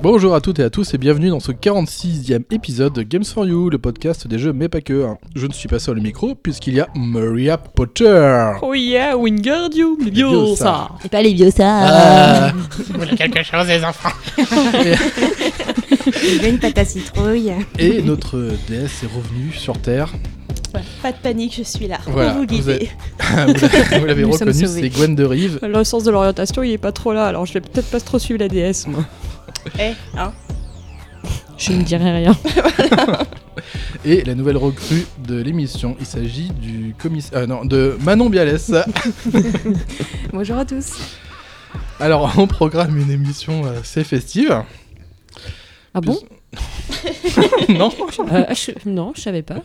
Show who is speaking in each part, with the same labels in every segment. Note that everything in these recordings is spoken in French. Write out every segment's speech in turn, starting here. Speaker 1: Bonjour à toutes et à tous et bienvenue dans ce 46e épisode de Games for You, le podcast des jeux mais pas que. hein. Je ne suis pas seul au micro puisqu'il y a Maria Potter.
Speaker 2: Oh yeah, Wingardium
Speaker 1: Leviosa.
Speaker 2: Leviosa.
Speaker 3: C'est pas les vieux
Speaker 4: euh,
Speaker 3: ça.
Speaker 1: Ah.
Speaker 5: Vous voulez quelque chose, les enfants
Speaker 4: Il veut une pâte à citrouille.
Speaker 1: Et notre déesse est revenue sur Terre.
Speaker 6: Voilà, pas de panique, je suis là
Speaker 1: Voilà,
Speaker 6: pour vous
Speaker 1: vous
Speaker 6: guider.
Speaker 1: Vous l'avez
Speaker 4: Nous sommes
Speaker 1: reconnu,
Speaker 4: sauvés.
Speaker 1: c'est Gwen de Rive.
Speaker 2: Le sens de l'orientation, il est pas trop là, alors je vais peut-être pas trop suivre la DS, moi.
Speaker 6: Eh, hein,
Speaker 3: Je ne dirai rien.
Speaker 1: Et la nouvelle recrue de l'émission, il s'agit du commissaire... euh, non, de Manon Bialès.
Speaker 4: Bonjour à tous.
Speaker 1: Alors, on programme une émission euh, assez festive.
Speaker 3: Ah bon
Speaker 1: non
Speaker 3: Euh, je- Non, je savais pas.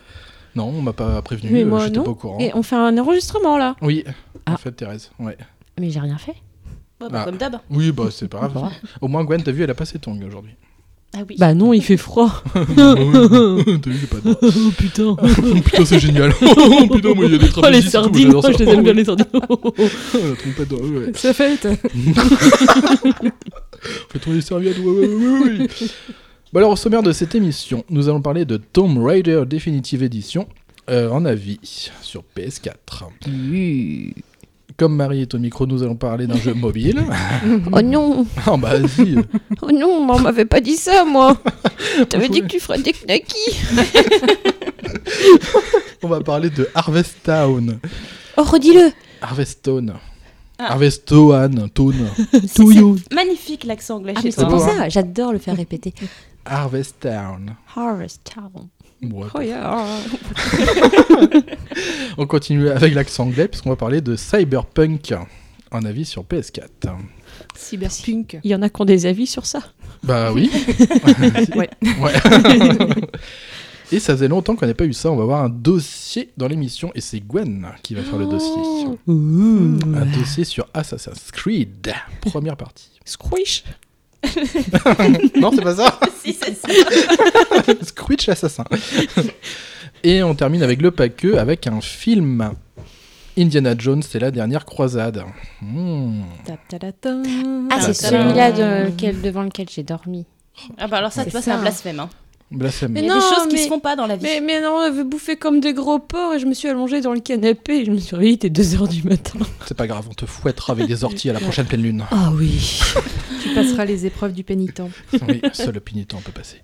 Speaker 1: Non, on m'a pas prévenu,
Speaker 3: Mais
Speaker 1: euh,
Speaker 3: moi,
Speaker 1: j'étais
Speaker 3: non.
Speaker 1: pas au courant.
Speaker 3: Et on fait un enregistrement là.
Speaker 1: Oui, en
Speaker 3: Ah.
Speaker 1: fait, Thérèse, ouais.
Speaker 3: Mais j'ai rien fait.
Speaker 6: Bon, bah,
Speaker 1: Ah.
Speaker 6: comme d'hab.
Speaker 1: Oui, bah c'est pas grave.
Speaker 3: Bah.
Speaker 1: Au moins, Gwen, t'as vu, elle a pas ses tongs aujourd'hui.
Speaker 6: Ah oui.
Speaker 3: Bah non, il fait froid.
Speaker 1: Bah oui, t'as vu, j'ai pas de bras.
Speaker 3: oh putain.
Speaker 1: Oh, putain, c'est génial. Oh, putain, moi, il y a des
Speaker 3: Oh les
Speaker 1: trapézistes et tout,
Speaker 3: sardines, oh,
Speaker 1: j'adore ça.
Speaker 3: je les aime bien les sardines. Ah,
Speaker 1: Oh, la trompette, ouais, ouais.
Speaker 4: C'est fait.
Speaker 1: Fais-toi les serviettes, ouais, ouais, ouais, ouais, ouais. Bon, alors, au sommaire de cette émission, nous allons parler de Tomb Raider Definitive Edition euh, en avis sur PS4. Comme Marie est au micro, nous allons parler d'un jeu mobile.
Speaker 3: oh non,
Speaker 1: Ah bah vas-y.
Speaker 3: oh non, on m'avait pas dit ça moi. T'avais dit
Speaker 1: dit que
Speaker 3: que tu ferais des knackis.
Speaker 1: on va parler de Harvest Town.
Speaker 3: Oh redis-le.
Speaker 1: Harvest Town.
Speaker 6: Ah.
Speaker 1: Harvest Town. Town.
Speaker 6: C'est- c'est Magnifique l'accent anglais
Speaker 3: Ah
Speaker 6: chez
Speaker 3: mais c'est
Speaker 6: toi.
Speaker 1: beau,
Speaker 3: pour
Speaker 1: hein.
Speaker 3: ça, j'adore le faire répéter.
Speaker 1: Harvest Town.
Speaker 3: Harvest Ah, Town.
Speaker 1: Ouais,
Speaker 2: Oh yeah.
Speaker 1: On continue avec l'accent anglais puisqu'on va parler de Cyberpunk, un avis sur PS4.
Speaker 4: Cyberpunk.
Speaker 3: Il y en a qui ont des avis sur ça.
Speaker 1: Bah oui.
Speaker 4: Ouais.
Speaker 1: Ouais. et ça faisait longtemps qu'on n'avait pas eu ça. On va avoir un dossier dans l'émission et c'est Gwen qui va faire le dossier. Un dossier sur Assassin's Creed, première partie.
Speaker 2: Squish.
Speaker 1: Non, c'est pas ça
Speaker 6: Si, c'est ça.
Speaker 1: Squitch l'assassin. Et on termine avec le paqueux avec un film. Indiana Jones, c'est la dernière croisade. Hmm.
Speaker 3: Ah c'est
Speaker 6: Tadam.
Speaker 3: celui-là de- lequel- devant lequel j'ai dormi.
Speaker 6: Ah bah alors ça,
Speaker 3: C'est
Speaker 6: tu vois,
Speaker 3: ça,
Speaker 6: c'est un
Speaker 3: hein.
Speaker 6: blasphème. hein.
Speaker 1: Blasphème.
Speaker 6: Il y a des
Speaker 3: non,
Speaker 6: choses qui
Speaker 3: mais-
Speaker 6: se font pas dans la vie.
Speaker 3: Mais, mais non, on avait bouffé comme des gros porcs et je me suis allongée dans le canapé et je me suis réveillée, il était 2h du matin.
Speaker 1: C'est pas grave, on te fouettera avec des orties à la prochaine pleine lune.
Speaker 3: Ah oui.
Speaker 4: Tu passeras les épreuves du pénitent.
Speaker 1: Oui, seul le pénitent peut passer.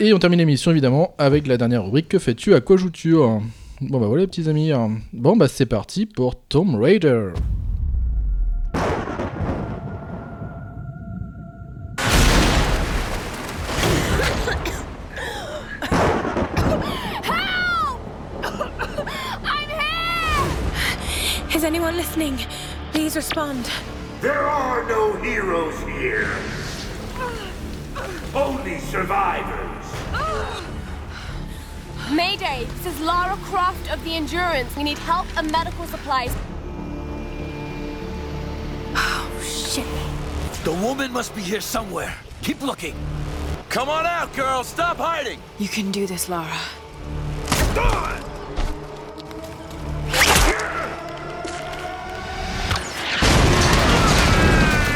Speaker 1: Et on termine l'émission évidemment avec la dernière rubrique Que fais-tu À quoi joues-tu Bon bah voilà les petits amis. Bon bah c'est parti pour Tomb Raider.
Speaker 7: Is anyone listening? Please respond.
Speaker 8: There are no heroes here. Only survivors.
Speaker 7: Mayday, this is Lara Croft of the Endurance. We need help and medical supplies. Oh, shit.
Speaker 9: The woman must be here somewhere. Keep looking. Come on out, girl. Stop hiding.
Speaker 10: You can do this, Lara.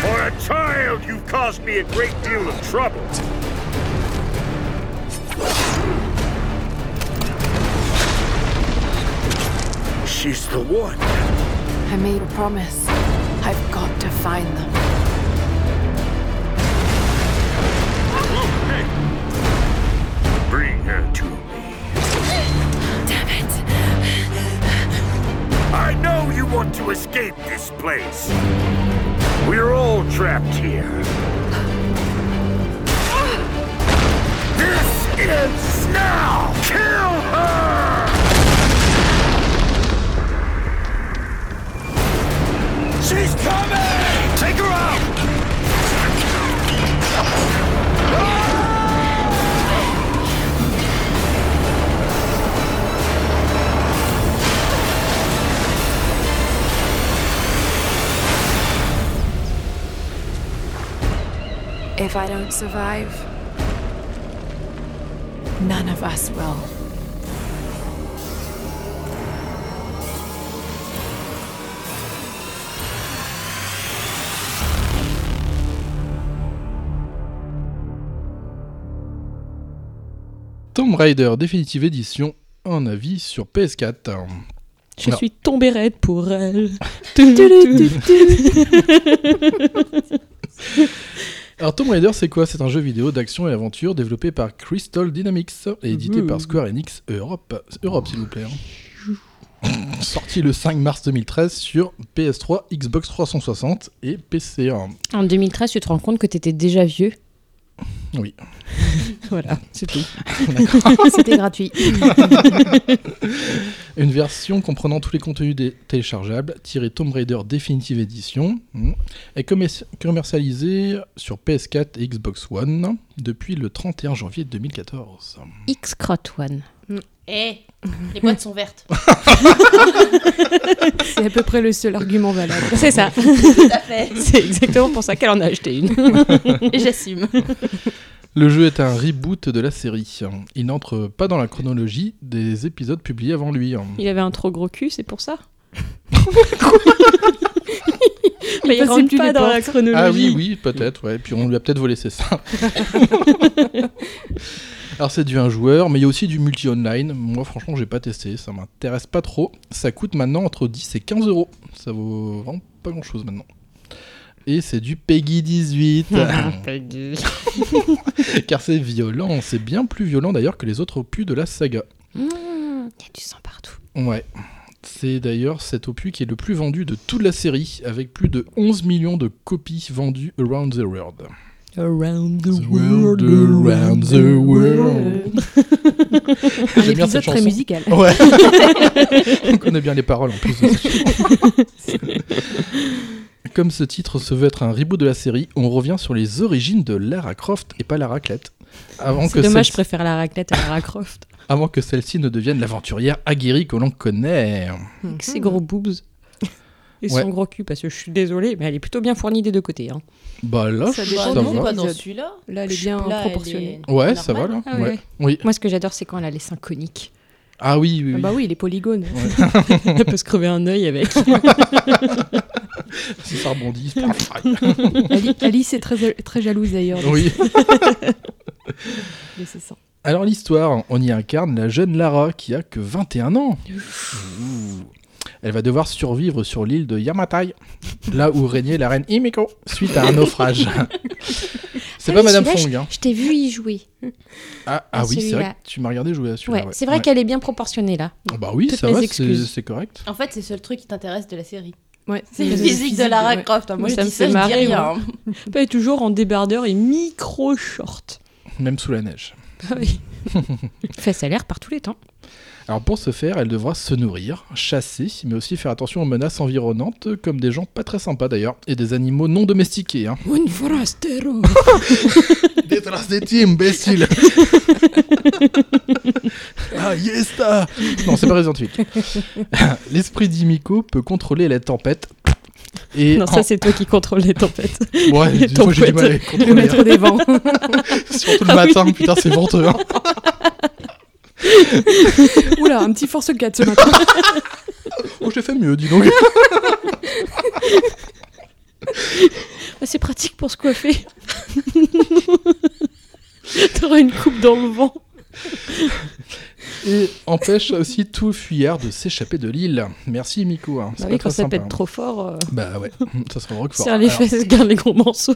Speaker 8: For a child, you've caused me a great deal of trouble. She's the one.
Speaker 10: I made a promise. I've got to find them.
Speaker 8: Bring her to me.
Speaker 10: Damn it!
Speaker 8: I know you want to escape this place. We're all trapped here. This ends now! Kill her! She's coming! Take her out!
Speaker 10: If I don't survive, none of us will.
Speaker 1: Tomb Raider définitive édition, un avis sur PS4.
Speaker 3: Je
Speaker 1: Alors,
Speaker 3: suis tombée raide pour elle.
Speaker 1: Alors Tomb Raider, c'est quoi C'est un jeu vidéo d'action et aventure développé par Crystal Dynamics et édité
Speaker 11: Mhm.
Speaker 1: par Square Enix Europe. Europe, s'il vous plaît. hein. Sorti le 5 mars 2013 sur PS3, Xbox 360 et PC. hein.
Speaker 12: En 2013, tu te rends compte que t'étais déjà vieux
Speaker 1: Oui.
Speaker 12: voilà, c'est tout.
Speaker 4: C'était gratuit.
Speaker 1: Une version comprenant tous les contenus dé- téléchargeables, tirée Tomb Raider Definitive Edition, hmm, est commer- commercialisée sur PS4 et Xbox One depuis le 31 janvier 2014.
Speaker 12: X-Crot One.
Speaker 6: Eh, les boîtes sont vertes.
Speaker 4: C'est à peu près le seul argument valable.
Speaker 12: C'est ça.
Speaker 6: Tout à fait.
Speaker 12: C'est exactement pour ça qu'elle en a acheté une.
Speaker 6: Et j'assume.
Speaker 1: Le jeu est un reboot de la série. Il n'entre pas dans la chronologie des épisodes publiés avant lui.
Speaker 3: Il avait un trop gros cul, c'est pour ça
Speaker 4: Il
Speaker 3: Mais il
Speaker 4: passait
Speaker 3: rentre
Speaker 4: plus
Speaker 3: pas
Speaker 4: les
Speaker 3: dans la
Speaker 4: portes.
Speaker 3: chronologie.
Speaker 1: Ah oui, oui, peut-être, ouais. Puis on lui a peut-être volé ses seins. Alors c'est du un joueur, mais il y a aussi du multi-online. Moi, franchement, j'ai pas testé, ça m'intéresse pas trop. Ça coûte maintenant entre 10 et 15 euros. Ça vaut vraiment pas grand-chose maintenant. Et c'est du Peggy 18.
Speaker 12: Peggy.
Speaker 1: Car c'est violent, c'est bien plus violent d'ailleurs que les autres opus de la saga.
Speaker 12: Il Mmh, y a du sang partout.
Speaker 1: Ouais. C'est d'ailleurs cet opus qui est le plus vendu de toute la série, avec plus de 11 millions de copies vendues around the world.
Speaker 3: Around the,
Speaker 1: world, around the world.
Speaker 4: Un
Speaker 1: J'aime bien
Speaker 4: épisode très
Speaker 1: cette chanson.
Speaker 4: musical.
Speaker 1: Ouais. On connaît bien les paroles en plus. de cette chanson. Comme ce titre se veut être un reboot de la série, on revient sur les origines de Lara Croft et pas la raclette. Avant que
Speaker 12: C'est dommage, je
Speaker 1: celle-
Speaker 12: préfère la raclette à Lara Croft.
Speaker 1: avant que celle-ci ne devienne l'aventurière aguerrie que l'on connaît.
Speaker 12: Avec ses gros boobs. Hmm. Et
Speaker 1: Ouais.
Speaker 12: son gros cul, parce que je suis désolée, mais elle est plutôt bien fournie des deux côtés. hein.
Speaker 1: Bah là,
Speaker 12: Ça
Speaker 1: je-
Speaker 12: dépend
Speaker 1: ça
Speaker 12: du
Speaker 1: va.
Speaker 12: poids.
Speaker 6: Pas dans
Speaker 12: Épisode.
Speaker 6: celui-là.
Speaker 4: Là, elle est bien
Speaker 6: Là, elle
Speaker 4: proportionnée.
Speaker 6: est-
Speaker 1: Ouais, ça va là.
Speaker 6: normale.
Speaker 12: Ah
Speaker 1: Ouais.
Speaker 12: ouais.
Speaker 1: Oui.
Speaker 12: Moi, ce que j'adore, c'est quand elle a les seins coniques.
Speaker 1: Ah oui, oui, oui.
Speaker 4: bah oui, les polygones.
Speaker 12: elle peut se crever un œil avec.
Speaker 1: Si ça rebondit, c'est pas
Speaker 4: Ali- Alice est très, très jalouse d'ailleurs. de-
Speaker 1: Oui.
Speaker 4: de ses seins.
Speaker 1: Alors l'histoire, on y incarne la jeune Lara qui a que 21 ans. Elle va devoir survivre sur l'île de Yamatai, là où régnait la reine Himiko, suite à un naufrage. C'est
Speaker 12: Ah
Speaker 1: pas
Speaker 12: oui,
Speaker 1: Madame
Speaker 12: celui-là,
Speaker 1: Fong. hein.
Speaker 12: Je, je t'ai vu y jouer.
Speaker 1: Ah, ah
Speaker 12: à
Speaker 1: oui, c'est vrai
Speaker 12: celui-là.
Speaker 1: que tu m'as regardé jouer à
Speaker 11: Ah
Speaker 1: celui-là.
Speaker 12: Ouais,
Speaker 1: ouais.
Speaker 12: c'est vrai
Speaker 1: Ouais.
Speaker 12: qu'elle est bien proportionnée là.
Speaker 1: Ah Bah oui,
Speaker 12: Toutes
Speaker 1: ça
Speaker 12: mes
Speaker 1: va, c'est
Speaker 12: excuses.
Speaker 1: c'est correct.
Speaker 6: En fait, c'est le seul truc qui t'intéresse de la série.
Speaker 4: Ouais.
Speaker 6: C'est le physique de Lara Croft. hein. Moi, je
Speaker 3: ça
Speaker 6: dis
Speaker 3: me
Speaker 6: ça,
Speaker 3: fait
Speaker 6: je dis
Speaker 3: marrer.
Speaker 6: rien.
Speaker 3: moi.
Speaker 6: hein.
Speaker 3: Bah, elle est toujours en débardeur et micro-short.
Speaker 1: Même sous la neige.
Speaker 12: Ah Fait salaire par tous les temps.
Speaker 1: Alors pour ce faire, elle devra se nourrir, chasser, mais aussi faire attention aux menaces environnantes, comme des gens pas très sympas d'ailleurs, et des animaux non domestiqués. Hein.
Speaker 12: Un forastero.
Speaker 1: Détrás de ti, imbécile Ah, yesta Non, c'est pas Resident Evil. L'esprit d'Imiko peut contrôler la tempête, Et
Speaker 2: non,
Speaker 1: en-
Speaker 2: ça c'est toi qui contrôle les tempêtes.
Speaker 1: Ouais,
Speaker 2: Les
Speaker 1: des fois, j'ai Ah, du mal à les
Speaker 2: tempêtes.
Speaker 1: contrôler.
Speaker 2: Le maître des vents.
Speaker 1: Surtout le
Speaker 2: Ah oui.
Speaker 1: matin, putain, c'est venteux. hein.
Speaker 4: Oula, un petit force 4 ce matin.
Speaker 1: Oh, je l'ai fait mieux, dis donc.
Speaker 3: Ah, C'est pratique pour se coiffer. T'auras une coupe dans le vent.
Speaker 1: Et empêche aussi tout fuyard de s'échapper de l'île. Merci, Miko. hein. C'est
Speaker 2: Bah
Speaker 1: pas
Speaker 2: oui,
Speaker 1: très
Speaker 2: quand ça
Speaker 1: sympa,
Speaker 2: pète
Speaker 1: hein.
Speaker 2: trop fort. euh,
Speaker 1: Bah ouais, ça sera Roquefort.
Speaker 2: Serre les
Speaker 1: Alors-
Speaker 2: fesses, garde les gros morceaux.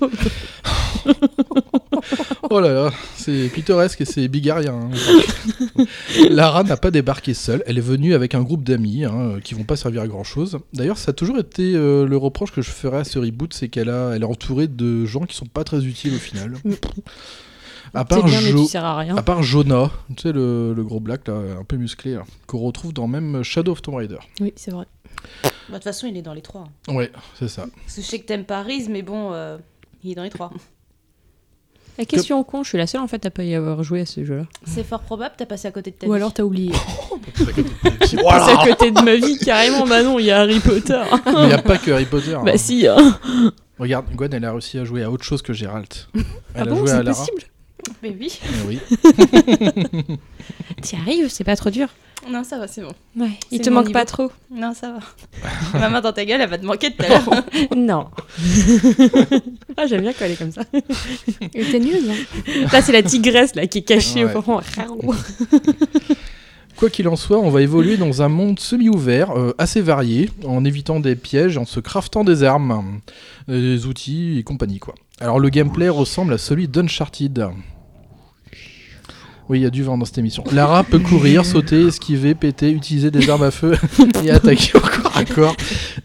Speaker 1: Oh là là, c'est pittoresque et c'est bigarien. hein. Lara n'a pas débarqué seule, elle est venue avec un groupe d'amis hein, qui vont pas servir à grand chose. D'ailleurs, ça a toujours été euh, le reproche que je ferais à ce reboot, c'est qu'elle a, elle est entourée de gens qui sont pas très utiles au final. À
Speaker 2: Mm. C'est
Speaker 1: part,
Speaker 2: bien, mais tu
Speaker 1: Jo-
Speaker 2: sers à rien.
Speaker 1: à part Jonah, tu sais, le, le gros black là, un peu musclé, là, qu'on retrouve dans même Shadow of Tomb Raider.
Speaker 4: Oui, c'est vrai.
Speaker 6: Bah, De toute façon, il est dans les trois. hein.
Speaker 1: Ouais, c'est ça.
Speaker 6: Parce que je sais que t'aimes Paris, mais bon, euh, il est dans les trois.
Speaker 12: La question con, je suis la seule en fait à pas y avoir joué à ce jeu-là.
Speaker 6: C'est fort probable, t'as passé à côté de ta
Speaker 4: Ou
Speaker 6: vie.
Speaker 4: alors t'as oublié.
Speaker 6: Voilà.
Speaker 2: C'est à côté de ma vie, carrément. Bah non, il y a Harry Potter.
Speaker 1: Mais il n'y a pas que Harry Potter.
Speaker 2: Bah
Speaker 1: hein.
Speaker 2: si. hein.
Speaker 1: Regarde, Gwen, elle a réussi à jouer à autre chose que Gérald.
Speaker 12: Ah
Speaker 1: Elle a
Speaker 12: bon,
Speaker 1: joué à
Speaker 12: c'est
Speaker 1: Lara.
Speaker 12: possible
Speaker 6: Mais oui.
Speaker 1: Eh oui.
Speaker 12: T'y arrives, c'est pas trop dur.
Speaker 6: Non, ça va, c'est bon.
Speaker 12: Ouais, il
Speaker 6: C'est
Speaker 12: te
Speaker 6: mon
Speaker 12: manque
Speaker 6: niveau.
Speaker 12: pas trop.
Speaker 6: Non, ça va. Ma main dans ta gueule, elle va te manquer tout à l'heure.
Speaker 12: non. ah, j'aime bien quand elle est comme ça.
Speaker 4: Elle était nulle,
Speaker 2: Là, c'est la tigresse là qui est cachée
Speaker 1: Ouais.
Speaker 2: au fond.
Speaker 1: Quoi qu'il en soit, on va évoluer dans un monde semi-ouvert, euh, assez varié, en évitant des pièges, en se craftant des armes, euh, des outils et compagnie quoi. Alors le gameplay ressemble à celui d'Uncharted. Oui, il y a du vent dans cette émission. Lara peut courir, sauter, esquiver, péter, utiliser des armes à feu et attaquer au corps à corps,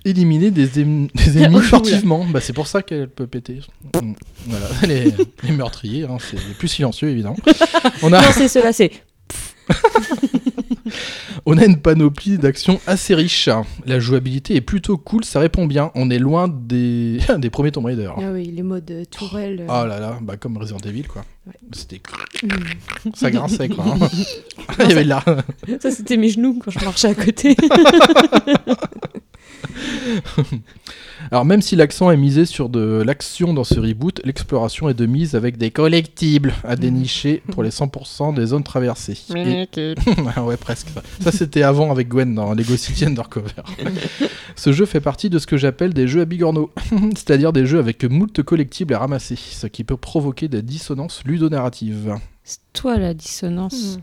Speaker 1: éliminer des, em- des ennemis
Speaker 11: Oula.
Speaker 1: furtivement. Bah, c'est pour ça qu'elle peut péter. Mm, Voilà, les, les meurtriers, hein, c'est les plus silencieux évidemment. On a...
Speaker 2: Non, c'est cela, c'est.
Speaker 1: On a une panoplie d'actions assez riche. La jouabilité est plutôt cool, ça répond bien. On est loin des, des premiers Tomb Raider.
Speaker 4: Ah oui, les modes euh, tourelle. euh,
Speaker 1: Ah là là, bah comme Resident Evil quoi. C'était
Speaker 4: Mm.
Speaker 1: ça grinçait quoi. hein. Il y avait de la-
Speaker 2: Ça, c'était mes genoux quand je marchais à côté.
Speaker 1: Alors même si l'accent est misé sur de l'action dans ce reboot, l'exploration est de mise avec des collectibles à dénicher pour les 100% des zones traversées. Et- Ah ouais, presque. ça. Ça, c'était avant avec Gwen dans Lego City Undercover. ce jeu fait partie de ce que j'appelle des jeux à bigorneau, c'est-à-dire des jeux avec moult collectibles à ramasser, ce qui peut provoquer des dissonances ludonarratives.
Speaker 12: Toi, la
Speaker 1: Hmm.
Speaker 12: dissonance.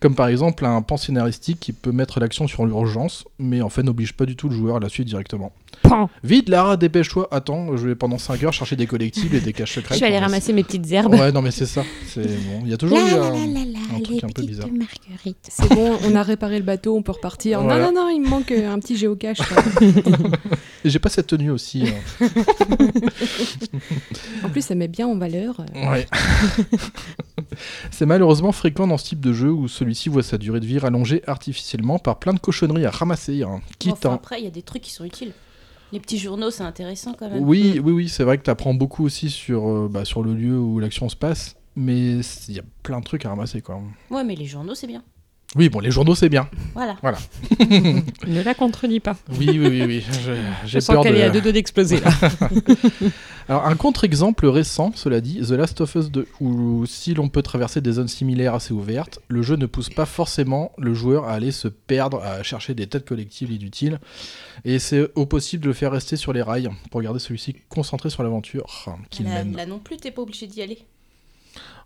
Speaker 1: Comme par exemple un pan scénaristique qui peut mettre l'action sur l'urgence, mais en fait n'oblige pas du tout le joueur à la suite directement.
Speaker 12: Pan.
Speaker 1: Vite, Lara, dépêche-toi. Attends, je vais pendant 5 heures chercher des collectibles et des caches secrètes.
Speaker 12: Je vais aller
Speaker 1: Non, mais
Speaker 12: ramasser mes petites herbes.
Speaker 1: Ouais, non, mais c'est ça. C'est bon. Il y a toujours
Speaker 12: La,
Speaker 1: eu
Speaker 12: la,
Speaker 1: un,
Speaker 12: la, la,
Speaker 1: un
Speaker 12: la,
Speaker 1: truc
Speaker 12: les
Speaker 1: un peu bizarre.
Speaker 12: Marguerite.
Speaker 4: C'est bon, on a réparé le bateau, on peut repartir.
Speaker 1: Voilà.
Speaker 4: Non, non, non, il me manque euh, un petit géocache.
Speaker 1: Et J'ai pas cette tenue aussi. hein.
Speaker 4: en plus, ça met bien en valeur. euh,
Speaker 1: Ouais. c'est malheureusement fréquent dans ce type de jeu où celui-ci voit sa durée de vie rallongée artificiellement par plein de cochonneries à ramasser. hein. Quitte
Speaker 6: Enfin,
Speaker 1: à-
Speaker 6: après, il y a des trucs qui sont utiles. Les petits journaux, c'est intéressant quand même.
Speaker 1: Oui, oui, oui, c'est vrai que t'apprends beaucoup aussi sur, euh, bah, sur le lieu où l'action se passe, mais il y a plein de trucs à ramasser quoi.
Speaker 6: Ouais, mais les journaux, c'est bien.
Speaker 1: Oui, bon, les journaux c'est bien.
Speaker 6: Voilà.
Speaker 1: Voilà.
Speaker 2: ne la contredis pas.
Speaker 1: Oui, oui, oui, oui. je- J'ai
Speaker 2: sens
Speaker 1: peur
Speaker 2: qu'elle
Speaker 1: de-
Speaker 2: est à deux doigts d'exploser, là.
Speaker 1: Alors, un contre-exemple récent, cela dit, The Last of Us 2, où si l'on peut traverser des zones similaires assez ouvertes, le jeu ne pousse pas forcément le joueur à aller se perdre, à chercher des têtes collectives inutiles. Et c'est au possible de le faire rester sur les rails pour garder celui-ci concentré sur l'aventure qu'il
Speaker 6: Là,
Speaker 1: mène.
Speaker 6: là non plus, t'es pas obligé d'y aller.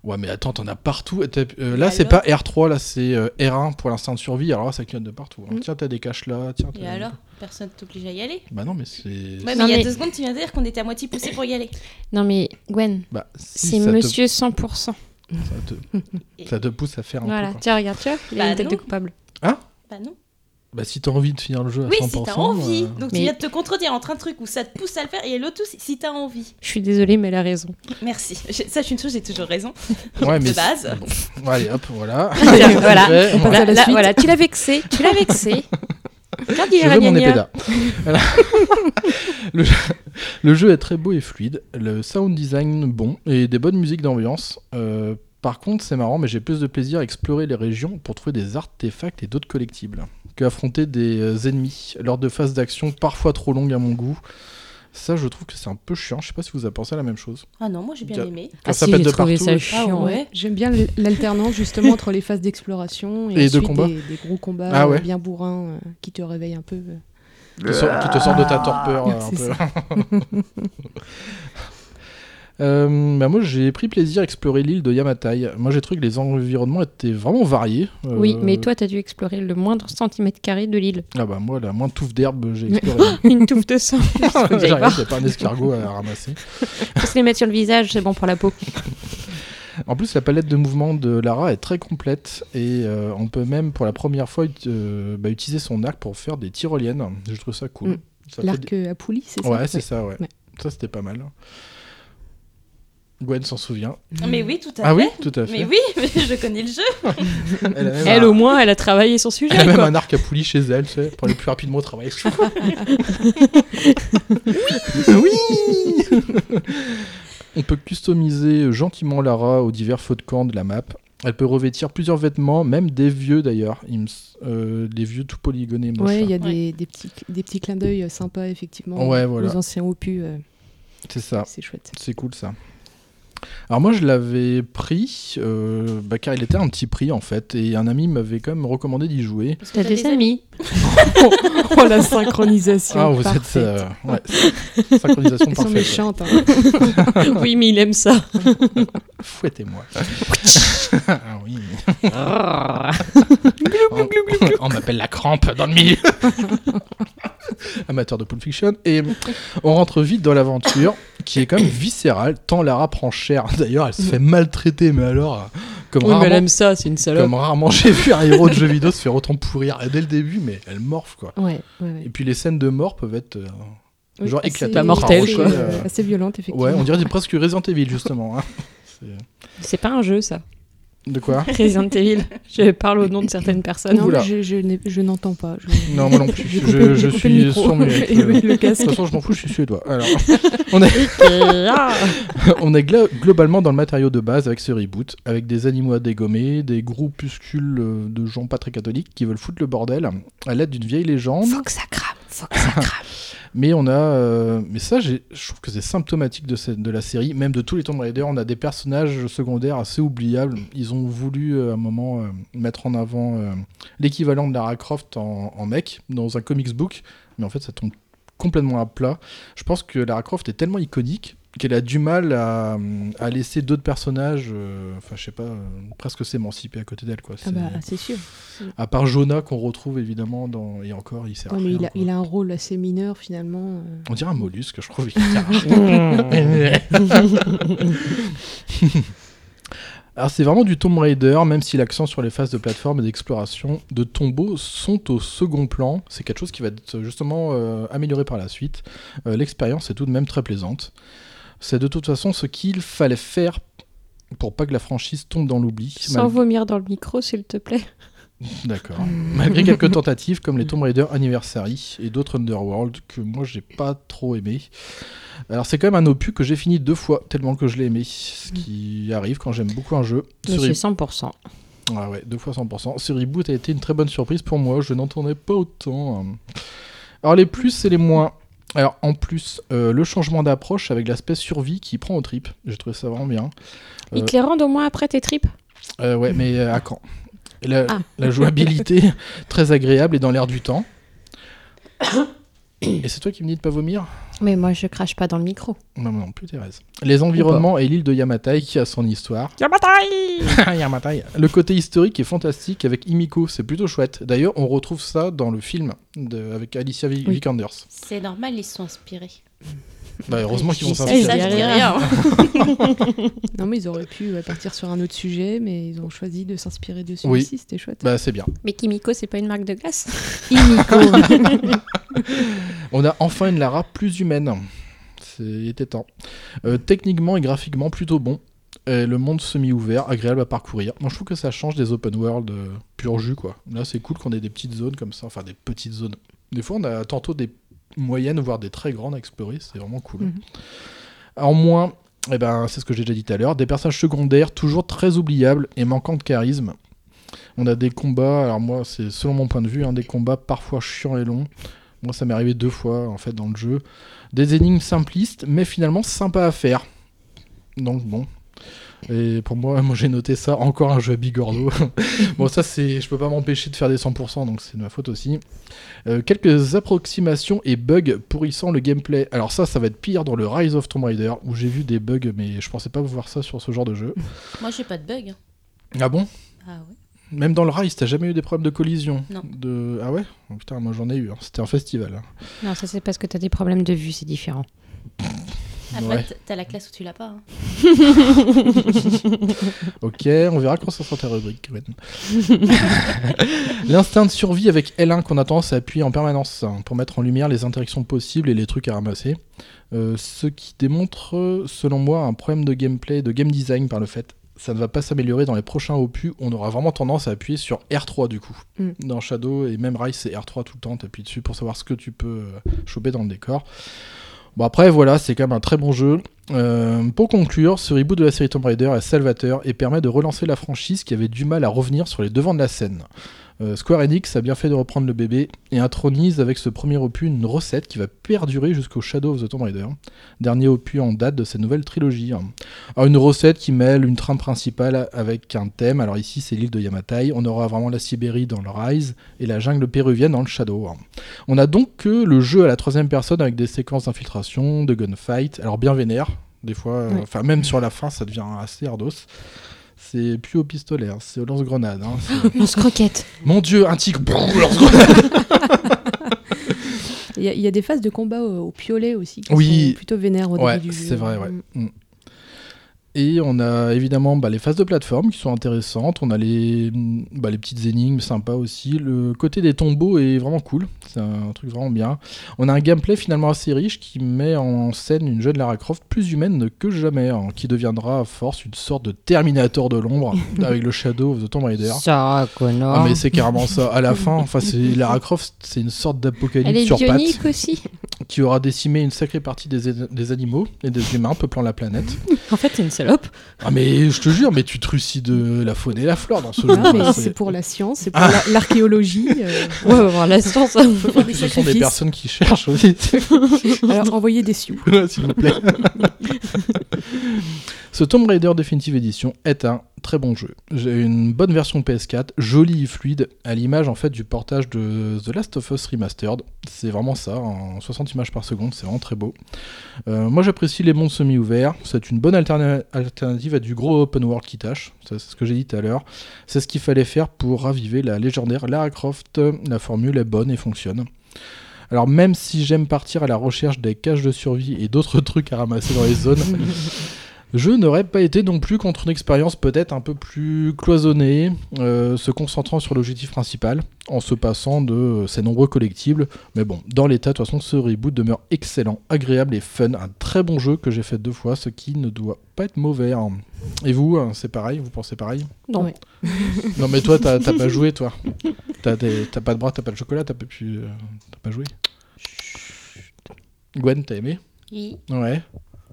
Speaker 1: Ouais, mais attends, t'en as partout. Et t'as- euh, là,
Speaker 6: Et
Speaker 1: c'est pas
Speaker 6: alors
Speaker 1: R3, là, c'est euh, R1 pour l'instinct de survie. Alors là, ça clignote de partout. hein. Tiens, t'as des caches là. Tiens,
Speaker 6: Mm. Et
Speaker 1: t'as-
Speaker 6: alors Personne t'oblige à y aller
Speaker 1: Bah non, mais c'est.
Speaker 6: Ouais, mais
Speaker 12: Non,
Speaker 6: il y a
Speaker 12: mais-
Speaker 6: deux secondes, tu viens de dire qu'on était à moitié poussé pour y aller.
Speaker 12: Non, mais Gwen,
Speaker 1: Bah, si,
Speaker 12: c'est
Speaker 1: ça te- Ah,
Speaker 12: monsieur 100%.
Speaker 1: Ça te... ça te pousse à faire un
Speaker 12: Voilà,
Speaker 1: peu. quoi.
Speaker 12: tiens, regarde, tu vois, il a
Speaker 6: Bah
Speaker 12: une tête de
Speaker 6: non.
Speaker 12: coupable.
Speaker 1: Hein
Speaker 6: Bah non.
Speaker 1: Bah si t'as envie de finir le jeu à
Speaker 6: Oui,
Speaker 1: 100%.
Speaker 6: si t'as envie.
Speaker 1: euh,
Speaker 6: Donc
Speaker 12: Mais-
Speaker 6: tu viens de te contredire entre un truc où ça te pousse à le faire et l'autre aussi, si t'as envie.
Speaker 12: Je suis désolée, mais elle a raison.
Speaker 6: Merci. J'ai- Ça, je suis une chose, j'ai toujours raison.
Speaker 1: Ouais, mais
Speaker 6: de
Speaker 1: c'est-
Speaker 6: base.
Speaker 1: Bon, euh, allez, hop, voilà.
Speaker 12: voilà.
Speaker 1: Ouais,
Speaker 12: Là,
Speaker 1: voilà.
Speaker 12: là, voilà, tu l'as vexé, tu l'as vexé. Regarde, il
Speaker 1: Je
Speaker 12: est
Speaker 1: veux mon
Speaker 12: ragnagna.
Speaker 1: épée là. Voilà. le, jeu, le jeu est très beau et fluide, le sound design bon et des bonnes musiques d'ambiance. Euh, par contre, c'est marrant, mais j'ai plus de plaisir à explorer les régions pour trouver des artefacts et d'autres collectibles. que affronter des euh, ennemis lors de phases d'action parfois trop longues à mon goût. Ça, je trouve que c'est un peu chiant. Je sais pas si vous avez pensé à la même chose.
Speaker 6: Ah non, moi j'ai bien
Speaker 1: Quand
Speaker 6: aimé.
Speaker 1: ça pète de partout, euh,
Speaker 4: Ah ouais. J'aime bien l- l'alternance justement entre les phases d'exploration et,
Speaker 1: Et de
Speaker 4: ensuite
Speaker 1: combat.
Speaker 4: Des, des gros combats
Speaker 1: Ah ouais.
Speaker 4: euh, bien bourrins euh, qui te réveillent un peu. euh.
Speaker 1: qui te sort, qui te sort
Speaker 12: Ah,
Speaker 1: de ta torpeur euh, un
Speaker 4: C'est
Speaker 1: peu.
Speaker 4: ça.
Speaker 1: Euh, bah moi j'ai pris plaisir à explorer l'île de Yamatai. Moi j'ai trouvé que les environnements étaient vraiment variés. Euh,
Speaker 12: Oui, mais toi, t'as dû explorer le moindre centimètre carré de l'île.
Speaker 1: Ah bah moi la moindre touffe d'herbe j'ai exploré.
Speaker 12: Une touffe de sang. Il faut que j'aille
Speaker 1: J'arrive,
Speaker 12: voir.
Speaker 1: j'ai pas un escargot à ramasser.
Speaker 12: Faut se les mettre sur le visage, c'est bon pour la peau.
Speaker 1: En plus, la palette de mouvements de Lara est très complète et euh, on peut même pour la première fois ut- euh, bah, utiliser son arc pour faire des tyroliennes. Je trouve ça cool.
Speaker 4: Mm.
Speaker 1: Ça fait
Speaker 4: L'arc
Speaker 1: des-
Speaker 4: euh, à poulie, c'est ça
Speaker 1: Bah, Ouais, c'est ça, ouais.
Speaker 4: Ouais.
Speaker 1: Ça, c'était pas mal. hein. Gwen s'en souvient.
Speaker 6: Mais oui, tout à fait.
Speaker 1: Ah oui, tout à fait.
Speaker 6: Bah Mais oui, mais je connais le jeu.
Speaker 1: Elle, a même
Speaker 2: Elle,
Speaker 1: un-
Speaker 2: au moins, elle a travaillé son sujet.
Speaker 1: elle a même
Speaker 2: quoi.
Speaker 1: un arc à poulie chez elle, tu sais, pour aller plus rapidement au travail. oui On peut customiser gentiment Lara aux divers faux de camp de la map. Elle peut revêtir plusieurs vêtements, même des vieux d'ailleurs. Il me s- euh, des vieux tout polygonés moches.
Speaker 4: Ouais, il y a
Speaker 1: là.
Speaker 4: Des, des petits, des petits clins d'œil euh, sympas, effectivement.
Speaker 1: hein. Ouais, voilà.
Speaker 4: Aux anciens opus. euh.
Speaker 1: C'est ça.
Speaker 4: C'est chouette.
Speaker 1: C'est cool ça. Alors moi je l'avais pris euh, bah, car il était à un petit prix en fait et un ami m'avait quand même recommandé d'y jouer.
Speaker 12: T'as des amis.
Speaker 4: oh la synchronisation.
Speaker 1: Ah vous
Speaker 4: parfaite.
Speaker 1: êtes euh, ouais, c'est- synchronisation
Speaker 4: Elles sont
Speaker 1: parfaite. ouais.
Speaker 4: méchantes. hein.
Speaker 12: oui, mais il aime ça.
Speaker 1: Fouettez-moi. ah oui. on on m'appelle la crampe dans le milieu. Amateur de Pulp Fiction. Et on rentre vite dans l'aventure qui est quand même viscérale, tant Lara prend cher. D'ailleurs, elle se fait maltraiter, mais alors, euh, comme
Speaker 2: Oui, mais
Speaker 1: rarement.
Speaker 2: elle aime ça, c'est une salope.
Speaker 1: Comme rarement j'ai vu un héros de jeu vidéo se faire autant pourrir dès le début, mais elle morfle quoi.
Speaker 4: Ouais, ouais, ouais.
Speaker 1: Et puis les scènes de mort peuvent être euh,
Speaker 4: Oui,
Speaker 1: genre
Speaker 4: assez-
Speaker 1: éclatantes.
Speaker 4: mortelles,
Speaker 1: Enfin,
Speaker 4: quoi.
Speaker 1: rocher, euh,
Speaker 4: Assez violentes, effectivement.
Speaker 1: Ouais, on dirait presque Resident Evil justement. hein. C'est-
Speaker 12: C'est pas un jeu, ça.
Speaker 1: De quoi
Speaker 12: Resident Evil. Je parle au nom de certaines personnes.
Speaker 4: Non,
Speaker 1: Oula.
Speaker 4: mais je, je n'ai- je n'entends pas. je-
Speaker 1: Non, moi non plus.
Speaker 4: J'ai
Speaker 1: Je,
Speaker 4: coupé-
Speaker 1: je
Speaker 4: j'ai coupé le
Speaker 1: suis
Speaker 4: micro.
Speaker 1: sans muette.
Speaker 4: Et oui, le
Speaker 1: De
Speaker 4: casque.
Speaker 1: toute façon, je m'en fous, je suis suédois. Alors, on est,
Speaker 6: Ah,
Speaker 4: Ah,
Speaker 1: on est gla- globalement dans le matériau de base avec ce reboot, avec des animaux à dégommer, des groupuscules euh, de gens pas très catholiques qui veulent foutre le bordel à l'aide d'une vieille légende.
Speaker 10: Faut que ça crame, faut que ça crame.
Speaker 1: Mais on a, euh, mais ça, j'ai- je trouve que c'est symptomatique de, cette- de la série, même de tous les Tomb Raider. On a des personnages secondaires assez oubliables. Ils ont voulu euh, à un moment euh, mettre en avant euh, l'équivalent de Lara Croft en, en mec dans un comics book, mais en fait, ça tombe complètement à plat. Je pense que Lara Croft est tellement iconique qu'elle a du mal à, à laisser d'autres personnages, euh, enfin, je sais pas, euh, presque s'émanciper à côté d'elle, quoi.
Speaker 4: Ah
Speaker 1: C'est-
Speaker 4: bah, c'est sûr.
Speaker 1: À part Jonah qu'on retrouve évidemment dans et encore, il sert. à
Speaker 4: Ouais, mais
Speaker 1: rien,
Speaker 4: il, a,
Speaker 1: quoi.
Speaker 4: il a un rôle assez mineur, finalement. euh.
Speaker 1: On dirait un mollusque, je trouve. Mmh. Alors c'est vraiment du Tomb Raider, même si l'accent sur les phases de plateforme et d'exploration de tombeaux sont au second plan. C'est quelque chose qui va être justement euh, amélioré par la suite. Euh, L'expérience est tout de même très plaisante. C'est de toute façon ce qu'il fallait faire pour pas que la franchise tombe dans l'oubli.
Speaker 12: Sans
Speaker 1: Mal-
Speaker 12: vomir dans le micro, s'il te plaît.
Speaker 1: D'accord.
Speaker 12: Hmm.
Speaker 1: Malgré quelques tentatives comme les Tomb Raider Anniversary et d'autres Underworld que moi j'ai pas trop aimé. Alors c'est quand même un opus que j'ai fini deux fois tellement que je l'ai aimé, ce qui arrive quand j'aime beaucoup un jeu.
Speaker 12: Mais
Speaker 1: Ce
Speaker 12: c'est
Speaker 1: re-
Speaker 12: 100%.
Speaker 1: Ah ouais, deux fois 100%. Ce reboot a été une très bonne surprise pour moi, je n'entendais pas autant. Alors les plus et les moins. Alors en plus, euh, le changement d'approche avec l'aspect survie qui prend aux tripes. J'ai trouvé ça vraiment bien.
Speaker 12: Ils
Speaker 1: Euh,
Speaker 12: te les rendent au moins après tes tripes
Speaker 1: euh, ouais, mais euh, à quand Et la,
Speaker 12: Ah.
Speaker 1: la jouabilité, très agréable et dans l'air du temps. Et c'est toi qui me dis de pas vomir
Speaker 12: Mais moi, je crache pas dans le micro.
Speaker 1: Non, non plus, Thérèse. Les environnements et l'île de Yamatai qui a son histoire. Yamatai Le côté historique est fantastique avec Imiko, c'est plutôt chouette. D'ailleurs, on retrouve ça dans le film de- avec Alicia Vi- Vikander.
Speaker 6: C'est normal, ils sont inspirés.
Speaker 1: Bah, heureusement qu'ils vont
Speaker 6: Ça,
Speaker 1: s'inspirer.
Speaker 6: ça, je dis rien.
Speaker 4: non, mais ils auraient pu ouais, partir sur un autre sujet, mais ils ont choisi de s'inspirer de
Speaker 1: Oui.
Speaker 4: celui-ci, c'était chouette.
Speaker 1: Bah, c'est bien.
Speaker 12: Mais Kimiko, c'est pas une marque de glace
Speaker 4: Kimiko.
Speaker 1: On a enfin une Lara plus humaine. C'est- Il était temps. Euh, techniquement et graphiquement, plutôt bon. Et le monde semi-ouvert, agréable à parcourir. Moi, je trouve que ça change des open world euh, pur jus, quoi. Là, c'est cool qu'on ait des petites zones comme ça, enfin des petites zones. Des fois, on a tantôt des moyennes, voire des très grandes à explorer. C'est vraiment cool.
Speaker 4: Mhm.
Speaker 1: En moins, eh ben, c'est ce que j'ai déjà dit tout à l'heure, des personnages secondaires toujours très oubliables et manquant de charisme. On a des combats, alors moi, c'est selon mon point de vue, hein, des combats parfois chiants et longs. Moi, ça m'est arrivé deux fois, en fait, dans le jeu. Des énigmes simplistes, mais finalement sympas à faire. Donc, bon. Et pour moi, moi j'ai noté ça, encore un jeu à Bigordo. bon, ça, c'est, je peux pas m'empêcher de faire des 100%, donc c'est de ma faute aussi. Euh, quelques approximations et bugs pourrissant le gameplay. Alors, ça, ça va être pire dans le Rise of Tomb Raider, où j'ai vu des bugs, mais je pensais pas voir ça sur ce genre de jeu.
Speaker 6: Moi, j'ai pas de bug. hein.
Speaker 1: Ah bon
Speaker 6: Ah ouais.
Speaker 1: Même dans le Rise, t'as jamais eu des problèmes de collision
Speaker 6: Non.
Speaker 1: De... Ah ouais Oh, Putain, moi j'en ai eu, hein. c'était un festival. hein.
Speaker 12: Non, ça c'est parce que t'as des problèmes de vue, c'est différent.
Speaker 6: Après,
Speaker 1: Ouais.
Speaker 6: Ah, bah, t- t'as la classe ou tu l'as pas. hein.
Speaker 1: Ok, on verra quand ça sera ta rubrique, Gwen. L'instinct de survie avec L1 qu'on a tendance à appuyer en permanence hein, pour mettre en lumière les interactions possibles et les trucs à ramasser. Euh, ce qui démontre, euh, selon moi, un problème de gameplay, de game design par le fait. Ça ne va pas s'améliorer dans les prochains opus. On aura vraiment tendance à appuyer sur R3 du coup.
Speaker 12: Mm.
Speaker 1: Dans Shadow et même Rise, c'est R3 tout le temps. T'appuies dessus pour savoir ce que tu peux euh, choper dans le décor. Bon après voilà, c'est quand même un très bon jeu. Euh, pour conclure, ce reboot de la série Tomb Raider est salvateur et permet de relancer la franchise qui avait du mal à revenir sur les devants de la scène. Euh, Square Enix a bien fait de reprendre le bébé et intronise avec ce premier opus une recette qui va perdurer jusqu'au Shadow of the Tomb Raider, dernier opus en date de cette nouvelle trilogie. hein. Alors, une recette qui mêle une trame principale avec un thème, alors ici c'est l'île de Yamatai, on aura vraiment la Sibérie dans le Rise et la jungle péruvienne dans le Shadow. hein. On a donc que le jeu à la troisième personne avec des séquences d'infiltration, de gunfight, alors bien vénère, des fois, euh,
Speaker 11: Ouais.
Speaker 1: enfin même sur la fin ça devient assez ardos. C'est plus au pistolet, hein, c'est au lance-grenade. hein, c'est-
Speaker 12: Lance-croquette.
Speaker 1: Mon dieu, un tigre, brrr, lance-grenade.
Speaker 4: Il y, a- il y a des phases de combat au, au piolet aussi qui
Speaker 1: Oui.
Speaker 4: sont plutôt vénères au
Speaker 1: ouais,
Speaker 4: début du jeu.
Speaker 1: c'est vrai, ouais. Mm. Et on a évidemment bah, les phases de plateforme qui sont intéressantes. On a les, mm, bah, les petites énigmes sympas aussi. Le côté des tombeaux est vraiment cool. C'est un truc vraiment bien. On a un gameplay finalement assez riche qui met en scène une jeune Lara Croft plus humaine que jamais, hein, qui deviendra à force une sorte de Terminator de l'ombre avec le Shadow of the Tomb Raider.
Speaker 12: Ça, connard.
Speaker 1: Ah,
Speaker 5: Oh,
Speaker 1: mais c'est carrément ça. À la fin, enfin, c'est Lara Croft, c'est une sorte
Speaker 12: Elle est
Speaker 1: d'apocalypse sur pattes
Speaker 12: bionique aussi.
Speaker 1: qui aura décimé une sacrée partie des, des animaux et des humains peuplant la planète.
Speaker 12: En fait, c'est une salope.
Speaker 1: Ah mais je te jure, mais tu trucides la faune et la flore dans ce jeu.
Speaker 4: Ah, mais
Speaker 1: quoi.
Speaker 4: c'est pour la science, c'est pour
Speaker 1: Ah.
Speaker 4: la- l'archéologie. euh,
Speaker 12: Ouais, on va voir la science.
Speaker 4: on peut faire des
Speaker 1: Ce sont
Speaker 4: sacrifices.
Speaker 1: des personnes qui cherchent aussi.
Speaker 4: Alors envoyez des sioux.
Speaker 1: Ouais, S'il vous plaît. Ce Tomb Raider Definitive Edition est un très bon jeu. J'ai une bonne version PS4, jolie et fluide, à l'image en fait du portage de The Last of Us Remastered. C'est vraiment ça, en 60 images par seconde, c'est vraiment très beau. Euh, moi j'apprécie les mondes semi-ouverts, c'est une bonne alterna- alternative à du gros open world qui tâche, Ça, c'est ce que j'ai dit tout à l'heure. C'est ce qu'il fallait faire pour raviver la légendaire Lara Croft, la formule est bonne et fonctionne. Alors même si j'aime partir à la recherche des caches de survie et d'autres trucs à ramasser dans les zones, je n'aurais pas été non plus contre une expérience peut-être un peu plus cloisonnée, euh, se concentrant sur l'objectif principal, en se passant de euh, ces nombreux collectibles. Mais bon, dans l'état, de toute façon, ce reboot demeure excellent, agréable et fun, un très bon jeu que j'ai fait deux fois, ce qui ne doit pas être mauvais. hein. Et vous, hein, c'est pareil, vous pensez pareil
Speaker 4: Non. Ouais.
Speaker 1: Non mais toi, t'as t'as pas joué, toi. T'as des- t'as pas de bras, t'as pas de chocolat, t'as pas pu, euh, t'as pas joué. Gwen, t'as aimé
Speaker 6: Oui.
Speaker 1: Ouais.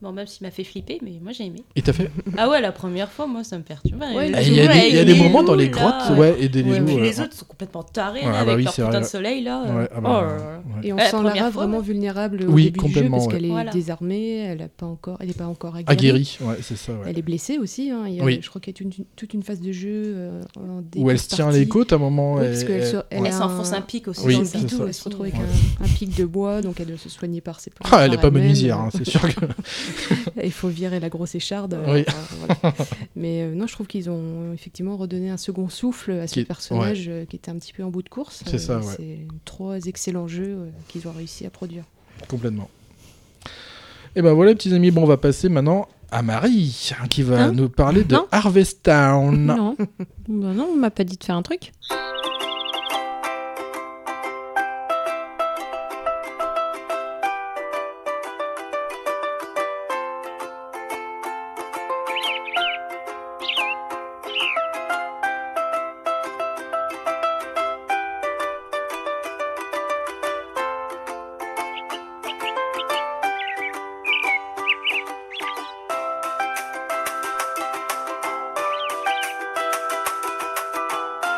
Speaker 6: Bon, même s'il m'a fait flipper, mais moi j'ai aimé.
Speaker 1: Et t'as fait
Speaker 6: Ah ouais, la première fois, moi ça me perturbait.
Speaker 1: Ouais,
Speaker 6: Les
Speaker 1: Ah, il y a
Speaker 6: joues,
Speaker 1: des- il y a des
Speaker 6: avec
Speaker 1: moments dans les
Speaker 6: loups,
Speaker 1: grottes,
Speaker 6: là. euh,
Speaker 1: ouais, et des
Speaker 6: Ouais,
Speaker 1: loups,
Speaker 6: puis
Speaker 1: ouais.
Speaker 6: les autres sont complètement tarés
Speaker 1: Ouais,
Speaker 6: là,
Speaker 1: bah
Speaker 6: avec
Speaker 1: oui,
Speaker 6: leur
Speaker 1: c'est
Speaker 6: putain
Speaker 1: vrai.
Speaker 6: de soleil là.
Speaker 1: Ouais, ah bah,
Speaker 6: Oh là là.
Speaker 1: ouais.
Speaker 4: Et on
Speaker 6: La
Speaker 4: sent
Speaker 6: première
Speaker 4: Lara
Speaker 6: fois,
Speaker 4: vraiment vulnérable au
Speaker 1: Oui,
Speaker 4: début du jeu
Speaker 1: complètement,
Speaker 4: parce
Speaker 1: ouais.
Speaker 4: qu'elle est
Speaker 6: Voilà.
Speaker 4: désarmée, elle n'est pas encore, elle est pas encore aguerrie.
Speaker 1: Aguerri, ouais, c'est ça. Ouais.
Speaker 4: Elle est blessée aussi. hein, il y a-
Speaker 1: Oui.
Speaker 4: Je crois qu'il y a toute une, toute une phase de jeu euh, en
Speaker 1: Où elle
Speaker 4: découverte
Speaker 1: se tient
Speaker 4: partie.
Speaker 1: les côtes à un moment.
Speaker 4: Oui, parce qu'elle se- elle
Speaker 1: ouais.
Speaker 4: a
Speaker 6: s'enfonce un pic aussi
Speaker 1: Oui,
Speaker 4: dans le
Speaker 1: c'est
Speaker 4: bidou,
Speaker 1: ça.
Speaker 4: Elle se retrouve avec un, un pic de bois, donc elle doit se soigner par ses plantes.
Speaker 1: Ah, elle est
Speaker 4: par
Speaker 1: pas
Speaker 4: elle-même.
Speaker 1: menuisière, hein, c'est sûr que-
Speaker 4: Il faut virer la grosse écharde. euh,
Speaker 1: Oui.
Speaker 4: euh, voilà. Mais euh, non, je trouve qu'ils ont effectivement redonné un second souffle à ce
Speaker 1: Qui-
Speaker 4: personnage euh, qui était un petit peu en bout de course. Euh,
Speaker 1: C'est ça, ouais.
Speaker 4: C'est trois excellents jeux euh, qu'ils ont réussi à produire.
Speaker 1: Complètement. Et ben voilà, petits amis, bon, on va passer maintenant à Marie, hein, qui va
Speaker 12: Hein
Speaker 1: nous parler de
Speaker 12: Non.
Speaker 1: Harvest Town.
Speaker 12: Non. Bah non, on m'a pas dit de faire un truc.
Speaker 7: Thank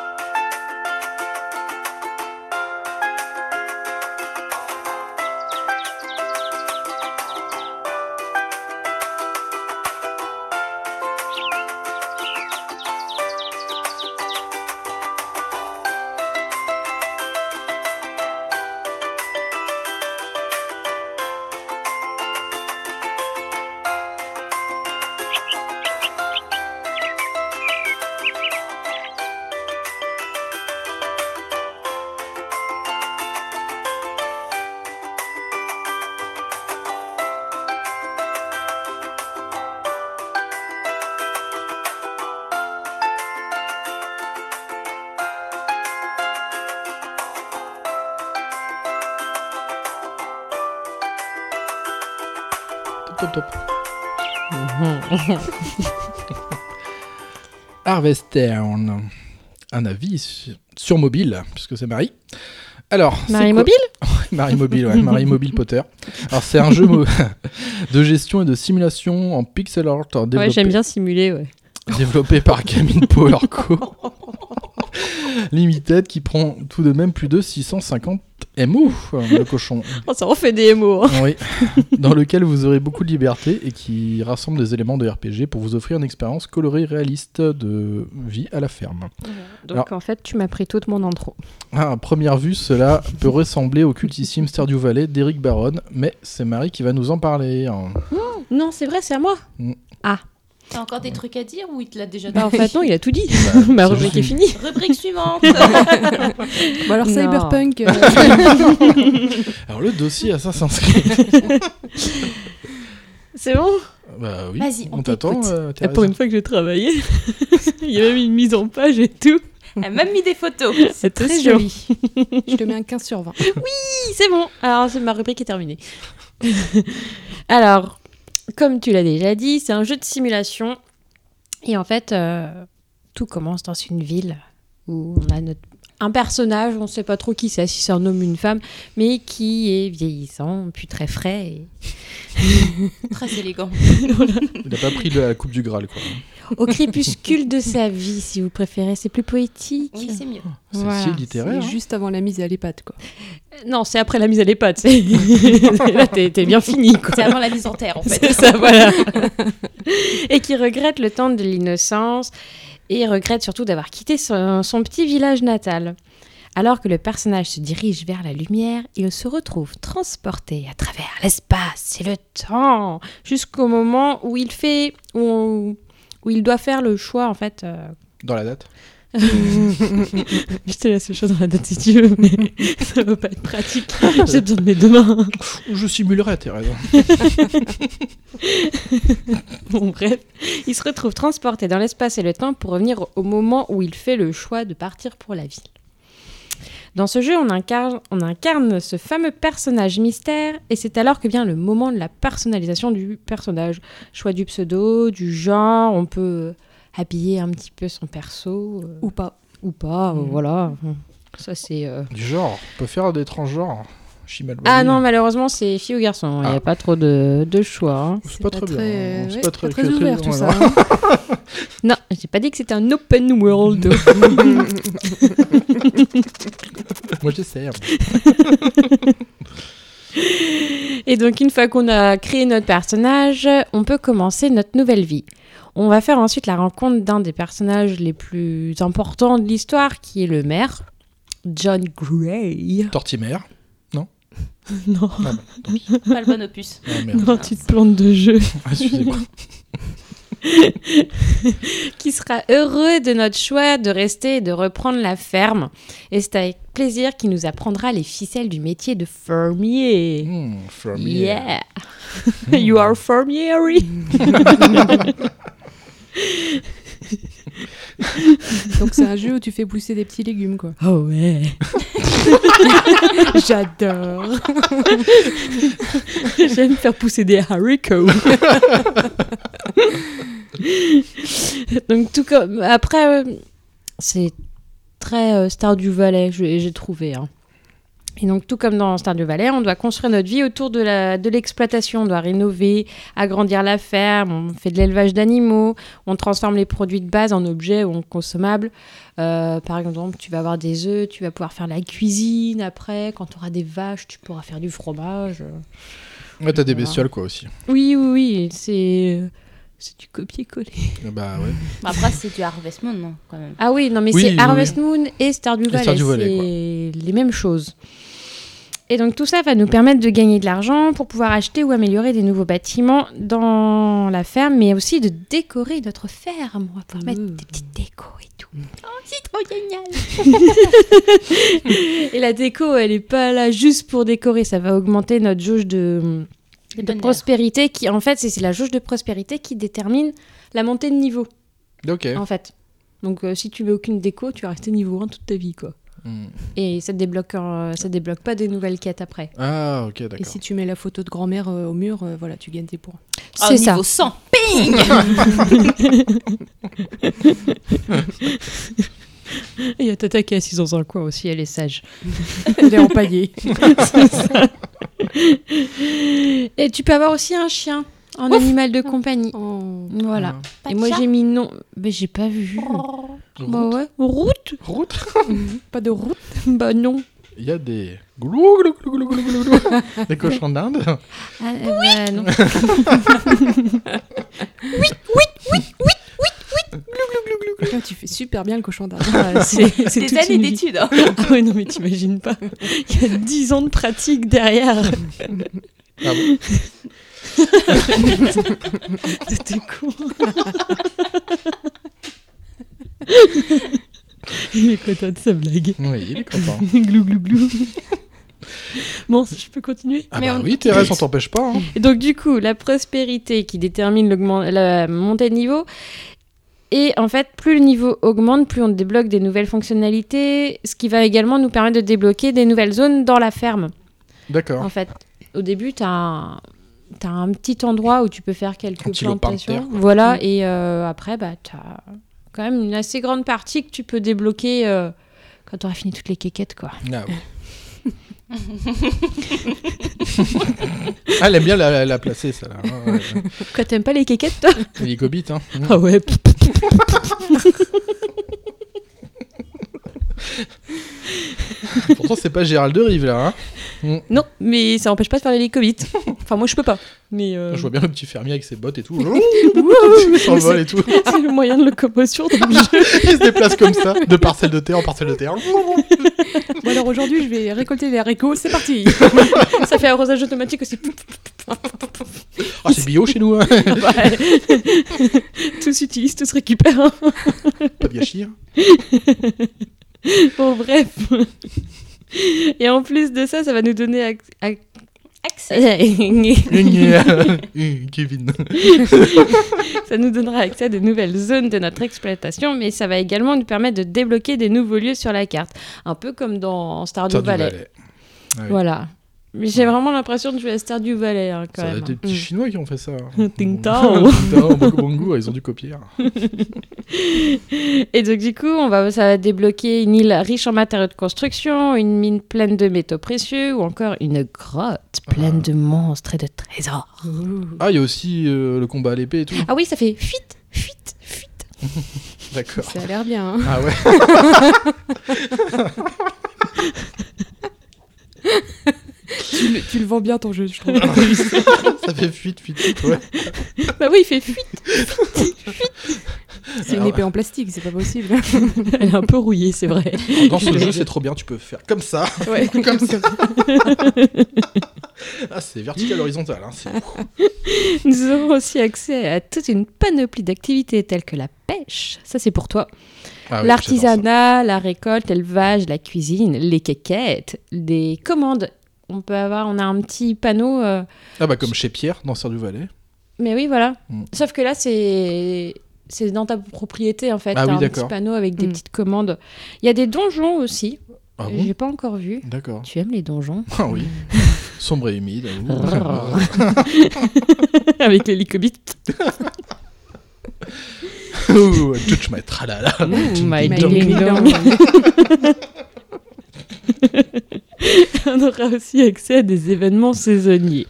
Speaker 1: top, top. Harvestern. Un avis sur- sur mobile, puisque c'est Marie. Alors, c'est
Speaker 3: Marie
Speaker 1: quoi-
Speaker 3: Mobile
Speaker 1: Marie Mobile, ouais, Marie Mobile Potter. Alors, c'est un jeu mo- de gestion et de simulation en pixel art développé,
Speaker 12: Ouais, j'aime bien simuler, ouais.
Speaker 1: développé par Gaming Power Co. Limited qui prend tout de même plus de 650 MO, euh, le cochon.
Speaker 12: Oh, ça en fait des mots. hein.
Speaker 1: Oui, dans lequel vous aurez beaucoup de liberté et qui rassemble des éléments de RPG pour vous offrir une expérience colorée et réaliste de vie à la ferme.
Speaker 12: Donc
Speaker 1: Alors-
Speaker 12: en fait, tu m'as pris toute mon intro.
Speaker 1: Ah, À première vue, cela peut ressembler au cultissime Stardew Valley d'Eric Baron, mais c'est Marie qui va nous en parler. hein.
Speaker 3: Non, c'est vrai, c'est à moi.
Speaker 1: Mm.
Speaker 3: Ah.
Speaker 6: T'as encore des trucs à dire ou il te l'a déjà dit
Speaker 3: Bah, en fait, non, il a tout dit.
Speaker 1: c'est
Speaker 3: Ma rubrique est
Speaker 1: juste
Speaker 3: finie.
Speaker 6: Rubrique suivante
Speaker 4: Bon, alors,
Speaker 3: Non.
Speaker 12: Ah.
Speaker 4: Cyberpunk, euh,
Speaker 1: Alors le dossier Assassin's Creed.
Speaker 12: C'est bon
Speaker 1: bah oui,
Speaker 3: Vas-y, on
Speaker 1: t'attend.
Speaker 3: t'écoute.
Speaker 1: euh,
Speaker 12: Ah,
Speaker 1: Thérèse.
Speaker 12: Pour une fois que j'ai travaillé, il y a même une mise en page et tout.
Speaker 6: Elle a même mis des photos.
Speaker 12: C'est
Speaker 4: très joli. Je te mets un 15 sur 20.
Speaker 12: Oui, c'est bon. Alors, c'est- ma rubrique est terminée. Alors, comme tu l'as déjà dit, c'est un jeu de simulation. Et en fait, euh, tout commence dans une ville où on a notre- un personnage, on ne sait pas trop qui c'est, si c'est un homme ou une femme, mais qui est vieillissant, puis très frais. et-
Speaker 6: Très élégant.
Speaker 1: Il a pas pris le- la coupe du Graal quoi.
Speaker 12: Au crépuscule de sa vie, si vous préférez, c'est plus poétique.
Speaker 6: Oui, c'est mieux.
Speaker 1: C'est
Speaker 12: Voilà.
Speaker 1: si littéraire.
Speaker 4: C'est
Speaker 1: hein.
Speaker 4: juste avant la mise à l'EHPAD, quoi.
Speaker 12: Non, c'est après la mise à l'EHPAD. c'est- Là, t'es t'es bien fini, quoi.
Speaker 6: C'est avant la mise en terre, en fait.
Speaker 12: C'est ça, voilà. et qui regrette le temps de l'innocence et regrette surtout d'avoir quitté son, son petit village natal. Alors que le personnage se dirige vers la lumière, il se retrouve transporté à travers l'espace et le temps jusqu'au moment où il fait où, où il doit faire le choix en fait. euh,
Speaker 1: Dans la date.
Speaker 12: Je te laisse le choix dans la date si tu veux, mais ça va pas être pratique. J'ai besoin de mes deux mains.
Speaker 1: Je simulerai Thérèse.
Speaker 12: Bon, bref, il se retrouve transporté dans l'espace et le temps pour revenir au moment où il fait le choix de partir pour la ville. Dans ce jeu, on incarne, on incarne ce fameux personnage mystère, et c'est alors que vient le moment de la personnalisation du personnage. Choix du pseudo, du genre, on peut habiller un petit peu son perso, euh,
Speaker 4: Ou pas.
Speaker 12: ou pas, euh, voilà. Ça, c'est. euh,
Speaker 1: Du genre. On peut faire des transgenres. Chimalbani.
Speaker 12: Ah non, malheureusement, c'est fille ou garçon, il n'y
Speaker 1: Ah.
Speaker 12: a pas trop de, de choix. hein.
Speaker 1: C'est pas, très bien. hein.
Speaker 4: ouais,
Speaker 1: C'est
Speaker 4: pas très,
Speaker 1: pas très,
Speaker 4: ouvert tout ça.
Speaker 1: voilà.
Speaker 4: hein.
Speaker 12: Non, j'ai pas dit que c'était un open world.
Speaker 1: Moi j'essaie.
Speaker 12: Et donc, une fois qu'on a créé notre personnage, on peut commencer notre nouvelle vie. On va faire ensuite la rencontre d'un des personnages les plus importants de l'histoire, qui est le maire, John Gray.
Speaker 1: Tortimer.
Speaker 12: Non,
Speaker 1: Ah, bah, tant pis.
Speaker 6: Pas le bon opus.
Speaker 1: Ah, merde. Ah,
Speaker 12: non, tu te plantes de jeu.
Speaker 1: Excusez-moi.
Speaker 12: qui sera heureux de notre choix de rester et de reprendre la ferme. Et c'est avec plaisir qu'il nous apprendra les ficelles du métier de fermier.
Speaker 1: Hmm, fermier.
Speaker 12: Yeah. you are fermieri.
Speaker 4: Donc, c'est un jeu où tu fais pousser des petits légumes, quoi.
Speaker 12: Oh ouais.
Speaker 4: J'adore.
Speaker 12: J'aime faire pousser des haricots. Donc tout comme après, euh, c'est très euh, Stardew Valley, je- j'ai trouvé. hein. Et donc tout comme dans Stardew Valley, on doit construire notre vie autour de la de l'exploitation, on doit rénover, agrandir la ferme, on fait de l'élevage d'animaux, on transforme les produits de base en objets ou en consommables. Euh, par exemple, tu vas avoir des œufs, tu vas pouvoir faire la cuisine après. Quand tu auras des vaches, tu pourras faire du fromage.
Speaker 1: Ouais, Ah, t'as des bestioles quoi aussi.
Speaker 12: Oui, oui, oui, c'est c'est du copier-coller.
Speaker 1: Bah ouais.
Speaker 6: Bah, Après, c'est du Harvest Moon, non, quand même.
Speaker 12: Ah oui, non, mais
Speaker 1: Oui,
Speaker 12: c'est
Speaker 1: oui,
Speaker 12: Harvest Moon et Stardew Valley,
Speaker 1: Stardew Valley,
Speaker 12: c'est les mêmes choses. Et donc tout ça va nous permettre de gagner de l'argent pour pouvoir acheter ou améliorer des nouveaux bâtiments dans la ferme, mais aussi de décorer notre ferme. On va pouvoir mettre des petites décos et tout.
Speaker 6: C'est trop génial
Speaker 12: Et la déco, elle est pas là juste pour décorer, ça va augmenter notre jauge de,
Speaker 6: Le
Speaker 12: de
Speaker 6: bonheur.
Speaker 12: prospérité qui, en fait, c'est c'est la jauge de prospérité qui détermine la montée de niveau.
Speaker 1: Ok.
Speaker 12: en fait. Donc euh, si tu mets aucune déco, tu vas rester niveau 1 toute ta vie quoi.
Speaker 1: Hmm.
Speaker 12: Et ça te débloque, euh, ça te débloque pas des nouvelles quêtes après.
Speaker 1: Ah, ok,
Speaker 4: Et
Speaker 1: d'accord.
Speaker 4: si tu mets la photo de grand-mère euh, au mur, euh, voilà, tu gagnes tes points.
Speaker 12: Ah, C'est au ça. niveau 100. Ping Et Il y a Tata qui est assise dans un coin aussi, elle est sage.
Speaker 4: Elle est empaillée.
Speaker 12: C'est ça. Et tu peux avoir aussi un chien, un animal de compagnie. Voilà.
Speaker 3: Pas
Speaker 12: Et
Speaker 3: de
Speaker 12: moi
Speaker 3: chat
Speaker 12: j'ai mis non, mais j'ai pas vu. Bah ouais. Route
Speaker 1: Route
Speaker 12: Pas de route Bah non.
Speaker 1: Il y a des goulou, goulou, goulou, goulou, goulou, goulou, des cochons d'Inde.
Speaker 12: Ah, euh, bah, non.
Speaker 4: Putain, tu fais super bien le cochon d'Inde.
Speaker 12: Ah, c'est- c'est
Speaker 3: Des
Speaker 12: toute
Speaker 3: années
Speaker 12: une vie.
Speaker 3: d'études, hein.
Speaker 12: Ah ouais, non, mais t'imagines pas. Il y a 10 ans de pratique derrière.
Speaker 1: Ah bon
Speaker 12: C'était con. Il est content de sa blague.
Speaker 1: Oui, il est content.
Speaker 12: glou, glou, glou. Bon, je peux continuer
Speaker 1: Ah bah oui, Thérèse, on t'empêche pas. hein.
Speaker 12: Et donc du coup, la prospérité qui détermine l'augmen- la montée de niveau. Et en fait, plus le niveau augmente, plus on débloque des nouvelles fonctionnalités, ce qui va également nous permettre de débloquer des nouvelles zones dans la ferme.
Speaker 1: D'accord.
Speaker 12: En fait, au début, tu as un... t'as un petit endroit où tu peux faire quelques
Speaker 1: Un petit lopin de terre,
Speaker 12: plantations.
Speaker 1: quoi. Mm.
Speaker 12: Voilà, et euh, après, bah, tu as quand même une assez grande partie que tu peux débloquer euh, quand tu auras fini toutes les quéquettes, quoi.
Speaker 1: Ah, oui. Ah, elle aime bien la, la, la placer, celle-là. hein, Ouais, ouais, ouais.
Speaker 12: Quoi, t'aimes pas les quéquettes, toi
Speaker 1: Elle est gobite, hein.
Speaker 12: Ah ouais.
Speaker 1: Pourtant, c'est pas Gérald de Rive, là. hein. Mm.
Speaker 12: Non, mais ça empêche pas de faire l'hélicobite. Enfin, moi, je peux pas. Mais euh,
Speaker 1: Je vois bien le petit fermier avec ses bottes et tout. Oh, Il s'envole et tout.
Speaker 12: c'est le moyen de locomotion dans le jeu.
Speaker 1: Il se déplace comme ça, de parcelle de terre en parcelle de terre.
Speaker 4: Bon, alors aujourd'hui, je vais récolter les haricots, c'est parti
Speaker 12: Ça fait arrosage automatique aussi.
Speaker 1: Ah, c'est bio chez nous, hein.
Speaker 12: tout s'utilise, tout se récupère.
Speaker 1: Pas de gâchis. hein.
Speaker 12: bon, bref. Et en plus de ça, ça va nous donner ac- ac-
Speaker 3: Accès.
Speaker 12: Mmh,
Speaker 1: Hum, Kevin.
Speaker 12: Ah, ça nous donnera accès à des nouvelles zones de notre exploitation, mais ça va également nous permettre de débloquer des nouveaux lieux sur la carte. Un peu comme dans Stardew
Speaker 1: Stardew
Speaker 12: Valley.
Speaker 1: Valley. Ah oui.
Speaker 12: Voilà. Mais j'ai vraiment l'impression de jouer à Stardew Valley, hein, quand
Speaker 1: Ça doit
Speaker 12: même.
Speaker 1: être des petits
Speaker 12: Mm.
Speaker 1: chinois qui ont fait ça. hein.
Speaker 12: Ting Tao.
Speaker 1: Tao, Bongo Bongo, ils ont dû copier. hein.
Speaker 12: Et donc du coup, on va, ça va débloquer une île riche en matériaux de construction, une mine pleine de métaux précieux ou encore une grotte pleine de monstres et de trésors.
Speaker 1: Ah, il y a aussi euh, le combat à l'épée et tout.
Speaker 12: Ah oui, ça fait fuite, fuite, fuite.
Speaker 1: D'accord.
Speaker 4: Ça a l'air bien. hein.
Speaker 1: Ah ouais.
Speaker 4: tu, le, tu le vends bien ton jeu, je trouve.
Speaker 1: ça fait fuite, fuite, fuite, ouais.
Speaker 12: Bah oui, il fait fuite.
Speaker 4: C'est une
Speaker 1: Ah
Speaker 4: épée en plastique, c'est pas possible.
Speaker 12: Elle est un peu rouillée, c'est vrai.
Speaker 1: Dans ce jeu, c'est trop bien, tu peux faire comme ça.
Speaker 4: Ouais.
Speaker 1: comme ça. ah, c'est vertical, horizontal. Hein.
Speaker 12: Ah.
Speaker 1: c'est-
Speaker 12: Nous aurons aussi accès à toute une panoplie d'activités telles que la pêche, ça c'est pour toi,
Speaker 1: Ah oui, j'adore
Speaker 12: l'artisanat, la récolte, l'élevage, la cuisine, les quéquettes, des commandes. On peut avoir, on a un petit panneau. euh,
Speaker 1: ça. Ah bah comme chez Pierre, dans Sœur du Valais.
Speaker 12: Mais oui, voilà.
Speaker 1: Mm.
Speaker 12: Sauf que là, c'est c'est dans ta propriété en fait. T'as
Speaker 1: Ah oui,
Speaker 12: un petit
Speaker 1: d'accord.
Speaker 12: panneau avec des
Speaker 4: Mm.
Speaker 12: petites commandes. Il y a des donjons aussi.
Speaker 1: Ah
Speaker 12: J'ai
Speaker 1: bon
Speaker 12: pas encore vu.
Speaker 1: D'accord.
Speaker 12: Tu aimes les donjons
Speaker 1: Ah oui. Ah. Sombre et humide. ouh.
Speaker 12: avec l'hélicobite.
Speaker 1: Ouh, touch my tralala.
Speaker 12: Oh my
Speaker 4: My
Speaker 12: ding
Speaker 4: ding
Speaker 12: dong. On aura aussi accès à des événements saisonniers.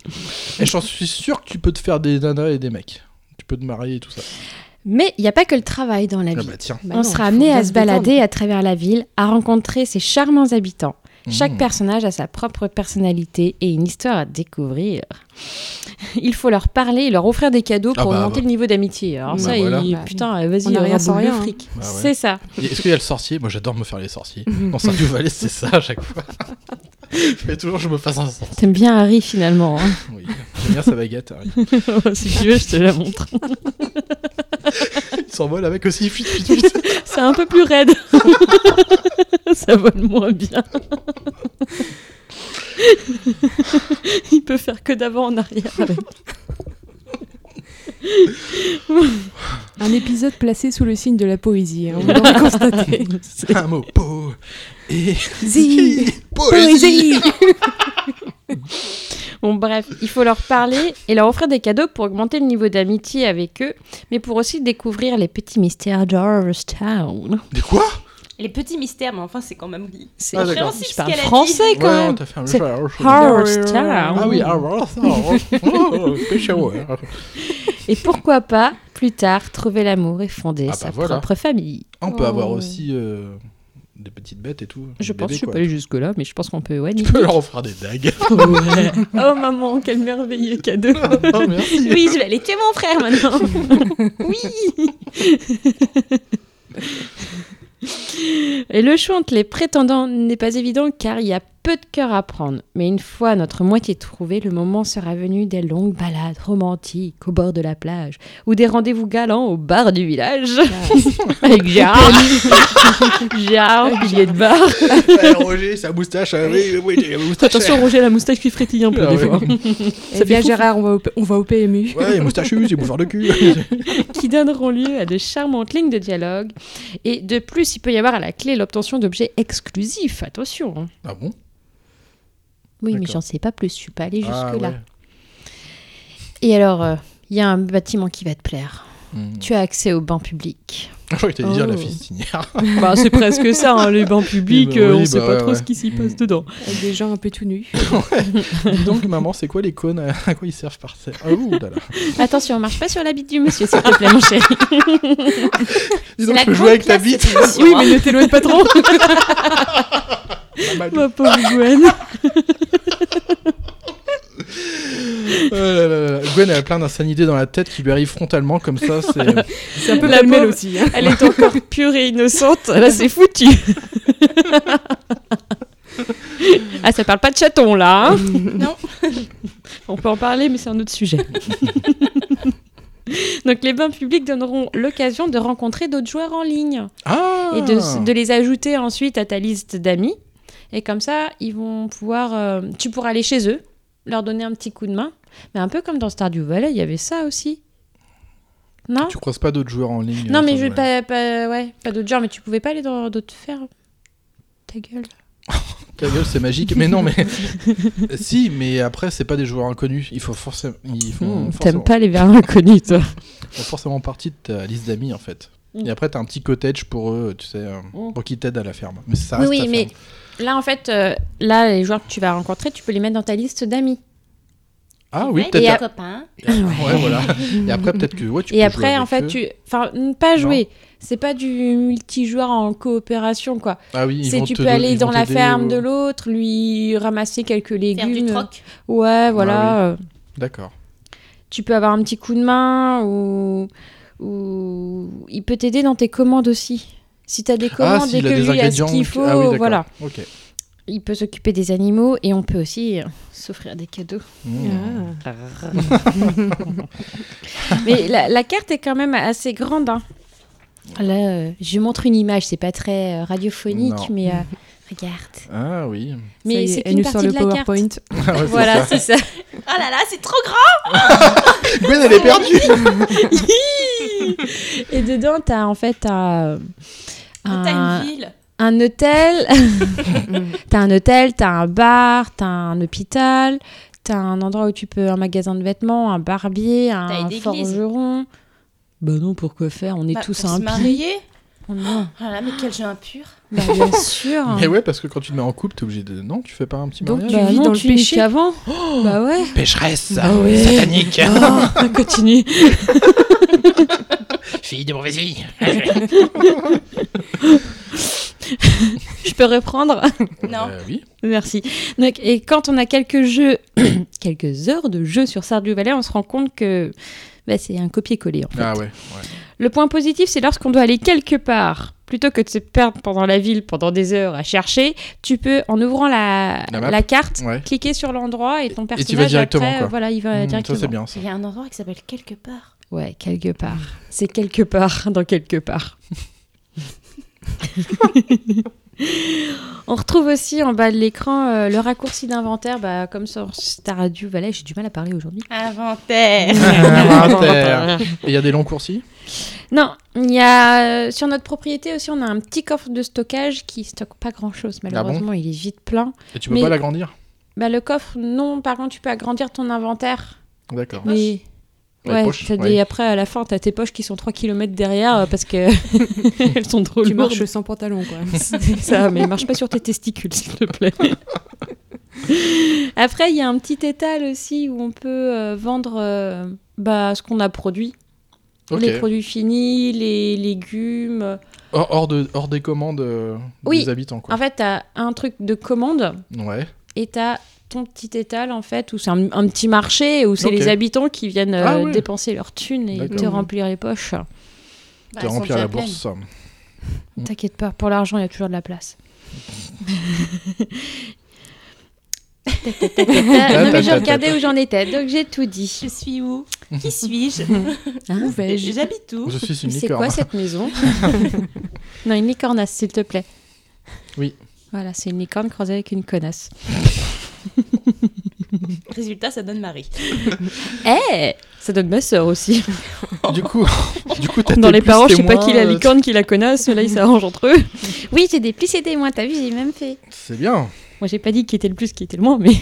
Speaker 1: Et j'en suis sûr que tu peux te faire des nanas et des mecs. Tu peux te marier et tout ça.
Speaker 12: Mais il n'y a pas que le travail dans la
Speaker 1: Ah
Speaker 12: vie.
Speaker 1: bah tiens.
Speaker 4: Bah
Speaker 12: On
Speaker 4: non,
Speaker 12: sera
Speaker 4: faut
Speaker 12: amené
Speaker 4: bien
Speaker 12: à se balader à travers la ville, à rencontrer ses charmants habitants. Chaque
Speaker 1: Mmh.
Speaker 12: personnage a sa propre personnalité et une histoire à découvrir. Il faut leur parler et leur offrir des cadeaux
Speaker 1: Ah
Speaker 12: pour
Speaker 1: bah,
Speaker 12: augmenter
Speaker 1: bah.
Speaker 12: le niveau d'amitié. Alors
Speaker 1: Bah
Speaker 12: ça,
Speaker 1: voilà.
Speaker 12: il-
Speaker 4: Bah,
Speaker 12: putain, vas-y,
Speaker 4: on a rien
Speaker 12: remboule
Speaker 4: sans
Speaker 12: le
Speaker 4: rien, hein.
Speaker 12: fric.
Speaker 1: Bah ouais.
Speaker 12: C'est ça.
Speaker 1: Et Est-ce qu'il y a le sorcier Moi j'adore me faire les sorciers. Dans Sœur du Valais, c'est ça à chaque fois. Mais toujours je me fasse un sorcier.
Speaker 12: T'aimes bien Harry finalement. hein.
Speaker 1: Oui. J'aime bien sa baguette. hein. Harry.
Speaker 12: si tu veux, je te la montre.
Speaker 1: Il s'envole avec aussi. Fuite, fuite, fuite.
Speaker 12: C'est un peu plus raide. ça vole moins bien. Il peut faire que d'avant en arrière. avec.
Speaker 4: Un épisode placé sous le signe de la poésie, hein, on l'a constaté.
Speaker 1: un mot. po. Et.
Speaker 12: Zi Poésie Bon, bref, il faut leur parler et leur offrir des cadeaux pour augmenter le niveau d'amitié avec eux, mais pour aussi découvrir les petits mystères d'Harvestown.
Speaker 1: Des quoi
Speaker 6: Les petits mystères, mais enfin, c'est quand même.
Speaker 12: C'est
Speaker 1: Ah, d'accord.
Speaker 6: compréhensible
Speaker 12: Je
Speaker 6: ce
Speaker 12: parle
Speaker 6: qu'elle a dit.
Speaker 12: français quand
Speaker 1: Ouais,
Speaker 12: même.
Speaker 1: t'as fait un
Speaker 12: C'est
Speaker 1: jeu, je-
Speaker 12: Harvestown.
Speaker 1: Ah oui, Harvestown. Oh, que chérie.
Speaker 12: Et pourquoi pas, plus tard, trouver l'amour et fonder
Speaker 1: Ah bah
Speaker 12: sa
Speaker 1: voilà.
Speaker 12: propre famille.
Speaker 1: Ah, on peut avoir aussi euh, des petites bêtes et tout.
Speaker 12: Je
Speaker 1: des
Speaker 12: pense,
Speaker 1: bébés,
Speaker 12: je suis
Speaker 1: quoi.
Speaker 12: pas allée jusque-là, mais je pense qu'on peut. Ouais,
Speaker 1: Tu peux leur offrir des dagues.
Speaker 12: Ouais.
Speaker 2: Oh maman, quel merveilleux cadeau
Speaker 1: Oh, merci.
Speaker 2: Oui, je vais aller tuer mon frère maintenant
Speaker 12: Et le choix entre les prétendants n'est pas évident car il y a peu de cœur à prendre. Mais une fois notre moitié trouvée, le moment sera venu des longues balades romantiques au bord de la plage ou des rendez-vous galants au bar du village. Avec Gérard. Gérard, pilier de bar.
Speaker 1: Ouais, Roger, sa moustache. ah Oui, oui, oui, la moustache.
Speaker 2: Attention, Roger, la moustache qui frétille un peu
Speaker 1: Ah
Speaker 2: des
Speaker 1: ouais.
Speaker 2: fois.
Speaker 4: Eh bien,
Speaker 12: foufou.
Speaker 4: Gérard, on va, au, on va au PMU.
Speaker 1: Ouais, moustachu, c'est bouffeur de cul.
Speaker 12: qui donneront lieu à de charmantes lignes de dialogue. Et de plus, il peut y avoir à la clé l'obtention d'objets exclusifs. Attention. hein.
Speaker 1: Ah bon
Speaker 12: Oui, mais
Speaker 1: D'accord.
Speaker 12: j'en sais pas plus, je suis pas allée
Speaker 1: Ah,
Speaker 12: jusque-là.
Speaker 1: ouais.
Speaker 12: Et alors, euh, il y a un bâtiment qui va te plaire.
Speaker 1: Hmm. Ah,
Speaker 12: Tu as accès aux bains publics.
Speaker 1: Je croyais que t'allais dire la
Speaker 12: Oh.
Speaker 1: fistinière.
Speaker 2: Bah, c'est presque ça, hein, les bains publics,
Speaker 1: Eh ben
Speaker 2: euh,
Speaker 1: oui,
Speaker 2: on sait
Speaker 1: bah
Speaker 2: pas
Speaker 1: ouais,
Speaker 2: trop
Speaker 1: ouais.
Speaker 2: ce qui s'y
Speaker 12: Mm.
Speaker 2: passe dedans.
Speaker 4: Avec des gens un peu tout nus.
Speaker 1: Dis donc, maman, c'est quoi les cônes À quoi ils servent par terre Ah, ouh là là.
Speaker 12: Attention, on marche pas sur la bite du monsieur, s'il te plaît, mon chéri.
Speaker 1: Dis
Speaker 12: C'est
Speaker 1: donc,
Speaker 12: la
Speaker 1: je peux jouer avec ta
Speaker 12: grande
Speaker 1: bite.
Speaker 12: classification.
Speaker 2: Oui, mais ne t'éloigne pas trop
Speaker 1: Pas mal.
Speaker 2: Ma pauvre Gwen
Speaker 1: Oh là là là. Gwen elle a plein d'insanités dans la tête qui lui arrivent frontalement comme ça. C'est
Speaker 4: C'est un peu
Speaker 2: La
Speaker 4: pêle-mêle
Speaker 2: pauvre,
Speaker 4: aussi. hein.
Speaker 2: Elle est encore pure et innocente, là c'est foutu
Speaker 12: ah, ça parle pas de chaton, là. hein.
Speaker 6: Non.
Speaker 12: On peut en parler, mais c'est un autre sujet. Donc, les bains publics donneront l'occasion de rencontrer d'autres joueurs en ligne
Speaker 1: ah.
Speaker 12: et de, de les ajouter ensuite à ta liste d'amis. Et comme ça, ils vont pouvoir, euh, tu pourras aller chez eux, leur donner un petit coup de main. Mais un peu comme dans Stardew Valley, il y avait ça aussi. Non
Speaker 1: Tu croises pas d'autres joueurs en ligne
Speaker 12: Non,
Speaker 1: euh,
Speaker 12: mais
Speaker 1: sans
Speaker 12: je
Speaker 1: doute.
Speaker 12: pas, pas, ouais, pas d'autres genres, mais tu pouvais pas aller dans d'autres fermes. Ta gueule.
Speaker 1: Ta gueule, c'est magique. Mais non, mais si, mais après c'est pas des joueurs inconnus. Il faut forcément, ils font
Speaker 12: Hmm,
Speaker 1: forcément,
Speaker 12: T'aimes pas les vers inconnus, toi.
Speaker 1: font forcément partie de ta liste d'amis en fait.
Speaker 12: Mm.
Speaker 1: Et après t'as un petit cottage pour eux, tu sais, euh,
Speaker 12: Mm.
Speaker 1: pour qu'ils t'aident à la ferme. Mais ça
Speaker 12: Oui,
Speaker 1: reste
Speaker 12: oui,
Speaker 1: ta
Speaker 12: mais
Speaker 1: ferme.
Speaker 12: là, en fait, euh, là, les joueurs que tu vas rencontrer, tu peux les mettre dans ta liste d'amis.
Speaker 1: Ah oui,
Speaker 6: Ouais,
Speaker 1: peut-être.
Speaker 6: des
Speaker 12: à-
Speaker 6: copains.
Speaker 1: Ouais, voilà. Et après peut-être que ouais, tu.
Speaker 12: Et
Speaker 1: peux jouer
Speaker 12: après,
Speaker 1: avec
Speaker 12: en fait,
Speaker 1: eux.
Speaker 12: tu. Enfin, n- pas
Speaker 1: Non.
Speaker 12: jouer. C'est pas du multijoueur en coopération, quoi.
Speaker 1: Ah oui, ils
Speaker 12: C'est
Speaker 1: vont
Speaker 12: tu
Speaker 1: te
Speaker 12: peux
Speaker 1: don-
Speaker 12: aller
Speaker 1: ils vont
Speaker 12: dans la
Speaker 1: t'aider
Speaker 12: ferme
Speaker 1: au-
Speaker 12: de l'autre, lui ramasser quelques
Speaker 6: Faire du
Speaker 12: légumes.
Speaker 6: troc.
Speaker 1: Ah
Speaker 12: ouais, voilà. euh,
Speaker 1: D'accord.
Speaker 12: Tu peux avoir un petit coup de main ou. ou... Il peut t'aider dans tes commandes aussi. Si t'as des commandes
Speaker 1: ah,
Speaker 12: et
Speaker 1: s'il
Speaker 12: que
Speaker 1: a des
Speaker 12: lui a ce
Speaker 1: ingrédients.
Speaker 12: qu'il faut,
Speaker 1: ah oui, d'accord.
Speaker 12: voilà.
Speaker 1: Ok.
Speaker 12: Il peut s'occuper des animaux et on peut aussi euh, s'offrir des cadeaux.
Speaker 1: Mm.
Speaker 4: Ah.
Speaker 12: Mais la, la carte est quand même assez grande. hein. Là, euh, je montre une image, c'est pas très euh, radiophonique,
Speaker 1: Non.
Speaker 12: mais euh, regarde.
Speaker 1: Ah oui.
Speaker 4: Ça
Speaker 12: Mais
Speaker 4: y est,
Speaker 12: c'est
Speaker 4: elle
Speaker 12: qu'une
Speaker 4: nous sort
Speaker 12: partie
Speaker 4: le
Speaker 12: de la carte.
Speaker 4: PowerPoint.
Speaker 1: Ah ouais, c'est
Speaker 12: Voilà,
Speaker 1: ça.
Speaker 12: c'est ça.
Speaker 6: Ah là là, c'est trop grand
Speaker 1: Gwen, elle est perdue.
Speaker 12: Et dedans, t'as en fait un,
Speaker 6: T'as une
Speaker 12: un,
Speaker 6: ville.
Speaker 12: un hôtel, t'as un hôtel, t'as un bar, t'as un hôpital, t'as un endroit où tu peux un magasin de vêtements, un barbier,
Speaker 6: T'as
Speaker 12: un
Speaker 6: une église.
Speaker 12: forgeron. Bah non, pourquoi faire On est
Speaker 6: Bah,
Speaker 12: tous
Speaker 6: pour se
Speaker 12: impies.
Speaker 6: marier.
Speaker 12: Oh non,
Speaker 6: Ah là, mais quel jeu impur.
Speaker 12: bah bien sûr.
Speaker 1: Mais Eh ouais, parce que quand tu te mets en couple, t'es obligé de. Non, tu fais pas un petit
Speaker 4: Donc,
Speaker 1: mariage.
Speaker 4: tu
Speaker 12: bah
Speaker 4: vis
Speaker 12: non,
Speaker 4: dans le
Speaker 12: tu niques
Speaker 4: péché.
Speaker 12: avant. bah ouais.
Speaker 5: Pécheresse,
Speaker 12: Ah ouais.
Speaker 5: satanique,
Speaker 12: Ah, continue.
Speaker 5: fille de mauvaise vie.
Speaker 12: Je peux reprendre
Speaker 6: Non.
Speaker 1: Euh, oui.
Speaker 12: Merci. Donc, et quand on a quelques jeux, quelques heures de jeu sur Stardew Valley, on se rend compte que bah, c'est un copier-coller. en fait.
Speaker 1: Ah ouais. ouais.
Speaker 12: Le point positif, c'est lorsqu'on doit aller quelque part. Plutôt que de se perdre pendant la ville pendant des heures à chercher, tu peux, en ouvrant la,
Speaker 1: La map.
Speaker 12: la carte,
Speaker 1: Ouais.
Speaker 12: cliquer sur l'endroit et ton
Speaker 1: tu vas
Speaker 12: personnage
Speaker 1: directement,
Speaker 12: après, euh,
Speaker 1: quoi.
Speaker 12: voilà, il va
Speaker 1: Mm,
Speaker 12: directement.
Speaker 1: Ça c'est bien ça.
Speaker 6: Il y a un endroit qui s'appelle quelque part.
Speaker 12: Ouais, quelque part. C'est quelque part dans quelque part. On retrouve aussi en bas de l'écran euh, le raccourci d'inventaire, bah, comme sur Stardew Valley, j'ai du mal à parler aujourd'hui.
Speaker 3: Inventaire
Speaker 6: Bah,
Speaker 1: Inventaire. Ah, Et il y a des longs coursiers
Speaker 12: Non, il y a euh, sur notre propriété aussi, on a un petit coffre de stockage qui stocke pas grand chose. Malheureusement, il est vite plein.
Speaker 1: Et tu peux pas l'agrandir
Speaker 12: bah, Le coffre, non. Par contre, tu peux agrandir ton inventaire.
Speaker 1: D'accord.
Speaker 12: Mais...
Speaker 1: Les
Speaker 12: Ouais,
Speaker 1: poches,
Speaker 12: t'as des-
Speaker 1: ouais.
Speaker 12: après à la fin, t'as tes poches qui sont 3 km derrière euh, parce que elles sont trop
Speaker 4: Tu
Speaker 12: lourdes.
Speaker 4: marches sans pantalon, quoi.
Speaker 12: C'est ça, mais marche pas sur tes testicules, s'il te plaît. Après, il y a un petit étal aussi où on peut euh, vendre euh, bah, ce qu'on a produit.
Speaker 1: Ok.
Speaker 12: Les produits finis, les légumes.
Speaker 1: Hors, hors de, hors des commandes euh,
Speaker 12: Oui, Ah. Bah,
Speaker 1: des habitants, quoi.
Speaker 12: en fait, t'as un truc de commande
Speaker 1: Ouais.
Speaker 12: et t'as ton petit étal, en fait, où c'est un, un petit marché où c'est
Speaker 1: Ok.
Speaker 12: les habitants qui viennent euh,
Speaker 1: Ah ouais.
Speaker 12: dépenser leurs thunes et
Speaker 1: D'accord.
Speaker 12: te remplir les poches.
Speaker 1: te remplir la bourse.
Speaker 12: T'inquiète pas, pour l'argent, il y a toujours de la place. non, mais j'ai regardé où j'en étais, donc j'ai tout dit.
Speaker 6: Je suis où Qui suis-je
Speaker 12: Où vais-je
Speaker 6: J'habite où
Speaker 1: Je suis une
Speaker 12: C'est
Speaker 1: licorne.
Speaker 12: quoi cette maison Non, une licornasse, s'il te plaît.
Speaker 1: Oui.
Speaker 12: Voilà, c'est une licorne croisée avec une connasse.
Speaker 6: Résultat, ça donne Marie.
Speaker 12: Eh Ça donne ma sœur aussi.
Speaker 1: Du coup, du coup t'as
Speaker 12: Dans
Speaker 1: tes
Speaker 12: les
Speaker 1: plus
Speaker 12: parents, je sais pas
Speaker 1: témoins,
Speaker 12: qui la
Speaker 1: euh,
Speaker 12: licorne, qui la connasse, mais là, ils s'arrangent entre eux. Oui, j'ai des plus et des moins, t'as vu, j'ai même fait.
Speaker 1: C'est bien.
Speaker 12: Moi, j'ai pas dit qui était le plus, qui était le moins, mais.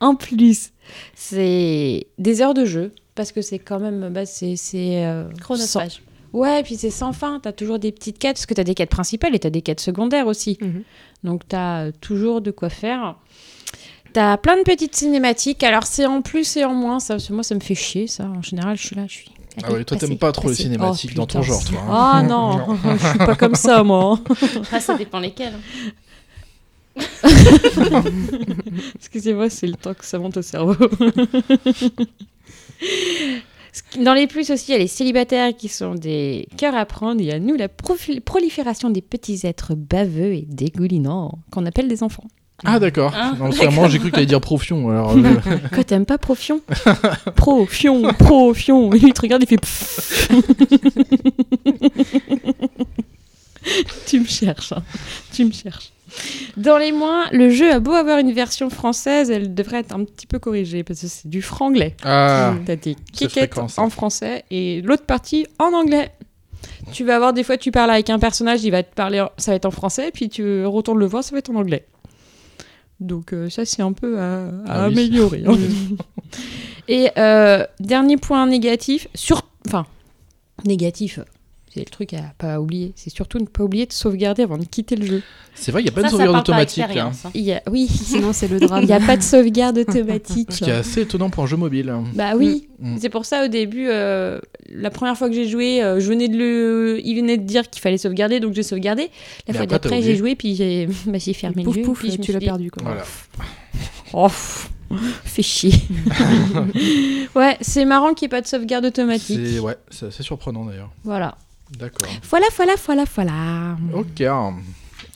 Speaker 12: en plus, c'est des heures de jeu, parce que c'est quand même. Bah, c'est. c'est, euh,
Speaker 3: Chronophage.
Speaker 12: sans- Ouais, et puis c'est sans fin. T'as toujours des petites quêtes, parce que t'as des quêtes principales et t'as des quêtes secondaires aussi. Donc, t'as euh, toujours de quoi faire. T'as plein de petites cinématiques. Alors, c'est en plus et en moins. Ça, parce que moi, ça me fait chier, ça. En général, je suis là, je suis.
Speaker 1: Ah
Speaker 12: Allez,
Speaker 1: ouais, toi,
Speaker 12: passez,
Speaker 1: t'aimes pas trop les
Speaker 12: passez.
Speaker 1: cinématiques
Speaker 12: Oh,
Speaker 1: dans ton
Speaker 12: putain.
Speaker 1: genre, toi. hein.
Speaker 12: Ah non, je suis pas comme ça, moi.
Speaker 3: Ah, ça dépend lesquels.
Speaker 12: Excusez-moi, c'est le temps que ça monte au cerveau. Ce qui- Dans les plus aussi, il y a les célibataires qui sont des cœurs à prendre. Il y a nous la profi- prolifération des petits êtres baveux et dégoulinants qu'on appelle des enfants.
Speaker 1: Ah d'accord.
Speaker 12: Ah,
Speaker 1: Non, clairement, j'ai cru que t'allais dire profion. Alors, euh,
Speaker 12: Quoi, t'aimes pas Profion Profion, Profion. Et lui, il te regarde, il fait. pfff. tu me cherches, hein. tu me cherches. Dans les moins, le jeu a beau avoir une version française, elle devrait être un petit peu corrigée parce que c'est du franglais.
Speaker 1: Ah,
Speaker 12: T'as des
Speaker 1: c'est
Speaker 12: kickettes
Speaker 1: fréquent, ça.
Speaker 12: en français et l'autre partie en anglais. Tu vas avoir des fois, tu parles avec un personnage, il va te parler, en- ça va être en français, puis tu retournes le voir, ça va être en anglais. Donc euh, ça, c'est un peu à, à
Speaker 3: Ah oui.
Speaker 12: améliorer. hein. Et euh, dernier point négatif, sur... enfin, négatif, c'est le truc à pas oublier, c'est surtout ne pas oublier de sauvegarder avant de quitter le jeu.
Speaker 1: c'est vrai, il y a pas de sauvegarde automatique. hein.
Speaker 12: Il y a- Oui, sinon
Speaker 4: c'est le drame.
Speaker 12: Il n'y a pas de sauvegarde automatique.
Speaker 1: Ce qui est assez étonnant pour un jeu mobile.
Speaker 12: Bah oui,
Speaker 1: Mm.
Speaker 12: c'est pour ça au début, euh, la première fois que j'ai joué, euh, je venais de le... il venait de dire qu'il fallait sauvegarder, donc j'ai sauvegardé. La
Speaker 4: Mais
Speaker 12: fois
Speaker 4: après, t'as
Speaker 12: d'après, j'ai
Speaker 4: oublié.
Speaker 12: joué, puis j'ai bah, j'ai fermé
Speaker 4: Pouf,
Speaker 12: le jeu.
Speaker 4: pouf,
Speaker 12: puis je me
Speaker 4: tu
Speaker 12: suis
Speaker 4: l'as
Speaker 12: dit,
Speaker 4: perdu, quoi. Voilà.
Speaker 12: Oh, pff, fais chier. ouais, c'est marrant qu'il n'y ait pas de sauvegarde automatique. Ah.
Speaker 1: C'est ouais, c'est assez surprenant d'ailleurs.
Speaker 12: Voilà.
Speaker 1: D'accord.
Speaker 12: Voilà, voilà, voilà, voilà.
Speaker 1: Ok. Ah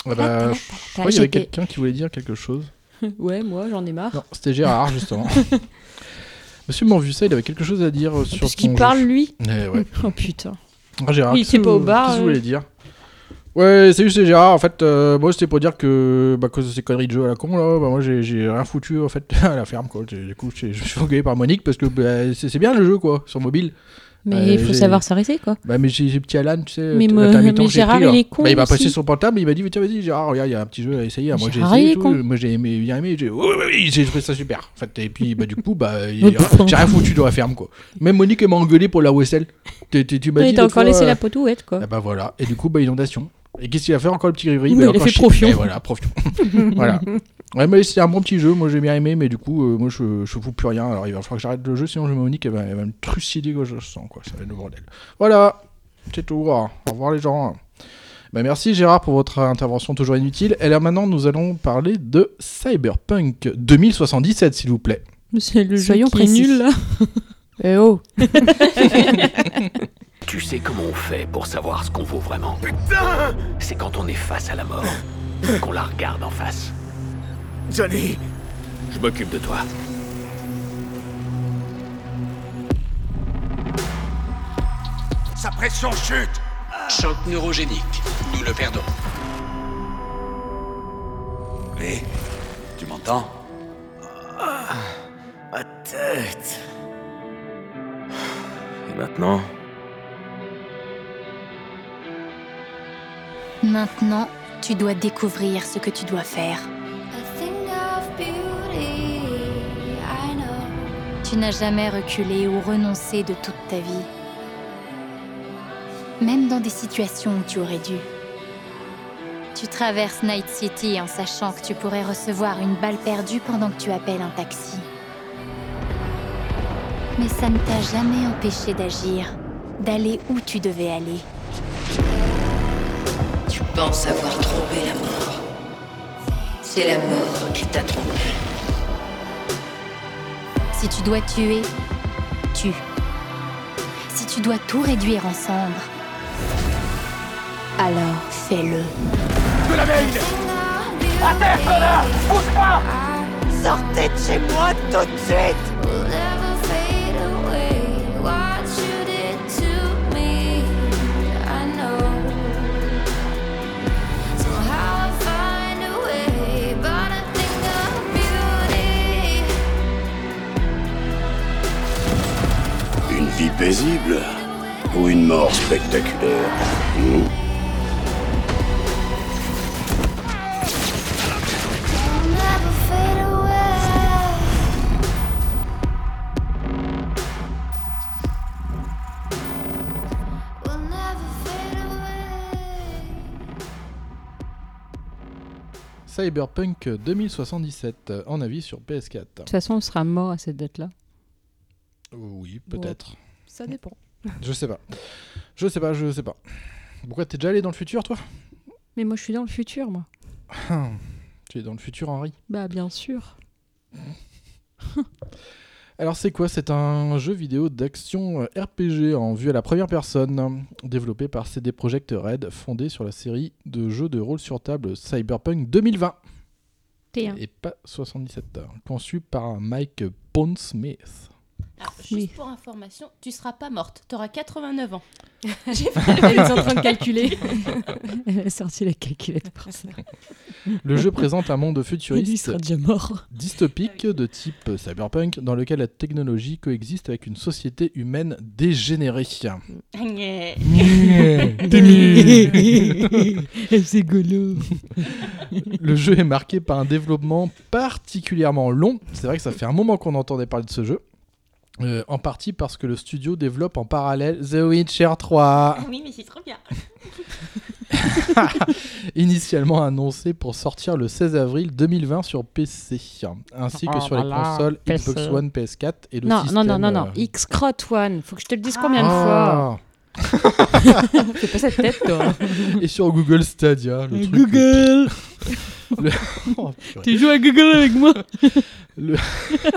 Speaker 12: ah,
Speaker 1: bah, je crois qu'il y avait
Speaker 12: J'étais-
Speaker 1: quelqu'un qui voulait dire quelque chose.
Speaker 12: Ouais, moi, j'en ai marre.
Speaker 1: Non, c'était Gérard justement. Monsieur Manvusa, il avait quelque chose à dire euh, sur
Speaker 12: Parce
Speaker 1: ton
Speaker 12: qu'il
Speaker 1: jeu.
Speaker 12: parle, lui.
Speaker 1: Eh ouais.
Speaker 12: Oh putain.
Speaker 1: Ah, Gérard,
Speaker 12: Oui, il
Speaker 1: qu'est-ce
Speaker 12: était
Speaker 1: que-
Speaker 12: pas au bar,
Speaker 1: Qu'est-ce que vous
Speaker 12: euh.
Speaker 1: voulez dire Ouais, salut, c'est Gérard. En fait, euh, moi, c'était pour dire que, bah, à cause de ces conneries de jeu à la con, là, bah, moi, j'ai- j'ai rien foutu, en fait, à la ferme, quoi. J'ai- Du coup, j'ai- je me suis engueulé par Monique parce que bah, c'est c'est bien le jeu, quoi, sur mobile.
Speaker 12: Mais
Speaker 1: Euh,
Speaker 12: il faut
Speaker 1: j'ai-
Speaker 12: savoir s'arrêter, quoi.
Speaker 1: Bah, mais j'ai j'ai petit Alan, tu sais.
Speaker 12: Mais
Speaker 1: t-
Speaker 12: moi-
Speaker 1: l'intermittent
Speaker 12: mais
Speaker 1: que j'ai
Speaker 12: Gérard,
Speaker 1: là.
Speaker 12: il est con
Speaker 1: Bah, il m'a passé
Speaker 12: aussi.
Speaker 1: son portable, il m'a dit, tiens, vas-y, Gérard, regarde, il y a un petit jeu à essayer. hein. Moi, j'ai
Speaker 12: Gérard,
Speaker 1: essayé
Speaker 12: il
Speaker 1: et
Speaker 12: est
Speaker 1: tout.
Speaker 12: con.
Speaker 1: Moi, j'ai aimé, bien aimé. J'ai, oui, oui, oui, j'ai trouvé ça super. En fait, et puis, bah, du coup, bah, il-
Speaker 12: Mais pourquoi
Speaker 1: j'ai rien foutu dans la ferme, quoi. Même Monique, elle m'a engueulé pour la Wessel. Tu m'as
Speaker 12: Ouais,
Speaker 1: dit
Speaker 12: t'as
Speaker 1: l'autre
Speaker 12: encore
Speaker 1: fois,
Speaker 12: laissé
Speaker 1: euh,
Speaker 12: la pote ouette, quoi.
Speaker 1: ah bah voilà, et du coup, bah inondation. Et qu'est-ce qu'il a fait encore le petit Rivry
Speaker 12: Mais
Speaker 1: Bah,
Speaker 12: il a
Speaker 1: encore
Speaker 12: fait
Speaker 1: chier.
Speaker 12: profion.
Speaker 1: Eh voilà, profion. voilà. Ouais, mais c'est un bon petit jeu, moi j'ai bien aimé, mais du coup, euh, moi je, je fous plus rien. Alors il va falloir que j'arrête le jeu, sinon je me monique, elle va, elle va me trucider quoi, je le sens, quoi. Ça va être le bordel. Voilà, c'est tout. Au revoir les gens. Bah, merci Gérard pour votre intervention toujours inutile. Et là maintenant, nous allons parler de Cyberpunk 2077, s'il vous plaît.
Speaker 12: C'est le
Speaker 4: Soyons
Speaker 12: qui est
Speaker 4: précis.
Speaker 12: nul, là.
Speaker 4: Eh oh
Speaker 9: Tu sais comment on fait pour savoir ce qu'on vaut vraiment C'est quand on est face à la mort, qu'on la regarde en face.
Speaker 8: Johnny,
Speaker 9: Je m'occupe de toi.
Speaker 8: sa pression chute.
Speaker 9: Choc neurogénique. Nous le perdons.
Speaker 13: Oui, tu m'entends Ah, Ma tête. Et maintenant
Speaker 14: Maintenant, tu dois découvrir ce que tu dois faire. Tu n'as jamais reculé ou renoncé de toute ta vie. Même dans des situations où tu aurais dû. Tu traverses Night City en sachant que tu pourrais recevoir une balle perdue pendant que tu appelles un taxi. Mais ça ne t'a jamais empêché d'agir, d'aller où tu devais aller.
Speaker 15: Tu penses avoir trompé la mort. C'est la mort qui t'a trompé.
Speaker 14: Si tu dois tuer, tue. Si tu dois tout réduire en cendres, alors fais-le.
Speaker 8: De la merde À terre, connard Bouge pas Sortez de chez moi tout de suite
Speaker 16: Une vie paisible ou une mort spectaculaire hmm
Speaker 1: Cyberpunk 2077, euh, en avis sur PS4.
Speaker 12: De toute façon, on sera mort à cette date-là.
Speaker 1: Oui, peut-être.
Speaker 4: Ça dépend.
Speaker 1: Je sais pas. Je sais pas, je sais pas. Pourquoi t'es déjà allé dans le futur, toi
Speaker 12: Mais moi, je suis dans le futur, moi.
Speaker 1: Tu es dans le futur, Henri.
Speaker 12: Bah, bien sûr.
Speaker 1: Alors c'est quoi C'est un jeu vidéo d'action euh, RPG en vue à la première personne, développé par CD Projekt Red, fondé sur la série de jeux de rôle sur table Cyberpunk 2020
Speaker 12: T1.
Speaker 1: et pas 77, conçu par Mike Pondsmith.
Speaker 6: Alors, Ah, juste pour information, tu seras pas morte. T'auras 89 ans.
Speaker 12: J'ai fait- Ils sont en train de calculer. Elle a sorti la calculette pour ça.
Speaker 1: Le jeu présente un monde futuriste
Speaker 12: Il sera déjà mort.
Speaker 1: dystopique de type cyberpunk dans lequel la technologie coexiste avec une société humaine dégénérée. T'es nul.
Speaker 12: C'est golo.
Speaker 1: Le jeu est marqué par un développement particulièrement long. C'est vrai que ça fait un moment qu'on entendait parler de ce jeu. Euh, en partie parce que le studio développe en parallèle The Witcher 3.
Speaker 6: Ah oui, mais c'est trop bien.
Speaker 1: initialement annoncé pour sortir le 16 avril 2020 sur PC, ainsi que
Speaker 12: Oh
Speaker 1: sur les
Speaker 12: voilà,
Speaker 1: consoles
Speaker 12: PC.
Speaker 1: Xbox One, PS4 et le
Speaker 12: non, non,
Speaker 1: système...
Speaker 12: non, non, non.
Speaker 1: euh,
Speaker 12: X-Crot One. Faut que je te le dise combien de fois.
Speaker 1: Ah.
Speaker 12: Fais pas cette tête, toi.
Speaker 1: Et sur Google Stadia, le truc.
Speaker 12: Google
Speaker 1: Le- Oh, purée.
Speaker 12: Tu joues à Google avec moi
Speaker 1: Le-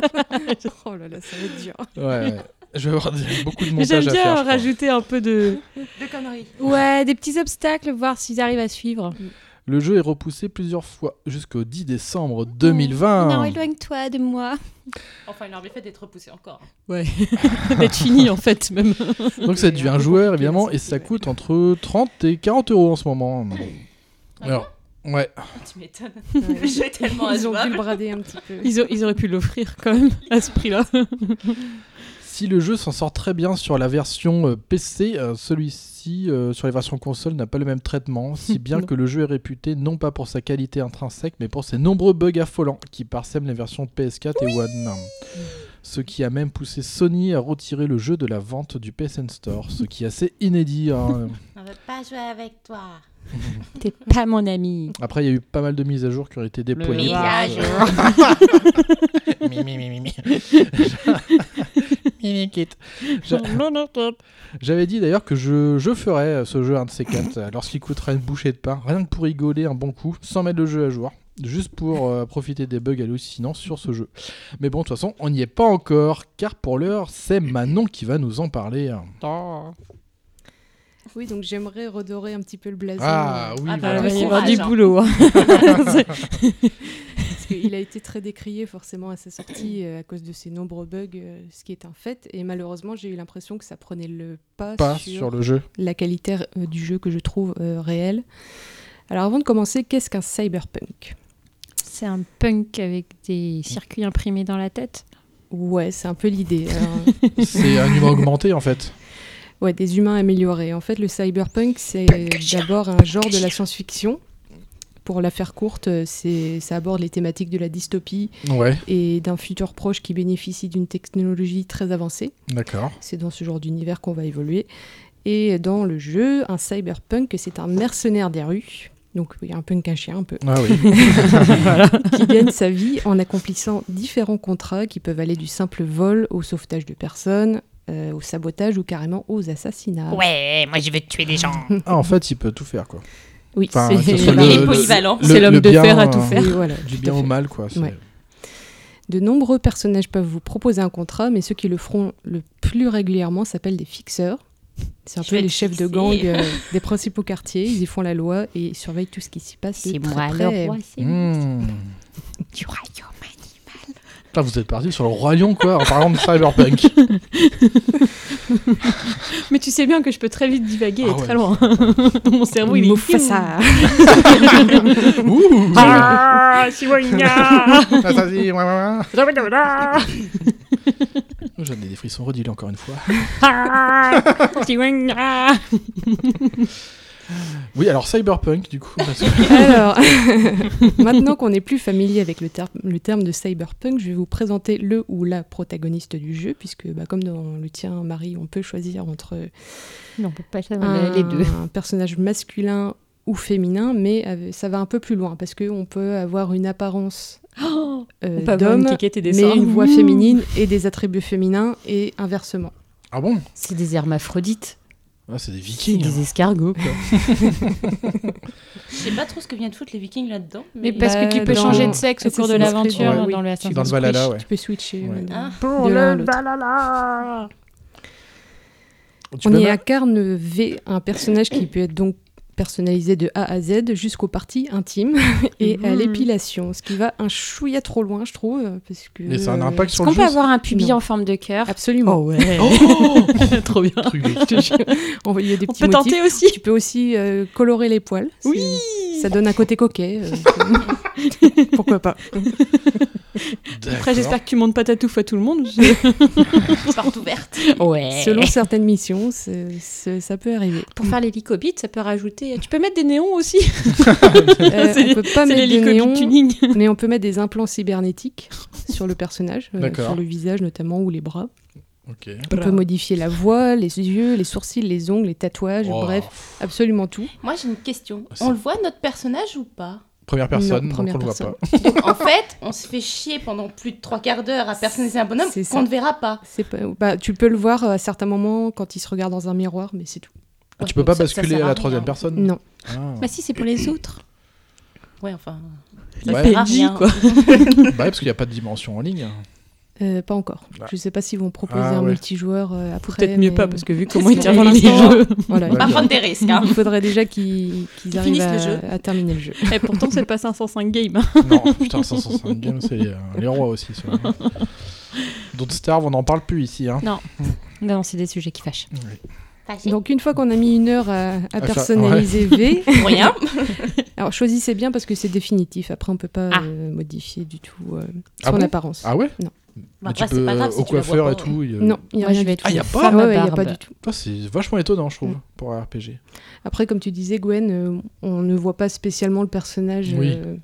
Speaker 12: Oh là là, ça va être dur.
Speaker 1: Ouais, ouais. Je vais avoir des- beaucoup de
Speaker 12: Mais
Speaker 1: montage
Speaker 12: J'aime
Speaker 1: à
Speaker 12: bien
Speaker 1: faire. je crois.
Speaker 12: rajouter un peu de...
Speaker 6: De conneries.
Speaker 12: Ouais, des petits obstacles, voir s'ils arrivent à suivre.
Speaker 1: Le jeu est repoussé plusieurs fois jusqu'au 10 décembre 2020.
Speaker 12: Non, éloigne-toi de moi.
Speaker 6: Enfin, il a envie fait d'être repoussé encore. hein.
Speaker 12: Ouais, d'être fini en fait même.
Speaker 1: Donc c'est du un joueur évidemment et ça coûte entre 30 et 40 euros en ce moment. Alors, ouais.
Speaker 6: Tu m'étonnes. Le jeu est tellement
Speaker 4: Ils ont dû
Speaker 6: injouable.
Speaker 4: le brader un petit peu.
Speaker 12: Ils, au- ils auraient pu l'offrir quand même à ce prix-là.
Speaker 1: Si le jeu s'en sort très bien sur la version euh, PC, euh, celui-ci euh, sur les versions console n'a pas le même traitement, si bien
Speaker 12: Non.
Speaker 1: que le jeu est réputé non pas pour sa qualité intrinsèque, mais pour ses nombreux bugs affolants qui parsèment les versions PS4 et One. Ce qui a même poussé Sony à retirer le jeu de la vente du PSN Store, ce qui est assez inédit. hein.
Speaker 6: On veut pas jouer avec toi.
Speaker 12: T'es pas mon ami.
Speaker 1: Après, il y a eu pas mal de mises à jour qui ont été déployées.
Speaker 6: mise à
Speaker 1: ce-
Speaker 6: jour.
Speaker 1: Mi, mi, mi, mi, mi.
Speaker 8: Mimi
Speaker 1: quitte. J'a- J'avais dit d'ailleurs que je, je ferais euh, ce jeu un de ces quatre euh, lorsqu'il coûtera une bouchée de pain, rien que pour rigoler un bon coup, sans mettre le jeu à jour, juste pour euh, profiter des bugs hallucinants sur ce jeu. Mais bon, de toute façon, on n'y est pas encore, car pour l'heure, c'est Manon qui va nous en parler.
Speaker 4: Oui, donc j'aimerais redorer un petit peu le blason. euh,
Speaker 1: Ah, oui, Ah,
Speaker 4: hein.
Speaker 12: bah, voilà. il va y avoir du boulot, hein.
Speaker 4: C'est- qu'il a été très décrié forcément à sa sortie euh, à cause de ses nombreux bugs, euh, ce qui est un fait. Et malheureusement, j'ai eu l'impression que ça prenait le pas,
Speaker 1: Pas sur le jeu.
Speaker 4: la qualité euh, du jeu que je trouve euh, réelle. Alors avant de commencer, qu'est-ce qu'un cyberpunk
Speaker 12: C'est un punk avec des circuits imprimés dans la tête
Speaker 4: Ouais, c'est un peu l'idée. alors.
Speaker 1: C'est un humain augmenté en fait.
Speaker 4: Ouais, des humains améliorés. En fait, le cyberpunk, c'est d'abord un genre de la science-fiction. Pour la faire courte, c'est, ça aborde les thématiques de la dystopie
Speaker 1: Ouais.
Speaker 4: et d'un futur proche qui bénéficie d'une technologie très avancée.
Speaker 1: D'accord.
Speaker 4: C'est dans ce genre d'univers qu'on va évoluer. Et dans le jeu, un cyberpunk, c'est un mercenaire des rues. Donc, oui, un punk, un chien, un peu.
Speaker 1: Ah oui.
Speaker 4: Voilà. qui gagne sa vie en accomplissant différents contrats qui peuvent aller du simple vol au sauvetage de personnes, euh, au sabotage ou carrément aux assassinats.
Speaker 5: Ouais, moi je veux tuer des gens.
Speaker 1: Ah, en fait, il peut tout faire quoi.
Speaker 4: Oui,
Speaker 1: Enfin,
Speaker 4: c'est-
Speaker 1: que ce
Speaker 4: Il
Speaker 1: soit
Speaker 4: est
Speaker 1: le-
Speaker 4: polyvalent.
Speaker 1: le-
Speaker 4: C'est l'homme
Speaker 1: le
Speaker 4: de
Speaker 1: bien,
Speaker 4: fer à tout
Speaker 1: euh,
Speaker 4: faire. Oui, voilà,
Speaker 1: du
Speaker 4: tout
Speaker 1: bien
Speaker 4: à
Speaker 1: au
Speaker 4: fait.
Speaker 1: mal quoi. c'est-
Speaker 4: Ouais. De nombreux personnages peuvent vous proposer un contrat, mais ceux qui le feront le plus régulièrement s'appellent des fixeurs. C'est un
Speaker 12: Je
Speaker 4: peu
Speaker 12: vais
Speaker 4: les
Speaker 12: te
Speaker 4: chefs de
Speaker 12: fixer.
Speaker 4: gang euh, des principaux quartiers. Ils y font la loi et surveillent tout ce qui s'y passe. de
Speaker 12: C'est
Speaker 4: très
Speaker 12: moi le
Speaker 4: près.
Speaker 12: roi, c'est
Speaker 1: Hmm.
Speaker 12: Du royaume.
Speaker 1: Putain, vous êtes parti sur le roi lion quoi en parlant de cyberpunk.
Speaker 2: Mais tu sais bien que je peux très vite divaguer et
Speaker 1: Ah ouais.
Speaker 2: très loin. Mon cerveau, il est.
Speaker 12: Mufasa.
Speaker 1: Ouh.
Speaker 2: Ah, Siwanya.
Speaker 1: Vas-y, Ah, ouais, ouais, ouais.
Speaker 2: Rabadabada.
Speaker 1: Oh, J'en ai des frissons redis encore une fois.
Speaker 2: Ah, Siwanya.
Speaker 1: Ah Oui, alors cyberpunk du coup. parce que-
Speaker 4: Alors, maintenant qu'on est plus familier avec le, terme- le terme de cyberpunk, je vais vous présenter le ou la protagoniste du jeu, puisque bah, comme dans le tien, Marie, on peut choisir entre
Speaker 12: Non, on peut pas choisir
Speaker 4: un,
Speaker 12: les deux.
Speaker 4: un personnage masculin ou féminin, mais euh, ça va un peu plus loin, parce qu'on peut avoir une apparence
Speaker 2: Oh,
Speaker 4: euh,
Speaker 2: on peut avoir
Speaker 4: d'homme,
Speaker 2: une kékette et des
Speaker 4: mais
Speaker 2: seins.
Speaker 4: une voix
Speaker 2: Ouh.
Speaker 4: féminine et des attributs féminins, et inversement.
Speaker 1: Ah bon
Speaker 12: C'est des hermaphrodites.
Speaker 1: Ah, c'est des
Speaker 12: C'est
Speaker 1: vikings.
Speaker 12: des escargots, quoi.
Speaker 6: Je sais pas trop ce que viennent foutre les Vikings là-dedans.
Speaker 12: Mais parce que tu peux
Speaker 4: dans- Ah,
Speaker 12: changer de sexe au cours de
Speaker 4: Assassin's Creed,
Speaker 12: l'aventure
Speaker 4: ouais, oui.
Speaker 12: dans le
Speaker 1: hein. Dans le Valhalla, ouais.
Speaker 4: Tu peux switcher. ouais, de-
Speaker 6: Ah.
Speaker 4: de l'un à l'autre.
Speaker 1: Tu
Speaker 4: On
Speaker 1: peux
Speaker 4: y
Speaker 1: ma-
Speaker 4: incarne V, un personnage qui peut être donc personnalisé de A à Z jusqu'aux parties intimes et à
Speaker 12: Mhm.
Speaker 4: l'épilation, ce qui va un chouïa trop loin, je trouve, parce que.
Speaker 1: Mais ça a un impact sur
Speaker 12: Est-ce
Speaker 1: le
Speaker 12: qu'on
Speaker 1: jeu.
Speaker 12: peut avoir un pubis
Speaker 4: Non. Ah,
Speaker 12: en forme de cœur
Speaker 4: Absolument.
Speaker 12: Oh ouais.
Speaker 2: Trop bien.
Speaker 4: Je te jure. On va- il y a des
Speaker 2: On
Speaker 4: petits
Speaker 2: peut
Speaker 4: motifs.
Speaker 2: tenter aussi.
Speaker 4: Tu peux aussi euh, colorer les poils. C'est- Ça donne un côté coquet. euh, c'est- Pourquoi pas
Speaker 2: Après, j'espère que tu montes pas ta touffe à tout le monde. Je-
Speaker 6: Porte ouverte.
Speaker 12: Ouais.
Speaker 4: Selon certaines missions, c'est- c'est- ça peut arriver.
Speaker 12: Pour faire l'hélicobite, ça peut rajouter. Tu peux mettre des néons aussi.
Speaker 4: Euh,
Speaker 12: C'est-
Speaker 4: on peut
Speaker 12: c'est
Speaker 4: pas mettre de
Speaker 12: l'hélico du
Speaker 4: néon,
Speaker 12: tuning.
Speaker 4: mais on peut mettre des implants cybernétiques sur le personnage, euh,
Speaker 1: D'accord.
Speaker 4: sur le visage notamment ou les bras.
Speaker 1: Ok.
Speaker 4: On peut modifier la voix, les yeux, les sourcils, les ongles, les tatouages,
Speaker 1: Oh.
Speaker 4: bref, absolument tout.
Speaker 6: Moi j'ai une question.
Speaker 1: C'est-
Speaker 6: On le voit notre personnage ou pas
Speaker 1: Première personne,
Speaker 4: Non, première
Speaker 1: donc on le
Speaker 4: personne.
Speaker 1: voit pas.
Speaker 6: Donc, En fait, on se fait chier pendant plus de trois quarts d'heure à personnaliser un bonhomme
Speaker 4: C'est ça.
Speaker 6: qu'on ne verra pas.
Speaker 4: C'est pas- bah, tu peux le voir à certains moments quand il se regarde dans un miroir, mais c'est tout.
Speaker 1: Ah, tu peux pas
Speaker 6: Ça- ça
Speaker 1: basculer à
Speaker 6: sert à
Speaker 1: la
Speaker 6: rien.
Speaker 1: troisième personne
Speaker 4: Non.
Speaker 1: Ah.
Speaker 12: Bah si, c'est pour les autres.
Speaker 6: Ouais, enfin.
Speaker 1: Les
Speaker 6: ça sert à
Speaker 1: PNJ,
Speaker 6: rien.
Speaker 2: quoi.
Speaker 1: bah ouais, parce qu'il n'y a pas de dimension en ligne.
Speaker 4: Euh, pas encore. Je sais pas s'ils vont proposer
Speaker 1: Bah. Ah,
Speaker 4: un
Speaker 1: ouais.
Speaker 4: multijoueur euh, après.
Speaker 2: peut-être mieux
Speaker 4: mais-
Speaker 2: pas, parce que vu comment ils
Speaker 4: Pour
Speaker 2: terminent les
Speaker 4: l'instant,
Speaker 2: jeux.
Speaker 4: voilà.
Speaker 1: On va
Speaker 6: prendre des risques, hein.
Speaker 4: Il faudrait déjà qu'ils qu'ils
Speaker 6: Qu'ils
Speaker 4: arrivent
Speaker 6: finissent le
Speaker 4: à, à terminer le jeu.
Speaker 12: Eh,
Speaker 2: Et pourtant, c'est pas 505
Speaker 12: hein.
Speaker 2: games.
Speaker 1: Non, putain, 505 games, c'est euh, les rois aussi. ça. D'autres stars, on n'en parle plus ici. Hein.
Speaker 12: Non. Non, non, c'est des sujets qui fâchent.
Speaker 4: Donc une fois qu'on a mis une heure à, à
Speaker 1: faire-
Speaker 4: personnaliser V,
Speaker 6: Pour rien.
Speaker 4: alors choisissez bien parce que c'est définitif. Après on peut pas euh, modifier du tout euh,
Speaker 1: Ah
Speaker 4: son
Speaker 1: bon
Speaker 4: apparence.
Speaker 1: Ah ouais
Speaker 4: Non.
Speaker 1: Mais
Speaker 6: après,
Speaker 1: tu
Speaker 6: c'est
Speaker 1: peux
Speaker 6: pas grave
Speaker 1: euh,
Speaker 6: si
Speaker 1: au
Speaker 6: tu la vois
Speaker 1: coiffeur
Speaker 6: pas,
Speaker 1: et tout. il y a-
Speaker 4: Non, il n'y a
Speaker 12: Moi,
Speaker 4: rien
Speaker 12: je vais
Speaker 4: du
Speaker 12: être
Speaker 4: tout.
Speaker 1: Ah, il y a
Speaker 12: une
Speaker 1: pas
Speaker 12: femme à
Speaker 4: Ouais, ouais, il y a pas
Speaker 12: barbe.
Speaker 4: du tout.
Speaker 1: Putain, C'est vachement étonnant, je trouve, pour un RPG.
Speaker 4: Après, comme tu disais, Gwen, euh, on ne voit pas spécialement le personnage
Speaker 1: Oui.
Speaker 4: euh,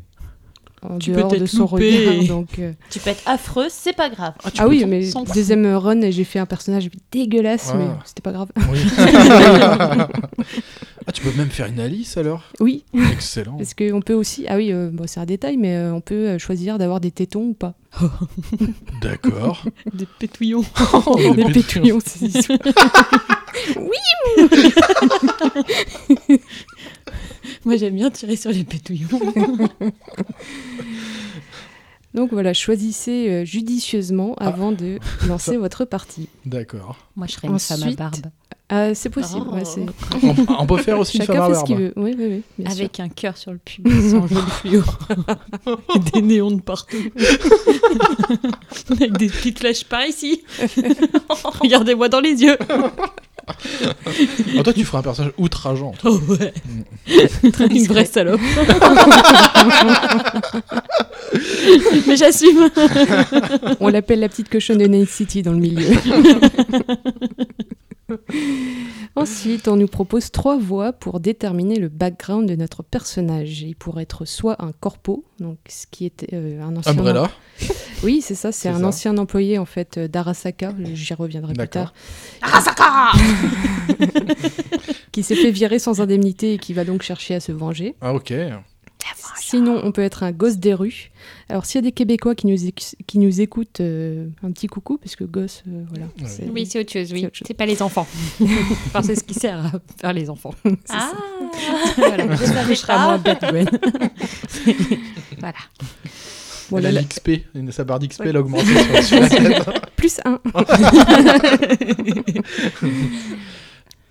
Speaker 4: en
Speaker 2: Tu peux
Speaker 4: dehors de
Speaker 2: t'être
Speaker 4: son
Speaker 2: loupé
Speaker 4: regard.
Speaker 2: et-
Speaker 4: Donc, euh,
Speaker 6: Tu peux être affreux, c'est pas grave.
Speaker 2: tu
Speaker 4: Ah
Speaker 2: peux
Speaker 4: oui,
Speaker 2: t'en-
Speaker 4: mais
Speaker 2: s'en foutre.
Speaker 4: deuxième run, et j'ai fait un personnage dégueulasse,
Speaker 1: Ah.
Speaker 4: mais c'était pas grave.
Speaker 1: Oui. ah, tu peux même faire une Alice alors
Speaker 4: Oui,
Speaker 1: Excellent.
Speaker 4: parce qu'on peut aussi. Ah oui, euh, bon, c'est un détail, mais euh, on peut euh, choisir d'avoir des tétons ou pas.
Speaker 1: D'accord.
Speaker 2: Des pétouillons.
Speaker 1: Oh,
Speaker 4: des
Speaker 1: des
Speaker 4: pétouillons, c'est
Speaker 2: Moi, j'aime bien tirer sur les pétouillons.
Speaker 4: Donc voilà, choisissez euh, judicieusement
Speaker 1: Ah.
Speaker 4: avant de lancer votre partie.
Speaker 1: D'accord.
Speaker 12: Moi, je serais une femme à
Speaker 4: Ensuite,
Speaker 12: barbe.
Speaker 4: euh, c'est
Speaker 2: Ah.
Speaker 4: possible. ouais, c'est-
Speaker 1: On- on peut faire aussi une
Speaker 4: Chacun
Speaker 1: femme à
Speaker 4: fait ce qu'il
Speaker 1: barbe.
Speaker 4: veut. Oui, oui, oui, bien sûr.
Speaker 12: Avec un cœur sur le pubis sans jaune fluo.
Speaker 2: Et des néons de partout. Avec des petites flèches par ici. Regardez-moi dans les yeux.
Speaker 1: Ah, toi, tu feras un personnage outrageant. toi.
Speaker 2: Oh ouais.
Speaker 1: Très
Speaker 2: Une vraie
Speaker 1: discret.
Speaker 2: salope. Mais j'assume.
Speaker 4: On l'appelle la petite cochonne de Night City dans le milieu. Ensuite, on nous propose trois voies pour déterminer le background de notre personnage. Il pourrait être soit un corpo, donc ce qui était euh, un ancien.
Speaker 1: Umbrella.
Speaker 4: Oui, c'est ça, c'est un
Speaker 1: ça.
Speaker 4: ancien employé en fait euh, d'Arasaka. J'y reviendrai plus
Speaker 1: D'accord.
Speaker 4: tard. Arasaka Qui s'est fait virer sans indemnité et qui va donc chercher à se venger.
Speaker 1: Ah, ok.
Speaker 4: Sinon, on peut être un gosse des rues. Alors, s'il y a des Québécois qui nous, éc- qui nous écoutent, euh, un petit coucou, parce que gosse, euh, voilà. c'est-
Speaker 12: Oui, c'est autre chose, oui.
Speaker 4: C'est autre chose.
Speaker 12: C'est pas les enfants. enfin, c'est ce qui sert à faire les enfants.
Speaker 4: Ah,
Speaker 12: voilà,
Speaker 4: je savais
Speaker 12: je serai
Speaker 4: pas.
Speaker 12: moins bête, Gwen. voilà.
Speaker 4: Bon,
Speaker 1: Elle a
Speaker 4: là, là-
Speaker 1: l'XP. une- Sa barre d'XP,
Speaker 4: Ouais.
Speaker 1: elle a augmenté sur, sur la scène.
Speaker 4: Plus un.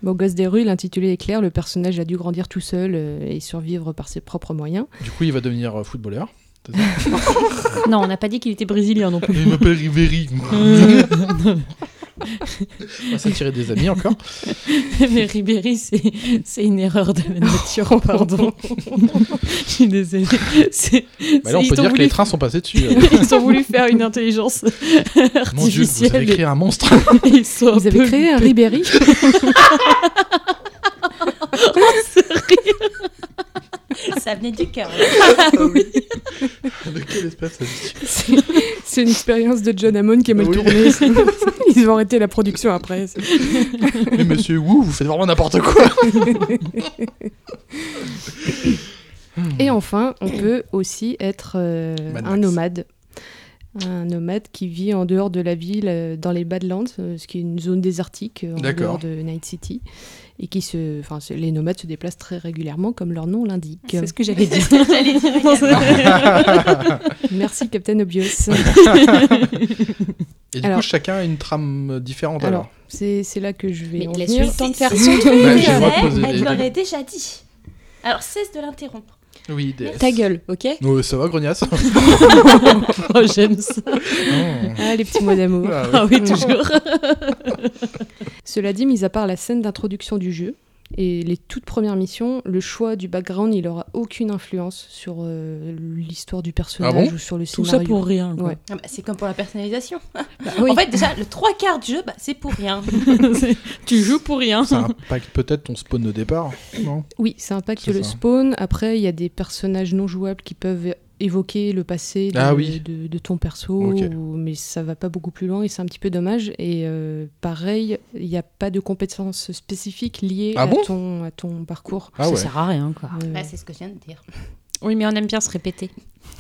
Speaker 4: Bon, Gosse des rues, l'intitulé est clair, le personnage a dû grandir tout seul euh, et survivre par ses propres moyens.
Speaker 1: du coup, il va devenir euh, footballeur.
Speaker 12: Non, on n'a pas dit qu'il était brésilien non plus.
Speaker 1: Il m'appelle Ribéry. On va s'attirer des amis encore.
Speaker 12: Mais Ribéry, c'est c'est une erreur de la nature, pardon. Je suis désolée. C'est-
Speaker 1: Bah là, on
Speaker 12: ils
Speaker 1: peut
Speaker 12: ont
Speaker 1: dire que
Speaker 12: voulu-
Speaker 1: les trains sont passés dessus. euh.
Speaker 12: Ils ont voulu faire une intelligence artificielle.
Speaker 1: Mon dieu, vous avez créé un monstre.
Speaker 12: et ils sont un
Speaker 4: Vous avez
Speaker 12: peu
Speaker 4: créé un
Speaker 12: bêtes.
Speaker 4: Ribéry
Speaker 6: Ça venait du cœur. hein.
Speaker 1: De quel espace s'agit-il
Speaker 4: C'est c'est une expérience de John Hammond qui a mal
Speaker 1: Oui.
Speaker 4: tourné. Ils ont arrêté la production après.
Speaker 1: Mais monsieur Wu, vous faites vraiment n'importe quoi.
Speaker 4: Et enfin, on peut aussi être euh,
Speaker 1: Mad
Speaker 4: un
Speaker 1: Max.
Speaker 4: nomade. Un nomade qui vit en dehors de la ville, euh, dans les Badlands, euh, ce qui est une zone désertique euh, en dehors
Speaker 1: D'accord.
Speaker 4: de Night City. Et qui se. Enfin, c'est- les nomades se déplacent très régulièrement, comme leur nom l'indique.
Speaker 12: C'est ce que j'allais dire.
Speaker 6: J'allais dire également.
Speaker 4: Merci, Captain Obvious.
Speaker 1: Et du
Speaker 4: Alors-
Speaker 1: coup, chacun a une trame différente alors.
Speaker 4: Alors, c'est c'est là que je vais.
Speaker 12: Mais
Speaker 4: en
Speaker 12: laisse-lui
Speaker 4: venir.
Speaker 12: le temps de faire
Speaker 6: Son truc,
Speaker 1: Bah, j'ai
Speaker 6: elle,
Speaker 1: moi posé des-
Speaker 6: elle l'aurait déjà dit. Alors cesse de l'interrompre.
Speaker 1: Oui, DS.
Speaker 12: Ta gueule, ok
Speaker 1: Oh, ça va, grognasse Oh,
Speaker 12: Oh, j'aime ça.
Speaker 4: Ah, les petits mots d'amour.
Speaker 1: Ah oui.
Speaker 12: Ah oui, toujours.
Speaker 4: Cela dit, mis à part la scène d'introduction du jeu et les toutes premières missions, le choix du background, il aura aucune influence sur euh, l'histoire du personnage
Speaker 1: Ah bon
Speaker 4: ou sur le
Speaker 2: Tout
Speaker 4: scénario.
Speaker 2: ça pour rien, quoi.
Speaker 4: Ouais.
Speaker 6: Ah bah, c'est comme pour la personnalisation.
Speaker 4: oui.
Speaker 6: En fait, déjà, le trois quarts du jeu, bah, c'est pour rien.
Speaker 2: C'est- tu joues pour rien.
Speaker 1: Ça impacte peut-être ton spawn de départ, non
Speaker 4: Oui, ça impacte
Speaker 1: C'est
Speaker 4: le
Speaker 1: ça.
Speaker 4: spawn. Après, il y a des personnages non jouables qui peuvent évoquer le passé de,
Speaker 1: Ah oui.
Speaker 4: de- de ton perso,
Speaker 1: Ok.
Speaker 4: ou- mais ça va pas beaucoup plus loin et c'est un petit peu dommage. Et euh, pareil, il n'y a pas de compétences spécifiques liées
Speaker 1: Ah
Speaker 4: à,
Speaker 1: bon
Speaker 4: ton, à ton parcours.
Speaker 1: Ah ouais.
Speaker 12: Ça sert à rien, quoi.
Speaker 4: Euh,
Speaker 6: Bah, c'est ce que je viens de dire.
Speaker 12: Oui, mais on aime bien se répéter.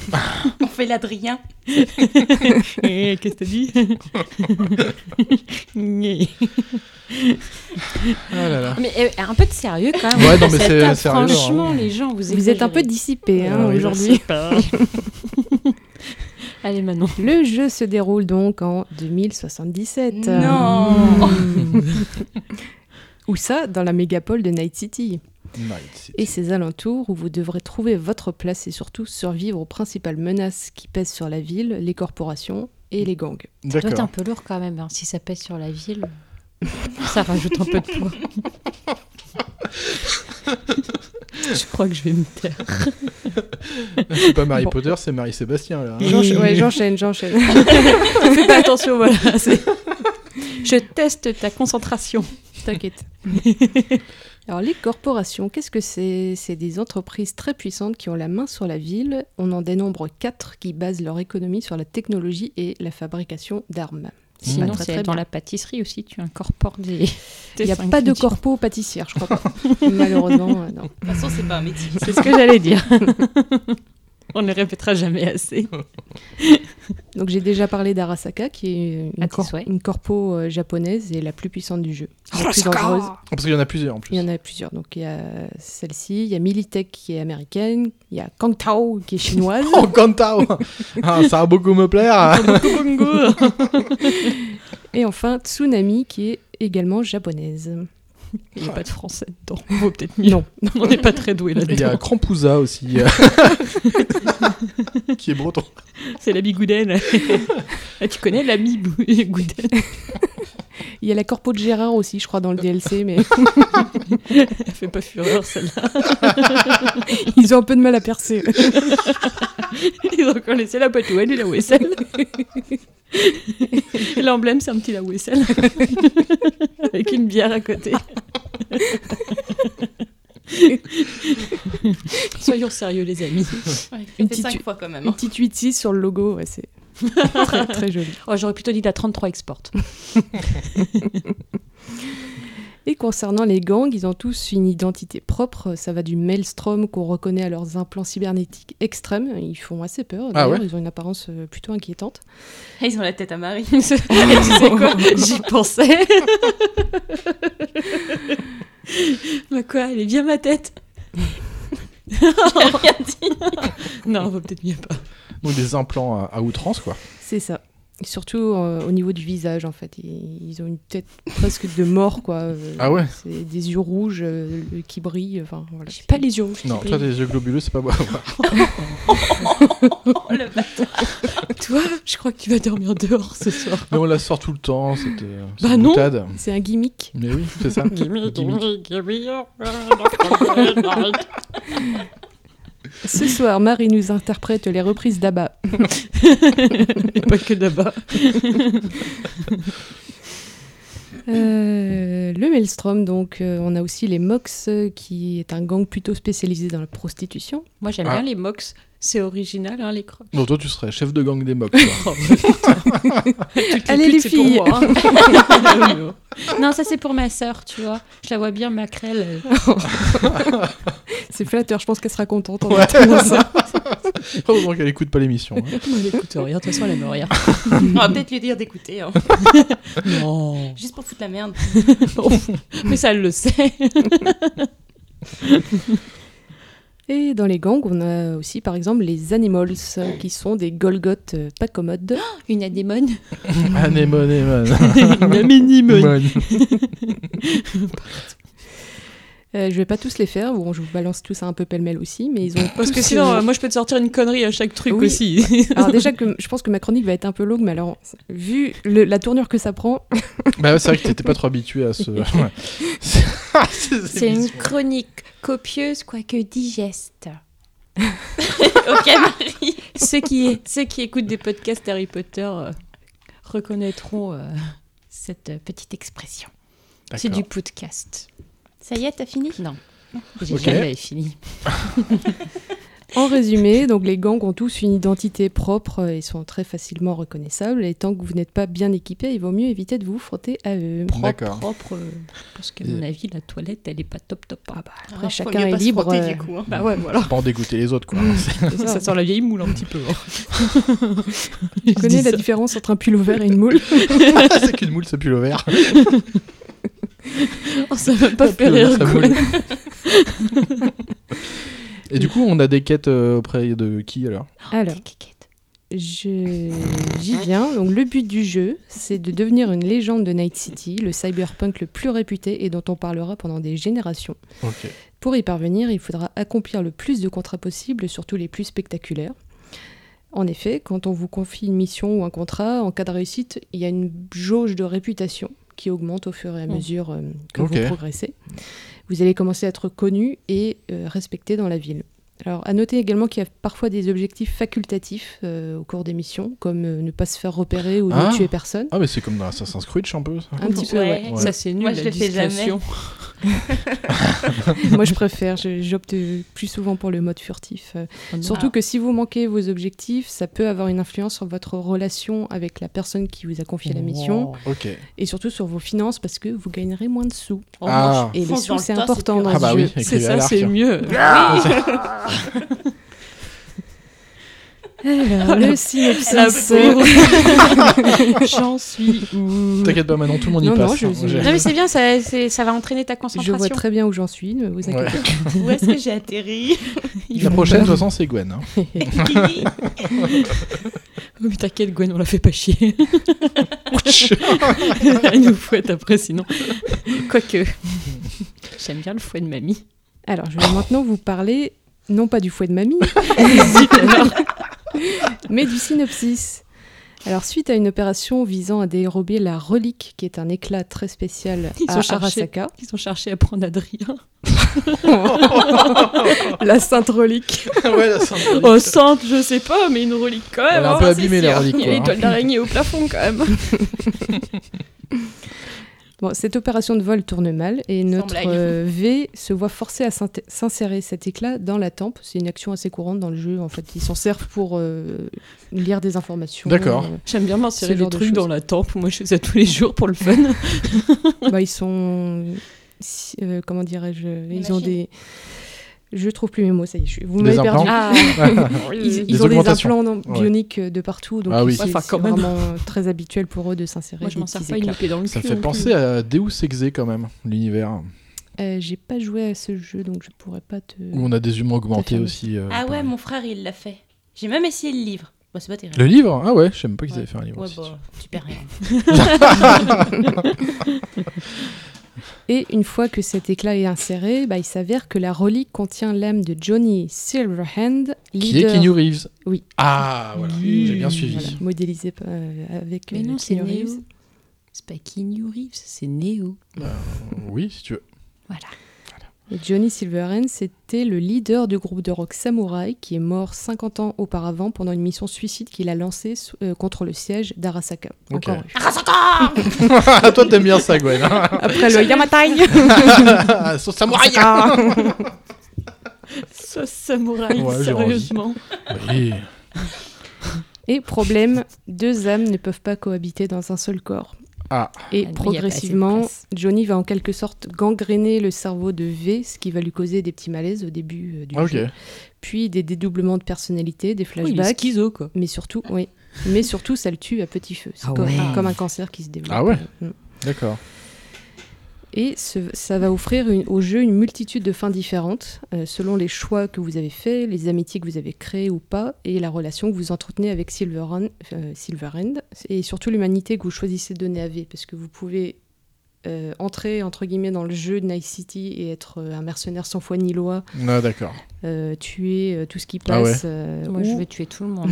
Speaker 6: On fait l'Adrien.
Speaker 2: Et qu'est-ce que t'as dit Nyeh.
Speaker 1: Ah là là.
Speaker 12: Mais euh, un peu de sérieux quand même.
Speaker 1: Ouais, non, mais
Speaker 12: Cette
Speaker 1: c'est
Speaker 12: table,
Speaker 1: sérieux,
Speaker 12: Franchement,
Speaker 1: hein.
Speaker 12: les gens, vous,
Speaker 4: Vous êtes un peu
Speaker 12: exagérez.
Speaker 4: dissipé hein,
Speaker 1: Ah oui,
Speaker 4: aujourd'hui.
Speaker 12: Allez, Manon.
Speaker 4: Le jeu se déroule donc en 2077. euh,
Speaker 6: Non Oh,
Speaker 4: Ou ça, dans la mégapole de Night City
Speaker 1: Night City.
Speaker 4: et ses alentours, où vous devrez trouver votre place et surtout survivre aux principales menaces qui pèsent sur la ville, les corporations et les gangs.
Speaker 12: Ça doit être un
Speaker 1: D'accord.
Speaker 12: peu lourd quand même, hein, si ça pèse sur la ville. Ça rajoute un peu de poids. je crois que je vais me taire.
Speaker 1: C'est pas Marie
Speaker 4: Bon.
Speaker 1: Potter, c'est Marie-Sébastien, là. hein.
Speaker 4: J'encha- ouais, J'enchaîne, j'enchaîne.
Speaker 2: Fais pas attention, voilà. c'est- Je teste ta concentration.
Speaker 4: T'inquiète. Alors les corporations, qu'est-ce que c'est C'est des entreprises très puissantes qui ont la main sur la ville. On en dénombre quatre qui basent leur économie sur la technologie et la fabrication d'armes. C'est
Speaker 12: Sinon,
Speaker 4: pas Bah, très,
Speaker 12: c'est
Speaker 4: très
Speaker 12: dans
Speaker 4: bien.
Speaker 12: la pâtisserie aussi, tu incorpores des.
Speaker 4: Il n'y a pas de corpo pâtissière, je crois pas. Malheureusement, euh, non.
Speaker 6: De toute façon, c'est pas un métier.
Speaker 12: C'est ce que j'allais dire. On ne le répétera jamais assez.
Speaker 4: Donc j'ai déjà parlé d'Arasaka, qui est une, cor- une corpo euh, japonaise et la plus puissante du jeu. La plus
Speaker 1: Arasaka
Speaker 4: dangereuse.
Speaker 1: Oh, Parce qu'il y en a plusieurs, en plus.
Speaker 4: Il y en a plusieurs. Donc il y a celle-ci, il y a Militech qui est américaine, il y a Kang Tao qui est chinoise.
Speaker 1: oh, Kantao Ah, Ça va beaucoup me plaire
Speaker 4: et enfin Tsunami qui est également japonaise.
Speaker 12: Il n'y a pas de français dedans. On vaut peut-être mieux. Non, on n'est pas très doué là-dedans.
Speaker 1: Il y a Krampouza aussi. euh, qui est breton.
Speaker 12: C'est l'ami Goudaine. Ah, tu connais l'ami Bou- Goudaine
Speaker 4: Il y a la corpo de Gérard aussi, je crois, dans le DLC, mais
Speaker 12: Elle fait pas fureur celle-là.
Speaker 4: ils ont un peu de mal à percer.
Speaker 12: Ils ont encore laissé la boîte aux ailes et la Wessel. Et L'emblème, c'est un petit la Wessel. Avec une bière à côté. Soyons sérieux, les amis.
Speaker 4: Une petite hu- Une
Speaker 6: hein.
Speaker 4: petite 8-6 sur le logo, ouais, c'est très, très joli.
Speaker 12: Oh, J'aurais plutôt dit la 33 Export.
Speaker 4: Et concernant les gangs, ils ont tous une identité propre. Ça va du maelstrom qu'on reconnaît à leurs implants cybernétiques extrêmes. Ils font assez peur.
Speaker 6: Ah
Speaker 4: D'ailleurs,
Speaker 6: ouais
Speaker 4: ils ont une apparence euh, plutôt inquiétante.
Speaker 6: Ah, Ils ont la tête à Marie.
Speaker 4: Oh.
Speaker 6: tu sais quoi
Speaker 12: J'y pensais. Mais Bah quoi, elle est bien ma tête J'ai rien dit Non, on va peut-être mieux pas.
Speaker 1: Donc des implants à, à outrance, quoi.
Speaker 4: C'est ça. Et surtout euh, au niveau du visage, en fait. Ils, ils ont une tête presque de mort, quoi. Euh,
Speaker 1: Ah ouais
Speaker 4: C'est des yeux rouges euh, le- qui brillent. Enfin, voilà. J'ai pas les yeux rouges.
Speaker 1: Non, toi, des yeux globuleux, c'est pas bon.
Speaker 12: Toi, je crois que tu vas dormir dehors ce soir.
Speaker 1: Mais on la sort tout le temps, cette, euh, cette
Speaker 12: Bah non,
Speaker 1: boutade.
Speaker 4: c'est un gimmick.
Speaker 1: Mais oui, c'est ça.
Speaker 12: Gimmick,
Speaker 1: Gimmick.
Speaker 4: Ce soir, Marie nous interprète les reprises d'Abba.
Speaker 12: Et pas que d'Abba.
Speaker 4: Euh, le Maelstrom, donc, euh, on a aussi les Mox, euh, qui est un gang plutôt spécialisé dans la prostitution.
Speaker 12: Moi, j'aime
Speaker 1: Ah.
Speaker 12: bien les mox. C'est original, hein, les crocs.
Speaker 1: Non, toi, tu serais chef de gang des mocs.
Speaker 12: Oh,
Speaker 1: toi.
Speaker 4: Allez, les filles.
Speaker 12: non, ça c'est pour ma sœur, tu vois. Je la vois bien macrelle.
Speaker 4: C'est flatteur, je pense qu'elle sera contente en
Speaker 1: Ouais.
Speaker 4: entendant ça.
Speaker 1: Heureusement qu'elle écoute pas l'émission. hein.
Speaker 12: Elle écoute rien, de toute façon, elle aime rien.
Speaker 6: On va peut-être lui dire d'écouter. hein.
Speaker 12: Non.
Speaker 6: Juste pour foutre la merde.
Speaker 12: Mais ça, elle le sait.
Speaker 4: Et dans les gangs, on a aussi par exemple les Animals, euh, qui sont des Golgotes euh, pas commodes.
Speaker 12: Une anémone.
Speaker 1: Anémone, anémone.
Speaker 4: Une aménimone.
Speaker 1: Mone.
Speaker 4: Euh, je vais pas tous les faire, bon, je vous balance tous un peu pêle-mêle aussi, mais ils ont.
Speaker 12: Parce
Speaker 4: tous,
Speaker 12: que sinon,
Speaker 4: euh,
Speaker 12: euh, moi, je peux te sortir une connerie à chaque truc
Speaker 4: Oui.
Speaker 12: aussi.
Speaker 4: Alors déjà que je pense que ma chronique va être un peu longue, mais alors vu le- la tournure que ça prend,
Speaker 1: Bah ouais, c'est vrai que t'étais pas trop habitué à ce. Ouais.
Speaker 17: C'est une chronique copieuse, quoique digeste.
Speaker 12: ok, Marie. ceux, qui, ceux qui écoutent des podcasts Harry Potter euh, reconnaîtront euh, cette euh, petite expression. C'est
Speaker 17: D'accord.
Speaker 12: du podcast.
Speaker 18: Ça y est, t'as fini
Speaker 12: Non. J'ai
Speaker 4: Ok.
Speaker 12: jamais fini.
Speaker 4: en résumé, donc les gangs ont tous une identité propre euh, et sont très facilement reconnaissables. Et tant que vous n'êtes pas bien équipé, il vaut mieux éviter de vous frotter à eux.
Speaker 12: Propre, propre. euh, parce qu'à mon avis, la toilette, elle est pas top top. Ah bah,
Speaker 4: après, chacun est libre, euh,
Speaker 6: hein.
Speaker 12: Bah ouais, voilà.
Speaker 1: Faut Pas en dégoûter les autres, quoi.
Speaker 12: Ça,
Speaker 4: ça.
Speaker 12: sent la vieille moule un petit peu. hein.
Speaker 4: Tu
Speaker 12: Je
Speaker 4: connais
Speaker 12: dis
Speaker 4: la
Speaker 12: ça.
Speaker 4: différence entre un pull vert et une moule
Speaker 1: c'est qu'une moule, ça pue le verre.
Speaker 12: Oh, ça m'a pas
Speaker 1: Ça pue
Speaker 12: fait
Speaker 1: le verre,
Speaker 12: rire,
Speaker 1: ça
Speaker 12: quoi.
Speaker 1: moule. Et du coup, on a des quêtes euh, auprès de qui alors
Speaker 4: Alors, je... j'y viens. Donc, le but du jeu, c'est de devenir une légende de Night City, le cyberpunk le plus réputé et dont on parlera pendant des générations.
Speaker 1: Ok.
Speaker 4: Pour y parvenir, il faudra accomplir le plus de contrats possibles, surtout les plus spectaculaires. En effet, quand on vous confie une mission ou un contrat, en cas de réussite, il y a une jauge de réputation qui augmente au fur et à
Speaker 12: Mm.
Speaker 4: mesure euh, que
Speaker 12: Ok.
Speaker 4: vous progressez. Vous allez commencer à être connu et euh, respecté dans la ville. Alors, à noter également qu'il y a parfois des objectifs facultatifs euh, au cours des missions, comme euh, ne pas se faire repérer ou
Speaker 1: Ah.
Speaker 4: ne tuer personne.
Speaker 1: Ah, mais c'est comme dans Assassin's Creed, un peu. ça.
Speaker 4: Un petit peu, ouais.
Speaker 12: Ça, c'est nul,
Speaker 4: Moi,
Speaker 12: la
Speaker 4: je le fais jamais.
Speaker 12: discrétion.
Speaker 4: Moi, je préfère, je- j'opte plus souvent pour le mode furtif. euh,
Speaker 12: Ah non.
Speaker 4: Surtout
Speaker 12: Ah.
Speaker 4: que si vous manquez vos objectifs, ça peut avoir une influence sur votre relation avec la personne qui vous a confié la mission.
Speaker 1: Oh, ok.
Speaker 4: Et surtout sur vos finances, parce que vous gagnerez moins de sous.
Speaker 1: Oh, bah Ah.
Speaker 4: Et les
Speaker 12: Fonce dans
Speaker 4: sous,
Speaker 12: le
Speaker 4: c'est
Speaker 12: tas,
Speaker 4: important
Speaker 12: c'est
Speaker 4: dans
Speaker 12: plus
Speaker 4: ce
Speaker 12: rapide.
Speaker 4: jeu.
Speaker 12: C'est ça, c'est mieux.
Speaker 4: Ah.
Speaker 12: Oui. Ah,
Speaker 4: Alors, le synopsis.
Speaker 12: La pauvre. J'en suis
Speaker 4: où
Speaker 1: T'inquiète pas, Manon, tout le monde y
Speaker 4: Non, non,
Speaker 1: passe.
Speaker 4: je- Ah
Speaker 1: hein.
Speaker 4: je-
Speaker 1: J'ai-
Speaker 12: Non, mais c'est bien, ça, c'est- ça va entraîner ta
Speaker 4: Je
Speaker 12: concentration.
Speaker 4: vois très bien où j'en suis, ne vous inquiétez pas.
Speaker 6: Où est-ce que j'ai atterri
Speaker 1: La prochaine, de toute façon, c'est Gwen. hein.
Speaker 12: Oh, mais t'inquiète, Gwen, on la fait pas chier. Elle nous fouette après, sinon. Quoique. J'aime bien le fouet de mamie.
Speaker 4: Alors, je vais maintenant vous parler, non pas du fouet de mamie, mais du synopsis. Alors, suite à une opération visant à dérober la relique, qui est un éclat très spécial
Speaker 12: Ils
Speaker 4: à
Speaker 12: ont, cherché,
Speaker 4: Arasaka,
Speaker 12: ils ont cherché à prendre Adrien.
Speaker 4: la sainte relique.
Speaker 1: ouais, la sainte relique.
Speaker 12: Oh, sainte, je sais pas, mais une relique quand même.
Speaker 1: Elle est un
Speaker 12: hein,
Speaker 1: peu
Speaker 12: c'est
Speaker 1: abîmée, la
Speaker 12: sûr.
Speaker 1: relique,
Speaker 12: Il y a
Speaker 1: quoi,
Speaker 12: l'étoile
Speaker 1: hein.
Speaker 12: d'araignée au plafond quand même.
Speaker 4: Bon, cette opération de vol tourne mal et notre
Speaker 12: blague.
Speaker 4: euh, V se voit forcé à s'int- s'insérer cet éclat dans la tempe. C'est une action assez courante dans le jeu. En fait, ils s'en servent pour euh, lire des informations. euh,
Speaker 12: J'aime bien m'insérer
Speaker 4: ce
Speaker 12: des
Speaker 4: genre de
Speaker 12: trucs dans
Speaker 4: choses.
Speaker 12: la tempe. Moi, je fais ça tous les jours pour le fun.
Speaker 4: Bah, ils sont. si- euh, comment dirais-je Ils ont des. Je trouve plus mes mots, ça y est, je suis- vous
Speaker 1: Des
Speaker 4: m'avez perdu.
Speaker 1: implants
Speaker 12: Ah,
Speaker 4: ils, ils
Speaker 1: Des
Speaker 4: ont des
Speaker 1: augmentations.
Speaker 4: implants non,
Speaker 1: Ouais.
Speaker 4: bioniques euh, de partout, donc
Speaker 1: Ah oui.
Speaker 4: c'est
Speaker 1: Ouais, enfin,
Speaker 4: c'est
Speaker 1: quand même.
Speaker 4: vraiment euh, très habituel pour eux de s'insérer.
Speaker 12: Moi, je
Speaker 4: des
Speaker 12: m'en sers
Speaker 4: petits
Speaker 12: pas une
Speaker 4: éclats.
Speaker 12: épée dans le
Speaker 1: Ça
Speaker 12: cul
Speaker 1: fait
Speaker 12: non
Speaker 1: penser
Speaker 12: plus.
Speaker 1: à Deus Exe quand même, l'univers.
Speaker 4: Euh, J'ai pas joué à ce jeu, donc je pourrais pas te.
Speaker 1: Où on a des humains augmentés
Speaker 4: fait
Speaker 1: aussi. euh,
Speaker 6: Ah ouais,
Speaker 1: pareil.
Speaker 6: mon frère, il l'a fait. J'ai même essayé le livre. Bah, c'est pas terrible.
Speaker 1: Le livre Ah ouais, je sais même pas qu'ils avaient fait un livre.
Speaker 6: Ouais,
Speaker 1: aussi.
Speaker 6: bah, super rien.
Speaker 4: Et une fois que cet éclat est inséré, bah, il s'avère que la relique contient l'âme de Johnny Silverhand,
Speaker 1: Qui est
Speaker 4: leader-
Speaker 1: Keanu Reeves
Speaker 4: Oui.
Speaker 1: Ah, voilà, j'ai bien
Speaker 4: Voilà,
Speaker 1: suivi.
Speaker 4: modélisé euh, avec
Speaker 12: Mais
Speaker 4: euh,
Speaker 12: non, c'est
Speaker 4: Keanu Reeves.
Speaker 12: Neo. C'est pas Keanu Reeves, c'est Neo.
Speaker 1: Oui, si tu veux.
Speaker 12: Voilà.
Speaker 4: Et Johnny Silverhand, c'était le leader du groupe de rock Samurai qui est mort 50 ans auparavant pendant une mission suicide qu'il a lancée sous- euh, contre le siège d'Arasaka.
Speaker 1: Ok.
Speaker 4: Encore une fois.
Speaker 1: Ah, Toi, t'aimes bien ça, Gwen. hein
Speaker 4: Après le Yamatai
Speaker 1: Ah, Sauce samouraï
Speaker 12: Sauce samouraï,
Speaker 1: Ouais, j'ai
Speaker 12: sérieusement.
Speaker 1: Oui.
Speaker 4: Et problème, deux âmes ne peuvent pas cohabiter dans un seul corps.
Speaker 1: Ah.
Speaker 4: Et
Speaker 12: Ah, mais y a pas assez de
Speaker 4: progressivement,
Speaker 12: place.
Speaker 4: Johnny va en quelque sorte gangréner le cerveau de V, ce qui va lui causer des petits malaises au début euh, du
Speaker 1: Ah, ok.
Speaker 4: jeu. Puis des dédoublements de personnalité, des
Speaker 12: Oui, il est
Speaker 4: flashbacks.
Speaker 12: schizo, quoi.
Speaker 4: mais surtout, oui. Mais surtout, ça le tue à petit feu. C'est
Speaker 12: Ah
Speaker 4: comme,
Speaker 12: ouais.
Speaker 4: comme un cancer qui se développe.
Speaker 1: Ah ouais
Speaker 4: Mm.
Speaker 1: D'accord.
Speaker 4: Et ce- ça va offrir une- au jeu une multitude de fins différentes, euh, selon les choix que vous avez faits, les amitiés que vous avez créées ou pas, et la relation que vous entretenez avec Silverhand, euh, Silverhand, et surtout l'humanité que vous choisissez de donner à V, parce que vous pouvez euh, entrer, entre guillemets, dans le jeu de Night City et être euh, un mercenaire sans foi ni loi,
Speaker 1: Ah, d'accord.
Speaker 4: euh, tuer euh, tout ce qui
Speaker 1: Ah ouais.
Speaker 4: passe, euh,
Speaker 12: Moi,
Speaker 4: ou,
Speaker 12: je vais tuer tout le monde.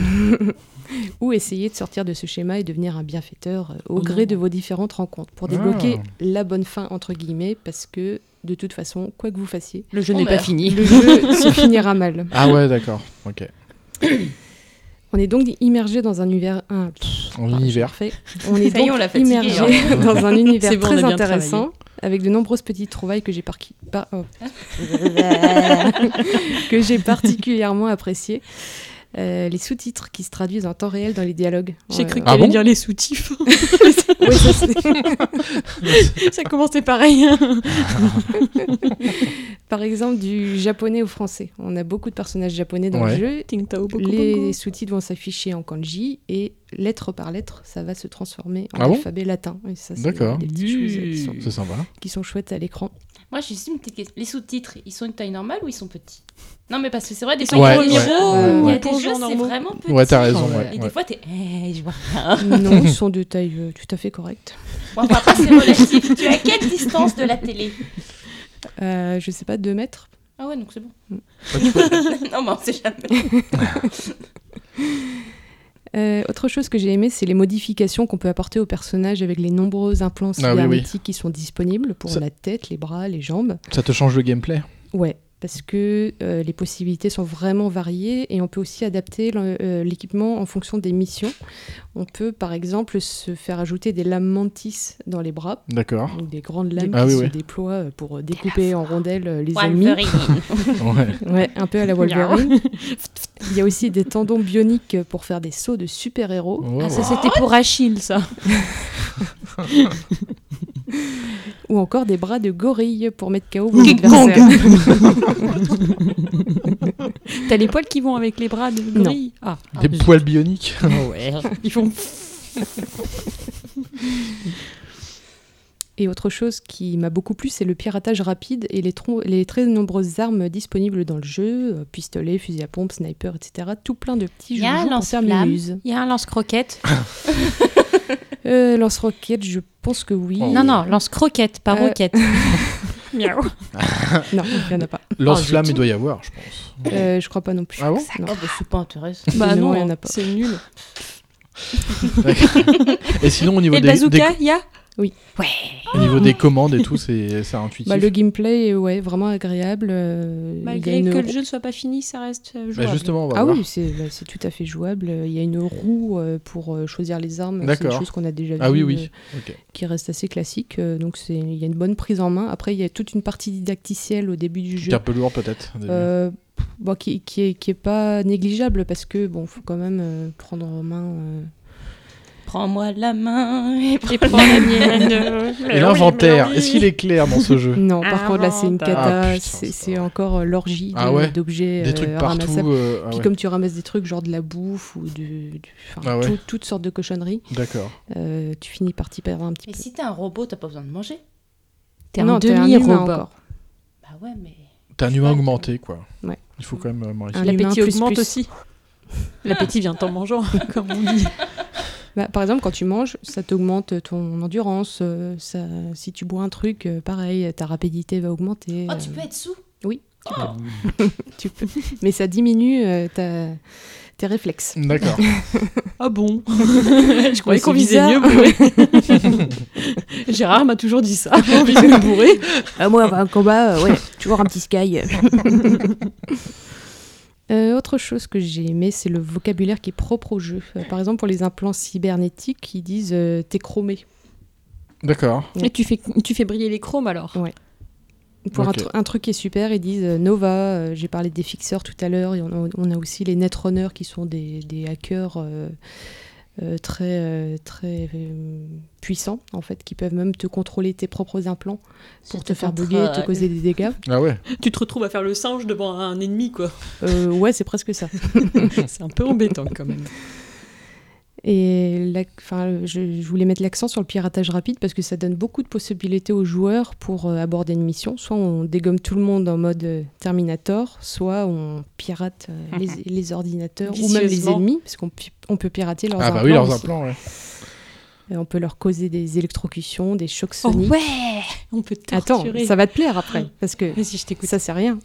Speaker 4: ou essayer de sortir de ce schéma et devenir un bienfaiteur euh, au
Speaker 12: Oh non.
Speaker 4: gré de vos différentes rencontres, pour débloquer
Speaker 1: Ah.
Speaker 4: la bonne fin, entre guillemets, parce que, de toute façon, quoi que vous fassiez,
Speaker 12: Le jeu
Speaker 6: On
Speaker 12: n'est pas
Speaker 6: meurt.
Speaker 12: fini.
Speaker 4: le jeu se finira mal.
Speaker 1: Ah ouais, d'accord. Ok.
Speaker 4: On est donc immergé dans un univers. Un, pff,
Speaker 1: En
Speaker 4: pardon, je
Speaker 1: univers.
Speaker 4: refais. On est
Speaker 6: Ça y est,
Speaker 4: donc
Speaker 6: on l'a fatigué,
Speaker 4: immergé dans un
Speaker 12: hein. C'est
Speaker 4: univers
Speaker 12: bon, on a
Speaker 4: très
Speaker 12: bien
Speaker 4: intéressant, avec de nombreuses petites trouvailles que j'ai par qui- par- oh. que j'ai particulièrement appréciées. Euh, les sous-titres qui se traduisent en temps réel dans les dialogues.
Speaker 12: J'ai cru qu'il
Speaker 4: Euh,
Speaker 1: Ah
Speaker 12: allait
Speaker 1: bon
Speaker 12: dire les soutifs.
Speaker 4: oui, ça, c'est-
Speaker 12: ça commençait pareil.
Speaker 4: par exemple, du japonais au français. On a beaucoup de personnages japonais dans
Speaker 1: Ouais.
Speaker 4: le jeu
Speaker 12: Ting Tao Boko
Speaker 4: Les
Speaker 12: Bongo.
Speaker 4: sous-titres vont s'afficher en kanji et lettre par lettre, ça va se transformer en
Speaker 1: Ah bon
Speaker 4: alphabet latin. Et ça, c'est
Speaker 1: D'accord.
Speaker 4: des petites choses qui sont,
Speaker 1: C'est sympa.
Speaker 4: qui sont chouettes à l'écran.
Speaker 6: Moi, j'ai juste une petite question. Les sous-titres, ils sont une taille normale ou ils sont petits Non, mais parce que c'est vrai, des
Speaker 12: Ils
Speaker 6: fois,
Speaker 1: sont
Speaker 6: il y a des
Speaker 1: gros,
Speaker 6: jeux,
Speaker 1: ouais,
Speaker 6: il y
Speaker 1: ouais.
Speaker 6: a des
Speaker 12: Pour
Speaker 6: jeux,
Speaker 12: gens
Speaker 6: c'est
Speaker 12: normaux.
Speaker 6: vraiment petit.
Speaker 1: Ouais, t'as raison.
Speaker 12: Ouais.
Speaker 1: Ouais,
Speaker 6: Et
Speaker 1: ouais.
Speaker 6: des fois, t'es. Eh, je vois.
Speaker 4: non, ils sont de taille euh, tout à fait correcte.
Speaker 6: Bon, enfin, après, c'est relatif. tu es à quelle distance de la télé
Speaker 4: Euh, je sais pas, 2 mètres.
Speaker 6: Ah ouais, donc c'est bon.
Speaker 1: Ah, tu peux-
Speaker 6: non, mais on sait jamais.
Speaker 4: Euh, autre chose que j'ai aimé, c'est les modifications qu'on peut apporter au personnage avec les nombreux implants
Speaker 1: Ah oui, oui.
Speaker 4: cybernétiques qui sont disponibles pour
Speaker 1: Ça-
Speaker 4: la tête, les bras, les jambes.
Speaker 1: Ça te change le gameplay
Speaker 4: Ouais, parce que euh, les possibilités sont vraiment variées et on peut aussi adapter l'en- euh, l'équipement en fonction des missions. On peut par exemple se faire ajouter des lames mantis dans les bras,
Speaker 1: D'accord.
Speaker 4: donc des grandes lames
Speaker 1: Ah
Speaker 4: qui
Speaker 1: oui,
Speaker 4: se
Speaker 1: oui.
Speaker 4: déploient euh, pour euh, découper en rondelles euh, les ennemis.
Speaker 6: Wolverine.
Speaker 1: Ouais.
Speaker 4: Ouais, un peu à la Wolverine. Il y a aussi des tendons bioniques pour faire des sauts de super-héros.
Speaker 1: Wow.
Speaker 12: Ah, ça, c'était pour Achille, ça.
Speaker 4: ou encore des bras de gorille pour mettre KO vos
Speaker 12: King
Speaker 4: adversaires.
Speaker 2: T'as les poils qui vont avec les bras de
Speaker 12: Non.
Speaker 2: grille. Ah.
Speaker 1: Des
Speaker 2: Ah,
Speaker 1: poils bioniques.
Speaker 2: ouais. Ils font.
Speaker 4: Et autre chose qui m'a beaucoup plu, c'est le piratage rapide et les, tron- les très nombreuses armes disponibles dans le jeu, euh, pistolets, fusils à pompe, sniper, etc. Tout plein de petits
Speaker 12: Il y a un
Speaker 4: joujoux pour faire
Speaker 12: lance-flamme,
Speaker 4: muse.
Speaker 12: il y a un lance-croquette.
Speaker 1: Ah
Speaker 4: Euh, lance-roquette, je pense que
Speaker 1: Oh.
Speaker 4: oui.
Speaker 12: Non, non, lance-croquette, pas
Speaker 4: Euh,
Speaker 12: roquette. Miaou.
Speaker 4: non, il n'y en a pas.
Speaker 1: Lance-flamme, il doit y avoir, je pense.
Speaker 4: Euh, je crois pas non plus.
Speaker 1: Ah bon
Speaker 4: Non.
Speaker 6: bah, c'est pas intéressant.
Speaker 4: Bah non, il y en a pas.
Speaker 2: C'est nul.
Speaker 1: Et sinon, au niveau,
Speaker 12: Et le
Speaker 1: des,
Speaker 12: bazooka,
Speaker 1: des-
Speaker 12: il y a
Speaker 4: Oui.
Speaker 12: Ouais.
Speaker 1: au niveau des commandes et tout, c'est c'est intuitif.
Speaker 4: Bah, le gameplay est ouais, vraiment agréable. euh, il y a
Speaker 12: Malgré
Speaker 4: une
Speaker 12: que
Speaker 4: roue-
Speaker 12: le jeu ne soit pas fini, ça reste euh, jouable.
Speaker 1: Bah, justement, on va
Speaker 4: ah
Speaker 1: voir.
Speaker 4: oui, c'est bah, c'est tout à fait jouable. Euh, Il y a une roue euh, pour euh, choisir les armes. C'est une
Speaker 1: D'accord.
Speaker 4: chose qu'on a déjà
Speaker 1: Ah
Speaker 4: vue,
Speaker 1: oui, oui.
Speaker 4: euh,
Speaker 1: Ok.
Speaker 4: Qui reste assez classique. euh, donc c'est- il y a une bonne prise en main. Après, il y a toute une partie didacticielle au début du
Speaker 1: Qui
Speaker 4: jeu.
Speaker 1: est un peu lourd, peut-être, au début.
Speaker 4: Euh, pff, bon, qui, qui, est, qui est pas négligeable parce que bon, faut quand même euh, prendre en main. euh,
Speaker 6: Prends-moi la main et prends,
Speaker 12: prends la
Speaker 6: la mienne.
Speaker 1: Et l'inventaire, est-ce qu'il est clair dans ce jeu
Speaker 4: Non, par contre, là, c'est une
Speaker 1: Inventaire.
Speaker 4: cata.
Speaker 1: Ah, putain,
Speaker 4: c'est c'est encore euh, l'orgie de-
Speaker 1: Ah ouais
Speaker 4: d'objets
Speaker 1: Des
Speaker 4: euh,
Speaker 1: trucs partout,
Speaker 4: ramassables.
Speaker 1: euh, ah
Speaker 4: Puis
Speaker 1: ouais.
Speaker 4: comme tu ramasses des trucs, genre de la bouffe ou du, du- enfin,
Speaker 1: Ah ouais.
Speaker 4: tout- toutes sortes de cochonneries.
Speaker 1: D'accord.
Speaker 4: euh, tu finis par t'y perdre un petit
Speaker 6: Mais si t'es un robot, t'as pas besoin de manger.
Speaker 4: peu. Non, t'es un humain encore.
Speaker 6: Bah ouais, mais.
Speaker 1: T'es un humain augmenté, quoi.
Speaker 4: Ouais.
Speaker 1: Il faut quand même euh, manger.
Speaker 4: Un humain
Speaker 2: L'appétit
Speaker 4: plus,
Speaker 2: augmente
Speaker 4: plus.
Speaker 2: aussi. L'appétit vient en mangeant, comme on dit.
Speaker 4: Bah, par exemple, quand tu manges, ça t'augmente ton endurance. euh, ça, si tu bois un truc, euh, pareil, ta rapidité va augmenter.
Speaker 6: Oh, tu
Speaker 4: euh,
Speaker 6: peux être sous
Speaker 4: Oui. tu
Speaker 6: Oh.
Speaker 4: peux. Tu peux. Mais ça diminue euh, ta- tes réflexes.
Speaker 1: D'accord.
Speaker 2: Ah bon Je croyais
Speaker 4: c'est
Speaker 2: qu'on visait mieux
Speaker 4: bizarre.
Speaker 2: bourré. Gérard m'a toujours dit ça. On visait mieux bourré.
Speaker 4: Ah, moi, avant un combat, euh, ouais, toujours un petit sky. Euh, autre chose que j'ai aimé, c'est le vocabulaire qui est propre au jeu. Euh, par exemple, pour les implants cybernétiques, ils disent euh, t'es chromé.
Speaker 1: D'accord.
Speaker 4: Ouais.
Speaker 2: Et tu fais, tu fais briller les chromes alors
Speaker 4: Ouais. Pour
Speaker 1: Ok.
Speaker 4: un, tru- un truc qui est super, ils disent euh, Nova. euh, J'ai parlé des fixeurs tout à l'heure. et On, a- on a aussi les Netrunners qui sont des, des hackers euh, euh, très, euh, très euh, puissants, en fait, qui peuvent même te contrôler tes propres implants pour te
Speaker 2: C'était
Speaker 4: faire
Speaker 2: un
Speaker 4: bugger et te
Speaker 2: travail.
Speaker 4: causer des dégâts.
Speaker 1: Ah ouais
Speaker 2: Tu te retrouves à faire le singe devant un ennemi, quoi.
Speaker 4: Euh, ouais, c'est presque ça.
Speaker 2: C'est un peu embêtant quand même.
Speaker 4: Et la- enfin, je, je voulais mettre l'accent sur le piratage rapide parce que ça donne beaucoup de possibilités aux joueurs pour euh, aborder une mission. Soit on dégomme tout le monde en mode euh, Terminator, soit on pirate euh, les, les ordinateurs ou même les
Speaker 2: Vicieusement.
Speaker 4: ennemis, parce qu'on pi- on peut pirater leurs
Speaker 1: Ah
Speaker 4: implants.
Speaker 1: bah oui, leurs
Speaker 4: aussi.
Speaker 1: implants, ouais.
Speaker 4: Et on peut leur causer des électrocutions, des chocs
Speaker 2: Oh
Speaker 4: soniques.
Speaker 2: ouais On peut torturer.
Speaker 4: Attends, ça va te plaire après, parce que ça c'est rien.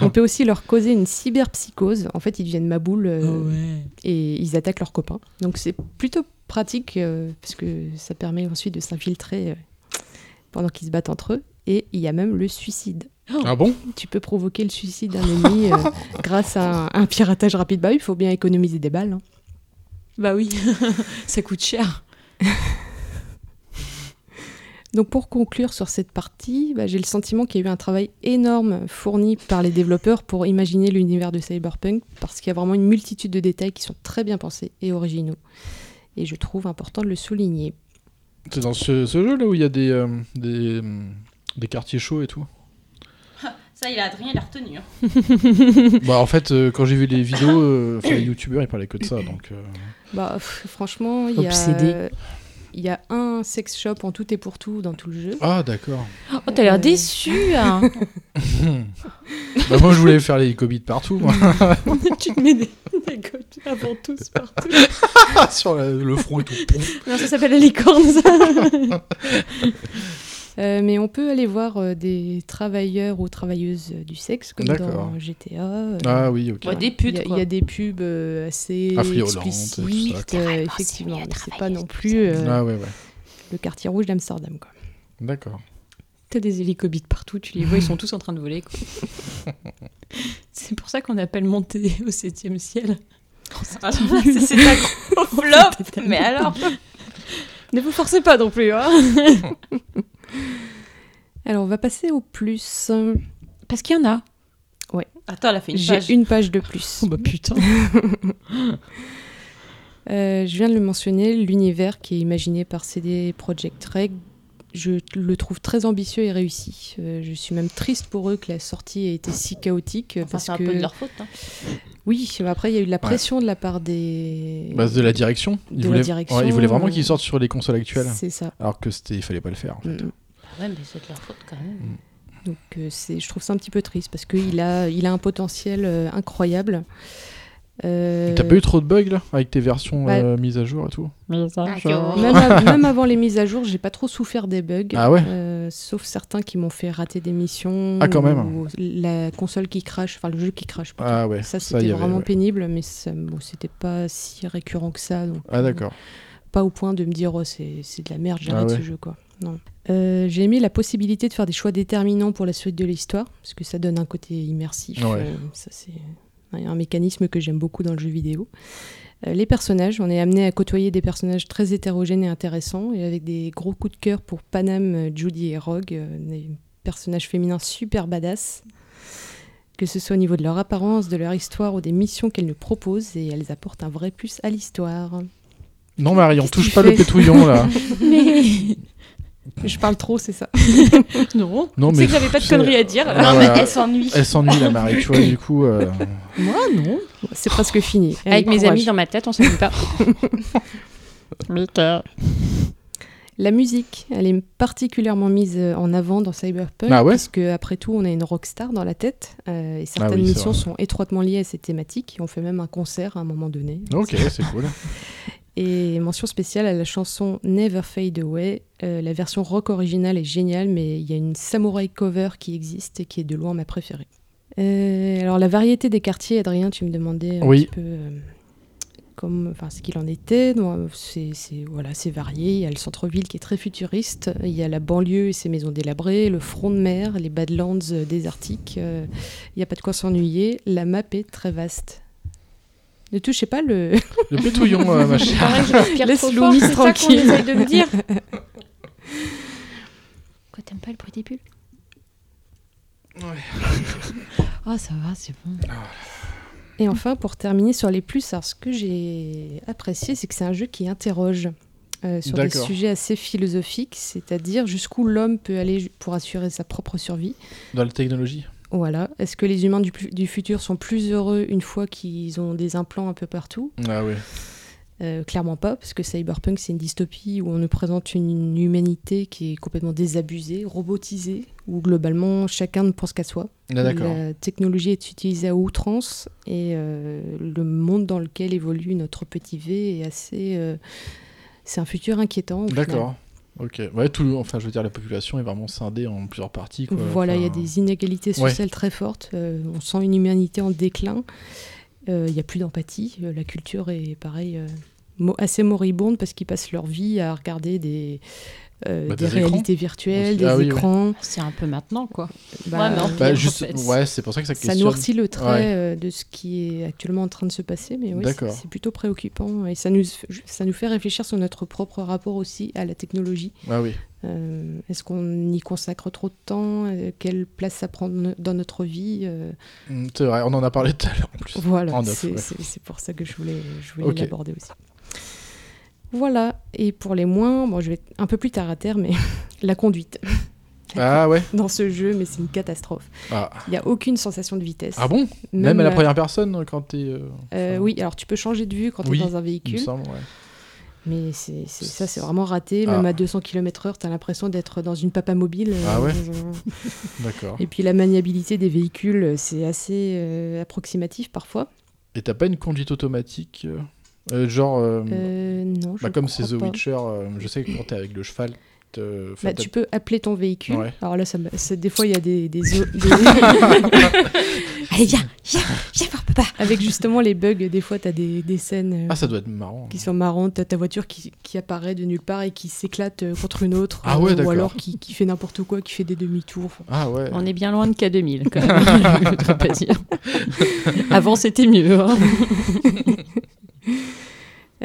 Speaker 4: on peut aussi leur causer une cyberpsychose. En fait, ils deviennent maboules
Speaker 2: Ah
Speaker 4: euh,
Speaker 2: Oh,
Speaker 4: et ils attaquent leurs copains. Donc c'est plutôt pratique euh, parce que ça permet ensuite de s'infiltrer euh, pendant qu'ils se battent entre eux. Et il y a même le suicide.
Speaker 1: Ah bon
Speaker 4: Tu peux provoquer le suicide d'un ennemi euh, grâce à un, un piratage rapide. Bah oui, il faut bien économiser des balles. hein.
Speaker 2: Bah oui, ça coûte cher.
Speaker 4: Donc pour conclure sur cette partie, bah, j'ai le sentiment qu'il y a eu un travail énorme fourni par les développeurs pour imaginer l'univers de Cyberpunk, parce qu'il y a vraiment une multitude de détails qui sont très bien pensés et originaux. Et je trouve important de le souligner.
Speaker 1: C'est dans ce, ce jeu là où il y a des, euh, des, hum, des quartiers chauds et tout.
Speaker 6: Ça, il a Adrien, il a retenu. hein.
Speaker 1: bah en fait, euh, quand j'ai vu les vidéos, euh, enfin, les youtubeurs ils parlaient que de ça donc. euh,
Speaker 4: Bah, pff, franchement, il y, a,
Speaker 1: Obsédé.
Speaker 4: il y a un sex shop en tout et pour tout dans tout le jeu.
Speaker 1: Ah d'accord.
Speaker 12: Oh, t'as l'air déçu. hein.
Speaker 1: bah moi je voulais faire les cobites partout moi.
Speaker 2: tu te mets des, des côtes avant tous partout.
Speaker 1: Ah, Sur la- le front et tout.
Speaker 2: Non, ça s'appelle la licorne, ça.
Speaker 4: Euh, mais on peut aller voir euh, des travailleurs ou travailleuses euh, du sexe, comme
Speaker 1: D'accord.
Speaker 4: dans GTA. euh,
Speaker 1: Ah oui, ok. Ouais, des
Speaker 4: Il y a-
Speaker 1: putes,
Speaker 4: il y,
Speaker 1: quoi.
Speaker 4: a des pubs euh, assez
Speaker 1: Affriolantes et tout ça, quoi.
Speaker 4: explicites, euh, effectivement. mais C'est pas non plus euh,
Speaker 1: Ah ouais, ouais.
Speaker 4: le quartier rouge d'Amsterdam. quoi.
Speaker 1: D'accord.
Speaker 2: T'as des hélicobites partout, tu les vois, ils sont tous en train de voler. quoi. C'est pour ça qu'on appelle monter au septième ciel.
Speaker 6: Alors là, Ah, c'est- c'est un gros flop, mais alors
Speaker 2: Ne vous forcez pas non plus, hein
Speaker 4: Alors, on va passer au plus.
Speaker 2: Parce qu'il y en a.
Speaker 4: Ouais.
Speaker 6: Attends, elle a fait une page.
Speaker 4: J'ai une page de plus.
Speaker 2: bah putain.
Speaker 4: Euh, je viens de le mentionner, l'univers qui est imaginé par CD Projekt Red, je le trouve très ambitieux et réussi. Euh, je suis même triste pour eux que la sortie ait été si chaotique. euh,
Speaker 6: Enfin,
Speaker 4: parce
Speaker 6: c'est un
Speaker 4: que...
Speaker 6: peu de leur faute, hein.
Speaker 4: Oui, mais après, il y a eu de la
Speaker 1: Ouais.
Speaker 4: pression de la part des.
Speaker 1: Bah, de la direction.
Speaker 4: De
Speaker 1: voulaient,
Speaker 4: la direction.
Speaker 1: ouais, ils voulaient vraiment
Speaker 4: euh,
Speaker 1: qu'ils sortent sur les consoles actuelles.
Speaker 4: C'est ça. Mm.
Speaker 1: Alors que c'était, il fallait pas le faire. en fait.
Speaker 6: Bah Ouais, mais c'est de leur faute quand même.
Speaker 4: Donc euh, c'est, je trouve ça un petit peu triste parce qu'il a, il a un potentiel euh, incroyable. Euh,
Speaker 1: T'as pas eu trop de bugs là avec tes versions
Speaker 4: bah-
Speaker 1: euh, mises à jour et tout
Speaker 4: même, av- même avant les mises à jour, j'ai pas trop souffert des bugs.
Speaker 1: hein Ah ouais
Speaker 4: Euh, sauf certains qui m'ont fait rater des missions.
Speaker 1: Ah, quand même.
Speaker 4: ou la console qui crache, enfin le jeu qui crache. plutôt.
Speaker 1: Ah ouais,
Speaker 4: Ça
Speaker 1: ça,
Speaker 4: c'était
Speaker 1: y avait,
Speaker 4: vraiment
Speaker 1: ouais.
Speaker 4: pénible, mais ça, bon, c'était pas si récurrent que ça. donc,
Speaker 1: Ah,
Speaker 4: euh,
Speaker 1: d'accord.
Speaker 4: Pas au point de me dire oh, c'est, c'est de la merde, j'arrête
Speaker 1: Ah ouais.
Speaker 4: ce jeu quoi. Non. Euh, j'ai aimé la possibilité de faire des choix déterminants pour la suite de l'histoire, parce que ça donne un côté immersif.
Speaker 12: Ouais.
Speaker 4: euh, ça c'est un un mécanisme que j'aime beaucoup dans le jeu vidéo. Euh, les personnages, on est amené à côtoyer des personnages très hétérogènes et intéressants, et avec des gros coups de cœur pour Panam, euh, Judy et Rogue, euh, des personnages féminins super badass. Que ce soit au niveau de leur apparence, de leur histoire ou des missions qu'elles nous proposent, et elles apportent un vrai plus à l'histoire.
Speaker 1: Non Marie, on
Speaker 4: Qu'est-ce que
Speaker 1: touche
Speaker 4: tu
Speaker 1: pas le
Speaker 4: fais
Speaker 1: pétouillon là.
Speaker 4: Mais je parle trop, c'est ça.
Speaker 12: non.
Speaker 1: Non Oh, mais
Speaker 12: C'est que j'avais pas de
Speaker 1: c'est-
Speaker 12: conneries à dire.
Speaker 1: Ah,
Speaker 12: Non, mais
Speaker 1: voilà.
Speaker 12: elle s'ennuie.
Speaker 1: Elle s'ennuie la Marie, tu vois du coup. euh,
Speaker 4: Moi, non. C'est presque fini.
Speaker 12: Avec mes
Speaker 4: Courage.
Speaker 12: amis dans ma tête, on s'ennuie pas.
Speaker 4: La musique, elle est particulièrement mise euh, en avant dans Cyberpunk,
Speaker 12: Ah ouais
Speaker 4: parce que après tout, on a une rockstar dans la tête, euh, et certaines
Speaker 1: Ah oui, c'est
Speaker 4: missions
Speaker 1: vrai.
Speaker 4: sont étroitement liées à ces thématiques. et On fait même un concert à un moment donné.
Speaker 1: Ok, c'est cool.
Speaker 4: Et mention spéciale à la chanson Never Fade Away. Euh, la version rock originale est géniale, mais il y a une samouraï cover qui existe et qui est de loin ma préférée. Euh, alors la variété des quartiers, Adrien, tu me demandais un
Speaker 1: Oui.
Speaker 4: petit peu euh, comme, enfin, ce qu'il en était. Donc, euh, C'est c'est- voilà, c'est varié. Il y a le centre-ville qui est très futuriste. Il y a la banlieue et ses maisons délabrées, le front de mer, les badlands euh, désertiques. Euh, Il n'y a pas de quoi s'ennuyer. La map est très vaste. Ne touchez pas le...
Speaker 1: Le pétouillon, euh, ma chère. Pareil, je respire
Speaker 4: Laisse
Speaker 1: trop fort,
Speaker 4: Louise
Speaker 1: c'est ça qu'on
Speaker 4: tranquille.
Speaker 1: essaye de me dire.
Speaker 12: Quoi, t'aimes pas le bruit des bulles
Speaker 2: Ah, ça va, c'est bon.
Speaker 4: Et enfin, pour terminer sur les plus, alors ce que j'ai apprécié, c'est que c'est un jeu qui interroge euh, sur des
Speaker 1: D'accord.
Speaker 4: sujets assez philosophiques, c'est-à-dire jusqu'où l'homme peut aller ju- pour assurer sa propre survie.
Speaker 1: Dans la technologie.
Speaker 4: Voilà. Est-ce que les humains du, pu- du futur sont plus heureux une fois qu'ils ont des implants un peu partout
Speaker 1: Ah ouais.
Speaker 4: Euh, clairement pas, parce que Cyberpunk, c'est une dystopie où on nous présente une, une humanité qui est complètement désabusée, robotisée, où globalement chacun ne pense qu'à soi.
Speaker 1: Ah, d'accord.
Speaker 4: La technologie est utilisée à outrance et euh, le monde dans lequel évolue notre petit V est assez. euh, c'est un futur inquiétant. au final.
Speaker 1: D'accord. Ok. Ouais, tout, enfin, je veux dire, la population est vraiment scindée en plusieurs parties. Quoi.
Speaker 4: Voilà, il y a
Speaker 1: Euh, Enfin,
Speaker 4: des inégalités
Speaker 1: Ouais.
Speaker 4: sociales très fortes. euh, on sent une humanité en déclin. euh, Il n'y a plus d'empathie. euh, la culture est pareil, euh, mo- assez moribonde parce qu'ils passent leur vie à regarder des, euh,
Speaker 1: Bah,
Speaker 4: des,
Speaker 1: des écrans
Speaker 4: réalités virtuelles,
Speaker 1: aussi.
Speaker 4: des
Speaker 1: Ah oui, oui.
Speaker 4: écrans.
Speaker 2: Oh,
Speaker 12: C'est un peu maintenant, quoi.
Speaker 4: Bah,
Speaker 12: ouais, mais en pire,
Speaker 1: Bah,
Speaker 12: en
Speaker 1: juste-
Speaker 12: fait.
Speaker 1: ouais, c'est pour ça que ça
Speaker 4: Ça
Speaker 1: questionne.
Speaker 4: noircit le trait
Speaker 1: Ouais.
Speaker 4: euh, de ce qui est actuellement en train de se passer, mais ouais, c'est-
Speaker 1: D'accord.
Speaker 4: c'est plutôt préoccupant et ça nous, ça nous fait réfléchir sur notre propre rapport aussi à la technologie.
Speaker 1: Ah oui.
Speaker 4: Euh, Est-ce qu'on y consacre trop de temps Euh, Quelle place ça prend no- dans notre vie Euh,
Speaker 1: Mm, C'est vrai, on en a parlé tout à l'heure en plus.
Speaker 4: Voilà,
Speaker 1: En neuf,
Speaker 4: c'est
Speaker 1: ouais.
Speaker 4: c'est- c'est pour ça que je voulais, je voulais
Speaker 1: Ok.
Speaker 4: l'aborder aussi. Voilà, et pour les moins, bon, je vais être un peu plus tard à terre, mais la conduite.
Speaker 1: Ah ouais
Speaker 4: Dans ce jeu, mais c'est une catastrophe.
Speaker 1: Ah.
Speaker 4: Il n'y a aucune sensation de vitesse.
Speaker 1: Ah bon Même, à la
Speaker 4: euh,
Speaker 1: première personne quand t'es. euh,
Speaker 4: euh, oui, alors tu peux changer de vue quand
Speaker 1: Oui,
Speaker 4: tu es dans un
Speaker 1: il me
Speaker 4: véhicule.
Speaker 1: semble, ouais.
Speaker 4: Mais c'est, c'est- ça, c'est vraiment raté.
Speaker 1: Ah.
Speaker 4: Même à 200 km/h, tu as l'impression d'être dans une papa mobile. euh,
Speaker 1: Ah ouais
Speaker 4: dans un-
Speaker 1: D'accord.
Speaker 4: Et puis la maniabilité des véhicules, euh, c'est assez euh, approximatif parfois.
Speaker 1: Et t'as pas une conduite automatique euh, euh, Genre. euh,
Speaker 4: Euh, non, je
Speaker 1: bah, Comme
Speaker 4: crois
Speaker 1: c'est The
Speaker 4: pas.
Speaker 1: Witcher, euh, je sais que quand t'es avec le cheval. te- enfin,
Speaker 4: Bah,
Speaker 1: t'as-
Speaker 4: tu peux appeler ton véhicule.
Speaker 1: Ouais.
Speaker 4: Alors là, ça, me- c'est- des fois, il y a des. des, zo- des-
Speaker 12: Allez, viens, viens, viens voir papa.
Speaker 4: Avec justement les bugs, des fois, tu as des, des scènes. euh,
Speaker 1: Ah, ça doit être marrant.
Speaker 4: qui sont marrantes. T'as ta voiture qui, qui apparaît de nulle part et qui s'éclate euh, contre une autre.
Speaker 1: Ah ouais,
Speaker 4: Ou
Speaker 1: d'accord.
Speaker 4: alors qui, qui fait n'importe quoi, qui fait des demi-tours. Enfin,
Speaker 1: Ah ouais.
Speaker 12: On est bien loin de K2000, quand même. je dois pas dire. Avant, c'était mieux. hein.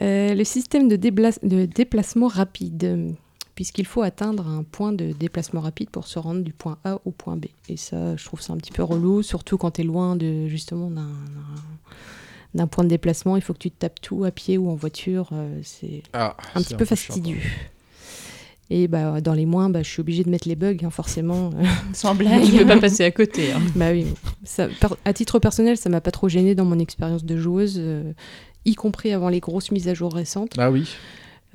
Speaker 4: Euh, le système de, débla- de déplacement rapide, euh, puisqu'il faut atteindre un point de déplacement rapide pour se rendre du point A au point B. Et ça, je trouve ça un petit peu relou, surtout quand tu es loin de, justement d'un- d'un- d'un point de déplacement. Il faut que tu te tapes tout à pied ou en voiture. euh, C'est
Speaker 1: Ah,
Speaker 4: un
Speaker 1: c'est
Speaker 4: petit
Speaker 1: un
Speaker 4: peu,
Speaker 1: peu chiant,
Speaker 4: fastidieux. Et bah, dans les moins, bah, je suis obligée de mettre les bugs, hein, forcément.
Speaker 2: Sans blague, je ne peux pas passer à côté. hein.
Speaker 4: bah oui. Ça, per- à titre personnel, ça m'a pas trop gênée dans mon expérience de joueuse, euh, y compris avant les grosses mises à jour récentes.
Speaker 1: Ah oui.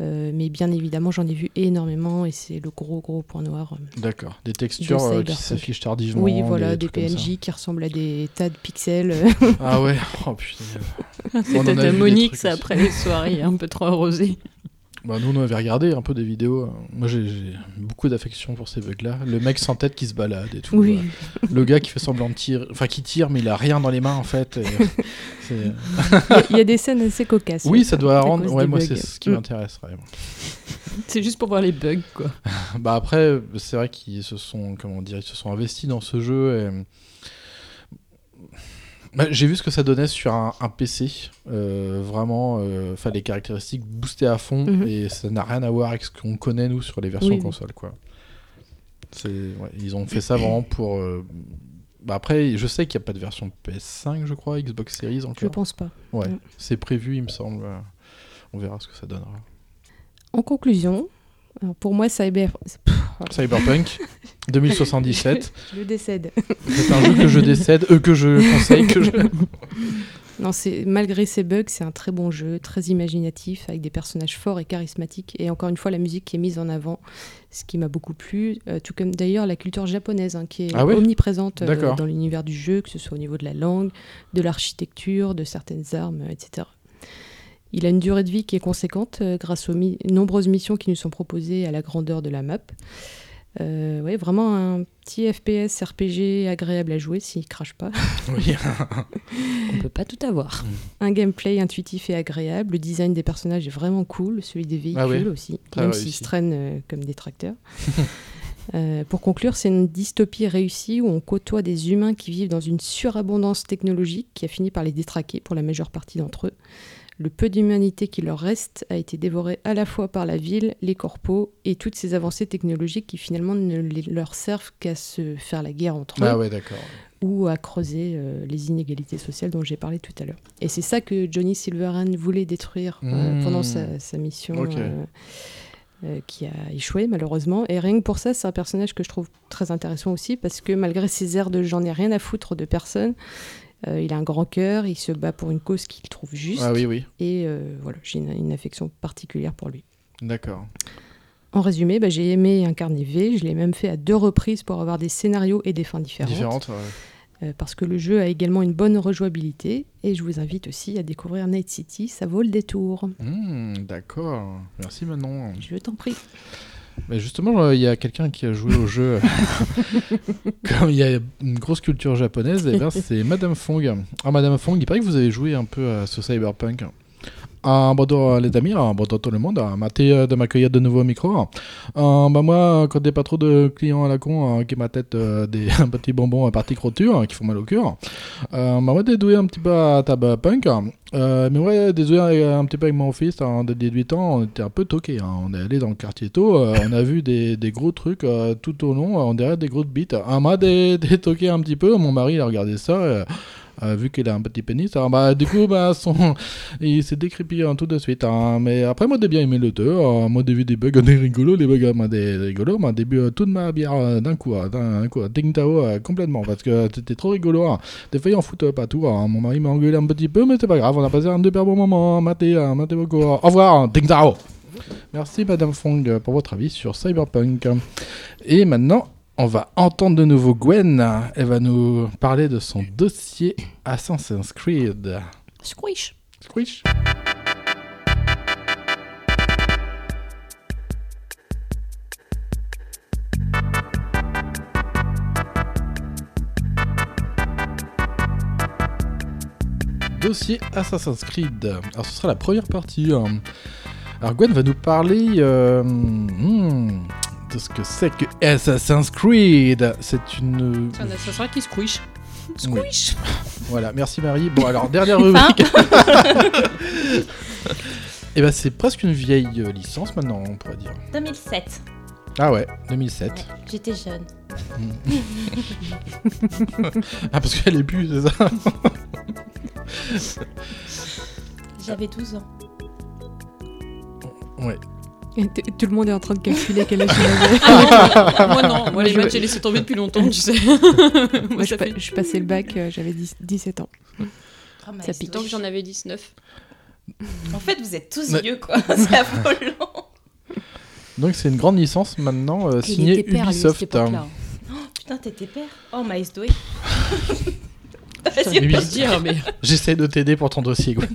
Speaker 4: Euh, mais bien évidemment, j'en ai vu énormément et c'est le gros gros point noir. euh,
Speaker 1: D'accord. Des
Speaker 4: de
Speaker 1: textures euh, qui
Speaker 4: Cyberpunk.
Speaker 1: s'affichent tardivement.
Speaker 4: Oui, voilà, des
Speaker 1: trucs comme ça.
Speaker 4: PNJ qui ressemblent à des tas de pixels.
Speaker 1: Ah ouais. Oh putain.
Speaker 2: Ah,
Speaker 1: On en
Speaker 2: C'était
Speaker 1: a
Speaker 2: de
Speaker 1: vu des
Speaker 2: Monique,
Speaker 1: trucs
Speaker 2: ça,
Speaker 1: aussi.
Speaker 2: après les soirées un peu trop arrosées.
Speaker 1: Bah, nous, on avait regardé un peu des vidéos. Moi, j'ai- j'ai beaucoup d'affection pour ces bugs-là. Le mec sans tête qui se balade et tout.
Speaker 4: Oui.
Speaker 1: euh, Le gars qui fait semblant de tirer, enfin qui tire, mais il a rien dans les mains en fait. et, euh, c'est-
Speaker 4: Il y a des scènes assez cocasses.
Speaker 1: Oui, ça doit
Speaker 4: à
Speaker 1: rendre.
Speaker 4: cause
Speaker 1: Ouais,
Speaker 4: des
Speaker 1: moi,
Speaker 4: bugs.
Speaker 1: c'est ce qui
Speaker 4: Mm.
Speaker 1: m'intéresserait.
Speaker 2: C'est juste pour voir les bugs, quoi.
Speaker 1: bah après, c'est vrai qu'ils se sont, comment dire, ils se sont investis dans ce jeu. et- Bah, J'ai vu ce que ça donnait sur un, un PC. Euh, vraiment, euh, 'fin, les caractéristiques boostées à fond
Speaker 4: Mhm.
Speaker 1: et ça n'a rien à voir avec ce qu'on connaît nous sur les versions
Speaker 4: Oui, oui.
Speaker 1: console, quoi. C'est, ouais, ils ont fait ça vraiment pour. euh, bah après, je sais qu'il n'y a pas de version PS5, je crois, Xbox Series encore.
Speaker 4: Je pense Mm. pas.
Speaker 1: Ouais,
Speaker 4: Non.
Speaker 1: c'est prévu, il me semble. On verra ce que ça donnera.
Speaker 4: En conclusion, alors pour moi, Cyber... Pff, voilà.
Speaker 1: Cyberpunk 2077.
Speaker 4: Je le décède.
Speaker 1: C'est un jeu que je décède, euh, que je conseille, que je-
Speaker 4: Non, c'est malgré ses bugs, c'est un très bon jeu, très imaginatif, avec des personnages forts et charismatiques, et encore une fois la musique qui est mise en avant, ce qui m'a beaucoup plu. euh, tout comme d'ailleurs la culture japonaise, hein, qui est
Speaker 1: Ah oui
Speaker 4: omniprésente euh,
Speaker 1: D'accord.
Speaker 4: dans l'univers du jeu, que ce soit au niveau de la langue, de l'architecture, de certaines armes, euh, etc. Il a une durée de vie qui est conséquente euh, grâce aux mi- nombreuses missions qui nous sont proposées à la grandeur de la map. Euh, ouais, vraiment un petit FPS RPG agréable à jouer s'il crache pas.
Speaker 1: Oui.
Speaker 12: On peut pas tout avoir.
Speaker 4: Un gameplay intuitif et agréable. Le design des personnages est vraiment cool. Celui des véhicules
Speaker 12: Ah ouais,
Speaker 4: aussi,
Speaker 12: très
Speaker 4: même
Speaker 12: réussi.
Speaker 4: s'ils se traînent euh, comme des tracteurs. Euh, pour conclure, c'est une dystopie réussie où on côtoie des humains qui vivent dans une surabondance technologique qui a fini par les détraquer pour la majeure partie d'entre eux. Le peu d'humanité qui leur reste a été dévoré à la fois par la ville, les corpos et toutes ces avancées technologiques qui finalement ne les- leur servent qu'à se faire la guerre entre eux
Speaker 1: Ah ouais, d'accord.
Speaker 4: ou à creuser euh, les inégalités sociales dont j'ai parlé tout à l'heure. Et c'est ça que Johnny Silverhand voulait détruire euh,
Speaker 12: Mmh.
Speaker 4: pendant sa, sa mission
Speaker 12: Ok.
Speaker 4: euh, euh, qui a échoué malheureusement. Et rien que pour ça, c'est un personnage que je trouve très intéressant aussi parce que malgré ses airs de j'en ai rien à foutre de personne, euh, il a un grand cœur, il se bat pour une cause qu'il trouve juste.
Speaker 1: Ah oui, oui.
Speaker 4: Et euh, voilà, j'ai une- une affection particulière pour lui.
Speaker 1: D'accord.
Speaker 4: En résumé, bah, j'ai aimé incarner V, je l'ai même fait à deux reprises pour avoir des scénarios et des fins différentes.
Speaker 1: Différente. ouais.
Speaker 4: Euh, parce que le jeu a également une bonne rejouabilité, et je vous invite aussi à découvrir Night City, ça vaut le détour.
Speaker 1: Hmm, d'accord. Merci Manon.
Speaker 4: Je t'en prie.
Speaker 1: Mais justement, euh, il y a quelqu'un qui a joué au jeu. Comme il y a une grosse culture japonaise, eh ben, c'est Madame Fong. Ah, Madame Fong, il paraît que vous avez joué un peu à ce cyberpunk. Ah, bonjour euh, les amis, ah, bonjour tout le monde, Ah, merci euh, de m'accueillir de nouveau au micro. Ah, bah moi, euh, quand il n'y a pas trop de clients à la con ah, qui m'attêtent euh, des petits bonbons à partie croture ah, qui font mal au cœur, euh, bah moi dédoué un petit peu à tabac punk, Euh, mais ouais, désolé euh, un petit peu avec mon fils hein, de 18 ans, on était un peu toqué, on est allé dans le quartier tôt, euh, on a vu des, des gros trucs euh, tout au long, euh, on dirait des grosses bites. Ah, m'a dé- détoqué un petit peu, mon mari il a regardé ça. euh, euh, vu qu'il a un petit pénis, ah, bah, du coup, bah, son... il s'est décrépi hein, tout de suite. hein. Mais après, moi, j'ai bien aimé le 2. euh, moi, j'ai vu des bugs, des rigolos, les bugs, euh, des rigolos. Moi, début, euh, toute ma bière euh, d'un coup, euh, d'un coup, euh, Ding Tao, euh, complètement, parce que c'était trop rigolo. hein. T'es failli en foutre euh, pas tout. hein. Mon mari m'a engueulé un petit peu, mais c'est pas grave, on a passé un super bon moment. hein. Maté, hein, maté beaucoup. hein. Au revoir, hein, Ding Tao. Merci Madame Fong euh, pour votre avis sur Cyberpunk. Et maintenant, on va entendre de nouveau Gwen. Elle va nous parler de son dossier Assassin's Creed.
Speaker 12: Squish.
Speaker 1: Squish. Dossier Assassin's Creed. Alors ce sera la première partie. hein. Alors Gwen va nous parler euh, hmm, de ce que c'est que Assassin's Creed. C'est une...
Speaker 2: Tiens, on a ce soir qui squish.
Speaker 1: Squish Voilà, merci Marie. Bon alors, dernière rubrique. Et bah c'est presque une vieille euh, licence maintenant, on pourrait dire.
Speaker 6: 2007.
Speaker 1: Ah ouais, 2007.
Speaker 6: J'étais jeune.
Speaker 1: ah parce qu'elle est plus, c'est ça
Speaker 6: J'avais 12 ans.
Speaker 1: Ouais.
Speaker 4: Et t- Tout le monde est en train de calculer quel âge il avait.
Speaker 2: Ah non, moi non, moi, les maths, j'ai laissé tomber depuis longtemps, tu sais.
Speaker 4: moi,
Speaker 2: Moi,
Speaker 4: je,
Speaker 2: ça
Speaker 4: pa-
Speaker 2: fait-
Speaker 4: je passais le bac, euh, j'avais 10 17 ans. Ça pique.
Speaker 2: Donc j'en avais 19.
Speaker 6: Oh, En fait, vous êtes tous
Speaker 1: Mais-
Speaker 6: vieux, quoi. C'est affolant.
Speaker 1: Donc c'est une grande licence maintenant euh,
Speaker 6: Il
Speaker 1: signée
Speaker 6: était père, lui, à cette
Speaker 1: Ubisoft. hein.
Speaker 6: époque-là. Oh, putain, t'étais père Oh, Maïs Doué.
Speaker 1: Ubi- J'essaie de t'aider pour ton dossier. Gwen.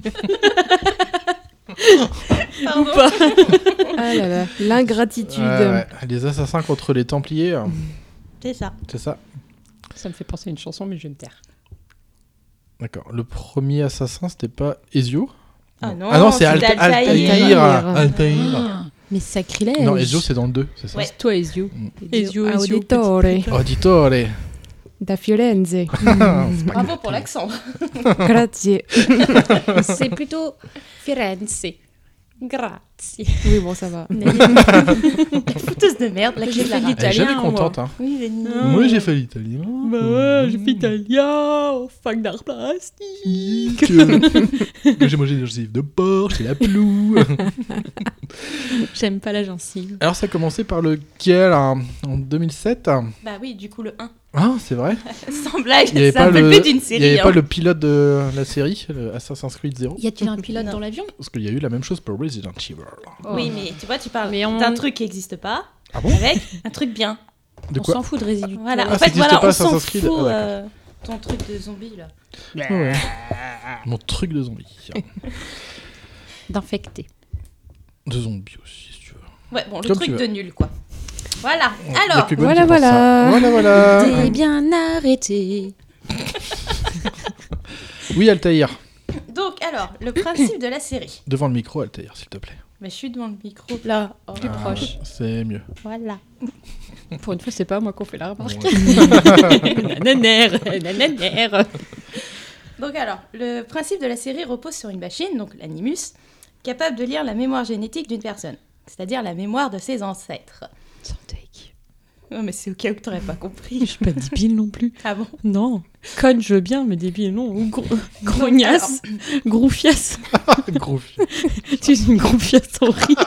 Speaker 6: Pardon.
Speaker 4: Ah là là, l'ingratitude.
Speaker 1: Ouais, ouais. Les assassins contre les Templiers, euh,
Speaker 2: C'est ça.
Speaker 1: c'est ça.
Speaker 2: Ça me fait penser à une chanson, mais je vais me taire.
Speaker 1: D'accord. Le premier assassin, c'était pas Ezio
Speaker 2: Ah non,
Speaker 1: ah non c'est Alta-
Speaker 2: c'était
Speaker 1: Altaïr.
Speaker 2: Altaïr.
Speaker 1: Altaïr.
Speaker 12: Mais sacrilège.
Speaker 1: Non, Ezio, c'est dans le 2, c'est ça
Speaker 12: C'est toi, Ezio.
Speaker 4: Ezio,
Speaker 12: Ezio,
Speaker 4: Auditore.
Speaker 12: petit
Speaker 1: Oh.
Speaker 12: prêtre.
Speaker 1: Auditore.
Speaker 4: Da Fiorenze.
Speaker 6: Bravo pour l'accent.
Speaker 4: Grazie.
Speaker 2: C'est plutôt Firenze. Grazie.
Speaker 4: Oui, bon, ça va.
Speaker 6: Fouteuse de merde, la clé de la
Speaker 2: fait
Speaker 6: rate.
Speaker 1: Elle est jamais contente. Hein. Moi, j'ai Mm. fait l'italien.
Speaker 2: Bah ouais, j'ai fait italien en fac d'art plastique.
Speaker 1: Que, que j'ai mangé des gencives de porc chez la ploue.
Speaker 2: J'aime pas la gencive.
Speaker 1: Alors, ça a commencé par lequel hein, En 2007 hein
Speaker 6: Bah oui, du coup, le 1.
Speaker 1: Ah, c'est vrai
Speaker 6: Sans blague,
Speaker 1: Il y avait
Speaker 6: ça
Speaker 1: pas
Speaker 6: me fait
Speaker 1: le,
Speaker 6: plus d'une
Speaker 1: il y
Speaker 6: série.
Speaker 1: avait
Speaker 6: hein.
Speaker 1: pas le pilote de la série, le Assassin's Creed 0
Speaker 2: Y a-t-il un pilote dans l'avion
Speaker 1: Parce qu'il y a eu la même chose pour Resident Evil.
Speaker 4: Oh.
Speaker 6: Oui, mais tu vois, tu parles d'un truc qui n'existe pas,
Speaker 1: Ah bon
Speaker 6: avec un truc bien.
Speaker 1: De quoi
Speaker 2: fout de résidus.
Speaker 6: Voilà,
Speaker 1: Ah,
Speaker 6: en
Speaker 1: ça
Speaker 6: fait,
Speaker 1: existe
Speaker 6: voilà,
Speaker 1: pas,
Speaker 6: on s'en
Speaker 1: Assassin's Creed
Speaker 6: fout.
Speaker 1: Ah, d'accord.
Speaker 6: euh, ton truc de zombie, là.
Speaker 1: Ouais. Mon truc de zombie.
Speaker 2: D'infecté.
Speaker 1: de zombie aussi, si tu veux.
Speaker 6: Ouais, bon, le
Speaker 1: Comme tu
Speaker 6: truc
Speaker 1: veux.
Speaker 6: de nul, quoi. Voilà,
Speaker 1: Ouais, y a
Speaker 6: alors.
Speaker 1: que Gwen qui pense ça. Voilà, voilà.
Speaker 12: T'es bien arrêté.
Speaker 1: Oui, Altaïr.
Speaker 6: Donc, alors, le principe de la série.
Speaker 1: Devant le micro, Altaïr, s'il te plaît.
Speaker 6: Mais je suis devant le micro, là, oh, plus
Speaker 1: Ah,
Speaker 6: proche.
Speaker 1: C'est mieux.
Speaker 6: Voilà.
Speaker 2: Pour une fois, c'est pas moi qu'on fait la remarque.
Speaker 1: Ouais.
Speaker 2: nananère, nananère.
Speaker 6: Donc, alors, le principe de la série repose sur une machine, donc l'animus, capable de lire la mémoire génétique d'une personne, c'est-à-dire la mémoire de ses ancêtres. Oh, mais c'est au cas où t'aurais pas compris.
Speaker 2: Je suis pas débile non plus.
Speaker 6: Ah bon
Speaker 2: Non. Conne, je veux bien, mais débile non. Ou gro- grognasse. Groufiasse. tu es une groufiasse en rire.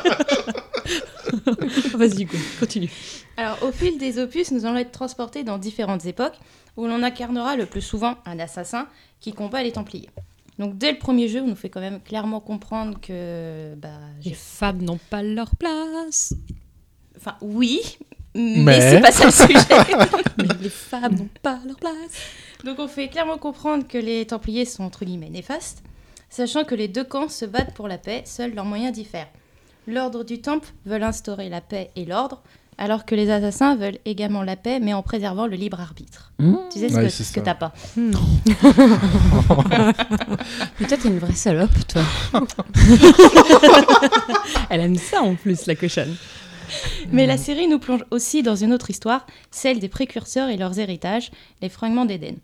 Speaker 2: Vas-y, go, continue.
Speaker 6: Alors, au fil des opus, nous allons être transportés dans différentes époques où l'on incarnera le plus souvent un assassin qui combat les Templiers. Donc, dès le premier jeu, on nous fait quand même clairement comprendre que. Bah,
Speaker 2: Les
Speaker 6: j'ai-
Speaker 2: femmes n'ont pas leur place.
Speaker 6: Enfin, oui, mais,
Speaker 2: Mais-
Speaker 6: c'est pas ça le sujet.
Speaker 2: Mais les femmes n'ont pas leur place.
Speaker 6: Donc, on fait clairement comprendre que les Templiers sont entre guillemets néfastes, sachant que les deux camps se battent pour la paix, seuls leurs moyens diffèrent. L'ordre du Temple veulent instaurer la paix et l'ordre, alors que les assassins veulent également la paix, mais en préservant le libre arbitre.
Speaker 12: Mmh.
Speaker 6: Tu sais ce
Speaker 12: Ouais,
Speaker 6: que-
Speaker 12: c'est
Speaker 6: ce que
Speaker 12: ça.
Speaker 6: t'as pas.
Speaker 12: Mais toi, t'es une vraie salope, toi.
Speaker 2: Elle aime ça en plus, la cochonne.
Speaker 6: Mais la série nous plonge aussi dans une autre histoire, celle des précurseurs et leurs héritages, les fragments d'Éden.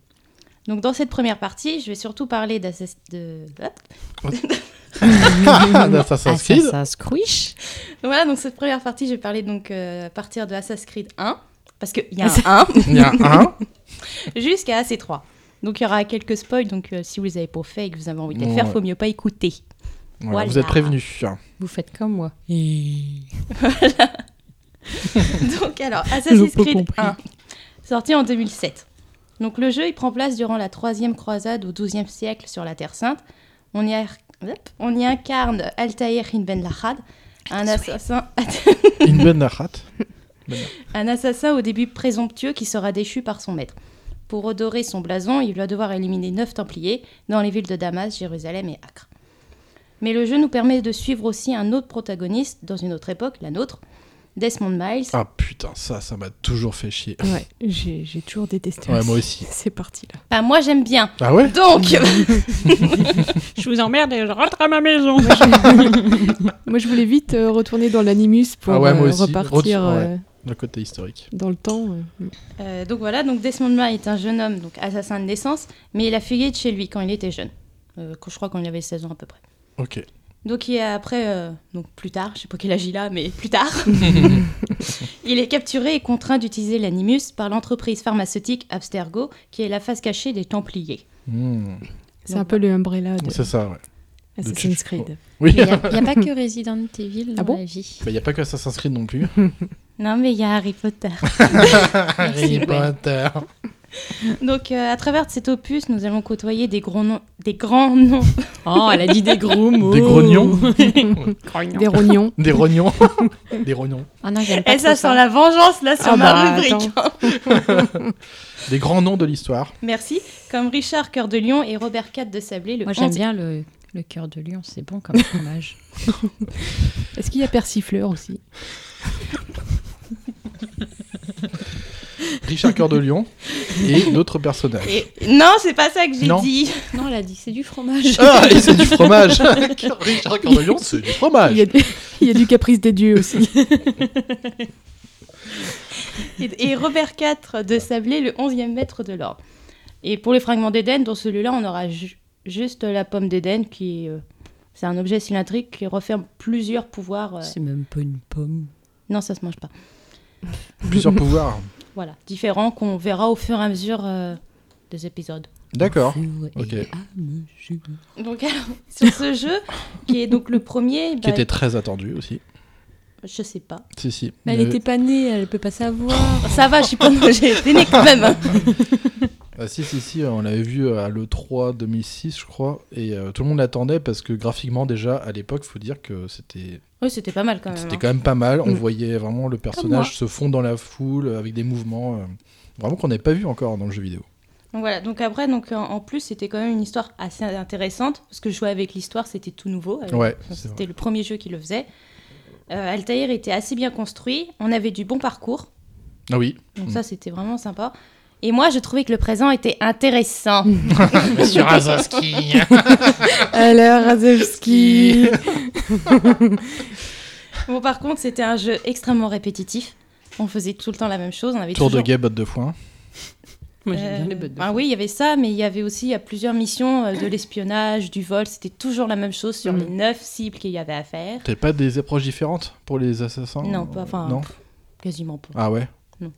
Speaker 6: Donc dans cette première partie, je vais surtout parler d'assass- de...
Speaker 1: D'Assassin's Creed.
Speaker 12: Assassin's Creed.
Speaker 6: Voilà, donc cette première partie, je vais parler donc euh, à partir de Assassin's Creed 1, parce qu'il y a un 1.
Speaker 1: Il y a un 1.
Speaker 6: Jusqu'à AC3. Donc il y aura quelques spoils, donc euh, si vous les avez pas fait et que vous avez envie de les faire,
Speaker 1: Ouais.
Speaker 6: faut mieux pas écouter.
Speaker 1: Voilà, Vous êtes prévenus.
Speaker 12: Vous faites comme moi.
Speaker 6: Donc alors, Assassin's
Speaker 12: L'opo
Speaker 6: Creed
Speaker 12: compris.
Speaker 6: 1, sorti en 2007. Donc le jeu, il prend place durant la troisième croisade au XIIe siècle sur la Terre Sainte. On y, ar- hop, on y incarne Altaïr Ibn Ben Lahad, un assassin,
Speaker 1: Une bonne narrat.
Speaker 6: un assassin au début présomptueux qui sera déchu par son maître. Pour odorer son blason, il va devoir éliminer neuf Templiers dans les villes de Damas, Jérusalem et Acre. Mais le jeu nous permet de suivre aussi un autre protagoniste dans une autre époque, la nôtre, Desmond Miles.
Speaker 1: Ah putain, ça, ça m'a toujours fait chier.
Speaker 4: Ouais, j'ai j'ai toujours détesté.
Speaker 1: Ouais, moi aussi.
Speaker 4: C'est parti là.
Speaker 6: Bah moi j'aime bien.
Speaker 1: Ah ouais
Speaker 6: Donc
Speaker 2: Je vous emmerde et je rentre à ma maison.
Speaker 4: Moi, je voulais vite euh, retourner dans l'animus pour
Speaker 1: ah ouais, moi
Speaker 4: euh,
Speaker 1: aussi.
Speaker 4: repartir
Speaker 1: Retour-
Speaker 4: euh,
Speaker 1: ouais, D'un côté historique.
Speaker 4: dans le temps. euh.
Speaker 6: Euh, donc voilà, donc Desmond Ma est un jeune homme, donc assassin de naissance, mais il a fugué de chez lui quand il était jeune. Euh, je crois quand il avait 16 ans à peu près.
Speaker 1: Ok.
Speaker 6: Donc il est après, euh, donc plus tard, je sais pas quel âge il a, mais plus tard, il est capturé et contraint d'utiliser l'animus par l'entreprise pharmaceutique Abstergo, qui est la face cachée des Templiers.
Speaker 1: Hmm.
Speaker 4: C'est un peu le umbrella. de-
Speaker 1: C'est ça, ouais.
Speaker 4: Assassin's Creed.
Speaker 1: Oui.
Speaker 6: Il n'y a, pas que Resident Evil
Speaker 2: Ah
Speaker 4: dans
Speaker 6: dans
Speaker 4: la
Speaker 6: la vie.
Speaker 1: Il n'y a pas que Assassin's Creed non plus.
Speaker 6: Non, mais il y a Harry Potter.
Speaker 1: Harry Potter.
Speaker 6: Donc, euh, à travers cet opus, nous allons côtoyer des gros noms. Des grands noms.
Speaker 2: Oh, elle a dit des gros mots.
Speaker 1: Des grognons.
Speaker 6: Grognons.
Speaker 4: Des rognons.
Speaker 1: Des rognons. Des rognons.
Speaker 12: Ah non, j'aime pas
Speaker 6: Et ça
Speaker 12: trop
Speaker 6: sent la vengeance là sur
Speaker 12: Ah
Speaker 6: ma
Speaker 12: bah,
Speaker 6: rubrique.
Speaker 1: Des grands noms de l'histoire.
Speaker 6: Merci. Comme Richard Cœur de Lion et Robert Cat de Sablé, le
Speaker 12: Moi, j'aime
Speaker 2: Ah,
Speaker 6: 11e
Speaker 12: bien le, le cœur de lion, c'est bon comme fromage.
Speaker 4: Est-ce qu'il y a persifleur aussi
Speaker 1: Richard Cœur de Lion et d'autres personnages.
Speaker 6: Et- Non, c'est pas ça que j'ai
Speaker 1: Non.
Speaker 6: dit.
Speaker 2: Non, elle a dit c'est du fromage.
Speaker 1: Ah, et c'est du fromage. Richard Cœur de Lion, c'est du fromage.
Speaker 4: il, y a, il y a du caprice des dieux aussi.
Speaker 6: Et, et Robert IV de Sablé, le 11e maître de l'ordre. Et pour les fragments d'Éden, dans celui-là, on aura ju- juste la pomme d'Éden qui est, euh, c'est un objet cylindrique qui referme plusieurs pouvoirs. euh,
Speaker 12: C'est même pas une pomme.
Speaker 6: Non, ça se mange pas.
Speaker 1: Plusieurs pouvoirs.
Speaker 6: Voilà, différents qu'on verra au fur et à mesure euh, des épisodes.
Speaker 1: D'accord. Oh, Ok.
Speaker 6: Donc alors, sur ce jeu, qui est donc le premier,
Speaker 1: Qui
Speaker 6: bah,
Speaker 1: était très attendu aussi.
Speaker 6: je sais pas.
Speaker 1: Si, si.
Speaker 4: Bah,
Speaker 2: Mais elle
Speaker 1: Il y
Speaker 2: n'était
Speaker 1: avait-
Speaker 2: pas née, elle peut pas savoir.
Speaker 6: Ça va, je suis pas j'ai été née quand même. hein.
Speaker 1: Ah, si, si, si, on l'avait vu à l'E3 2006, je crois. Et euh, tout le monde l'attendait parce que graphiquement, déjà, à l'époque, faut dire que c'était
Speaker 6: Oui, c'était pas mal quand même.
Speaker 1: C'était
Speaker 6: hein.
Speaker 1: quand même pas mal. On
Speaker 6: Mm.
Speaker 1: voyait vraiment le
Speaker 6: moi.
Speaker 1: personnage se fondre dans la foule euh, avec des mouvements euh, vraiment qu'on n'avait pas vu encore dans le jeu vidéo.
Speaker 6: Donc voilà, donc après, donc, en, en plus, c'était quand même une histoire assez intéressante, parce que jouer avec l'histoire, c'était tout nouveau. Euh,
Speaker 1: Ouais,
Speaker 6: enfin,
Speaker 1: c'est
Speaker 6: c'était le premier jeu qui le faisait. Euh, Altair était assez bien construit, on avait du bon parcours,
Speaker 1: Ah oui.
Speaker 6: donc
Speaker 1: Mm.
Speaker 6: ça, c'était vraiment sympa. Et moi, je trouvais que le présent était intéressant.
Speaker 1: Mm.
Speaker 8: Monsieur Razowski.
Speaker 4: Alors, Razewski
Speaker 6: bon, par contre, c'était un jeu extrêmement répétitif. On faisait tout le temps la même chose. On avait
Speaker 1: Tour
Speaker 6: toujours...
Speaker 1: de guet, botte de foin.
Speaker 2: Moi, j'aime bien
Speaker 6: Euh,
Speaker 2: les bottes de
Speaker 6: ah oui, il y avait ça, mais il y avait aussi il y a plusieurs missions euh, de l'espionnage, du vol. C'était toujours la même chose
Speaker 1: Mm.
Speaker 6: sur les neuf cibles qu'il y avait à faire.
Speaker 1: T'avais pas des approches différentes pour les assassins
Speaker 6: Non,
Speaker 1: euh,
Speaker 6: pas- enfin,
Speaker 1: Non.
Speaker 6: pff, quasiment pas.
Speaker 1: Ah ouais
Speaker 6: Non.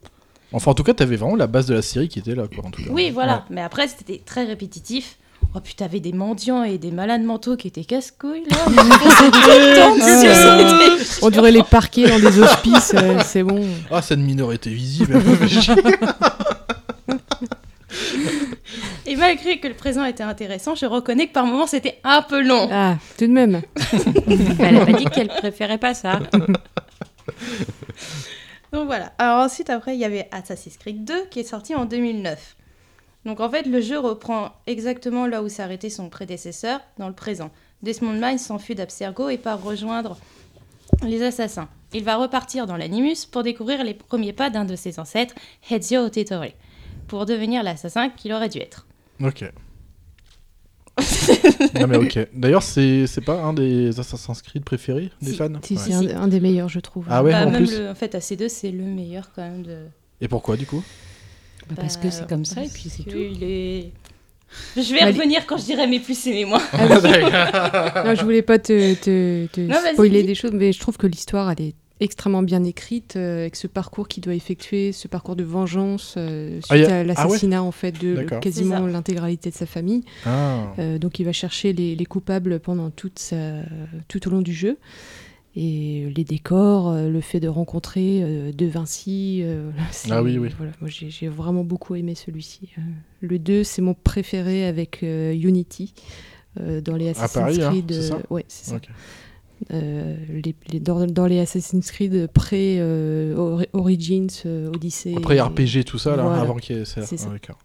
Speaker 1: Enfin, en tout cas, t'avais vraiment la base de la série qui était là, quoi, en tout cas.
Speaker 6: Oui, voilà. Mais après, c'était très répétitif. Oh putain, t'avais des mendiants et des malades mentaux qui étaient casse-couilles là. Tout le temps dessus,
Speaker 4: Ah,
Speaker 6: c'était
Speaker 4: On devrait les parquer dans des hospices, euh, c'est bon.
Speaker 1: Ah, c'est une minorité visible.
Speaker 6: Et malgré que le présent était intéressant, je reconnais que par moments c'était un peu long.
Speaker 4: Ah, tout de même.
Speaker 12: Elle a pas dit qu'elle préférait pas ça.
Speaker 6: Donc voilà. Alors ensuite, après, il y avait Assassin's Creed 2 qui est sorti en 2009. Donc en fait, le jeu reprend exactement là où s'est arrêté son prédécesseur, dans le présent. Desmond Mine s'enfuit d'Abstergo et part rejoindre les assassins. Il va repartir dans l'Animus pour découvrir les premiers pas d'un de ses ancêtres, Ezio Auditore, pour devenir l'assassin qu'il aurait dû être.
Speaker 1: ok. non, mais ok. D'ailleurs, c'est c'est pas un des Assassin's Creed préférés des
Speaker 6: Si,
Speaker 1: fans
Speaker 4: Si,
Speaker 1: Ouais.
Speaker 4: c'est un, un des meilleurs, je trouve.
Speaker 1: Ah ouais,
Speaker 6: Bah,
Speaker 1: en
Speaker 6: même
Speaker 1: plus.
Speaker 6: le- en fait, AC2, c'est le meilleur quand même de...
Speaker 1: Et pourquoi, du coup
Speaker 12: Bah, parce que c'est comme ça, et puis c'est tout.
Speaker 6: Il est... Je vais
Speaker 4: Bah, les-
Speaker 6: revenir quand je dirai mes plus et mes moins.
Speaker 4: Ah oui. non, je voulais pas te, te- te
Speaker 6: Non, vas-y,
Speaker 4: spoiler
Speaker 6: dis.
Speaker 4: des choses, mais je trouve que l'histoire, elle est extrêmement bien écrite, euh, avec ce parcours qu'il doit effectuer, ce parcours de vengeance euh,
Speaker 1: Ah, y
Speaker 4: suite
Speaker 1: a-
Speaker 4: à l'assassinat, en fait, de
Speaker 1: D'accord.
Speaker 4: quasiment
Speaker 6: C'est ça.
Speaker 4: l'intégralité de sa famille.
Speaker 1: Ah.
Speaker 4: Euh, donc il va chercher les, les coupables pendant toute sa- tout au long du jeu. Et les décors, euh, le fait de rencontrer euh, De Vinci. euh, c'est-
Speaker 1: Ah oui, oui.
Speaker 4: voilà, moi j'ai j'ai vraiment beaucoup aimé celui-ci. Euh, Le 2, c'est mon préféré avec euh, Unity. euh, dans les Assassin's
Speaker 1: Paris, hein,
Speaker 4: Creed.
Speaker 1: c'est
Speaker 4: euh,
Speaker 1: ça
Speaker 4: ouais, c'est ça.
Speaker 1: Ok.
Speaker 4: Euh, les, les- dans, dans les Assassin's Creed euh, pré-Origins, euh, Odyssey.
Speaker 1: Après
Speaker 4: et-
Speaker 1: RPG, tout ça, là,
Speaker 4: Voilà.
Speaker 1: avant qu'il y ait ça.
Speaker 4: C'est ça.
Speaker 1: Ah, d'accord.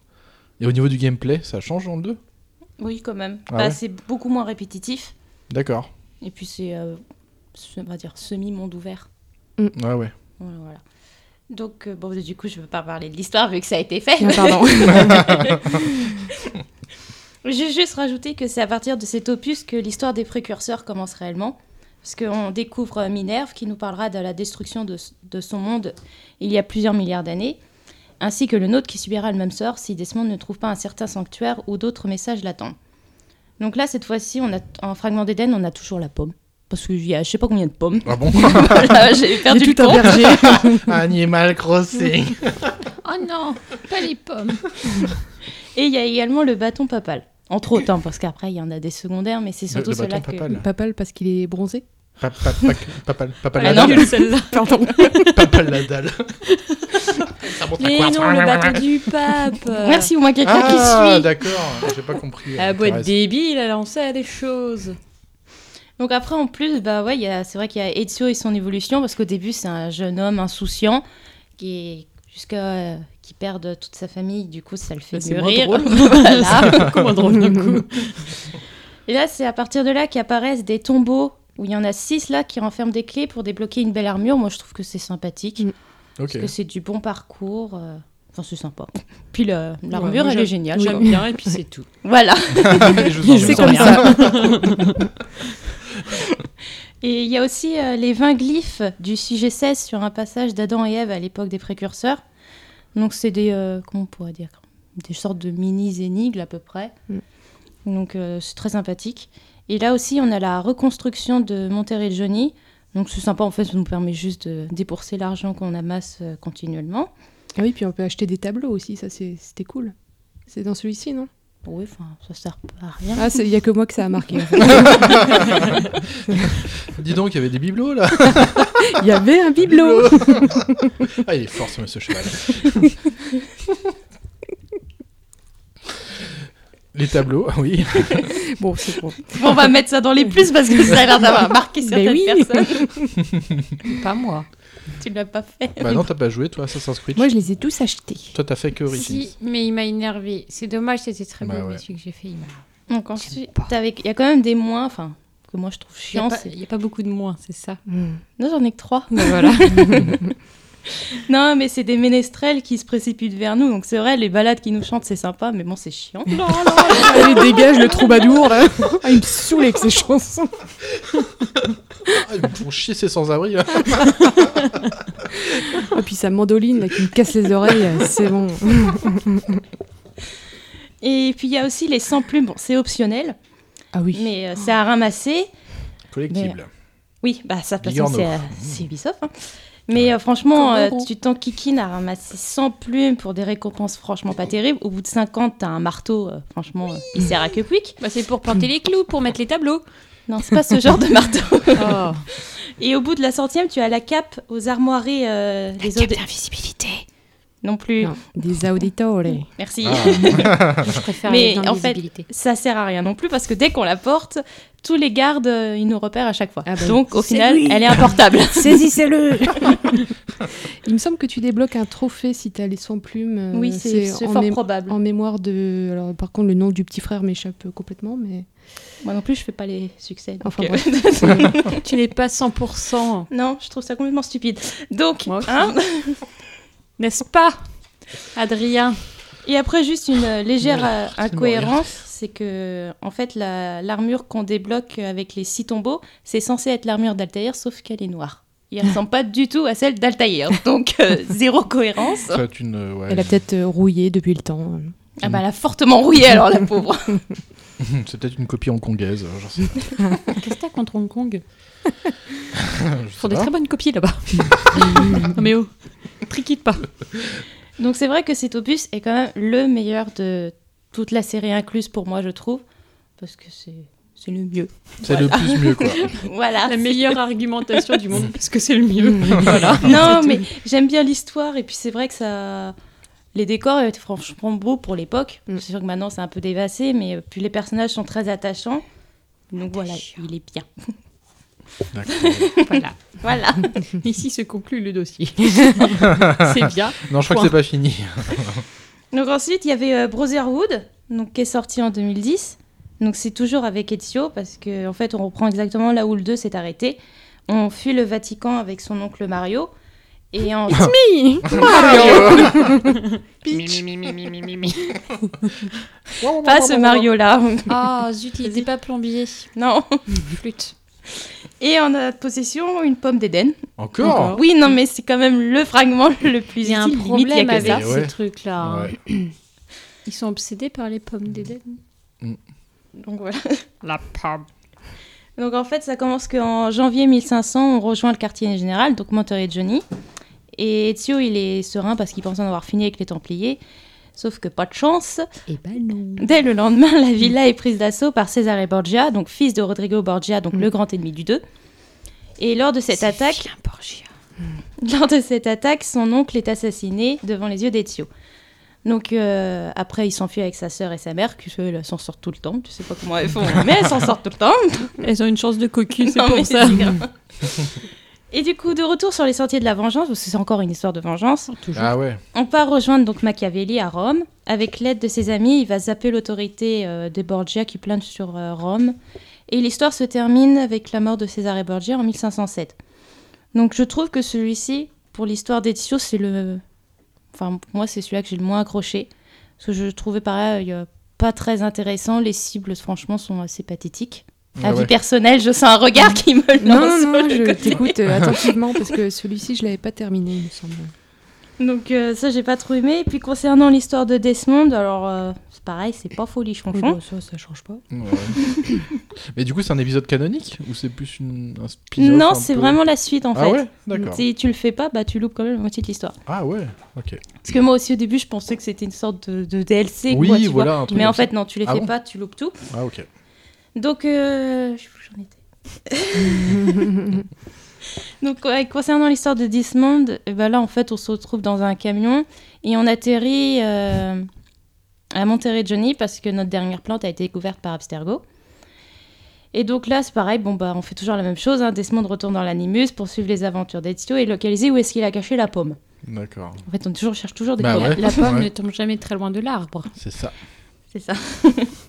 Speaker 1: Et au niveau du gameplay, ça change dans le 2
Speaker 6: Oui, quand même.
Speaker 1: Ah
Speaker 6: Bah,
Speaker 1: ouais
Speaker 6: C'est beaucoup moins répétitif.
Speaker 1: D'accord.
Speaker 6: Et puis c'est, euh, se- on va dire, semi-monde ouvert.
Speaker 1: Ouais, Ah, ouais.
Speaker 6: Voilà, voilà. Donc, euh, bon, du coup, je ne peux pas parler de l'histoire vu que ça a été fait.
Speaker 4: Ah, pardon.
Speaker 6: J'ai juste rajouté que c'est à partir de cet opus que l'histoire des précurseurs commence réellement. Parce qu'on découvre euh, Minerve qui nous parlera de la destruction de, s- de son monde il y a plusieurs milliards d'années, ainsi que le nôtre qui subira le même sort si Desmond ne trouve pas un certain sanctuaire où d'autres messages l'attendent. Donc là, cette fois-ci, on a, en fragment d'Éden, on a toujours la pomme. Parce qu'il y a je sais pas combien de pommes.
Speaker 1: Ah bon
Speaker 6: Voilà, J'ai perdu le
Speaker 4: tout un
Speaker 6: compte.
Speaker 4: berger.
Speaker 1: Animal Crossing.
Speaker 12: Oh non, pas les pommes.
Speaker 6: Et il y a également le bâton papal. Entre autres, hein, parce qu'après, il y en a des secondaires, mais c'est
Speaker 1: Le-
Speaker 6: surtout
Speaker 1: le
Speaker 6: celle-là
Speaker 1: bâton
Speaker 6: que.
Speaker 1: papal.
Speaker 4: Papal parce qu'il est bronzé
Speaker 1: Pa- pa- pa- Papal papal
Speaker 6: Ah
Speaker 1: la
Speaker 6: non,
Speaker 1: dalle.
Speaker 6: celle-là, pardon.
Speaker 1: Papal la dalle. Ça montre à
Speaker 2: Mais
Speaker 1: quoi.
Speaker 2: non, le bateau du pape.
Speaker 6: Merci, au moins quelqu'un qui
Speaker 1: Ah,
Speaker 6: suit.
Speaker 1: d'accord, j'ai pas compris.
Speaker 2: La
Speaker 12: Ah,
Speaker 1: euh,
Speaker 2: boîte
Speaker 1: Thérèse.
Speaker 2: débile, elle en sait des choses.
Speaker 6: Donc après, en plus, bah ouais, il y a- c'est vrai qu'il y a Ezio et son évolution, parce qu'au début, c'est un jeune homme insouciant qui est jusqu'à euh, qui perd toute sa famille. Du coup, ça le fait
Speaker 2: Bah, c'est
Speaker 6: mieux
Speaker 2: moins
Speaker 6: rire.
Speaker 2: drôle.
Speaker 6: Voilà.
Speaker 2: C'est beaucoup moins drôle, du coup.
Speaker 6: Et là, c'est à partir de là qu'apparaissent des tombeaux où il y en a six là qui renferment des clés pour débloquer une belle armure. Moi, je trouve que c'est sympathique.
Speaker 1: Mm.
Speaker 6: Parce
Speaker 2: Ok.
Speaker 6: que c'est du bon parcours. euh, Enfin, c'est sympa. Puis la- l'armure,
Speaker 2: Ouais, moi,
Speaker 6: elle
Speaker 2: j'aime-
Speaker 6: est géniale.
Speaker 2: J'aime
Speaker 6: quoi.
Speaker 2: bien, et puis c'est tout.
Speaker 6: Voilà.
Speaker 2: Et je vous en C'est remercie. comme ça.
Speaker 6: et il y a aussi euh, les 20 glyphes du sujet 16 sur un passage d'Adam et Ève à l'époque des précurseurs. Donc, c'est des. euh, comment on pourrait dire Des sortes de mini-énigmes à peu près.
Speaker 4: Mm.
Speaker 6: Donc, euh, c'est très sympathique. Et là aussi, on a la reconstruction de Monterrey de Johnny. Donc, c'est sympa en fait, ça nous permet juste de débourser l'argent qu'on amasse euh, continuellement.
Speaker 4: Ah oui, puis on peut acheter des tableaux aussi, ça c'est- c'était cool. C'est dans celui-ci, non
Speaker 6: Oui, enfin, ça sert pas à rien.
Speaker 4: Ah, c'est- il n'y a que moi que ça a marqué. en fait.
Speaker 1: Dis donc, il y avait des bibelots là.
Speaker 4: Il y avait un bibelot.
Speaker 1: ah, il est fort ce monsieur cheval. Les tableaux, ah oui.
Speaker 4: bon, c'est bon.
Speaker 6: On va mettre ça dans les plus parce que ça a l'air d'avoir marqué certaines
Speaker 4: Ben oui.
Speaker 6: personnes. pas moi. Tu l'as pas fait.
Speaker 1: Bah non, t'as pas joué toi, Assassin's Creed.
Speaker 4: Moi, je les ai tous achetés.
Speaker 1: Toi, t'as fait que Origins.
Speaker 12: Si, mais il m'a énervé. C'est dommage, c'était très
Speaker 1: Bah
Speaker 12: beau,
Speaker 1: ouais.
Speaker 12: mais celui que j'ai fait, il m'a.
Speaker 6: Donc ensuite, avec- il y a quand même des moins, enfin, que moi je trouve
Speaker 12: Il
Speaker 6: chiant.
Speaker 12: n'y a,
Speaker 6: c'est-
Speaker 12: pas beaucoup de moins, c'est ça.
Speaker 6: Non, j'en ai que trois.
Speaker 12: Mais voilà.
Speaker 6: non, mais c'est des ménestrels qui se précipitent vers nous. Donc c'est vrai, les balades qui nous chantent, c'est sympa, mais bon, c'est chiant.
Speaker 4: Allez, dégage le troubadour là. Ah, il me saoule avec ses chansons.
Speaker 1: Ah, ils me font chier ces sans-abri là.
Speaker 4: Et Ah, puis sa mandoline là, qui me casse les oreilles, euh, c'est bon.
Speaker 6: Et puis il y a aussi les sans plumes. Bon, c'est optionnel.
Speaker 4: Ah oui.
Speaker 6: Mais euh, c'est à ramasser.
Speaker 1: Collectible.
Speaker 6: Mais, euh, oui, bah ça passe,
Speaker 1: Bigorneau.
Speaker 6: c'est, euh, c'est Ubisoft. hein. Mais euh, franchement, euh,
Speaker 4: Cordero.
Speaker 6: tu t'enquiquines à ramasser 100 plumes pour des récompenses franchement pas terribles. Au bout de 50, t'as un marteau, euh, franchement, euh, il sert à que quick.
Speaker 2: Bah, c'est pour planter les clous, pour mettre les tableaux.
Speaker 6: Non, c'est pas ce genre de marteau. Et au bout de la centième, tu as la cape aux armoiries. euh, des cape d'invisibilité. Non plus.
Speaker 4: Des auditores.
Speaker 6: Merci.
Speaker 4: Ah. Je préfère
Speaker 6: Mais
Speaker 4: les
Speaker 6: en fait,
Speaker 4: invisibilités.
Speaker 6: ça sert à rien non plus parce que dès qu'on la porte, tous les gardes, euh, ils nous repèrent à chaque fois.
Speaker 4: bah,
Speaker 6: Donc au
Speaker 4: c'est
Speaker 6: final,
Speaker 4: lui.
Speaker 6: elle est importable.
Speaker 4: Saisissez-le. Il me semble que tu débloques un trophée si t'as les 100 plumes. euh,
Speaker 6: Oui, c'est- c'est
Speaker 4: en
Speaker 6: fort
Speaker 4: mé-
Speaker 6: probable.
Speaker 4: En mémoire de. Alors, par contre, le nom du petit frère m'échappe euh, complètement, mais.
Speaker 6: Moi non plus, je fais pas les succès. donc,
Speaker 4: Enfin,
Speaker 6: euh,
Speaker 4: bref.
Speaker 2: tu n'es pas 100%.
Speaker 6: Non, je trouve ça complètement stupide. Donc,
Speaker 2: Moi aussi.
Speaker 6: hein
Speaker 2: n'est-ce pas, Adrien
Speaker 6: Et après, juste une euh, légère euh,
Speaker 2: rien.
Speaker 6: incohérence, c'est que, en fait, la- l'armure qu'on débloque avec les six tombeaux, c'est censé être l'armure d'Altaïr, sauf qu'elle est noire. Il ressemble pas du tout à celle d'Altaïr, donc euh, zéro cohérence.
Speaker 1: Ça va être une, euh, ouais,
Speaker 4: Elle a peut-être euh, rouillé depuis le temps.
Speaker 6: Ah bah, elle a fortement rouillé, alors, la pauvre.
Speaker 1: C'est peut-être une copie hongkongaise. euh, j'en sais pas.
Speaker 2: Qu'est-ce que t'as contre Hong Kong
Speaker 1: Je
Speaker 2: Ils
Speaker 1: sais
Speaker 2: font des
Speaker 1: pas.
Speaker 2: très bonnes copies là-bas. non mais oh, triquite pas.
Speaker 6: Donc c'est vrai que cet opus est quand même le meilleur de toute la série incluse pour moi, je trouve, parce que c'est c'est le mieux.
Speaker 1: C'est le plus mieux, quoi.
Speaker 6: voilà.
Speaker 2: La meilleure argumentation du monde parce que c'est le mieux. voilà.
Speaker 6: Non, mais j'aime bien l'histoire et puis c'est vrai que ça. Les décors étaient franchement beaux pour l'époque. C'est sûr que maintenant c'est un peu dévasté, mais euh, puis les personnages sont très attachants. Donc voilà, il est bien.
Speaker 2: voilà.
Speaker 6: Voilà.
Speaker 2: Ici se conclut le dossier. c'est bien.
Speaker 1: Non, je
Speaker 2: Point.
Speaker 1: crois que c'est pas fini.
Speaker 6: Donc ensuite, il y avait euh, Brotherhood, donc, qui est sorti en 2010. Donc c'est toujours avec Ezio, parce qu'en en fait, on reprend exactement là où le 2 s'est arrêté. On fuit le Vatican avec son oncle Mario. Et en...
Speaker 8: Mario.
Speaker 6: Peach.
Speaker 8: Pas
Speaker 6: Pas ce Mario-là.
Speaker 2: Ah, zut, il était pas plombier.
Speaker 6: Non.
Speaker 2: Flûte.
Speaker 6: Et en notre possession, une pomme d'Éden.
Speaker 1: Encore Encore.
Speaker 6: Oui, non, mais c'est quand même le fragment le plus
Speaker 12: Il y a un
Speaker 6: utile, limite, il y a
Speaker 12: problème
Speaker 6: que
Speaker 12: avec
Speaker 6: ça.
Speaker 12: ces
Speaker 1: Ouais.
Speaker 12: trucs-là. hein.
Speaker 2: Ils sont obsédés par les pommes d'Éden.
Speaker 6: Donc voilà.
Speaker 5: La pomme.
Speaker 6: Donc en fait, ça commence qu'en janvier 1500, on rejoint le quartier général, donc Monterey Johnny. Et Ezio, il est serein parce qu'il pense en avoir fini avec les Templiers. Sauf que pas de chance.
Speaker 4: Eh
Speaker 12: Et
Speaker 2: Ah,
Speaker 12: ben non.
Speaker 6: Dès le lendemain, la villa est prise d'assaut par Cesare Borgia, donc fils de Rodrigo Borgia,
Speaker 2: Mm.
Speaker 6: donc le grand ennemi du 2. Et lors de cette attaque, lors de cette attaque, son oncle est assassiné devant les yeux d'Ezio. Donc euh, après, il s'enfuit avec sa sœur et sa mère, qui elles s'en sortent tout le temps. Tu sais pas comment elles font, mais elles s'en sortent tout le temps.
Speaker 2: Elles ont une chance de cocu, c'est
Speaker 6: Non,
Speaker 2: pour
Speaker 6: mais
Speaker 2: ça.
Speaker 6: c'est grave. Et du coup, de retour sur les sentiers de la vengeance, parce que c'est encore une histoire de vengeance.
Speaker 1: Ah ouais.
Speaker 6: On part rejoindre donc Machiavelli à Rome. Avec l'aide de ses amis, il va zapper l'autorité euh, des Borgia qui planent sur euh, Rome. Et l'histoire se termine avec la mort de César Borgia en 1507. Donc je trouve que celui-ci, pour l'histoire d'Ezio, c'est le... Enfin, pour moi, c'est celui-là que j'ai le moins accroché. Parce que je le trouvais pareil euh, pas très intéressant. Les cibles, franchement, sont assez pathétiques.
Speaker 4: Ah
Speaker 6: Avis
Speaker 4: ouais. Mmh.
Speaker 6: personnel, je sens un regard qui me lance
Speaker 4: Non, non,
Speaker 6: sur
Speaker 4: non,
Speaker 6: le
Speaker 4: je
Speaker 6: côté.
Speaker 4: t'écoute euh, attentivement parce que celui-ci, je l'avais pas terminé, il me semble.
Speaker 6: Donc euh, ça, j'ai pas trop aimé. Et puis concernant l'histoire de Desmond, alors euh, c'est pareil, c'est pas folie,
Speaker 2: Ah
Speaker 12: Oui,
Speaker 6: chonchon.
Speaker 12: bah, ça, ça change pas.
Speaker 1: Ouais. Mais du coup, c'est un épisode canonique ou c'est plus une, un spin-off
Speaker 6: Non,
Speaker 1: un
Speaker 6: c'est
Speaker 1: peu-
Speaker 6: vraiment la suite en
Speaker 1: Ah
Speaker 6: fait.
Speaker 1: ouais D'accord.
Speaker 6: Si tu le fais pas, bah tu loupes quand même la moitié de l'histoire.
Speaker 1: Ah ouais Ok.
Speaker 6: Parce que moi aussi au début, je pensais que c'était une sorte de, de DLC.
Speaker 1: Oui,
Speaker 6: quoi, tu
Speaker 1: voilà,
Speaker 6: vois.
Speaker 1: un truc
Speaker 6: Mais
Speaker 1: comme
Speaker 6: en fait,
Speaker 1: ça.
Speaker 6: non, tu les
Speaker 1: Ah
Speaker 6: fais
Speaker 1: bon
Speaker 6: pas, tu loupes tout.
Speaker 1: Ah ok.
Speaker 6: Donc, euh, je sais plus où j'en étais. Donc, ouais, concernant l'histoire de Dismond, eh ben là, en fait, on se retrouve dans un camion et on atterrit euh, à Monterey Johnny parce que notre dernière plante a été découverte par Abstergo. Et donc là, c'est pareil, bon, bah, on fait toujours la même chose. Hein. Desmond retourne dans l'animus pour suivre les aventures d'Ezio et localiser où est-ce qu'il a caché la pomme.
Speaker 1: D'accord.
Speaker 6: En fait, on toujours, cherche toujours des
Speaker 1: Bah
Speaker 6: pommes.
Speaker 1: ouais.
Speaker 12: La pomme
Speaker 1: Ouais.
Speaker 12: ne tombe jamais très loin de l'arbre.
Speaker 1: C'est ça.
Speaker 6: C'est ça.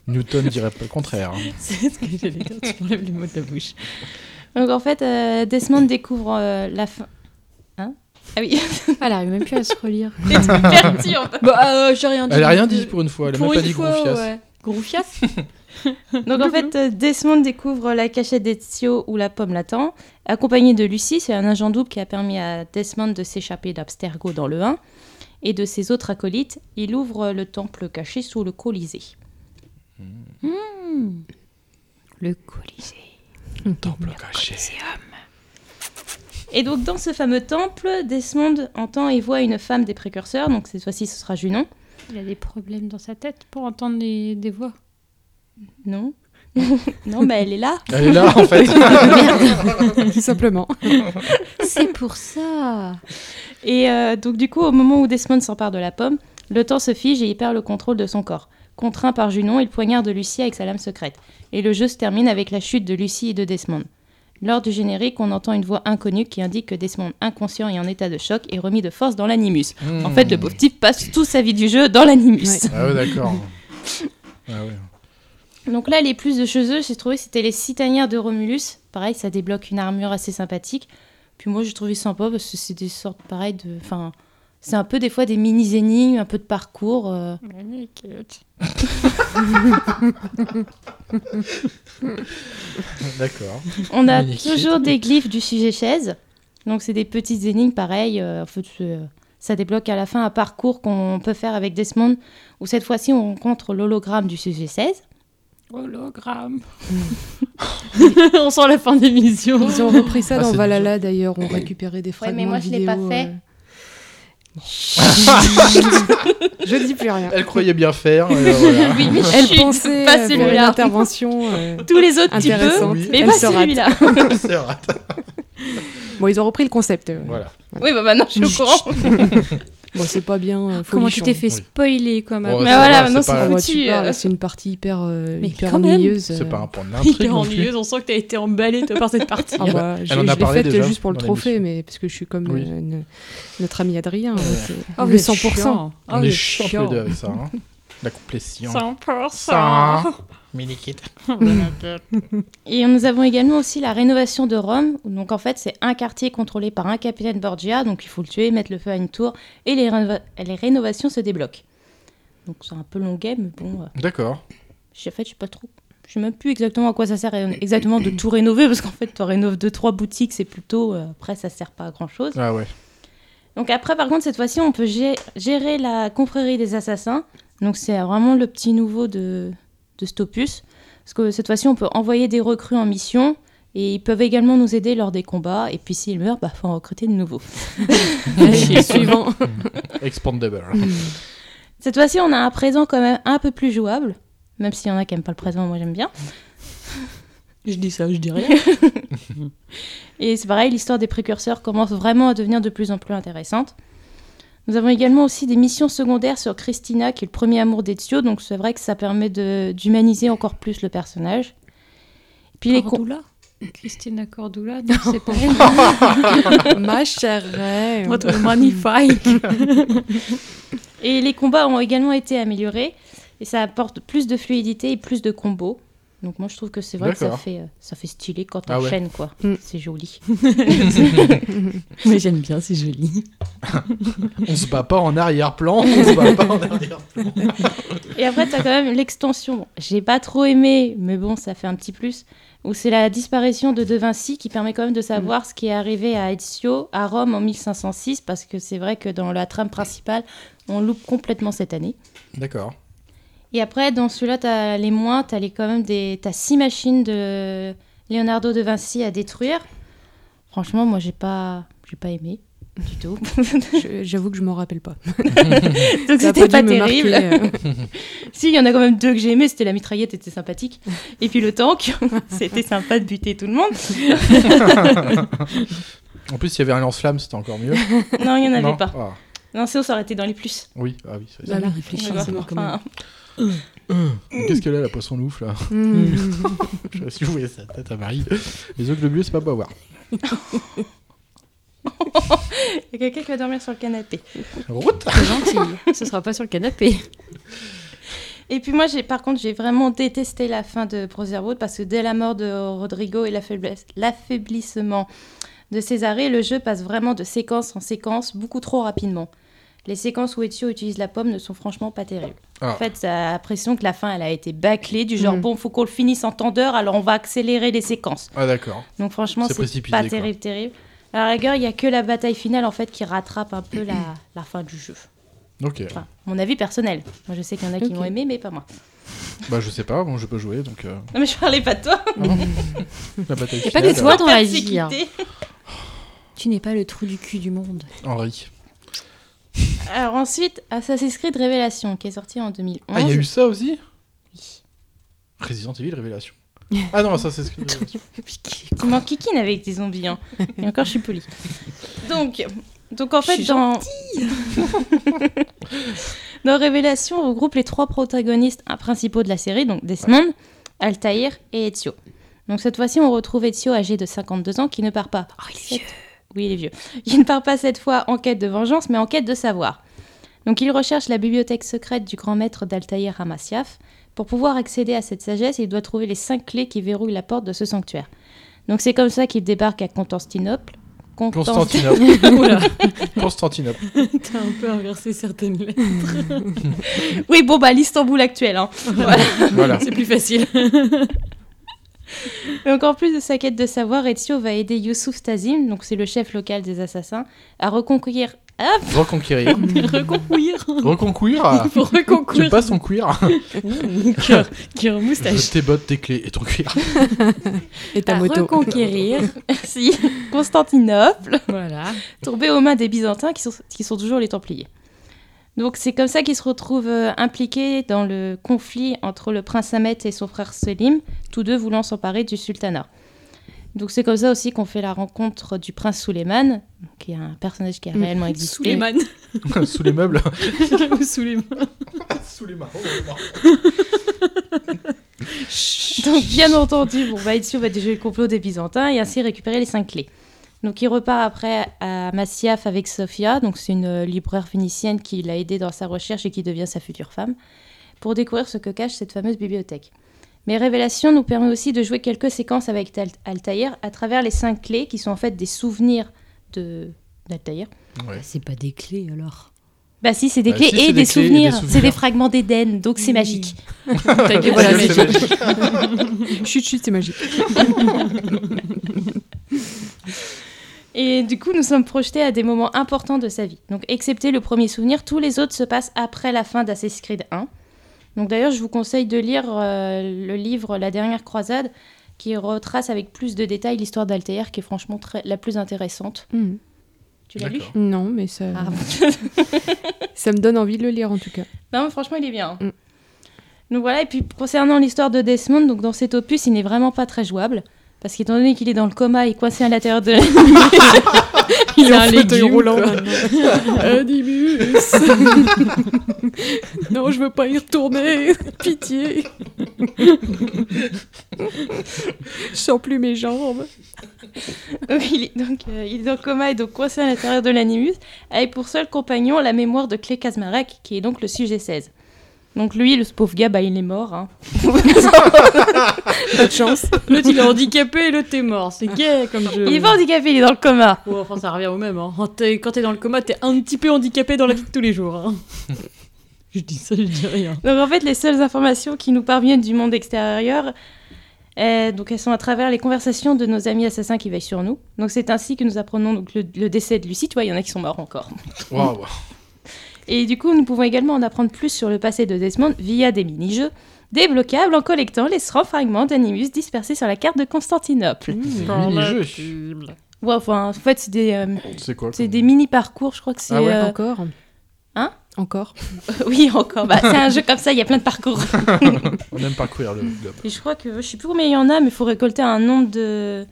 Speaker 1: Newton dirait pas le contraire. hein.
Speaker 12: C'est ce que j'allais dire, tu m'enlèves les mots de la bouche.
Speaker 6: Donc en fait, euh, Desmond découvre euh, la fin. Hein Ah oui.
Speaker 12: Elle arrive même plus à se relire.
Speaker 6: perturbe.
Speaker 12: Bah, euh, j'ai rien dit.
Speaker 1: Elle a rien dit pour une fois, elle a
Speaker 12: Pour
Speaker 1: même pas
Speaker 12: une
Speaker 1: dit
Speaker 12: fois,
Speaker 1: Groufias.
Speaker 12: ouais. Groufias
Speaker 6: Donc en fait, euh, Desmond découvre la cachette d'Ezio où la pomme l'attend. Accompagné de Lucie, c'est un agent double qui a permis à Desmond de s'échapper d'Abstergo dans le 1. Et de ses autres acolytes, il ouvre le temple caché sous le Colisée.
Speaker 12: Hmm. Le Colisée.
Speaker 1: Le temple caché.
Speaker 6: Et donc dans ce fameux temple, Desmond entend et voit une femme des précurseurs, donc cette fois-ci ce sera Junon.
Speaker 12: Il a des problèmes dans sa tête pour entendre des, des voix.
Speaker 6: Non. non, mais elle est là.
Speaker 1: Elle est là, en fait.
Speaker 12: Merde.
Speaker 4: Tout simplement.
Speaker 12: C'est pour ça.
Speaker 6: Et euh, donc du coup, au moment où Desmond s'empare de la pomme, le temps se fige et il perd le contrôle de son corps. Contraint par Junon, il poignarde Lucie avec sa lame secrète. Et le jeu se termine avec la chute de Lucie et de Desmond. Lors du générique, on entend une voix inconnue qui indique que Desmond, inconscient et en état de choc, est remis de force dans l'animus. En fait, le pauvre type passe toute sa vie du jeu dans l'animus.
Speaker 1: Ah ouais, d'accord. Ah ouais.
Speaker 6: Donc là, les plus de chez eux, j'ai trouvé c'était les citanières de Romulus. Pareil, ça débloque une armure assez sympathique. Puis moi, j'ai trouvé sympa parce que c'est des sortes pareil de. Enfin, c'est un peu des fois des mini énigmes, un peu de parcours. euh.
Speaker 1: D'accord.
Speaker 6: On a
Speaker 1: Magnifique.
Speaker 6: toujours des glyphes du sujet chaise. Donc c'est des petites énigmes pareil. euh, en fait, c'est- ça débloque à la fin un parcours qu'on peut faire avec Desmond où cette fois-ci on rencontre l'hologramme du sujet 16.
Speaker 12: Hologramme. On sent la fin d'émission.
Speaker 4: Ils ont repris ça
Speaker 12: Ah,
Speaker 4: dans
Speaker 12: c'est
Speaker 4: Valhalla d'ailleurs, on récupérait des fragments.
Speaker 6: mais moi,
Speaker 4: de
Speaker 6: je l'ai pas
Speaker 4: vidéos,
Speaker 6: fait.
Speaker 4: euh. je ne dis plus rien.
Speaker 1: Elle croyait bien faire. et ben voilà.
Speaker 6: Oui, mais
Speaker 4: Elle
Speaker 6: chut,
Speaker 4: pensait
Speaker 6: pas
Speaker 4: euh, pour une
Speaker 6: celui-là.
Speaker 4: intervention euh,
Speaker 6: Tous les autres, tu peux,
Speaker 4: intéressante.
Speaker 6: mais
Speaker 4: Elle
Speaker 6: pas
Speaker 4: se rate.
Speaker 6: celui-là.
Speaker 1: C'est vrai.
Speaker 4: bon, ils ont repris le concept. euh.
Speaker 1: Voilà.
Speaker 6: Oui, bah maintenant je suis au courant.
Speaker 4: bon, c'est pas bien. euh,
Speaker 12: Comment tu
Speaker 4: folichon.
Speaker 12: t'es fait spoiler quand même.
Speaker 1: Bon, Mais Oh, ça voilà, va, maintenant, c'est c'est pas-
Speaker 4: Ah, moi, tu
Speaker 12: foutu,
Speaker 4: parles,
Speaker 12: euh.
Speaker 4: C'est une partie hyper, euh,
Speaker 12: Mais
Speaker 4: hyper
Speaker 12: quand même.
Speaker 4: ennuyeuse.
Speaker 1: C'est pas un point de l'intrigue.
Speaker 2: Hyper
Speaker 1: non plus.
Speaker 2: ennuyeuse, on sent que t'as été emballée toi, par cette partie.
Speaker 4: Ah bah,
Speaker 1: Elle
Speaker 4: je
Speaker 1: en a
Speaker 4: je l'ai
Speaker 1: parlé
Speaker 4: faite
Speaker 1: déjà
Speaker 4: juste pour le
Speaker 1: dans
Speaker 4: trophée, mais parce que je suis comme
Speaker 1: Oui.
Speaker 4: euh, ne- notre ami Adrien. hein, c'est
Speaker 12: Oh, vous
Speaker 4: le
Speaker 12: êtes
Speaker 4: 100%.
Speaker 12: chiant.
Speaker 1: On
Speaker 12: Oh,
Speaker 1: est
Speaker 12: le
Speaker 1: chiants tous les
Speaker 12: chiant.
Speaker 1: deux avec ça. hein. La complétion.
Speaker 12: 100%.
Speaker 1: Mini-kit.
Speaker 6: Et nous avons également aussi la rénovation de Rome. où Donc en fait, c'est un quartier contrôlé par un capitaine Borgia, donc il faut le tuer, mettre le feu à une tour, et les, rénova- les rénovations se débloquent. Donc c'est un peu longuet, mais bon, euh,
Speaker 1: D'accord.
Speaker 6: j'ai- en fait, je sais pas trop. Je sais même plus exactement à quoi ça sert euh, exactement de tout rénover, parce qu'en fait, tu rénoves deux trois boutiques, c'est plutôt euh, après ça sert pas à grand chose.
Speaker 1: Ah ouais.
Speaker 6: Donc après, par contre, cette fois-ci, on peut gé- gérer la confrérie des assassins. Donc c'est vraiment le petit nouveau de, de cet opus. Parce que cette fois-ci, on peut envoyer des recrues en mission. Et ils peuvent également nous aider lors des combats. Et puis s'ils meurent, bah faut en recruter de nouveaux.
Speaker 4: Allez, suivant.
Speaker 1: Expandable.
Speaker 6: Cette fois-ci, on a un présent quand même un peu plus jouable, même s'il y en a qui n'aiment pas le présent, moi j'aime bien.
Speaker 3: Je dis ça, je dis rien.
Speaker 6: Et c'est pareil, l'histoire des précurseurs commence vraiment à devenir de plus en plus intéressante. Nous avons également aussi des missions secondaires sur Christina, qui est le premier amour d'Ezio, donc c'est vrai que ça permet de- d'humaniser encore plus le personnage. Et Puis les con-
Speaker 2: Cordula Christina Cordula,
Speaker 6: Non.
Speaker 2: non, c'est pas elle.
Speaker 6: Ma chère reine.
Speaker 2: Votre magnifique.
Speaker 6: Et les combats ont également été améliorés, et ça apporte plus de fluidité et plus de combos. Donc moi je trouve que c'est vrai que ça
Speaker 2: D'accord.
Speaker 6: fait, euh, ça fait stylé quand on
Speaker 2: Ah ouais.
Speaker 6: enchaîne quoi. C'est joli.
Speaker 3: Mais j'aime bien, c'est joli.
Speaker 1: On se bat pas en arrière-plan, on se bat pas en arrière-plan.
Speaker 6: Et après, t'as quand même l'extension. Bon, J'ai pas trop aimé, mais bon, ça fait un petit plus. Où c'est la disparition de De Vinci qui permet quand même de savoir
Speaker 4: Mm.
Speaker 6: ce qui est arrivé à Ezio à Rome en 1506, parce que c'est vrai que dans la trame principale, on loupe complètement cette année.
Speaker 1: D'accord.
Speaker 6: Et après, dans celui-là, t'as les moins, t'as les quand même des, t'as six machines de Leonardo de Vinci à détruire. Franchement, moi, j'ai pas, j'ai pas aimé du tout.
Speaker 4: J'avoue que je m'en rappelle pas.
Speaker 6: Donc
Speaker 4: Ça a pas
Speaker 6: c'était pas,
Speaker 4: dû me
Speaker 6: terrible.
Speaker 4: marquer, euh.
Speaker 6: si, il y en a quand même deux que j'ai aimé, c'était la mitraillette, était sympathique. Et puis le tank, c'était sympa de buter tout le monde.
Speaker 1: En plus, il y avait un lance-flamme, c'était encore mieux.
Speaker 6: non, il n'y en avait
Speaker 1: Non
Speaker 6: pas.
Speaker 1: Ah.
Speaker 6: Non, sinon ça aurait été dans les plus.
Speaker 1: Oui, ah oui, ça
Speaker 6: Bah oui, réfléchis,
Speaker 12: Ah,
Speaker 1: Enfin,
Speaker 6: c'est bon, quand même.
Speaker 1: euh, euh, Qu'est-ce qu'elle a, la poisson louche, là
Speaker 6: Mm.
Speaker 1: Je suis ouvert sa tête à Marie. Les yeux globuleux, c'est pas beau à voir.
Speaker 6: Il y a quelqu'un qui va dormir sur le canapé.
Speaker 1: Route
Speaker 12: C'est gentil. Ce sera pas sur le canapé.
Speaker 6: Et puis moi, j'ai, par contre, j'ai vraiment détesté la fin de Brotherhood parce que dès la mort de Rodrigo et la faiblesse- l'affaiblissement de Césaré, le jeu passe vraiment de séquence en séquence beaucoup trop rapidement. Les séquences où Ezio utilise la pomme ne sont franchement pas terribles.
Speaker 3: Ah.
Speaker 6: En fait, ça a l'impression que la fin, elle a été bâclée, du genre
Speaker 3: Mm.
Speaker 6: bon, faut qu'on le finisse en tant d'heures, alors on va accélérer les séquences.
Speaker 1: Ah, d'accord.
Speaker 6: Donc franchement,
Speaker 1: C'est
Speaker 6: c'est
Speaker 1: précipité,
Speaker 6: pas
Speaker 1: quoi.
Speaker 6: terrible, terrible. À la rigueur, il y a que la bataille finale en fait qui rattrape un peu la, la fin du jeu.
Speaker 1: Ok.
Speaker 6: Enfin, mon avis personnel. Moi, je sais qu'il y en a qui
Speaker 3: Ok.
Speaker 6: l'ont aimé, mais pas moi.
Speaker 1: Bah, je sais pas, bon, je peux jouer, donc. euh,
Speaker 6: Non, mais je parlais pas de toi. Mm.
Speaker 1: la bataille
Speaker 12: Et pas que
Speaker 1: finale,
Speaker 12: toi
Speaker 1: euh,
Speaker 12: dans la vie. hein.
Speaker 6: Persécuté.
Speaker 12: Tu n'es pas le trou du cul du monde.
Speaker 1: Henri.
Speaker 6: Alors ensuite, Assassin's Creed Révélation, qui est sorti en 2011.
Speaker 1: Ah, il y a eu ça aussi Resident Evil Révélation. Ah non, ça, c'est ce que.
Speaker 6: Tu m'en kikines avec tes zombies, hein. Et encore, je suis polie. Donc, donc en fait, dans... dans Révélation, on regroupe les trois protagonistes principaux de la série, donc Desmond, Altair et Ezio. Donc cette fois-ci, on retrouve Ezio âgé de 52 ans qui ne part pas. Oh, il est vieux. Oui, il est vieux. Il ne part pas cette fois en quête de vengeance, mais en quête de savoir. Donc il recherche la bibliothèque secrète du grand maître d'Altaïr Amassiaf. Pour pouvoir accéder à cette sagesse, il doit trouver les cinq clés qui verrouillent la porte de ce sanctuaire. Donc c'est comme ça qu'il débarque à Constantinople. Constantin-
Speaker 1: Constantinople.
Speaker 6: Oula.
Speaker 1: Constantinople.
Speaker 3: T'as un peu inversé certaines lettres.
Speaker 6: oui, bon, bah l'Istanbul actuel. hein. Voilà.
Speaker 3: Voilà. C'est plus facile.
Speaker 6: Donc en plus de sa quête de savoir, Ezio va aider Youssouf Tazim, donc c'est le chef local des assassins, à reconquérir... Ah
Speaker 1: Reconquérir.
Speaker 6: Reconquérir
Speaker 1: Reconquérir
Speaker 6: Il faut reconquérir.
Speaker 1: Tu passes ton cuir.
Speaker 3: Cœur, cœur moustache.
Speaker 1: Je- Tes bottes, tes clés et ton cuir.
Speaker 4: Et
Speaker 6: ta
Speaker 4: moto.
Speaker 6: reconquérir si, Constantinople, voilà. tombée aux mains des Byzantins qui sont, qui sont toujours les Templiers. Donc c'est comme ça qu'il se retrouve euh, impliqué dans le conflit entre le prince Ahmet et son frère Selim, tous deux voulant s'emparer du sultanat. Donc c'est comme ça aussi qu'on fait la rencontre du prince Souleiman, qui est un personnage qui a
Speaker 3: Mm.
Speaker 6: réellement existé.
Speaker 3: Souleiman.
Speaker 1: Sous les meubles.
Speaker 3: Ou sous les mains.
Speaker 1: Sous les mains.
Speaker 6: Donc, bien entendu, bon, bah, Ezio va déjouer le complot des Byzantins et ainsi récupérer les cinq clés. Donc, il repart après à Masyaf avec Sofia, donc c'est une euh, libraire phénicienne qui l'a aidé dans sa recherche et qui devient sa future femme, pour découvrir ce que cache cette fameuse bibliothèque. Mais Révélation nous permet aussi de jouer quelques séquences avec Tal- Altaïr à travers les cinq clés qui sont en fait des souvenirs de d'Altaïr.
Speaker 1: Ouais.
Speaker 12: C'est pas des clés alors.
Speaker 6: Bah si, c'est des
Speaker 12: Bah
Speaker 6: clés,
Speaker 12: si,
Speaker 6: et,
Speaker 12: c'est
Speaker 6: des
Speaker 12: des clés et des
Speaker 6: souvenirs. C'est des
Speaker 12: souvenirs.
Speaker 6: fragments d'Éden, donc c'est magique.
Speaker 12: T'as dit, voilà, C'est magique.
Speaker 4: chut, chut, c'est magique.
Speaker 6: Et du coup, nous sommes projetés à des moments importants de sa vie. Donc, excepté le premier souvenir, tous les autres se passent après la fin d'Assassin's Creed 1. Donc, d'ailleurs, je vous conseille de lire euh, le livre La dernière croisade, qui retrace avec plus de détails l'histoire d'Altair, qui est franchement très- la plus intéressante. Tu l'as lu
Speaker 4: Hmm. Non, mais ça...
Speaker 12: Ah,
Speaker 4: ça me donne envie de le lire en tout cas.
Speaker 6: Non, mais franchement, il est bien. hein. Donc voilà, et puis concernant l'histoire de Desmond, donc dans cet opus, il n'est vraiment pas très jouable. Parce qu'étant donné qu'il est dans le coma et coincé à l'intérieur de
Speaker 8: Il est en fauteuil roulant,
Speaker 6: Animus
Speaker 3: Non, je veux pas y retourner. Pitié.
Speaker 4: Je sens plus mes jambes.
Speaker 6: Donc, il, est, donc, euh, il est dans le coma et donc coincé à l'intérieur de l'animus, avec pour seul compagnon la mémoire de Clé Kazmarek, qui est donc le sujet 16. Donc lui, le ce pauvre gars, bah, il est mort. Hein.
Speaker 2: Pas de chance. L'autre, il est handicapé et l'autre, t'es mort. C'est gay comme
Speaker 12: Euh,
Speaker 2: jeu.
Speaker 6: Il est pas handicapé, il est dans le coma.
Speaker 2: Ouais, enfin, ça revient au même. Hein. Quand t'es quand t'es dans le coma, t'es un petit peu handicapé dans la vie de tous les jours. hein. je dis ça, je dis rien.
Speaker 6: Donc en fait, les seules informations qui nous parviennent du monde extérieur, euh, donc elles sont à travers les conversations de nos amis assassins qui veillent sur nous. Donc c'est ainsi que nous apprenons donc, le, le décès de Lucie. Tu vois, il y en a qui sont morts encore.
Speaker 1: Waouh.
Speaker 6: Et du coup, nous pouvons également en apprendre plus sur le passé de Desmond via des mini-jeux débloquables en collectant les 100 fragments d'Animus dispersés sur la carte de Constantinople. Ouais, enfin, en fait, c'est des, euh,
Speaker 1: C'est quoi,
Speaker 6: c'est des mini-parcours, je crois que c'est...
Speaker 4: Ah ouais,
Speaker 6: euh,
Speaker 4: encore
Speaker 6: Hein
Speaker 4: Encore
Speaker 6: Oui, encore. Bah, c'est un jeu comme ça, il y a plein de parcours.
Speaker 1: On aime parcourir le globe.
Speaker 6: Et je crois que, je sais plus combien il y en a, mais il faut récolter un nombre de,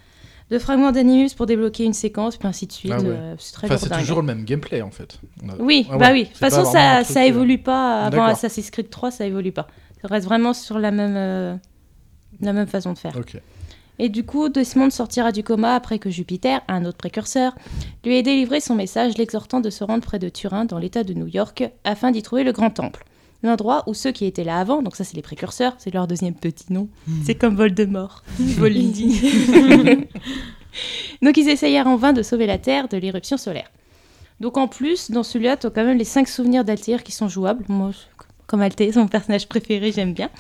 Speaker 6: de fragments d'animus pour débloquer une séquence, puis ainsi de suite.
Speaker 1: Ah ouais.
Speaker 6: euh, C'est très
Speaker 1: Enfin, c'est
Speaker 6: lourdingue.
Speaker 1: toujours le même gameplay en fait. On a-
Speaker 6: Oui,
Speaker 1: Ah
Speaker 6: bah
Speaker 1: ouais,
Speaker 6: oui. De toute
Speaker 1: c'est pas
Speaker 6: façon,
Speaker 1: vraiment un
Speaker 6: ça,
Speaker 1: truc,
Speaker 6: ça
Speaker 1: euh,
Speaker 6: évolue pas. Avant
Speaker 1: D'accord.
Speaker 6: Assassin's Creed 3, ça évolue pas. Ça reste vraiment sur la même, euh, la même façon de faire.
Speaker 1: Ok.
Speaker 6: Et du coup, Desmond sortira du coma après que Jupiter, un autre précurseur, lui ait délivré son message l'exhortant de se rendre près de Turin, dans l'état de New York, afin d'y trouver le Grand Temple. L'endroit où ceux qui étaient là avant, donc ça c'est les précurseurs, c'est leur deuxième petit nom. C'est comme Voldemort. Voldy. donc ils essayèrent en vain de sauver la Terre de l'éruption solaire. Donc en plus, dans celui-là, t'as quand même les 5 souvenirs d'Altair qui sont jouables. Moi, je- comme Altair, c'est mon personnage préféré, j'aime bien.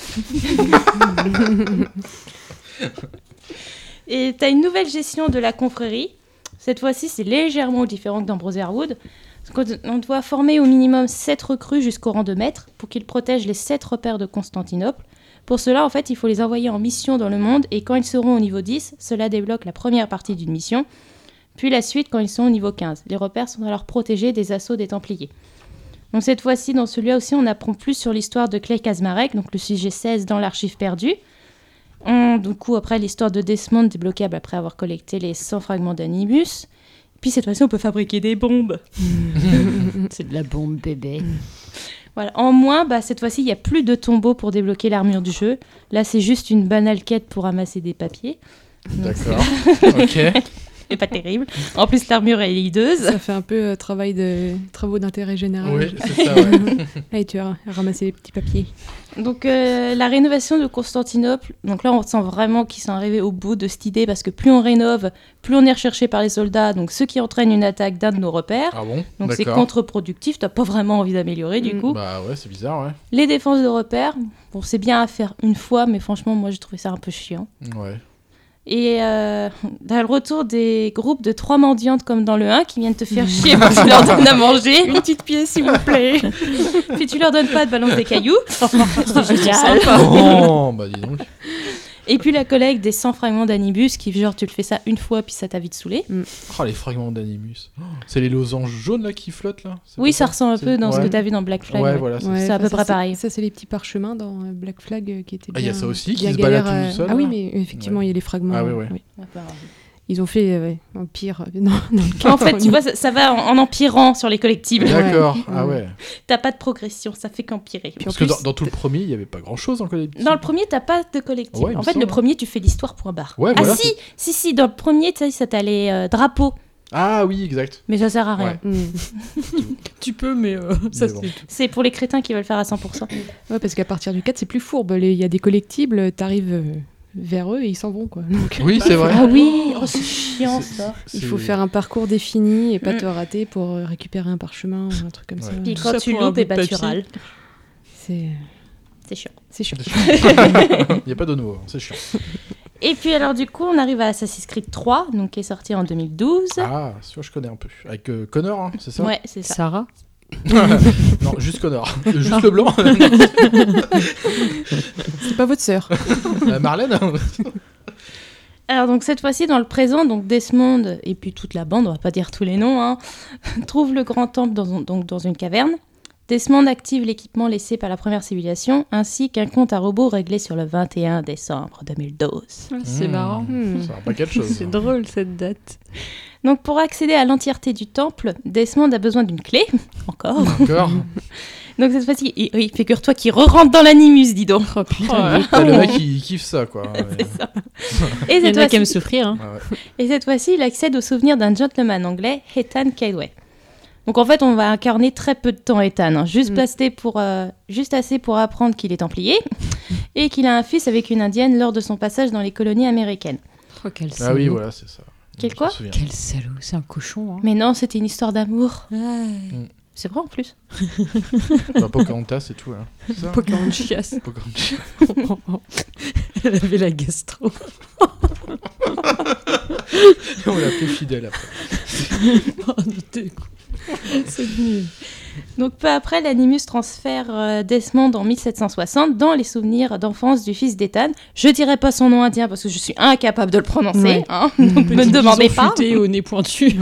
Speaker 6: Et t'as une nouvelle gestion de la confrérie. Cette fois-ci, c'est légèrement différent que dans Brotherhood. Parce qu'on- On doit former au minimum 7 recrues jusqu'au rang de maître pour qu'ils protègent les 7 repères de Constantinople. Pour cela, en fait, il faut les envoyer en mission dans le monde et quand ils seront au niveau 10, cela débloque la première partie d'une mission, puis la suite quand ils sont au niveau 15. Les repères sont alors protégés des assauts des Templiers. Donc cette fois-ci, dans celui-là aussi, on apprend plus sur l'histoire de Clay Kazmarek, donc le sujet 16 dans l'archive perdue. On, du coup, après l'histoire de Desmond débloquable après avoir collecté les 100 fragments d'Animus. Puis cette fois-ci, on peut fabriquer des bombes.
Speaker 12: C'est de la bombe, bébé.
Speaker 6: Voilà. En moins, bah, cette fois-ci, il n'y a plus de tombeau pour débloquer l'armure du jeu. Là, c'est juste une banale quête pour ramasser des papiers. Donc, c'est-
Speaker 1: D'accord. ok.
Speaker 6: C'est pas terrible. En plus, l'armure est hideuse.
Speaker 4: Ça fait un peu euh, travail de travaux d'intérêt général.
Speaker 6: Oui, c'est
Speaker 1: Ah
Speaker 6: ça, ouais.
Speaker 4: Allez, tu as ramassé les petits papiers.
Speaker 6: Donc euh, la rénovation de Constantinople, donc là on sent vraiment qu'ils sont arrivés au bout de cette idée parce que plus on rénove, plus on est recherché par les soldats, donc ce qui entraîne une attaque d'un de nos repères.
Speaker 1: Ah bon
Speaker 6: donc c'est
Speaker 1: D'accord.
Speaker 6: contre-productif, t'as pas vraiment envie d'améliorer du coup.
Speaker 1: Bah ouais, c'est bizarre, ouais.
Speaker 6: Les défenses de repères, bon c'est bien à faire une fois, mais franchement moi j'ai trouvé ça un peu chiant.
Speaker 1: Ouais.
Speaker 6: Et euh, t'as le retour des groupes de trois mendiantes comme dans le 1 qui viennent te faire chier parce que tu leur donnes à manger. Une petite pièce s'il vous plaît. Puis tu leur donnes pas de balance des cailloux. C'est génial.
Speaker 1: Oh, bah dis donc.
Speaker 6: Et puis la collègue des 100 fragments d'anibus qui, genre, tu le fais ça une fois puis ça t'a vite saoulé.
Speaker 1: Oh, les fragments d'animus. Oh, c'est les losanges jaunes là qui flottent là C'est
Speaker 6: Oui,
Speaker 1: pas
Speaker 6: ça ressemble un
Speaker 1: C'est-
Speaker 6: peu dans ce
Speaker 1: ouais.
Speaker 6: que t'as vu dans Black Flag.
Speaker 1: Ouais, voilà.
Speaker 6: c'est à peu près pareil.
Speaker 4: Ça, c'est les petits parchemins dans euh, Black Flag euh, qui étaient
Speaker 1: Ah, il y a
Speaker 4: bien-
Speaker 1: ça aussi, qui
Speaker 4: bien
Speaker 1: se baladent
Speaker 4: galères,
Speaker 1: tout
Speaker 4: euh,
Speaker 1: seul,
Speaker 4: Ah oui,
Speaker 1: là
Speaker 4: mais effectivement,
Speaker 1: Ouais.
Speaker 4: il y a les fragments.
Speaker 1: Ah oui,
Speaker 4: euh,
Speaker 1: ouais.
Speaker 4: Ils ont fait euh, ouais, un pire. euh, non, dans le
Speaker 6: En fait, tu
Speaker 4: Californie.
Speaker 6: vois, ça, ça va en, en empirant sur les collectibles.
Speaker 1: D'accord, ah ouais.
Speaker 6: T'as pas de progression, ça fait qu'empirer.
Speaker 1: Parce que dans, dans tout le premier, il n'y avait pas grand chose dans le collectif.
Speaker 6: Dans le premier, t'as pas de collectif.
Speaker 1: Ouais, il me
Speaker 6: en fait,
Speaker 1: semble.
Speaker 6: le premier, tu fais l'histoire point barre.
Speaker 1: Ouais,
Speaker 6: ah
Speaker 1: voilà,
Speaker 6: si, si, si, dans le premier, tu sais, ça t'a les euh, drapeaux.
Speaker 1: Ah oui, exact.
Speaker 6: Mais ça sert à rien.
Speaker 4: Mm.
Speaker 2: tu peux, mais euh, ça c'est tout.
Speaker 6: C'est pour les crétins qui veulent faire à 100%.
Speaker 1: Ah
Speaker 4: Ouais, parce qu'à partir du 4, c'est plus fourbe. Les- Il y a des collectibles, t'arrives euh, vers eux et ils s'en vont. Quoi. Donc-
Speaker 1: Oui, c'est vrai.
Speaker 4: Ah oui, oh,
Speaker 6: c'est chiant ça.
Speaker 4: Il faut
Speaker 6: c'est-
Speaker 4: faire un parcours défini et pas
Speaker 6: Mm.
Speaker 4: te rater pour euh, récupérer un parchemin ou un truc comme ça.
Speaker 6: Puis quand tu loupes, et bah, tu râles.
Speaker 4: C'est.
Speaker 6: C'est chiant.
Speaker 4: C'est chiant.
Speaker 1: Il n'y a pas de nouveau, c'est chiant.
Speaker 6: Et puis alors du coup, on arrive à Assassin's Creed 3, donc qui est sorti en 2012.
Speaker 1: Ah, sûr, je connais un peu. Avec euh, Connor, hein, c'est ça
Speaker 6: Ouais, c'est ça.
Speaker 12: Sarah
Speaker 1: Non, juste Connor. Euh, Juste le blanc.
Speaker 4: C'est pas votre sœur.
Speaker 1: Euh, Marlène
Speaker 6: Alors donc cette fois-ci dans le présent, donc Desmond et puis toute la bande, on va pas dire tous les noms, hein, trouve le grand temple dans, donc dans une caverne. Desmond active l'équipement laissé par la première civilisation, ainsi qu'un compte à rebours réglé sur le 21 décembre 2012.
Speaker 2: C'est marrant.
Speaker 1: Hmm.
Speaker 4: Hmm.
Speaker 1: Ça pas quelque chose. hein.
Speaker 2: C'est drôle cette date.
Speaker 6: Donc pour accéder à l'entièreté du temple, Desmond a besoin d'une clé, encore.
Speaker 1: Encore.
Speaker 6: donc cette fois-ci, il- oui, figure-toi qu'il re-rentre dans l'animus, dis donc.
Speaker 2: Oh,
Speaker 1: Ah, le mec il kiffe ça quoi. Ouais.
Speaker 6: Et
Speaker 2: Il y en
Speaker 6: cette
Speaker 2: a qui
Speaker 6: fois-ci-
Speaker 2: aiment souffrir, hein.
Speaker 1: Ah ouais.
Speaker 6: Et cette fois-ci, il accède au souvenir d'un gentleman anglais, Ethan Calloway. Donc en fait, on va incarner très peu de temps Ethan, hein. juste, assez pour, euh, juste assez pour apprendre qu'il est templier et qu'il a un fils avec une indienne lors de son passage dans les colonies américaines.
Speaker 12: Oh, quel
Speaker 1: Ah oui, voilà, c'est ça.
Speaker 6: Quel quoi
Speaker 12: Quel salaud, c'est un cochon. Hein.
Speaker 6: Mais non, c'était une histoire d'amour. C'est vrai en plus.
Speaker 1: Bah, Pocahontas et tout. Hein. C'est ça
Speaker 12: Pocahontas.
Speaker 1: Pocahontas.
Speaker 12: Oh, Elle avait la gastro.
Speaker 1: On l'a fait fidèle après.
Speaker 2: Oh,
Speaker 12: C'est nul.
Speaker 6: Donc peu après, l'animus transfère euh, Desmond en 1760 dans les souvenirs d'enfance du fils d'Ethan. Je dirais pas son nom indien parce que je suis incapable de le prononcer.
Speaker 12: Ouais.
Speaker 6: hein, donc
Speaker 12: Petit
Speaker 6: me demandez
Speaker 12: bison
Speaker 6: pas.
Speaker 12: futé au nez pointu.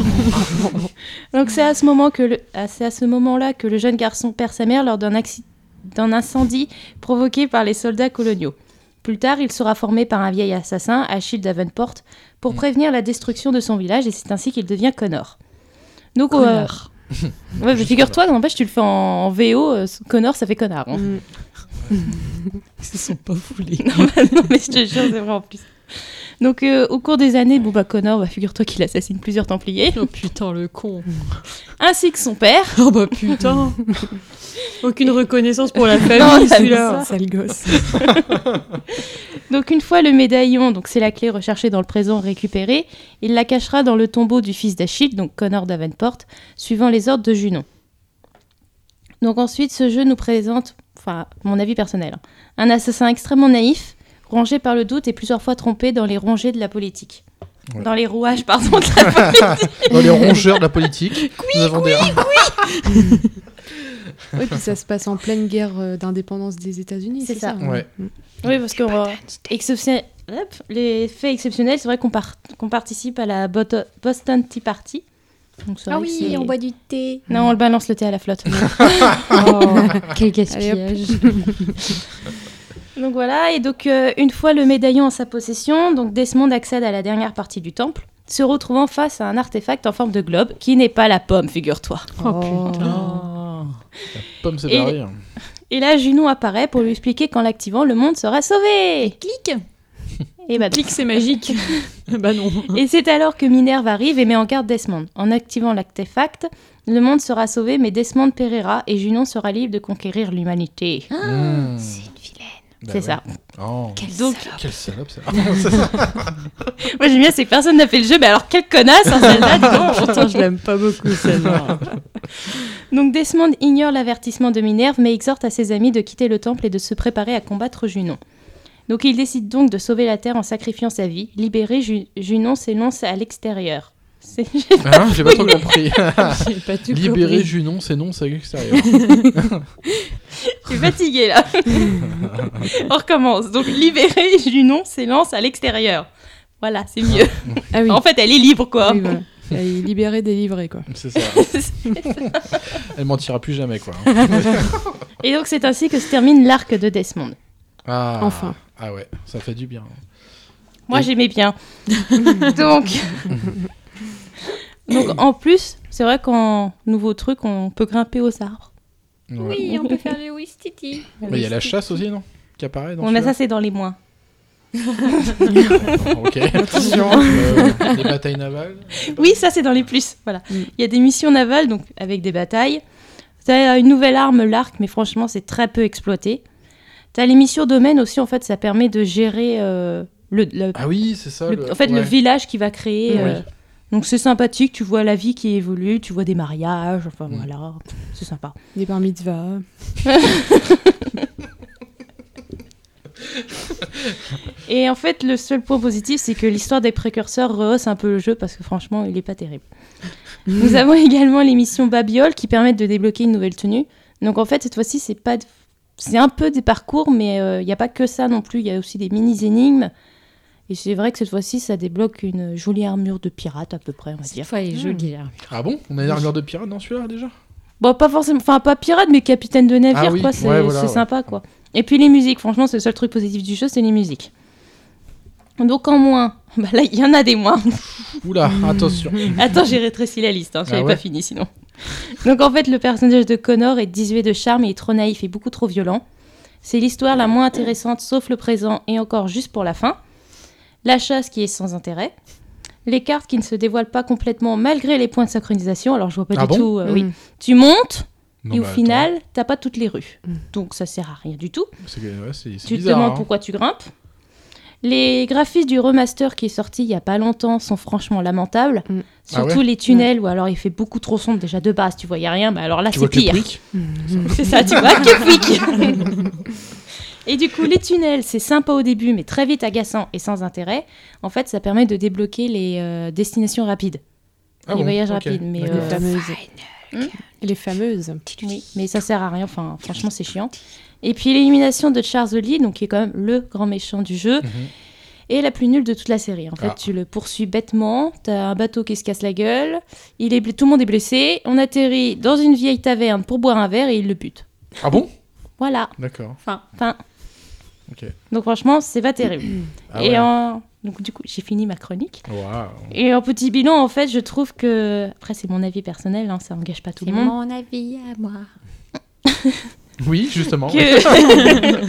Speaker 6: Donc c'est à ce moment que le- ah, c'est à ce moment-là que le jeune garçon perd sa mère lors d'un acci- d'un incendie provoqué par les soldats coloniaux. Plus tard, il sera formé par un vieil assassin, Achille Davenport, pour prévenir la destruction de son village et c'est ainsi qu'il devient Connor. Donc euh,
Speaker 12: Connard.
Speaker 6: Ouais, mais figure-toi, n'empêche, tu le fais en, en VO, euh, Connor, ça fait connard. hein.
Speaker 12: Ils se sont pas foulés.
Speaker 6: Non, bah, non, mais je te jure, c'est vrai en plus. Donc, euh, au cours des années, bon, bah, Connor, bah, figure-toi qu'il assassine plusieurs Templiers.
Speaker 12: Oh putain, le con.
Speaker 6: Ainsi que son père.
Speaker 12: Oh bah putain. Aucune reconnaissance pour la
Speaker 6: Non,
Speaker 12: famille,
Speaker 6: ça-
Speaker 12: celui-là.
Speaker 6: ça- donc, une fois le médaillon, donc c'est la clé recherchée dans le présent, récupérée, il la cachera dans le tombeau du fils d'Achille, donc Connor Davenport, suivant les ordres de Junon. Donc, ensuite, ce jeu nous présente, enfin, mon avis personnel, hein, un assassin extrêmement naïf, rongé par le doute et plusieurs fois trompé dans les rongées de la politique.
Speaker 1: Ouais.
Speaker 6: Dans les rouages, pardon, de la politique.
Speaker 1: Dans les rongeurs de la politique.
Speaker 6: Oui,
Speaker 1: nous avons
Speaker 6: oui,
Speaker 1: des-
Speaker 4: Oui, puis ça se passe en pleine guerre euh, d'indépendance des États-Unis, c'est ça, hein.
Speaker 1: Ouais.
Speaker 6: Oui, parce que euh, exception- hop, les faits exceptionnels, c'est vrai qu'on par- qu'on participe à la Boto- Boston Tea Party. Donc, c'est
Speaker 3: Ah
Speaker 6: vrai que
Speaker 3: oui,
Speaker 6: c'est-
Speaker 3: on boit du thé.
Speaker 6: Non, on le balance le thé à la flotte.
Speaker 12: Oh, quel gaspillage.
Speaker 6: donc voilà, et donc euh, une fois le médaillon en sa possession, donc Desmond accède à la dernière partie du temple, se retrouvant face à un artefact en forme de globe qui n'est pas la pomme, figure-toi.
Speaker 12: Oh putain.
Speaker 1: Pomme, c'est
Speaker 6: Et-
Speaker 1: pareil. hein.
Speaker 6: Et là, Junon apparaît pour lui expliquer qu'en l'activant, le monde sera sauvé. clic Et bah non.
Speaker 2: Clique, c'est magique.
Speaker 12: bah non.
Speaker 6: Et c'est alors que Minerve arrive et met en garde Desmond. En activant l'artefact, le monde sera sauvé, mais Desmond périra et Junon sera libre de conquérir l'humanité.
Speaker 1: Mmh. Bah
Speaker 6: c'est
Speaker 1: ouais.
Speaker 6: ça.
Speaker 1: Oh. Quelle,
Speaker 6: Donc,
Speaker 1: salope ça. C'est ça.
Speaker 6: moi j'aime bien, c'est que personne n'a fait le jeu, mais alors quelle connasse hein, celle-là, dis donc.
Speaker 12: Putain, je l'aime pas beaucoup celle-là.
Speaker 6: Donc Desmond ignore l'avertissement de Minerve, mais exhorte à ses amis de quitter le temple et de se préparer à combattre Junon. Donc il décide donc de sauver la Terre en sacrifiant sa vie. Libéré, Ju- Junon s'élance à l'extérieur. C'est- j'ai pas
Speaker 1: Hein, J'ai pas trop
Speaker 6: fouillé.
Speaker 1: compris.
Speaker 12: J'ai pas tout
Speaker 1: Libérer
Speaker 12: compris.
Speaker 1: Junon, c'est non, c'est à l'extérieur.
Speaker 6: Je suis fatiguée là. On recommence. Donc libérée, Junon s'élance à l'extérieur. Voilà, c'est mieux.
Speaker 4: Ah oui.
Speaker 6: En fait, elle est libre quoi.
Speaker 4: Oui, voilà. Là, il est libéré, délivré, quoi.
Speaker 1: c'est ça. Elle mentira plus jamais quoi.
Speaker 6: Et donc c'est ainsi que se termine l'arc de Desmond.
Speaker 1: Ah.
Speaker 4: Enfin.
Speaker 1: Ah ouais, ça fait du bien.
Speaker 6: Moi j'aimais bien. donc... donc en plus, c'est vrai qu'en nouveau truc, on peut grimper aux arbres.
Speaker 1: Ouais.
Speaker 3: Oui, on peut faire le Wistiti.
Speaker 1: Mais il y a la chasse aussi, non Qui apparaît dans
Speaker 6: Bon, mais
Speaker 1: celui-là
Speaker 6: ça
Speaker 1: Ah,
Speaker 6: c'est dans les moins.
Speaker 1: Ok. Attention. Euh, les batailles navales.
Speaker 6: Oui, ça c'est dans les plus. Voilà. Il y a des missions navales donc avec des batailles. T'as une nouvelle arme, l'arc, mais franchement c'est très peu exploité. T'as les missions domaine aussi. En fait, ça permet de gérer euh, le, le-
Speaker 1: Ah oui, c'est ça.
Speaker 6: le-
Speaker 1: le-
Speaker 6: en fait le
Speaker 1: ouais.
Speaker 6: village qui va créer.
Speaker 1: Oui.
Speaker 6: euh, donc c'est sympathique. Tu vois la vie qui évolue. Tu vois des mariages. Enfin
Speaker 1: Mm.
Speaker 6: voilà, c'est sympa.
Speaker 4: Des bar mitzvahs.
Speaker 6: Et en fait, le seul point positif, c'est que l'histoire des précurseurs rehausse un peu le jeu parce que franchement, il est pas terrible.
Speaker 1: Hmm.
Speaker 6: Nous avons également les missions Babiole qui permettent de débloquer une nouvelle tenue. Donc en fait, cette fois-ci, c'est pas de- euh, c'est un peu des parcours, mais il n'y a pas que ça non plus. Il y a aussi des mini énigmes. Et c'est vrai que cette fois-ci, ça débloque une jolie armure de pirate à peu près, on va dire.
Speaker 12: fois, elle est jolie, l'armure.
Speaker 1: Ah bon On a une armure de pirate dans celui-là déjà
Speaker 6: Bon, pas forcément, enfin pas pirate, mais capitaine de navire,
Speaker 1: Ah oui,
Speaker 6: quoi, c'est
Speaker 1: ouais, voilà,
Speaker 6: c'est
Speaker 1: ouais.
Speaker 6: sympa, quoi. Et puis les musiques, franchement, c'est le seul truc positif du jeu, c'est les musiques. Donc en moins, bah là, il y en a des moins.
Speaker 1: Oula, attention.
Speaker 6: Attends, j'ai rétréci la liste, hein,
Speaker 1: Ah
Speaker 6: j'avais
Speaker 1: ouais
Speaker 6: pas fini sinon. Donc en fait, le personnage de Connor est désuet de charme et est trop naïf et beaucoup trop violent. C'est l'histoire la moins intéressante, sauf le présent et encore juste pour la fin. La chasse qui est sans intérêt. Les cartes qui ne se dévoilent pas complètement malgré les points de synchronisation. Alors je vois pas
Speaker 12: Ah bon
Speaker 6: du tout. euh,
Speaker 12: Mm.
Speaker 6: Oui. Tu montes
Speaker 1: Non,
Speaker 6: et au
Speaker 1: bah, attends. Mm.
Speaker 6: final, t'as pas toutes les rues. Donc ça sert à rien du tout.
Speaker 1: C'est ouais, c'est- c'est
Speaker 6: Tu
Speaker 1: bizarre,
Speaker 6: te demandes
Speaker 1: hein.
Speaker 6: pourquoi tu grimpes. Les graphismes du remaster qui est sorti il y a pas longtemps sont franchement lamentables. Surtout
Speaker 1: Ah ouais
Speaker 6: les tunnels où alors il fait beaucoup trop sombre déjà de base, tu voyais rien, mais alors là
Speaker 1: Tu
Speaker 6: c'est
Speaker 1: vois que le
Speaker 6: pire.
Speaker 1: quick
Speaker 6: C'est ça, tu vois, que flic Et du coup, les tunnels, c'est sympa au début, mais très vite agaçant et sans intérêt. En fait, ça permet de débloquer les euh, destinations rapides.
Speaker 4: Ah
Speaker 6: les
Speaker 4: bon,
Speaker 6: voyages
Speaker 4: ok,
Speaker 6: rapides, mais... euh,
Speaker 4: d'accord. Les fameuses. Mmh.
Speaker 6: Hmm
Speaker 4: Les fameuses.
Speaker 6: oui, mais ça sert à rien, enfin, franchement, c'est chiant. Et puis l'élimination de Charles Lee, donc qui est quand même le grand méchant du
Speaker 1: Mhm.
Speaker 6: jeu, est la plus nulle de toute la série. En fait,
Speaker 12: Ah.
Speaker 6: tu le poursuis bêtement, t'as un bateau qui se casse la gueule, il est, bl- tout le monde est blessé, on atterrit dans une vieille taverne pour boire un verre et il le bute.
Speaker 1: Ah bon
Speaker 6: Voilà.
Speaker 1: D'accord.
Speaker 6: Fin. Fin.
Speaker 1: Ok.
Speaker 6: Donc franchement, c'est pas terrible.
Speaker 1: Ah
Speaker 6: et
Speaker 1: ouais.
Speaker 6: en- donc du coup, j'ai fini ma chronique.
Speaker 1: Waouh.
Speaker 6: Et en petit bilan, en fait, je trouve que après c'est mon avis personnel, hein, ça engage pas tout
Speaker 12: C'est
Speaker 6: le monde.
Speaker 12: mon avis à moi.
Speaker 1: Oui, justement.
Speaker 6: Que-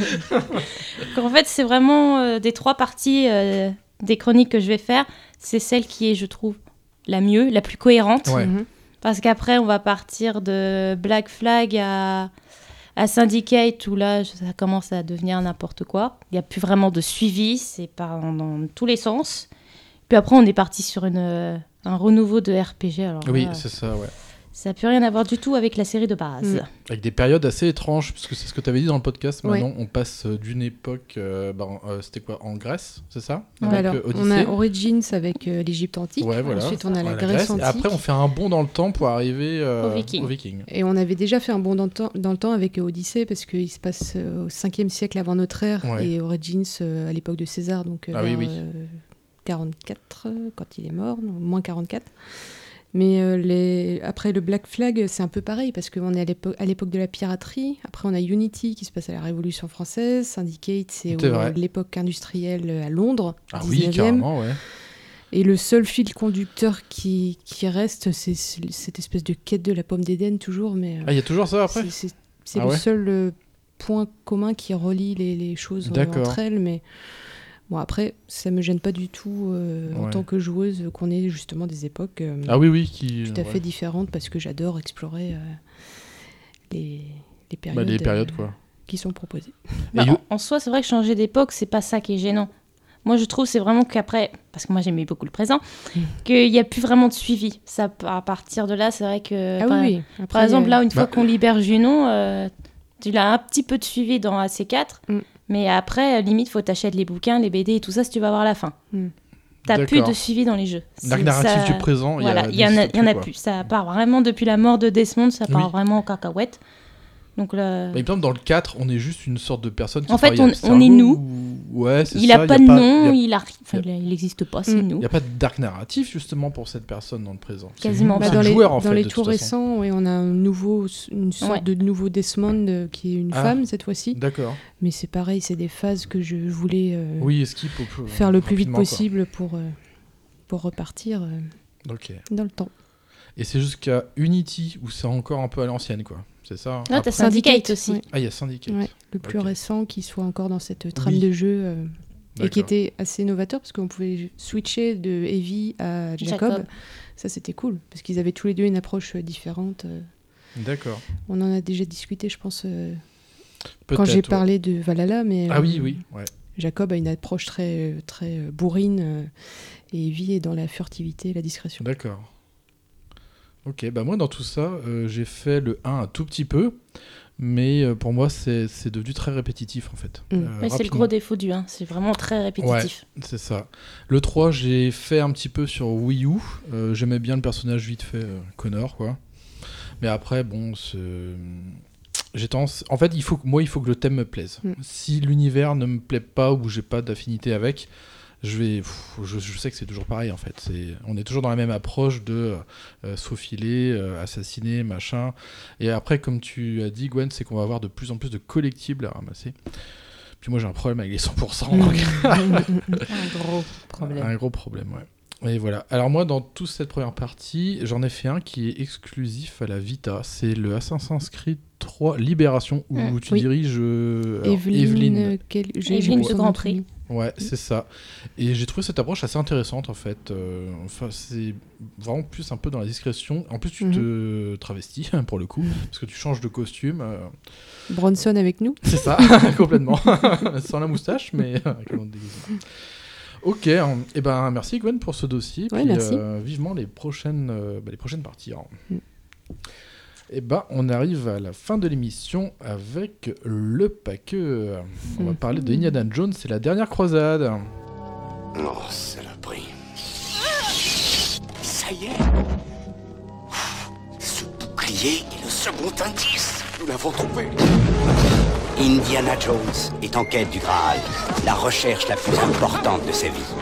Speaker 6: Qu'en fait, c'est vraiment euh, des trois parties euh, des chroniques que je vais faire, c'est celle qui est, je trouve, la mieux, la plus cohérente.
Speaker 12: Ouais. Mhm.
Speaker 6: Parce qu'après, on va partir de Black Flag à, à Syndicate, où là, ça commence à devenir n'importe quoi. Il n'y a plus vraiment de suivi, c'est par dans tous les sens. Puis après, on est parti sur une, euh, un renouveau de RPG. Alors
Speaker 1: Oui,
Speaker 6: là,
Speaker 1: c'est ça, ouais.
Speaker 6: ça n'a plus rien à voir du tout avec la série de base.
Speaker 1: Avec des périodes assez étranges, parce que c'est ce que tu avais dit dans le podcast.
Speaker 6: Ouais.
Speaker 1: Maintenant, on passe euh, d'une époque, euh, bah, en- euh, c'était quoi, en Grèce, c'est ça
Speaker 4: Ouais,
Speaker 1: Avec,
Speaker 4: alors,
Speaker 1: euh,
Speaker 4: on a
Speaker 1: Odyssée.
Speaker 4: Origins avec euh, l'Égypte antique.
Speaker 1: Ouais, voilà.
Speaker 4: Ensuite, on a la
Speaker 1: Voilà,
Speaker 4: Grèce,
Speaker 1: Et
Speaker 4: antique.
Speaker 1: après, on fait un bond dans le temps pour arriver euh,
Speaker 4: Aux Vikings.
Speaker 1: aux Vikings.
Speaker 4: Et on avait déjà fait un bond dans le temps, dans le temps avec euh, Odyssée, parce qu'il se passe euh, au 5e siècle avant notre ère,
Speaker 1: Ouais.
Speaker 4: et Origins euh, à l'époque de César, donc euh,
Speaker 1: Ah oui,
Speaker 4: vers,
Speaker 1: oui.
Speaker 4: euh, 44, euh, quand il est mort, donc moins 44. Mais euh, les... après le Black Flag, c'est un peu pareil, parce qu'on est à l'épo- à l'époque de la piraterie. Après, on a Unity qui se passe à la Révolution française. Syndicate, c'est
Speaker 1: C'est
Speaker 4: au-
Speaker 1: vrai.
Speaker 4: l'époque industrielle euh, à Londres.
Speaker 1: Ah oui,
Speaker 4: 19e.
Speaker 1: carrément, ouais.
Speaker 4: Et le seul fil conducteur qui, qui reste, c'est ce- cette espèce de quête de la pomme d'Éden, toujours. Mais, euh,
Speaker 1: Ah, il y a toujours ça après
Speaker 4: c'est- C'est c'est
Speaker 1: Ah
Speaker 4: le
Speaker 1: ouais
Speaker 4: seul euh, point commun qui relie les, les choses euh,
Speaker 1: D'accord.
Speaker 4: entre elles. Mais bon, après, ça me gêne pas du tout euh, en
Speaker 1: Ouais.
Speaker 4: tant que joueuse euh, qu'on ait justement des époques euh,
Speaker 1: Ah oui, oui, qui-
Speaker 4: tout à fait
Speaker 1: ouais.
Speaker 4: différentes parce que j'adore explorer euh, les, les périodes,
Speaker 1: Bah, les périodes,
Speaker 4: euh,
Speaker 1: quoi.
Speaker 4: qui sont proposées.
Speaker 6: Bah, en, en soi, c'est vrai que changer d'époque, c'est pas ça qui est gênant. Moi, je trouve c'est vraiment qu'après, parce que moi j'aimais beaucoup le présent,
Speaker 4: Hmm.
Speaker 6: qu'il n'y a plus vraiment de suivi. Ça, à partir de là, c'est vrai que.
Speaker 4: Ah
Speaker 6: par,
Speaker 4: oui, oui.
Speaker 6: par
Speaker 4: Après,
Speaker 6: exemple,
Speaker 4: euh,
Speaker 6: là, une fois
Speaker 4: bah,
Speaker 6: qu'on libère Junon, euh, tu l'as un petit peu de suivi dans AC4,
Speaker 4: Hmm.
Speaker 6: mais après, euh, limite, faut t'acheter les bouquins, les BD et tout ça si tu vas voir la fin.
Speaker 4: Hmm.
Speaker 6: T'as plus
Speaker 1: D'accord.
Speaker 6: de suivi dans les jeux.
Speaker 1: L'arc
Speaker 6: C'est-
Speaker 1: narratif
Speaker 6: ça-
Speaker 1: du présent, il y a-
Speaker 6: voilà, il y en a,
Speaker 1: n'existe
Speaker 6: il y en a
Speaker 1: plus, quoi.
Speaker 6: plus. Ça part vraiment depuis la mort de Desmond, ça part
Speaker 1: Oui.
Speaker 6: vraiment en cacahuète. Donc là.
Speaker 1: Bah, il me semble dans le 4, on est juste une sorte de personne qui
Speaker 6: En fait,
Speaker 1: travaille
Speaker 6: on-
Speaker 1: à
Speaker 6: on est
Speaker 1: Abstergo,
Speaker 6: nous.
Speaker 1: ou- Ouais, c'est
Speaker 6: Il
Speaker 1: ça,
Speaker 6: n'a pas
Speaker 1: y
Speaker 6: de
Speaker 1: y
Speaker 6: nom, il a- enfin, il n'existe pas,
Speaker 3: Mm.
Speaker 6: c'est
Speaker 1: Il
Speaker 6: nous.
Speaker 1: n'y a pas d'arc narratif justement pour cette personne dans le présent. C'est-
Speaker 6: Quasiment
Speaker 1: c'est
Speaker 4: Bah, dans
Speaker 1: le
Speaker 4: les,
Speaker 1: joueur en
Speaker 4: dans
Speaker 1: fait.
Speaker 4: les
Speaker 1: de toute
Speaker 4: tours récents,
Speaker 1: façon.
Speaker 4: ouais, on a un nouveau, une sorte
Speaker 6: Ouais.
Speaker 4: de nouveau Desmond euh, qui est une
Speaker 1: Ah,
Speaker 4: femme cette fois-ci.
Speaker 1: d'accord.
Speaker 4: Mais c'est pareil, c'est des phases que je voulais euh,
Speaker 1: Oui, skip au plus-
Speaker 4: faire le plus vite
Speaker 1: rapidement, quoi.
Speaker 4: possible pour, euh, pour repartir euh,
Speaker 1: Ok.
Speaker 4: dans le temps.
Speaker 1: Et c'est jusqu'à Unity où c'est encore un peu à l'ancienne quoi. C'est ça hein
Speaker 4: Non, t'as
Speaker 1: Après-
Speaker 4: Syndicate aussi.
Speaker 1: Ah, il y a Syndicate.
Speaker 4: Ouais, le plus récent qui soit encore dans cette trame
Speaker 1: Oui.
Speaker 4: de jeu euh, et qui
Speaker 1: D'accord.
Speaker 4: était assez novateur parce qu'on pouvait switcher de Heavy à Jacob.
Speaker 6: Jacob.
Speaker 4: Ça, c'était cool parce qu'ils avaient tous les deux une approche euh, différente. euh.
Speaker 1: D'accord.
Speaker 4: On en a déjà discuté, je pense, euh, quand
Speaker 1: Peut-être,
Speaker 4: j'ai
Speaker 1: ouais.
Speaker 4: parlé euh, de Valhalla. Mais,
Speaker 1: Ah oui, oui, ouais.
Speaker 4: Jacob a une approche très, euh, très euh, bourrine euh, et Evie est dans la furtivité et la discrétion.
Speaker 1: D'accord. Ok, bah moi dans tout ça, euh, j'ai fait le 1 un tout petit peu, mais euh, pour moi c'est c'est devenu très répétitif en fait.
Speaker 6: Mm.
Speaker 1: Euh,
Speaker 6: Mais c'est le
Speaker 1: rapidement.
Speaker 6: gros défaut du 1, c'est vraiment très répétitif.
Speaker 1: Ouais, c'est ça. Le 3, j'ai fait un petit peu sur Wii U. Euh, J'aimais bien le personnage vite fait, euh, Connor, quoi. Mais après, bon, c'est- j'ai tendance. En fait, il faut que... moi, il faut que le thème me plaise.
Speaker 4: Mm.
Speaker 1: Si l'univers ne me plaît pas ou j'ai pas d'affinité avec, je vais, pff, je, je sais que c'est toujours pareil en fait. C'est, on est toujours dans la même approche de euh, faufiler, euh, assassiner, machin. Et après, comme tu as dit, Gwen, c'est qu'on va avoir de plus en plus de collectibles à ramasser. Puis moi, j'ai un problème avec les
Speaker 4: Mm.
Speaker 1: 100%. donc.
Speaker 12: Un gros problème.
Speaker 1: Un gros problème, ouais. Et voilà. Alors moi, dans toute cette première partie, j'en ai fait un qui est exclusif à la Vita. C'est le Assassin's Creed 3 Libération, où
Speaker 4: Ah,
Speaker 1: tu
Speaker 4: oui.
Speaker 1: diriges euh, alors,
Speaker 4: Evelyne,
Speaker 1: Evelyne.
Speaker 4: euh, quel- j'ai- Evelyne j'ai- de Grand Prix.
Speaker 1: Ouais, c'est ça. Et j'ai trouvé cette approche assez intéressante, en fait. Euh, enfin, c'est vraiment plus un peu dans la discrétion. En plus, tu
Speaker 4: Mhm.
Speaker 1: te travestis, pour le coup, parce que tu changes de costume. euh,
Speaker 4: Bronson avec nous
Speaker 1: c'est ça, complètement. Sans la moustache, mais euh, avec le nom de déguisement. Ok, et ben merci Gwen pour ce dossier.
Speaker 4: Ouais,
Speaker 1: puis,
Speaker 4: merci. Mm.
Speaker 1: euh, vivement les prochaines, euh, bah, les prochaines parties. Et ben on arrive à la fin de l'émission avec le paqueux. On va parler de Indiana Jones, c'est la dernière croisade.
Speaker 16: Oh, saloperie.
Speaker 8: Ça y est
Speaker 16: Ce bouclier est le second indice. Nous l'avons trouvé. Indiana Jones est en quête du Graal, la recherche la plus importante de sa vie.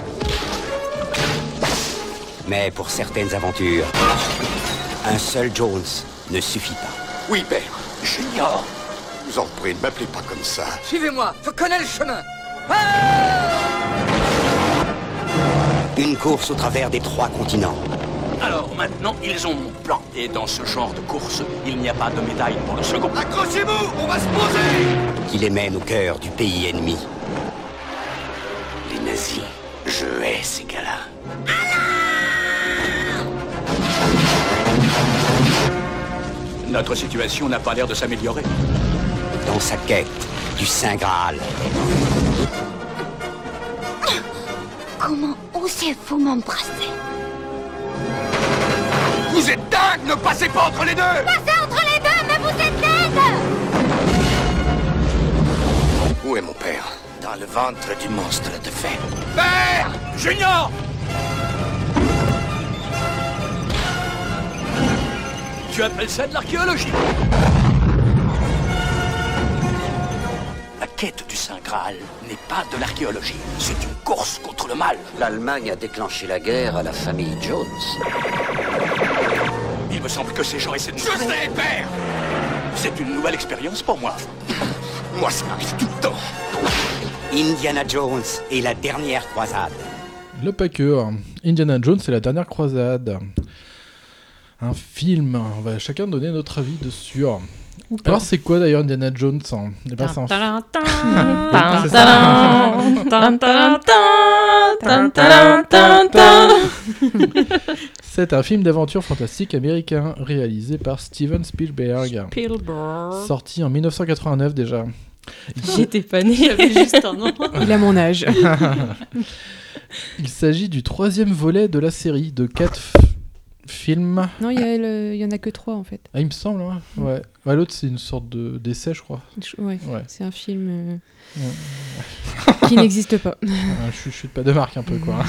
Speaker 16: Mais pour certaines aventures, un seul Jones ne suffit pas.
Speaker 8: Oui, père. J'ignore.
Speaker 16: Je vous en prie, ne m'appelez pas comme ça.
Speaker 8: Suivez-moi, je connais le chemin.
Speaker 16: Une course au travers des trois continents.
Speaker 9: Alors maintenant, ils ont mon plan. Et dans ce genre de course, il n'y a pas de médaille pour le second. Accrochez-vous, on va se poser
Speaker 16: qui les mène au cœur du pays ennemi. Les nazis, je hais ces gars-là.
Speaker 9: Notre situation n'a pas l'air de s'améliorer.
Speaker 16: Dans sa quête du Saint Graal,
Speaker 8: Comment osez-vous m'embrasser Vous êtes dingue Ne passez pas entre les deux Passez entre les deux, mais vous êtes dingue
Speaker 16: où est mon père Dans le ventre du monstre de fer.
Speaker 8: Père Junior
Speaker 9: Tu appelles ça de l'archéologie
Speaker 16: La quête du Saint Graal n'est pas de l'archéologie, c'est une course contre le mal. L'Allemagne a déclenché la guerre à la famille Jones.
Speaker 9: Il me semble que ces gens essaient de nous... Je sais, père C'est une nouvelle expérience pour moi.
Speaker 16: Moi, ça m'arrive tout le temps. Indiana Jones et la dernière croisade.
Speaker 1: Le paqueur. Indiana Jones, c'est la dernière croisade. Un film. On va chacun donner notre avis dessus. Alors c'est quoi d'ailleurs Indiana Jones hein Eh ben, c'est un
Speaker 8: Tin,
Speaker 1: C'est ça.
Speaker 8: tin, tin, tin, tin, tin, tin, tin.
Speaker 1: C'est un film d'aventure fantastique américain réalisé par Steven Spielberg.
Speaker 3: Spielberg.
Speaker 1: Sorti en 1989 déjà.
Speaker 3: J'étais pas née, j'avais juste un an.
Speaker 4: Il a mon âge.
Speaker 1: Il s'agit du troisième volet de la série de quatre f- films.
Speaker 4: Non, il y, a le- il y en a que trois en fait.
Speaker 1: Ah, il me semble, hein. ouais. Bah, L'autre, c'est une sorte de d'essai, je crois.
Speaker 4: Je- ouais,
Speaker 1: Ouais.
Speaker 4: C'est un film euh,
Speaker 1: Ouais.
Speaker 4: qui n'existe pas.
Speaker 1: Ah, je, suis- je suis de pas de marque un peu, quoi.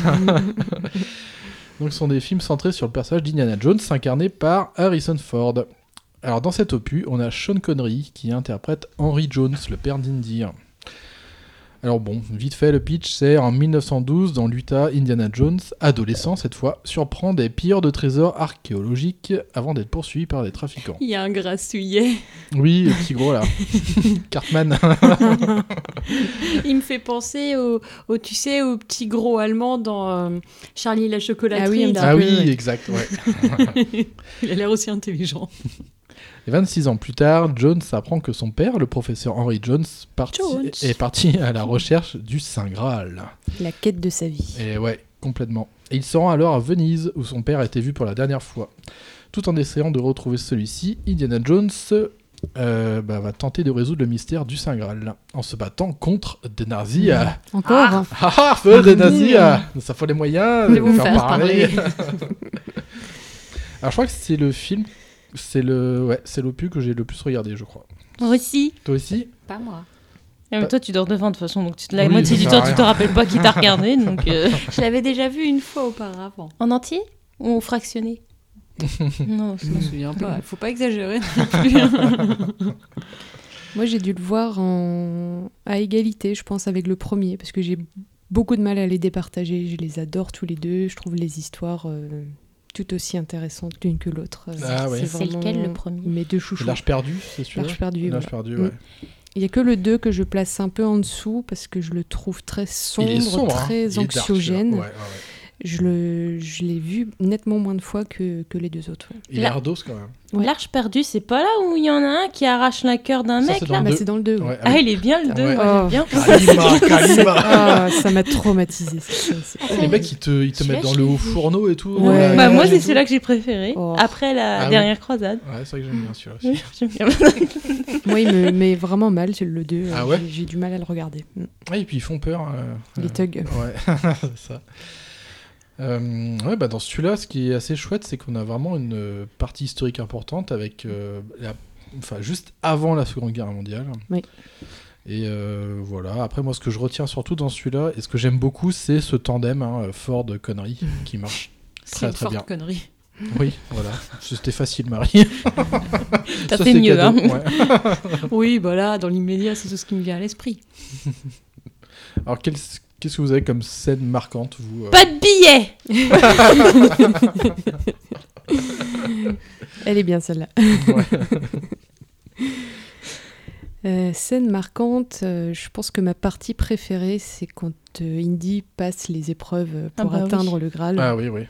Speaker 1: Donc, ce sont des films centrés sur le personnage d'Indiana Jones, incarné par Harrison Ford. Alors, dans cet opus, on a Sean Connery qui interprète Henry Jones, le père d'Indy. Alors bon, vite fait, le pitch, c'est en 1912, dans l'Utah, Indiana Jones, adolescent cette fois, surprend des pilleurs de trésors archéologiques avant d'être poursuivi par des trafiquants.
Speaker 2: Il y a un grassouillet.
Speaker 1: Oui, le petit gros là. Cartman.
Speaker 2: Il me fait penser au, au, tu sais, au petit gros allemand dans euh, Charlie et la chocolaterie.
Speaker 4: Ah oui, un
Speaker 2: il a
Speaker 4: petit
Speaker 2: un
Speaker 1: ah
Speaker 2: peu-
Speaker 1: oui, exact, ouais.
Speaker 2: il a l'air aussi intelligent.
Speaker 1: Et 26 ans plus tard, Jones apprend que son père, le professeur Henry Jones, parti-
Speaker 4: Jones.
Speaker 1: est parti à la recherche du Saint Graal.
Speaker 4: La quête de sa vie.
Speaker 1: Et ouais, complètement. Et il se rend alors à Venise, où son père a été vu pour la dernière fois. Tout en essayant de retrouver celui-ci, Indiana Jones euh, bah, va tenter de résoudre le mystère du Saint Graal en se battant contre des nazis.
Speaker 4: Encore
Speaker 1: Ah, ah, ah, feu des nazis euh, Ça faut les moyens de
Speaker 4: De Hmm. vous
Speaker 1: vous faire
Speaker 4: faire
Speaker 1: parler.
Speaker 4: parler.
Speaker 1: Alors je crois que c'est le film, c'est le, ouais, c'est l'opus que j'ai le plus regardé, je crois.
Speaker 3: Moi aussi.
Speaker 1: Toi aussi
Speaker 2: Pas moi.
Speaker 3: Ah, mais toi, tu dors devant de toute façon, donc tu te- la
Speaker 1: Oui,
Speaker 3: moitié
Speaker 1: ça
Speaker 3: du
Speaker 1: sert à
Speaker 3: temps, tu
Speaker 1: rien.
Speaker 3: te rappelles pas qui t'a regardé. Donc, euh,
Speaker 2: Je l'avais déjà vu une fois auparavant.
Speaker 3: En entier ou fractionné Non,
Speaker 2: je me souviens pas. Faut pas exagérer non plus.
Speaker 4: Moi, j'ai dû le voir en... à égalité, je pense, avec le premier, parce que j'ai beaucoup de mal à les départager. Je les adore tous les deux. Je trouve les histoires euh, tout aussi intéressantes l'une que l'autre. Euh,
Speaker 1: Ah ouais. C'est
Speaker 4: vraiment
Speaker 1: lequel, le premier
Speaker 4: Mes deux chouchous.
Speaker 1: L'Arche perdue, c'est celui-là
Speaker 4: L'Arche perdue.
Speaker 1: L'Arche
Speaker 4: voilà.
Speaker 1: perdue, ouais.
Speaker 4: Mm. Il n'y a que le 2 que je place un peu en dessous parce que je le trouve très sombre,
Speaker 1: sombre, hein. Il est
Speaker 4: très
Speaker 1: dark,
Speaker 4: anxiogène.
Speaker 1: celui-là. Ouais, ouais, ouais.
Speaker 4: Je le- Je l'ai vu nettement moins de fois que, que les deux autres. ouais.
Speaker 1: Il est ardos quand même.
Speaker 3: L'arche perdue, c'est pas là où il y en a un qui arrache la cœur d'un
Speaker 4: Ça,
Speaker 3: mec
Speaker 4: c'est dans
Speaker 3: là
Speaker 4: le Bah, deux. c'est dans le deux, ouais. Ouais,
Speaker 3: Ah,
Speaker 4: ouais.
Speaker 3: il est bien le 2,
Speaker 1: Ouais. Ah,
Speaker 4: Oh.
Speaker 3: bien.
Speaker 1: Kalima, Kalima.
Speaker 4: Ah, ça m'a traumatisé. ça, ça, ça.
Speaker 1: Ah, Les mecs, ils te, ils te
Speaker 3: Celui-là,
Speaker 1: mettent dans
Speaker 3: je
Speaker 1: le
Speaker 3: l'ai
Speaker 1: haut
Speaker 3: vu.
Speaker 1: fourneau et tout.
Speaker 3: Ouais.
Speaker 1: la
Speaker 3: Bah, moi,
Speaker 1: cage
Speaker 3: c'est
Speaker 1: et tout.
Speaker 3: celui-là que j'ai préféré, après la
Speaker 1: Ah oui.
Speaker 3: dernière croisade.
Speaker 1: Ouais, c'est vrai que j'aime bien celui-là.
Speaker 3: Oui,
Speaker 1: aussi.
Speaker 3: j'aime bien.
Speaker 4: Moi, il me met vraiment mal, c'est le 2.
Speaker 1: Ah ouais
Speaker 4: J'ai- J'ai du mal à le regarder. Mm.
Speaker 1: Ouais, et puis ils font peur. euh,
Speaker 4: Les
Speaker 1: euh,
Speaker 4: thugs.
Speaker 1: Ouais, c'est ça. Euh, ouais, bah dans celui-là, ce qui est assez chouette, c'est qu'on a vraiment une euh, partie historique importante avec, euh, la- enfin, juste avant la Seconde Guerre mondiale.
Speaker 4: Oui.
Speaker 1: Et euh, voilà. Après, moi, ce que je retiens surtout dans celui-là, et ce que j'aime beaucoup, c'est ce tandem hein, Ford connerie qui marche
Speaker 2: C'est
Speaker 1: très
Speaker 2: une
Speaker 1: très
Speaker 2: forte
Speaker 1: bien.
Speaker 2: connerie.
Speaker 1: Oui, voilà. C'était facile, Marie.
Speaker 2: T'as
Speaker 1: Ça,
Speaker 2: fait
Speaker 1: c'est
Speaker 2: mieux,
Speaker 1: cadeau,
Speaker 2: hein.
Speaker 1: ouais.
Speaker 2: oui, bah là, dans l'immédiat, c'est tout ce qui me vient à l'esprit.
Speaker 1: Alors, quel- qu'est-ce que vous avez comme scène marquante, vous euh
Speaker 2: Pas de billets
Speaker 4: Elle est bien celle-là. Euh, scène marquante, euh, je pense que ma partie préférée, c'est quand euh, Indy passe les épreuves euh,
Speaker 3: Ah
Speaker 4: pour
Speaker 3: bah oui.
Speaker 4: atteindre le Graal.
Speaker 1: Ah oui, oui.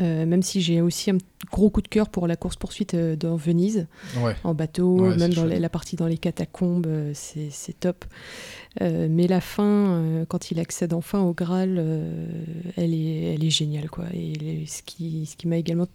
Speaker 4: Euh, même si j'ai aussi un gros coup de cœur pour la course-poursuite euh, dans Venise,
Speaker 1: Ouais.
Speaker 4: en bateau,
Speaker 1: Ouais,
Speaker 4: même
Speaker 1: c'est
Speaker 4: dans la,
Speaker 1: chouette.
Speaker 4: la partie dans les catacombes, euh, c'est c'est top. Euh, mais la fin, euh, quand il accède enfin au Graal, euh, elle, est, elle est géniale. Quoi. Et le- ce qui, ce qui m'a également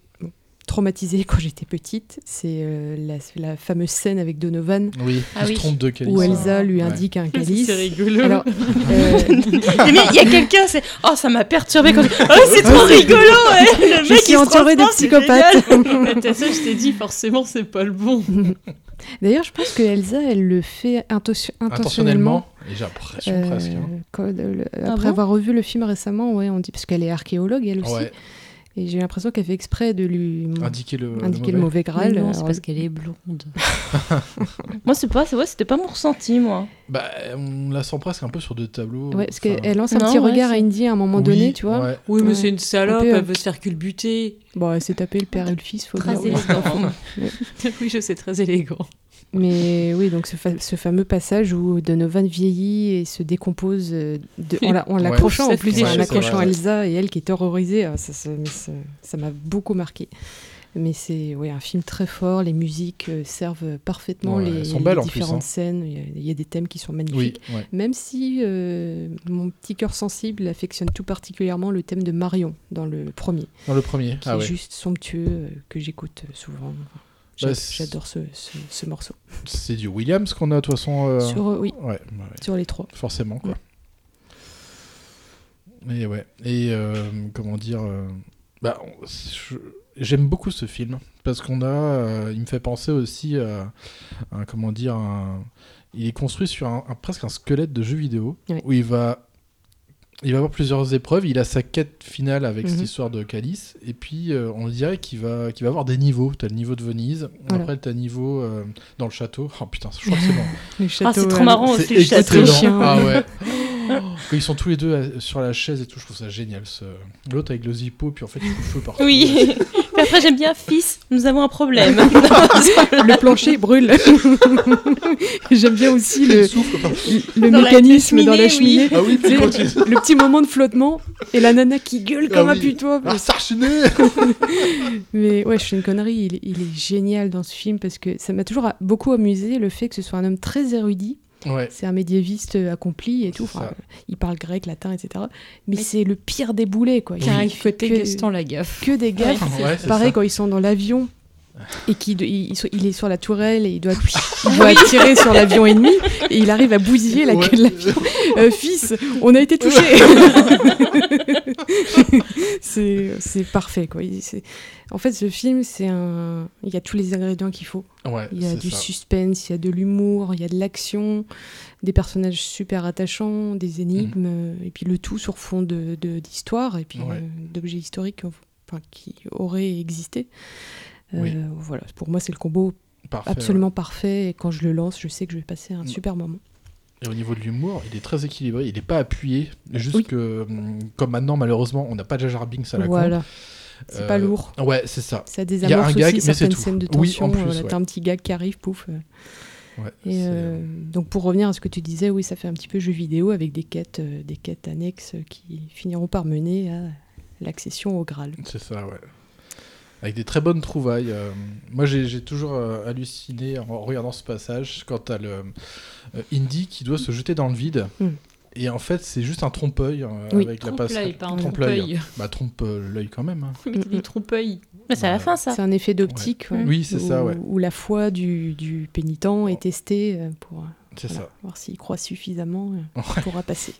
Speaker 4: traumatisée quand j'étais petite, c'est euh, la, la fameuse scène avec Donovan.
Speaker 1: Oui, Ah il se oui. trompe de calice.
Speaker 4: Où Elsa lui
Speaker 1: Ouais.
Speaker 4: indique un
Speaker 3: C'est
Speaker 4: calice.
Speaker 3: rigolo.
Speaker 4: Alors, euh,
Speaker 3: Mais il y a quelqu'un, c'est. Oh, ça m'a perturbé quand. Oh, c'est trop rigolo! ouais. Le
Speaker 4: Je
Speaker 3: mec,
Speaker 4: suis
Speaker 3: il se
Speaker 4: entourée de
Speaker 3: transforme, c'est
Speaker 4: psychopathes.
Speaker 3: génial.
Speaker 2: Mais Bah, t'as ça, je t'ai dit, forcément, c'est pas le bon.
Speaker 4: D'ailleurs, je pense que Elsa, elle le fait intosi- intentionnellement.
Speaker 1: Intentionnellement. Et j'ai l'impression presque. hein.
Speaker 4: quand- Euh, le- le-
Speaker 1: Ah
Speaker 4: après
Speaker 1: bon
Speaker 4: avoir revu le film récemment, ouais, on dit parce qu'elle est archéologue elle aussi.
Speaker 1: Ouais.
Speaker 4: Et j'ai l'impression qu'elle fait exprès de lui
Speaker 1: Indiquer le- le
Speaker 4: indiquer le mauvais,
Speaker 1: mauvais.
Speaker 4: Graal.
Speaker 12: Mais non,
Speaker 2: euh,
Speaker 12: c'est
Speaker 4: Alors,
Speaker 12: parce qu'elle est blonde.
Speaker 3: Moi, c'est pas, c'est- ouais, c'était pas mon ressenti, moi.
Speaker 1: Bah, on la sent presque un peu sur deux tableaux.
Speaker 4: Ouais, parce
Speaker 1: enfin.
Speaker 4: qu'elle lance un petit regard à Indy à un moment
Speaker 1: Oui,
Speaker 4: donné, tu vois.
Speaker 1: ouais.
Speaker 2: Oui, mais
Speaker 4: Ouais.
Speaker 2: c'est une salope,
Speaker 4: Un peu,
Speaker 12: hein.
Speaker 2: elle
Speaker 4: euh,
Speaker 2: veut se faire culbuter.
Speaker 4: Bon, elle s'est tapé le père et le fils,
Speaker 12: Ah,
Speaker 4: faut
Speaker 2: Très
Speaker 4: dire.
Speaker 3: Ah,
Speaker 2: élégant.
Speaker 4: Ouais.
Speaker 2: oui, je sais, très élégant.
Speaker 4: Mais oui, donc ce, fa- ce fameux passage où Donovan vieillit et se décompose euh, de- en la- en
Speaker 2: Ouais.
Speaker 4: l'accrochant en
Speaker 2: Cette
Speaker 4: plus,
Speaker 2: idée,
Speaker 4: en
Speaker 2: c'est
Speaker 4: accrochant
Speaker 2: vrai.
Speaker 4: Elsa et elle qui est terrorisée, ah, ça ça- mais ça- ça m'a beaucoup marqué. Mais c'est ouais, un film très fort, les musiques euh, servent parfaitement
Speaker 1: Ouais,
Speaker 4: les,
Speaker 1: elles sont
Speaker 4: les
Speaker 1: belles en plus,
Speaker 4: différentes
Speaker 1: hein.
Speaker 4: scènes, il y a- il y, a des thèmes qui sont magnifiques.
Speaker 1: Oui, ouais.
Speaker 4: Même si euh, mon petit cœur sensible affectionne tout particulièrement le thème de Marion dans le premier.
Speaker 1: Dans le premier,
Speaker 4: qui
Speaker 1: ah
Speaker 4: est
Speaker 1: ouais.
Speaker 4: juste somptueux, euh, que j'écoute euh, souvent. J'a-
Speaker 1: Bah, c'est-
Speaker 4: J'adore ce- ce- ce morceau.
Speaker 1: C'est du Williams qu'on a, de toute façon. euh,
Speaker 4: Sur, euh, oui.
Speaker 1: Ouais, ouais.
Speaker 4: Sur les trois.
Speaker 1: Forcément, quoi.
Speaker 4: Mm.
Speaker 1: Et ouais. Et euh, comment dire. euh, bah, on- je- J'aime beaucoup ce film. Parce qu'on a. euh, il me fait penser aussi à. à, comment dire. un- il est construit sur un, un- presque un squelette de jeu vidéo.
Speaker 4: Ouais.
Speaker 1: Où il va. Il va avoir plusieurs épreuves. Il a sa quête finale avec cette
Speaker 4: Mhm.
Speaker 1: histoire de Calice. Et puis, euh, on dirait qu'il va, qu'il va avoir des niveaux. T'as le niveau de Venise.
Speaker 4: Voilà.
Speaker 1: Après, t'as le niveau euh, dans le château. Oh putain, je crois que c'est dans-
Speaker 4: Le château,
Speaker 3: c'est trop
Speaker 4: ouais.
Speaker 6: Oh,
Speaker 3: marrant
Speaker 1: c'est
Speaker 3: aussi, le château.
Speaker 1: excellent.
Speaker 3: Chien.
Speaker 1: Ah ouais. Oh, Quand ils sont tous les deux euh, sur la chaise et tout, je trouve ça génial. ce- L'autre avec le zippo, puis en fait, il fout partout.
Speaker 3: Oui. Puis après, j'aime bien fils, nous avons un problème.
Speaker 4: le plancher brûle. J'aime bien aussi le, le
Speaker 3: Dans la
Speaker 4: mécanisme dans la
Speaker 3: cheminée,
Speaker 4: cheminée.
Speaker 1: Ah oui, puis
Speaker 4: Tu sais,
Speaker 1: quand il-
Speaker 4: le petit moment de flottement et la nana qui gueule
Speaker 1: Ah
Speaker 4: comme
Speaker 1: oui.
Speaker 4: un putois.
Speaker 1: Ah, sarchiné
Speaker 4: Mais ouais, je suis une connerie. Il, est- il est génial dans ce film parce que ça m'a toujours a- beaucoup amusé le fait que ce soit un homme très érudit.
Speaker 1: Ouais.
Speaker 4: C'est un médiéviste euh, accompli et tout. Enfin,
Speaker 1: ça.
Speaker 4: il parle grec, latin, etc. Mais, c'est le pire des boulets, quoi.
Speaker 12: Ah,
Speaker 2: Qui a un
Speaker 4: Il fait
Speaker 2: côté Gaston Lagaffe.
Speaker 4: Que des gaffes.
Speaker 2: Ouais, c'est Ouais, ça. c'est
Speaker 4: Pareil
Speaker 2: ça.
Speaker 4: quand ils sont dans l'avion et qu'il il, il- il est sur la tourelle et il doit, il doit tirer sur l'avion ennemi et il arrive à bousiller la queue de l'avion. Euh, fils, on a été touché. c'est c'est parfait quoi. Il- c'est- En fait, ce film, c'est un, il y a tous les ingrédients qu'il faut.
Speaker 1: Ouais,
Speaker 4: il y a
Speaker 1: c'est
Speaker 4: du
Speaker 1: ça.
Speaker 4: suspense, il y a de l'humour, il y a de l'action, des personnages super attachants, des énigmes, euh, et puis le tout sur fond de de- d'histoire et puis
Speaker 1: Mhm. Ouais.
Speaker 4: euh, d'objets historiques enfin, qui auraient existé. Euh,
Speaker 1: Oui.
Speaker 4: Voilà, pour moi, c'est le combo
Speaker 1: Parfait, Mm.
Speaker 4: absolument parfait. Et quand je le lance, je sais que je vais passer un super moment.
Speaker 1: Et au niveau de l'humour, il est très équilibré, il n'est pas appuyé. Juste que, hum, comme maintenant, malheureusement, on n'a pas Jajar Binks à la con.
Speaker 4: Voilà. C'est pas lourd.
Speaker 1: Ouais, c'est ça.
Speaker 4: Ça
Speaker 1: Il y a
Speaker 4: désamorce
Speaker 1: un gag,
Speaker 4: aussi
Speaker 1: mais c'est
Speaker 4: certaines
Speaker 1: tout.
Speaker 4: scènes de
Speaker 1: Oui,
Speaker 4: tension.
Speaker 1: en plus,
Speaker 4: voilà,
Speaker 1: ouais.
Speaker 4: T'as un petit gag qui arrive, pouf. euh.
Speaker 1: Ouais,
Speaker 4: Et euh, donc pour revenir à ce que tu disais, oui, ça fait un petit peu jeu vidéo avec des quêtes, euh, des quêtes annexes euh, qui finiront par mener à l'accession au Graal.
Speaker 1: C'est ça, ouais. Avec des très bonnes trouvailles. euh, moi, j'ai j'ai toujours euh, halluciné en regardant ce passage quand à le euh, Indy qui doit se jeter dans le vide.
Speaker 4: Mm.
Speaker 1: Et en fait, c'est juste un trompe-œil euh,
Speaker 2: Hmm. Oui.
Speaker 1: avec la
Speaker 2: Trompe-l'œil,
Speaker 1: passe.
Speaker 2: pas un trompe-œil.
Speaker 1: Bah, trompe euh, l'œil quand même. hein.
Speaker 2: Mais t'as dit trompe-œil.
Speaker 3: Mais c'est à la fin, ça.
Speaker 4: C'est un effet d'optique.
Speaker 1: Ouais.
Speaker 4: ouais,
Speaker 1: Oui, c'est ça,
Speaker 4: où-
Speaker 1: ouais.
Speaker 4: Où la foi du, du pénitent est testée euh, pour euh,
Speaker 1: C'est ça.
Speaker 4: voir s'il croit suffisamment euh, pourra passer.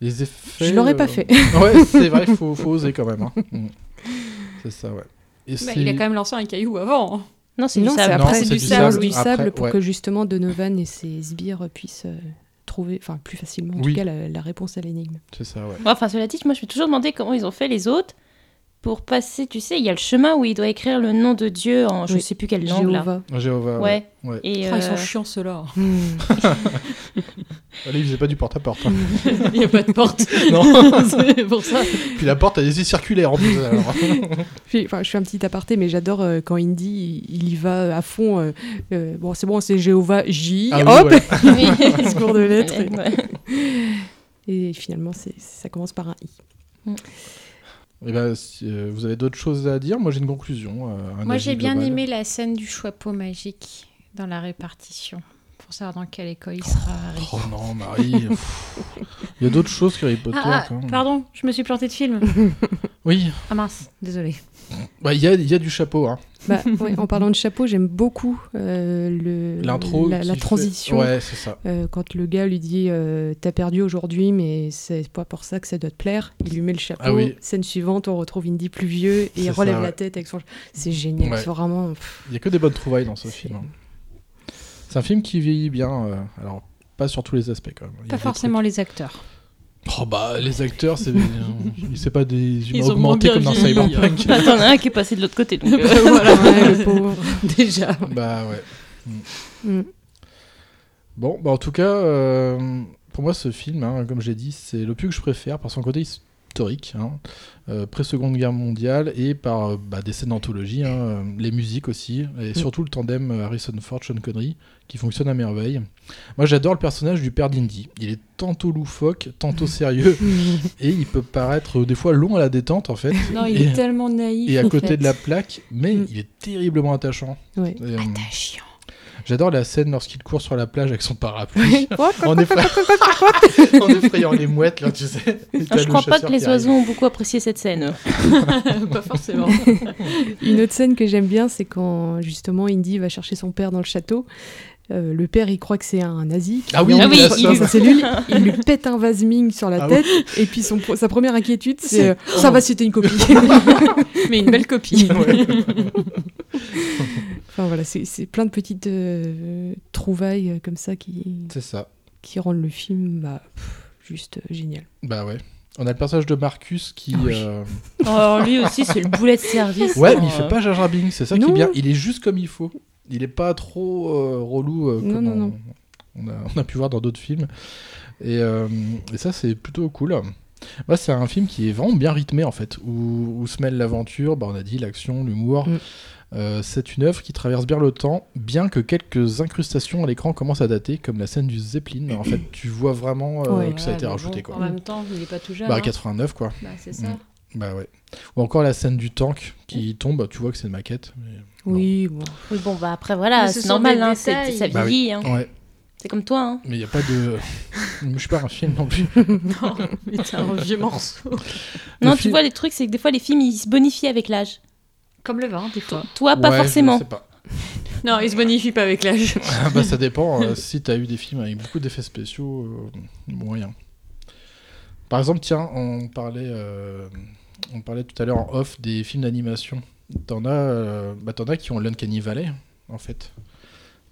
Speaker 1: Les effets.
Speaker 4: Je l'aurais
Speaker 1: euh,
Speaker 4: pas fait.
Speaker 1: ouais, c'est vrai, faut, faut oser quand même. hein. Mm. C'est ça, ouais. Et
Speaker 2: Bah,
Speaker 1: c'est-
Speaker 2: il a quand même lancé un caillou avant. hein.
Speaker 3: Non,
Speaker 4: Non, c'est
Speaker 1: Non,
Speaker 4: après,
Speaker 1: c'est
Speaker 4: c'est du
Speaker 1: du
Speaker 4: sable,
Speaker 1: sable.
Speaker 4: du sable
Speaker 1: Après,
Speaker 4: pour
Speaker 1: ouais.
Speaker 4: que justement Donovan et ses sbires puissent euh, trouver, enfin plus facilement en
Speaker 1: Oui.
Speaker 4: tout cas, la, la réponse à l'énigme.
Speaker 1: C'est ça, ouais.
Speaker 3: Bon, Enfin, cela dit, moi, je me suis toujours demandé comment ils ont fait les autres pour passer. Tu sais, il y a le chemin où il doit écrire le nom de Dieu en je
Speaker 4: Oui.
Speaker 3: sais plus quelle langue là.
Speaker 1: Jéhovah,
Speaker 3: Ouais.
Speaker 1: Ah, ouais. Ouais.
Speaker 3: Et,
Speaker 2: Ah, ils sont
Speaker 3: euh,
Speaker 2: chiants ceux-là.
Speaker 4: Hmm.
Speaker 1: Allez, Ah, il faisait pas du porte-à-porte. hein.
Speaker 2: Il n'y a pas de porte.
Speaker 1: non.
Speaker 2: C'est pour ça.
Speaker 1: Puis la porte, elle est circulaire en plus. Alors.
Speaker 4: Puis, enfin, je fais un petit aparté, mais j'adore euh, quand Indy il, il y va à fond. euh, euh, bon, c'est bon, c'est Jéhovah J.
Speaker 1: Ah oui,
Speaker 4: hop,
Speaker 1: ouais.
Speaker 4: il se court de lettres. et-
Speaker 3: Ouais.
Speaker 4: Et, finalement, c'est, ça commence par un i.
Speaker 1: Eh ben, si, euh, vous avez d'autres choses à dire Moi, j'ai une conclusion. euh, un
Speaker 2: Moi,
Speaker 1: avis
Speaker 2: j'ai bien
Speaker 1: global.
Speaker 2: aimé la scène du chapeau magique dans la répartition. Pour savoir dans quelle école il sera. Harry.
Speaker 1: Oh non, Marie. pff. Il y a d'autres choses qu'Harry Potter.
Speaker 2: Ah, ah,
Speaker 1: quand même.
Speaker 2: pardon, je me suis plantée de film.
Speaker 1: Oui.
Speaker 2: Ah mince, désolé.
Speaker 1: Bah, Il y, a, il y a du chapeau. Hein.
Speaker 4: Bah, ouais, en parlant de chapeau, j'aime beaucoup euh, le,
Speaker 1: L'intro
Speaker 4: la,
Speaker 1: qui
Speaker 4: la
Speaker 1: fait-
Speaker 4: transition.
Speaker 1: Ouais, c'est ça.
Speaker 4: Euh, quand le gars lui dit euh, T'as perdu aujourd'hui, mais c'est pas pour ça que ça doit te plaire. Il lui met le chapeau.
Speaker 1: Ah oui.
Speaker 4: Scène suivante, on retrouve Indy plus vieux et
Speaker 1: C'est
Speaker 4: il
Speaker 1: ça,
Speaker 4: relève
Speaker 1: ouais.
Speaker 4: la tête avec son. C'est génial,
Speaker 1: Ouais.
Speaker 4: c'est vraiment. pff,
Speaker 1: Il y a que des bonnes trouvailles dans ce film. hein. C'est un film qui vieillit bien. euh, alors, pas sur tous les aspects quand même. Il y a
Speaker 2: Pas
Speaker 1: des
Speaker 2: forcément les acteurs.
Speaker 1: trucs- Oh bah, les acteurs, c'est c'est pas des humains
Speaker 2: Ils ont
Speaker 1: augmentés
Speaker 2: moins bien hein.
Speaker 1: comme dans
Speaker 2: vieilli,
Speaker 1: Cyberpunk.
Speaker 3: Bah, T'en as un qui est passé de l'autre côté. Donc, euh,
Speaker 4: ouais, le pauvre.
Speaker 2: Déjà.
Speaker 1: Bah ouais. Mm.
Speaker 4: Mm.
Speaker 1: Bon, bah en tout cas, euh, pour moi, ce film, hein, comme j'ai dit, c'est le plus que je préfère par son côté historique, hein, euh, pré-seconde guerre mondiale et par euh, bah, des scènes d'anthologie, hein, euh, les musiques aussi,
Speaker 2: Mm.
Speaker 1: et surtout le tandem euh, Harrison Ford-Sean Connery qui fonctionne à merveille. Moi, j'adore le personnage du père d'Indy. Il est tantôt loufoque, tantôt sérieux, et il peut paraître euh, des fois long à la détente en fait.
Speaker 2: Non, il
Speaker 1: Et-
Speaker 2: est tellement naïf.
Speaker 1: et à
Speaker 2: en
Speaker 1: côté
Speaker 2: fait.
Speaker 1: de la plaque, mais il est terriblement attachant.
Speaker 4: Ouais.
Speaker 1: Et, euh, J'adore la scène lorsqu'il court sur la plage avec son parapluie.
Speaker 4: Ouais. Oh, Quoi, quoi,
Speaker 1: en,
Speaker 4: quoi,
Speaker 1: effra-
Speaker 4: quoi,
Speaker 1: en effrayant les mouettes, là, tu sais. Et
Speaker 3: Ah,
Speaker 1: t'as
Speaker 3: je
Speaker 1: le
Speaker 3: crois pas que
Speaker 1: chasseur
Speaker 3: les
Speaker 1: qui arrive.
Speaker 3: oiseaux ont beaucoup apprécié cette scène.
Speaker 2: pas forcément.
Speaker 4: Une autre scène que j'aime bien, c'est quand justement Indy va chercher son père dans le château. Euh, le père, il croit que c'est un nazi. qui
Speaker 1: Ah oui,
Speaker 4: vient
Speaker 1: ah
Speaker 4: de
Speaker 1: oui,
Speaker 4: la-
Speaker 1: il
Speaker 4: dans sa
Speaker 1: assomme.
Speaker 4: cellule. Il lui pète un vase Ming sur la
Speaker 1: Ah
Speaker 4: tête. Et puis son, pro- sa première inquiétude, c'est euh,
Speaker 2: C'est-
Speaker 4: ça va, c'était une copie.
Speaker 2: Mais une belle copie.
Speaker 4: enfin voilà, c'est c'est plein de petites euh, trouvailles euh, comme ça qui,
Speaker 1: C'est ça.
Speaker 4: qui rendent le film bah, pff, juste euh, génial.
Speaker 1: Bah ouais. On a le personnage de Marcus qui. euh,
Speaker 3: Oh, lui aussi, c'est le boulet de service.
Speaker 1: Ouais,
Speaker 3: hein.
Speaker 1: mais il fait pas Jaja Bing, c'est ça qui est
Speaker 4: Non.
Speaker 1: bien. Il est juste comme il faut. Il est pas trop euh, relou euh,
Speaker 4: Non,
Speaker 1: comme
Speaker 4: non,
Speaker 1: on-
Speaker 4: non.
Speaker 1: On, a, on a pu voir dans d'autres films. Et, euh, et ça, c'est plutôt cool. Moi, c'est un film qui est vraiment bien rythmé en fait, où, où se mêle l'aventure, bah, on a dit l'action, l'humour.
Speaker 4: Mm.
Speaker 1: Euh, c'est une œuvre qui traverse bien le temps, bien que quelques incrustations à l'écran commencent à dater, comme la scène du Zeppelin. En fait, tu vois vraiment euh,
Speaker 2: Ouais,
Speaker 1: que ça a
Speaker 2: ouais,
Speaker 1: été
Speaker 2: mais
Speaker 1: rajouté.
Speaker 2: bon,
Speaker 1: quoi.
Speaker 2: En
Speaker 12: Mm.
Speaker 2: même temps, il est pas tout jeune.
Speaker 1: Bah,
Speaker 2: hein.
Speaker 1: 89, quoi.
Speaker 2: Bah, c'est ça.
Speaker 1: Mm. Bah ouais. Ou encore la scène du tank qui tombe, tu vois que c'est une maquette. mais-
Speaker 4: Oui, bon.
Speaker 3: Oui, bon, bah après, voilà,
Speaker 2: Mais ce
Speaker 3: c'est
Speaker 2: sont
Speaker 3: normal,
Speaker 2: des
Speaker 3: hein, c'est
Speaker 2: détails.
Speaker 3: ça
Speaker 1: Bah oui.
Speaker 3: vieillit. hein.
Speaker 1: Ouais.
Speaker 3: C'est comme toi. Hein.
Speaker 1: Mais il n'y a pas de. Je suis pas un film non plus.
Speaker 2: Non, mais t'es un vieux morceau.
Speaker 3: Non, tu
Speaker 1: film-
Speaker 3: vois, les trucs, c'est que des fois, les films, ils se bonifient avec l'âge.
Speaker 2: Comme le vin, des fois.
Speaker 3: Toi, pas
Speaker 1: Ouais,
Speaker 3: forcément.
Speaker 1: Je sais pas.
Speaker 2: Non, il se bonifie pas avec l'âge.
Speaker 1: Ah bah ça dépend. euh, si t'as eu des films avec beaucoup d'effets spéciaux, euh, moyen. Par exemple, tiens, on parlait, euh, on parlait tout à l'heure en off des films d'animation. T'en as, euh, bah, t'en as qui ont l'Uncanny Valley, en fait.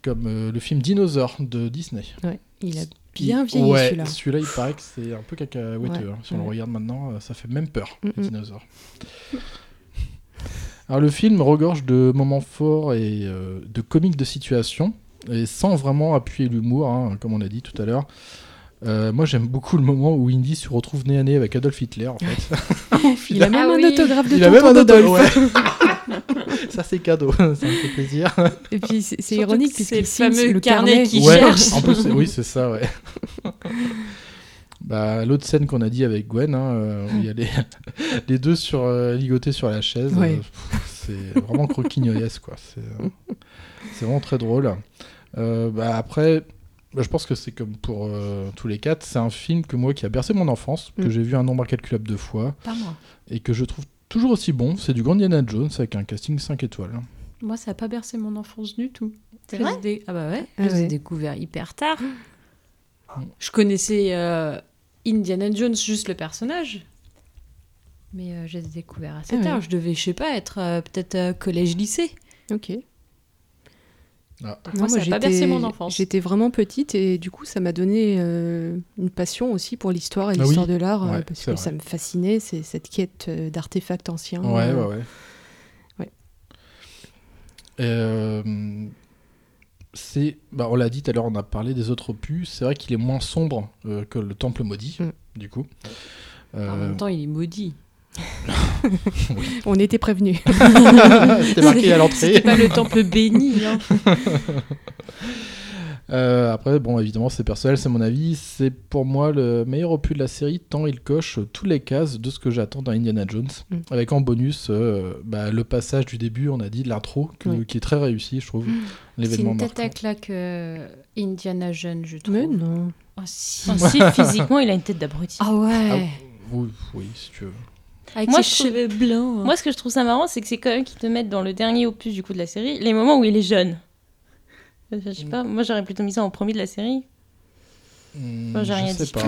Speaker 1: Comme euh, le film Dinosaure de Disney.
Speaker 4: Ouais, il a bien vieilli
Speaker 1: ouais,
Speaker 4: celui-là.
Speaker 1: Celui-là, il paraît que c'est un peu cacahuèteux.
Speaker 4: Ouais,
Speaker 1: hein. Si on le
Speaker 4: ouais.
Speaker 1: regarde maintenant, euh, ça fait même peur,
Speaker 4: Mm,
Speaker 1: les
Speaker 4: mm.
Speaker 1: dinosaures. Alors, le film regorge de moments forts et euh, de comiques de situation. et sans vraiment appuyer l'humour, hein, comme on a dit tout à l'heure. Euh, moi, j'aime beaucoup le moment où Indy se retrouve nez à nez avec Adolf Hitler, en fait. Au
Speaker 19: Il a
Speaker 12: Ah
Speaker 1: final-
Speaker 19: même un autographe de
Speaker 1: Il a même un
Speaker 19: tonton
Speaker 1: autographe.
Speaker 19: Rodolphe.
Speaker 1: ouais. Ça, c'est cadeau. Ça me fait plaisir.
Speaker 19: Et puis c'est c'est
Speaker 12: Surtout
Speaker 19: ironique
Speaker 12: que c'est
Speaker 19: puisqu'il
Speaker 12: le
Speaker 19: signe
Speaker 12: fameux
Speaker 19: le
Speaker 12: carnet
Speaker 19: carnet
Speaker 12: qui
Speaker 1: Ouais,
Speaker 12: cherche.
Speaker 1: En plus, oui, c'est ça, ouais. Bah, L'autre scène qu'on a dit avec Gwen, hein, euh, où il y a les, les deux sur, euh, ligotés sur la chaise,
Speaker 19: Ouais.
Speaker 1: euh, pff, c'est vraiment croquignoles, quoi. C'est euh, c'est vraiment très drôle. Euh, bah, après, bah, je pense que c'est comme pour euh, tous les quatre, c'est un film que moi qui a bercé mon enfance, que
Speaker 19: Mm.
Speaker 1: j'ai vu un nombre incalculable de fois,
Speaker 19: Pas moi.
Speaker 1: et que je trouve toujours aussi bon. C'est du grand Indiana Jones avec un casting 5 étoiles. hein.
Speaker 12: Moi, ça n'a pas bercé mon enfance du tout.
Speaker 19: C'est
Speaker 12: Je les
Speaker 19: vrai
Speaker 12: ai dé- Ah bah ouais,
Speaker 19: Ah
Speaker 12: je les ai
Speaker 19: ouais.
Speaker 12: découverts hyper tard. Je connaissais euh, Indiana Jones, juste le personnage. Mais euh, je les ai découverts assez
Speaker 19: Ah ouais.
Speaker 12: tard. Je devais, je sais pas, être euh, peut-être euh, collège-lycée.
Speaker 4: Ok.
Speaker 1: Ah.
Speaker 12: Moi, ça n'a pas bercé mon enfance.
Speaker 4: J'étais vraiment petite et du coup, ça m'a donné euh, une passion aussi pour l'histoire et
Speaker 12: Ah oui.
Speaker 4: l'histoire de l'art euh,
Speaker 12: Ouais,
Speaker 4: parce
Speaker 12: c'est
Speaker 4: que
Speaker 12: vrai.
Speaker 4: ça me fascinait, c'est cette quête euh, d'artefacts anciens.
Speaker 1: Ouais,
Speaker 4: euh,
Speaker 1: ouais, ouais.
Speaker 4: ouais.
Speaker 1: Euh, c'est, bah, on l'a dit tout à l'heure, on a parlé des autres opus. C'est vrai qu'il est moins sombre euh, que le Temple maudit,
Speaker 12: Mm.
Speaker 1: du coup.
Speaker 12: En
Speaker 1: Euh,
Speaker 12: même temps, il est maudit.
Speaker 4: On était prévenus.
Speaker 1: ah, C'était marqué à l'entrée.
Speaker 12: C'était pas le temple béni. hein.
Speaker 1: Euh, après, bon, évidemment, c'est personnel, c'est mon avis. C'est pour moi le meilleur opus de la série, tant il coche toutes les cases de ce que j'attends d'un Indiana Jones.
Speaker 4: Mm.
Speaker 1: Avec en bonus euh, bah, le passage du début, on a dit, de l'intro, que-
Speaker 4: Oui.
Speaker 1: qui est très réussi, je trouve.
Speaker 12: Mm. C'est
Speaker 1: L'événement
Speaker 12: une tête
Speaker 1: marquant.
Speaker 12: à claque euh, Indiana Jones, je trouve.
Speaker 4: Mais non.
Speaker 12: Oh, si.
Speaker 6: Ah, si, physiquement, il a une tête d'abruti.
Speaker 12: Ah ouais.
Speaker 1: Ah, oui, oui, si tu veux.
Speaker 12: Avec
Speaker 6: Moi,
Speaker 12: ses
Speaker 6: je trouve-
Speaker 12: cheveux blancs.
Speaker 6: Moi, ce que je trouve ça marrant, c'est que c'est quand même qu'ils te mettent dans le dernier opus du coup de la série les moments où il est jeune. Euh, Je
Speaker 1: Mm.
Speaker 6: sais pas, moi j'aurais plutôt mis ça en premier de la série. Moi, j'ai
Speaker 1: Hmm, Mm, je
Speaker 6: rien
Speaker 1: sais
Speaker 6: dit.
Speaker 1: pas.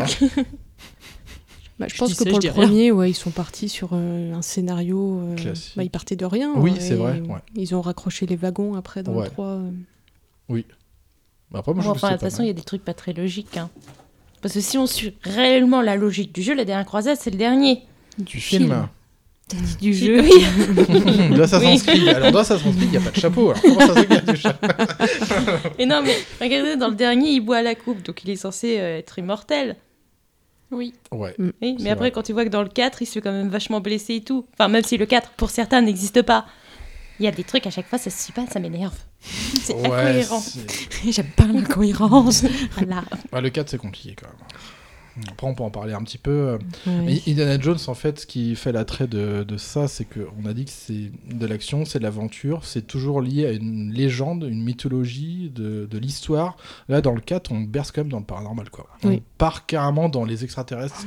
Speaker 4: Bah, je,
Speaker 6: Je
Speaker 4: pense
Speaker 6: dis
Speaker 4: que
Speaker 6: ça,
Speaker 4: pour
Speaker 6: je
Speaker 4: le
Speaker 6: dis rien.
Speaker 4: premier, ouais, ils sont partis sur euh, un scénario. euh,
Speaker 1: Classique.
Speaker 4: bah, ils partaient de rien.
Speaker 1: Oui,
Speaker 4: hein,
Speaker 1: c'est
Speaker 4: et
Speaker 1: vrai, ouais.
Speaker 4: Ils ont raccroché les wagons après dans
Speaker 1: Ouais.
Speaker 4: le 3. euh.
Speaker 1: Oui. Bah, après, moi, je
Speaker 6: Bon,
Speaker 1: trouve
Speaker 6: enfin, de
Speaker 1: que
Speaker 6: toute façon,
Speaker 1: c'est
Speaker 6: il y a des trucs pas très logiques. hein. Parce que si on suit réellement la logique du jeu, la dernière croisade, c'est le dernier.
Speaker 1: Du film.
Speaker 12: T'as dit du
Speaker 6: jeu.
Speaker 12: Oui.
Speaker 1: Doit Assassin's Creed. Alors, dans Assassin's Creed, il n'y a pas de chapeau. Alors, comment ça se fait qu'il y a du chapeau
Speaker 6: Et non, mais regardez, dans le dernier, il boit à la coupe, donc il est censé euh, être immortel. Oui.
Speaker 1: Ouais.
Speaker 6: Oui,
Speaker 1: c'est
Speaker 6: mais après,
Speaker 1: vrai.
Speaker 6: quand tu vois que dans le 4, il se fait quand même vachement blessé et tout. Enfin, même si le 4, pour certains, n'existe pas. Il y a des trucs à chaque fois, ça se suit pas, ça m'énerve. C'est
Speaker 1: Ouais,
Speaker 6: incohérent.
Speaker 1: c'est-
Speaker 6: J'aime pas l'incohérence. voilà.
Speaker 1: Ouais, le 4, c'est compliqué quand même. Après, on peut en parler un petit peu.
Speaker 4: Ouais.
Speaker 1: Mais Indiana Jones, en fait, ce qui fait l'attrait de, de ça, c'est qu'on a dit que c'est de l'action, c'est de l'aventure, c'est toujours lié à une légende, une mythologie, de, de l'histoire. Là, dans le 4, on berce quand même dans le paranormal, quoi.
Speaker 4: Oui.
Speaker 1: On part carrément dans les extraterrestres.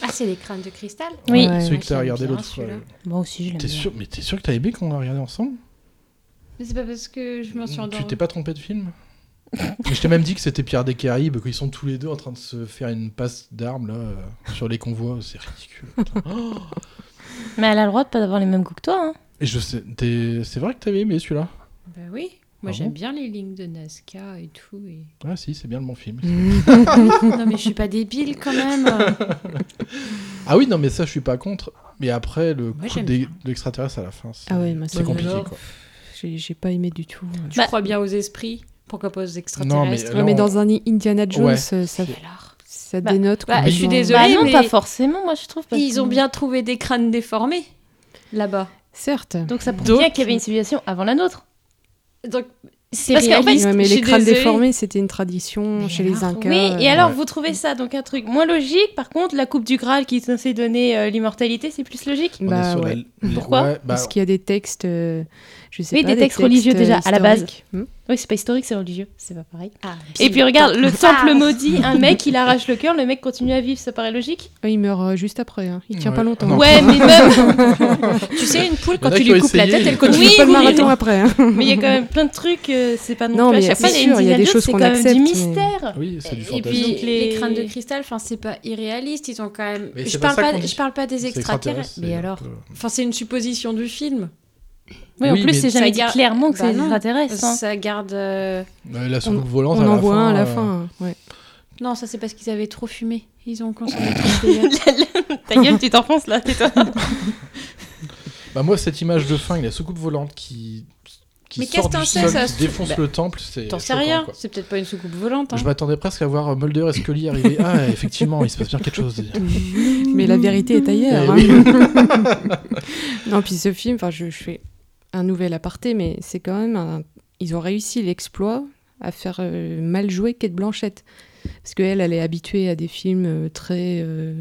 Speaker 12: Ah, c'est les crânes de cristal
Speaker 6: Oui.
Speaker 1: Ouais, celui
Speaker 12: Ouais,
Speaker 1: que t'as
Speaker 12: j'aime
Speaker 1: regardé
Speaker 12: bien
Speaker 1: l'autre euh, fois.
Speaker 12: celui-là.
Speaker 6: Moi aussi, je l'aime
Speaker 1: T'es
Speaker 6: bien.
Speaker 1: sûr, mais t'es sûr que t'as aimé qu'on l'a regardé ensemble
Speaker 12: Mais c'est pas parce que je m'en suis
Speaker 1: Tu
Speaker 12: endormie.
Speaker 1: t'es pas trompé de film Mais Je t'ai même dit que c'était Pierre des Caraïbes, qu'ils sont tous les deux en train de se faire une passe d'armes là, euh, sur les convois. C'est ridicule. putain. Oh
Speaker 6: Mais elle a le droit de pas avoir les mêmes goûts que toi. Hein.
Speaker 1: Et je sais, t'es- c'est vrai que t'avais aimé celui-là
Speaker 12: Bah oui. Moi,
Speaker 1: Ah
Speaker 12: j'aime
Speaker 1: bon
Speaker 12: bien les lignes de Nazca et tout. et-
Speaker 1: Ah si, c'est bien le bon film.
Speaker 4: Mm.
Speaker 12: non, mais je suis pas débile quand même.
Speaker 1: ah oui, non, mais ça, je suis pas contre. Mais après, le coup
Speaker 12: j'aime
Speaker 1: des- de l'extraterrestre à la fin, c'est
Speaker 4: Ah ouais, moi,
Speaker 1: c'est
Speaker 4: ça me-
Speaker 1: compliqué. quoi.
Speaker 4: J'ai j'ai pas aimé du tout. euh.
Speaker 12: Tu
Speaker 6: Bah
Speaker 12: crois bien aux esprits Pourquoi pas aux
Speaker 1: euh,
Speaker 12: extraterrestres
Speaker 1: là,
Speaker 4: Ouais, mais
Speaker 1: on-
Speaker 4: dans un I- Indiana Jones,
Speaker 1: Ouais.
Speaker 4: euh, ça, ça
Speaker 12: Bah,
Speaker 4: dénote.
Speaker 12: bah, je suis
Speaker 4: complètement.
Speaker 12: désolée,
Speaker 6: non,
Speaker 12: mais-
Speaker 6: pas forcément, moi je trouve. Pas
Speaker 12: Ils ont bien trouvé des crânes déformés là-bas.
Speaker 4: Certes.
Speaker 6: Donc ça prouve
Speaker 12: Donc-
Speaker 6: bien qu'il y avait une civilisation avant la nôtre.
Speaker 12: Donc, c'est
Speaker 6: Parce qu'en fait,
Speaker 4: Ouais, mais
Speaker 6: je
Speaker 4: les
Speaker 6: suis
Speaker 4: crânes
Speaker 6: désolée.
Speaker 4: déformés, c'était une tradition chez les Incas.
Speaker 6: Oui,
Speaker 4: euh,
Speaker 6: et alors
Speaker 4: ouais.
Speaker 6: vous trouvez ça donc un truc moins logique. Par contre, la coupe du Graal qui est censée donner euh, l'immortalité, c'est plus logique.
Speaker 4: On est Bah sur la- ouais.
Speaker 6: Pourquoi
Speaker 1: bah,
Speaker 4: Ouais, Parce qu'il y a des textes, euh, je sais
Speaker 6: Oui,
Speaker 4: pas,
Speaker 6: des textes religieux
Speaker 4: euh,
Speaker 6: déjà à la base.
Speaker 4: historiques. Hmm
Speaker 6: Oui, c'est pas historique, c'est religieux, c'est pas pareil.
Speaker 12: Ah,
Speaker 4: puis
Speaker 6: et puis regarde,
Speaker 4: le
Speaker 6: le
Speaker 4: temple.
Speaker 6: temple
Speaker 4: Ah.
Speaker 6: maudit, un mec il arrache le cœur, le mec continue à vivre, ça paraît logique.
Speaker 4: Ouais, il meurt euh, juste après, hein. il tient
Speaker 6: Ouais.
Speaker 4: pas longtemps.
Speaker 6: Non. Ouais, mais même-
Speaker 12: Tu sais, une poule,
Speaker 4: quand tu lui coupes la tête, elle continue
Speaker 6: Oui,
Speaker 4: pas le
Speaker 6: oui.
Speaker 4: marathon après. hein.
Speaker 6: Mais il y a quand même plein de trucs, euh, c'est pas non,
Speaker 4: Non,
Speaker 6: plus à
Speaker 4: mais
Speaker 6: chaque
Speaker 4: c'est
Speaker 6: fois, il y a
Speaker 4: sûr,
Speaker 6: une
Speaker 4: il y a des choses
Speaker 6: Indiana Jones,
Speaker 4: qu'on
Speaker 6: c'est quand même
Speaker 4: accepte,
Speaker 6: du
Speaker 4: mais-
Speaker 6: mystère.
Speaker 1: Oui, c'est du
Speaker 12: Et
Speaker 1: fantasme.
Speaker 12: puis
Speaker 6: Donc,
Speaker 12: les...
Speaker 6: les-
Speaker 12: crânes de cristal, enfin c'est pas irréaliste, ils ont quand même.
Speaker 1: Mais
Speaker 12: je
Speaker 1: c'est
Speaker 12: parle
Speaker 1: pas ça
Speaker 12: pas,
Speaker 1: qu'on dit.
Speaker 12: je parle pas des
Speaker 1: C'est
Speaker 12: extraterrestres.
Speaker 1: extraterrestre,
Speaker 12: Mais
Speaker 1: c'est un
Speaker 12: alors,
Speaker 1: peu-
Speaker 12: enfin c'est une supposition du film.
Speaker 6: Oui, en Oui, plus, mais- c'est jamais dit clairement que c'est des
Speaker 12: non,
Speaker 6: extraterrestres, hein.
Speaker 12: Ça garde. euh,
Speaker 1: Ouais, la soucoupe volante,
Speaker 4: on
Speaker 1: à
Speaker 4: en
Speaker 1: la
Speaker 4: voit
Speaker 1: fin,
Speaker 4: un à la
Speaker 1: euh,
Speaker 4: fin. ouais.
Speaker 12: Non, ça c'est parce qu'ils avaient trop fumé. Ils ont consommé trop de
Speaker 6: Ta gueule, tu t'enfonces là, tais-toi.
Speaker 1: Bah moi, cette image de fin, il y a la soucoupe volante qui qui
Speaker 16: Mais
Speaker 1: sort
Speaker 16: qu'est-ce
Speaker 1: du
Speaker 16: que t'en sais,
Speaker 1: sol,
Speaker 16: ça
Speaker 1: qui
Speaker 16: se-
Speaker 1: défonce
Speaker 16: Bah,
Speaker 1: le temple. c'est
Speaker 16: T'en sais
Speaker 1: choquant,
Speaker 16: rien,
Speaker 1: quoi.
Speaker 16: c'est peut-être pas une soucoupe volante. hein.
Speaker 1: Je m'attendais presque à voir Mulder et Scully arriver. Ah, effectivement, il se passe bien quelque chose.
Speaker 4: Mais la vérité est ailleurs.
Speaker 1: Eh
Speaker 4: hein. non, puis ce film, enfin, je, je fais un nouvel aparté, mais c'est quand même un- Ils ont réussi l'exploit à faire euh, mal jouer Kate Blanchette. Parce qu'elle, elle est habituée à des films euh, très... euh,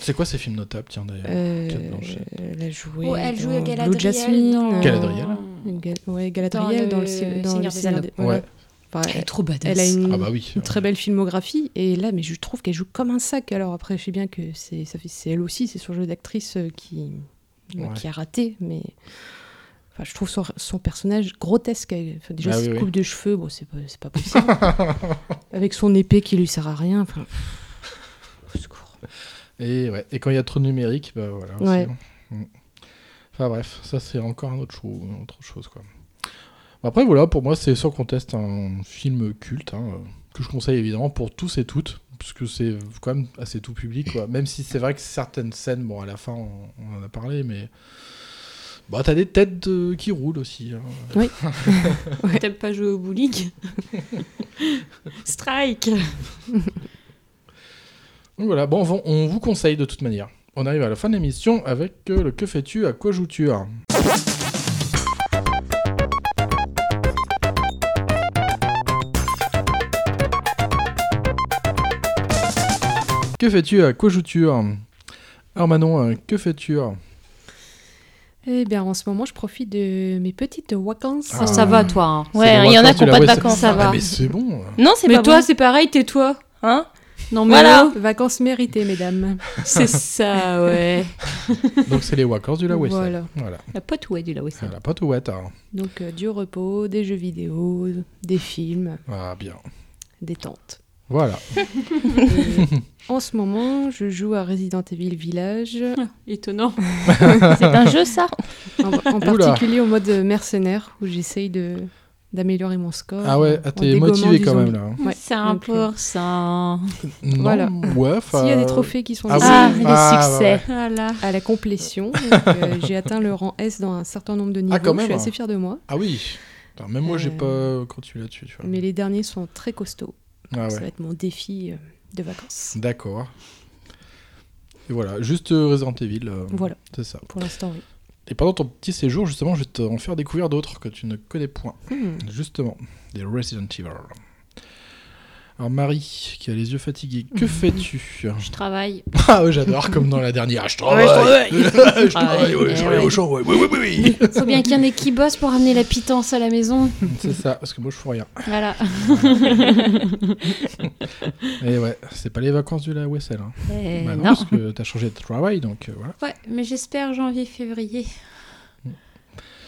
Speaker 1: C'est quoi ces films notables, tiens, d'ailleurs
Speaker 4: euh,
Speaker 1: Kate Blanchett.
Speaker 4: elle a joué
Speaker 16: Oh, elle joue
Speaker 4: dans
Speaker 16: Galadriel
Speaker 4: Blue Jasmine.
Speaker 16: dans-
Speaker 4: euh,
Speaker 1: Galadriel
Speaker 4: Gal- ouais, Galadriel dans,
Speaker 16: Dans le
Speaker 4: le, Seigneur- dans
Speaker 16: Seigneur
Speaker 4: le
Speaker 16: des
Speaker 4: Seigneur
Speaker 16: Anneaux.
Speaker 4: des- voilà.
Speaker 1: Ouais.
Speaker 4: Enfin,
Speaker 16: Elle est trop badass.
Speaker 4: Elle a une,
Speaker 1: Ah bah oui.
Speaker 4: une très belle filmographie. Et là, mais je trouve qu'elle joue comme un sac. Alors après, je sais bien que c'est ça fait- c'est elle aussi, c'est son jeu d'actrice euh, qui, euh,
Speaker 16: Ouais.
Speaker 4: qui a raté. Mais enfin, je trouve son, son personnage grotesque. Elle- enfin, déjà,
Speaker 16: Ah oui,
Speaker 4: cette
Speaker 16: oui.
Speaker 4: coupe de cheveux, bon, c'est pas, c'est pas possible. Avec son épée qui lui sert à rien. enfin,
Speaker 1: Et, ouais. et quand il y a trop de numérique, bah voilà. aussi,
Speaker 4: Ouais.
Speaker 1: hein. Mm. Enfin bref, ça c'est encore un autre chose, autre chose quoi. Après voilà, pour moi c'est sans conteste un film culte hein, euh, que je conseille évidemment pour tous et toutes, puisque c'est quand même assez tout public quoi. Même si c'est vrai que certaines scènes, bon à la fin on, on en a parlé, mais bah t'as des têtes euh, qui roulent aussi. hein.
Speaker 4: Oui.
Speaker 12: T'aimes pas jouer au bowling Strike
Speaker 1: Donc Voilà, bon, on vous- on vous conseille de toute manière. On arrive à la fin de l'émission avec euh, le Que fais-tu À quoi joues-tu hein Que fais-tu À quoi joues-tu hein Alors Manon, euh, que fais-tu hein
Speaker 4: Eh bien, en ce moment, je profite de mes petites vacances.
Speaker 16: Ah, ça va, toi, hein.
Speaker 1: C'est
Speaker 6: Ouais,
Speaker 1: les
Speaker 6: il y en a
Speaker 1: vacances,
Speaker 6: qui
Speaker 1: tu
Speaker 6: n'ont
Speaker 1: l'as-
Speaker 6: pas de
Speaker 1: ouais, c'est-
Speaker 6: vacances.
Speaker 1: Ah, mais c'est bon.
Speaker 6: Non, c'est
Speaker 16: Mais
Speaker 6: pas
Speaker 16: toi,
Speaker 6: bon.
Speaker 16: c'est pareil, tais-toi.
Speaker 6: Hein
Speaker 16: Non, mais
Speaker 6: Voilà.
Speaker 4: oh, Vacances méritées, mesdames.
Speaker 16: C'est ça, ouais.
Speaker 1: Donc c'est les vacances du La Wessel.
Speaker 4: Voilà.
Speaker 1: Voilà.
Speaker 4: La pote ouais du la
Speaker 1: Ah, La pote ouette. hein.
Speaker 4: Donc euh, du repos, des jeux vidéo, des films,
Speaker 1: Ah, bien.
Speaker 4: des tentes.
Speaker 1: Voilà.
Speaker 4: Et en ce moment, je joue à Resident Evil Village.
Speaker 12: Étonnant.
Speaker 4: C'est
Speaker 6: un jeu, ça
Speaker 4: En, en
Speaker 1: Oula.
Speaker 4: particulier au mode mercenaire, où j'essaye de d'améliorer mon score.
Speaker 1: Ah ouais, ah,
Speaker 4: en
Speaker 1: t'es
Speaker 4: dégommant
Speaker 1: motivé
Speaker 4: du
Speaker 1: quand même,
Speaker 4: zombie.
Speaker 1: là, hein.
Speaker 4: Ouais,
Speaker 12: C'est un
Speaker 4: donc, euh,
Speaker 12: pour ça.
Speaker 1: Non,
Speaker 4: Voilà.
Speaker 1: ouais, enfin,
Speaker 4: S'il y a des trophées qui sont
Speaker 1: ah, oui.
Speaker 4: désignés.
Speaker 1: Ah, ouais.
Speaker 12: Voilà.
Speaker 4: à la complétion. donc, euh, j'ai atteint le rang S dans un certain nombre de niveaux.
Speaker 1: Ah, quand même.
Speaker 4: Je suis assez fière de moi.
Speaker 1: Ah oui. Attends, même moi, j'ai pas continué là-dessus, tu vois.
Speaker 4: Euh, Mais les derniers sont très costauds.
Speaker 1: Ah
Speaker 4: Donc, Ça
Speaker 1: ouais.
Speaker 4: va être mon défi euh, de vacances.
Speaker 1: D'accord. Et voilà, juste euh, Resident Evil. euh,
Speaker 4: Voilà.
Speaker 1: C'est ça.
Speaker 4: Pour l'instant, oui.
Speaker 1: Et pendant ton petit séjour, justement, je vais t'en faire découvrir d'autres que tu ne connais point.
Speaker 4: Hmm.
Speaker 1: Justement, des Resident Evil. Alors Marie, qui a les yeux fatigués, que fais-tu
Speaker 12: Je travaille.
Speaker 1: Ah ouais, j'adore, comme dans la dernière. Je travaille
Speaker 12: je
Speaker 1: Je travaille,
Speaker 4: Ah
Speaker 1: ouais,
Speaker 12: Eh
Speaker 1: je travaille au
Speaker 12: ouais.
Speaker 1: champ, ouais, oui, oui, oui, oui.
Speaker 16: Faut bien qu'il y en ait qui bossent pour amener la pitance à la maison.
Speaker 1: C'est ça, parce que moi, je fous rien.
Speaker 16: Voilà.
Speaker 1: Et ouais, c'est pas les vacances du la OSL. Hein.
Speaker 4: Euh,
Speaker 16: Eh,
Speaker 1: Bah
Speaker 12: Euh,
Speaker 16: non.
Speaker 1: Parce que t'as changé de travail, donc euh, voilà.
Speaker 12: Ouais, mais j'espère janvier-février.
Speaker 1: Mm.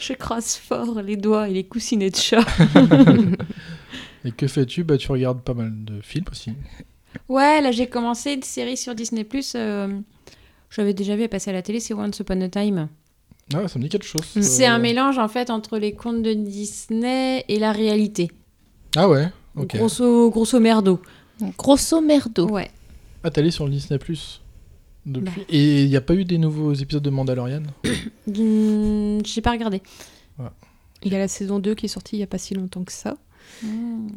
Speaker 12: Je croise fort les doigts et les coussinets de chat.
Speaker 1: Et que fais-tu Bah, tu regardes pas mal de films aussi.
Speaker 12: ouais, là j'ai commencé une série sur Disney+. euh, J'avais déjà vu elle passer à la télé, c'est Once Upon a Time.
Speaker 1: Ah, ça me dit quelque chose.
Speaker 12: C'est
Speaker 1: euh.
Speaker 12: un mélange en fait entre les contes de Disney et la réalité.
Speaker 1: Ah ouais, ok.
Speaker 12: Grosso, grosso merdo.
Speaker 6: Grosso merdo.
Speaker 12: Ouais.
Speaker 1: Ah, t'es allé sur le Disney Plus depuis.
Speaker 12: Bah.
Speaker 1: Et il n'y a pas eu des nouveaux épisodes de Mandalorian
Speaker 12: Hmm, J'ai pas regardé.
Speaker 4: Il y a la saison 2 qui est sortie il n'y a pas si longtemps que ça.
Speaker 1: Ah. Hmm.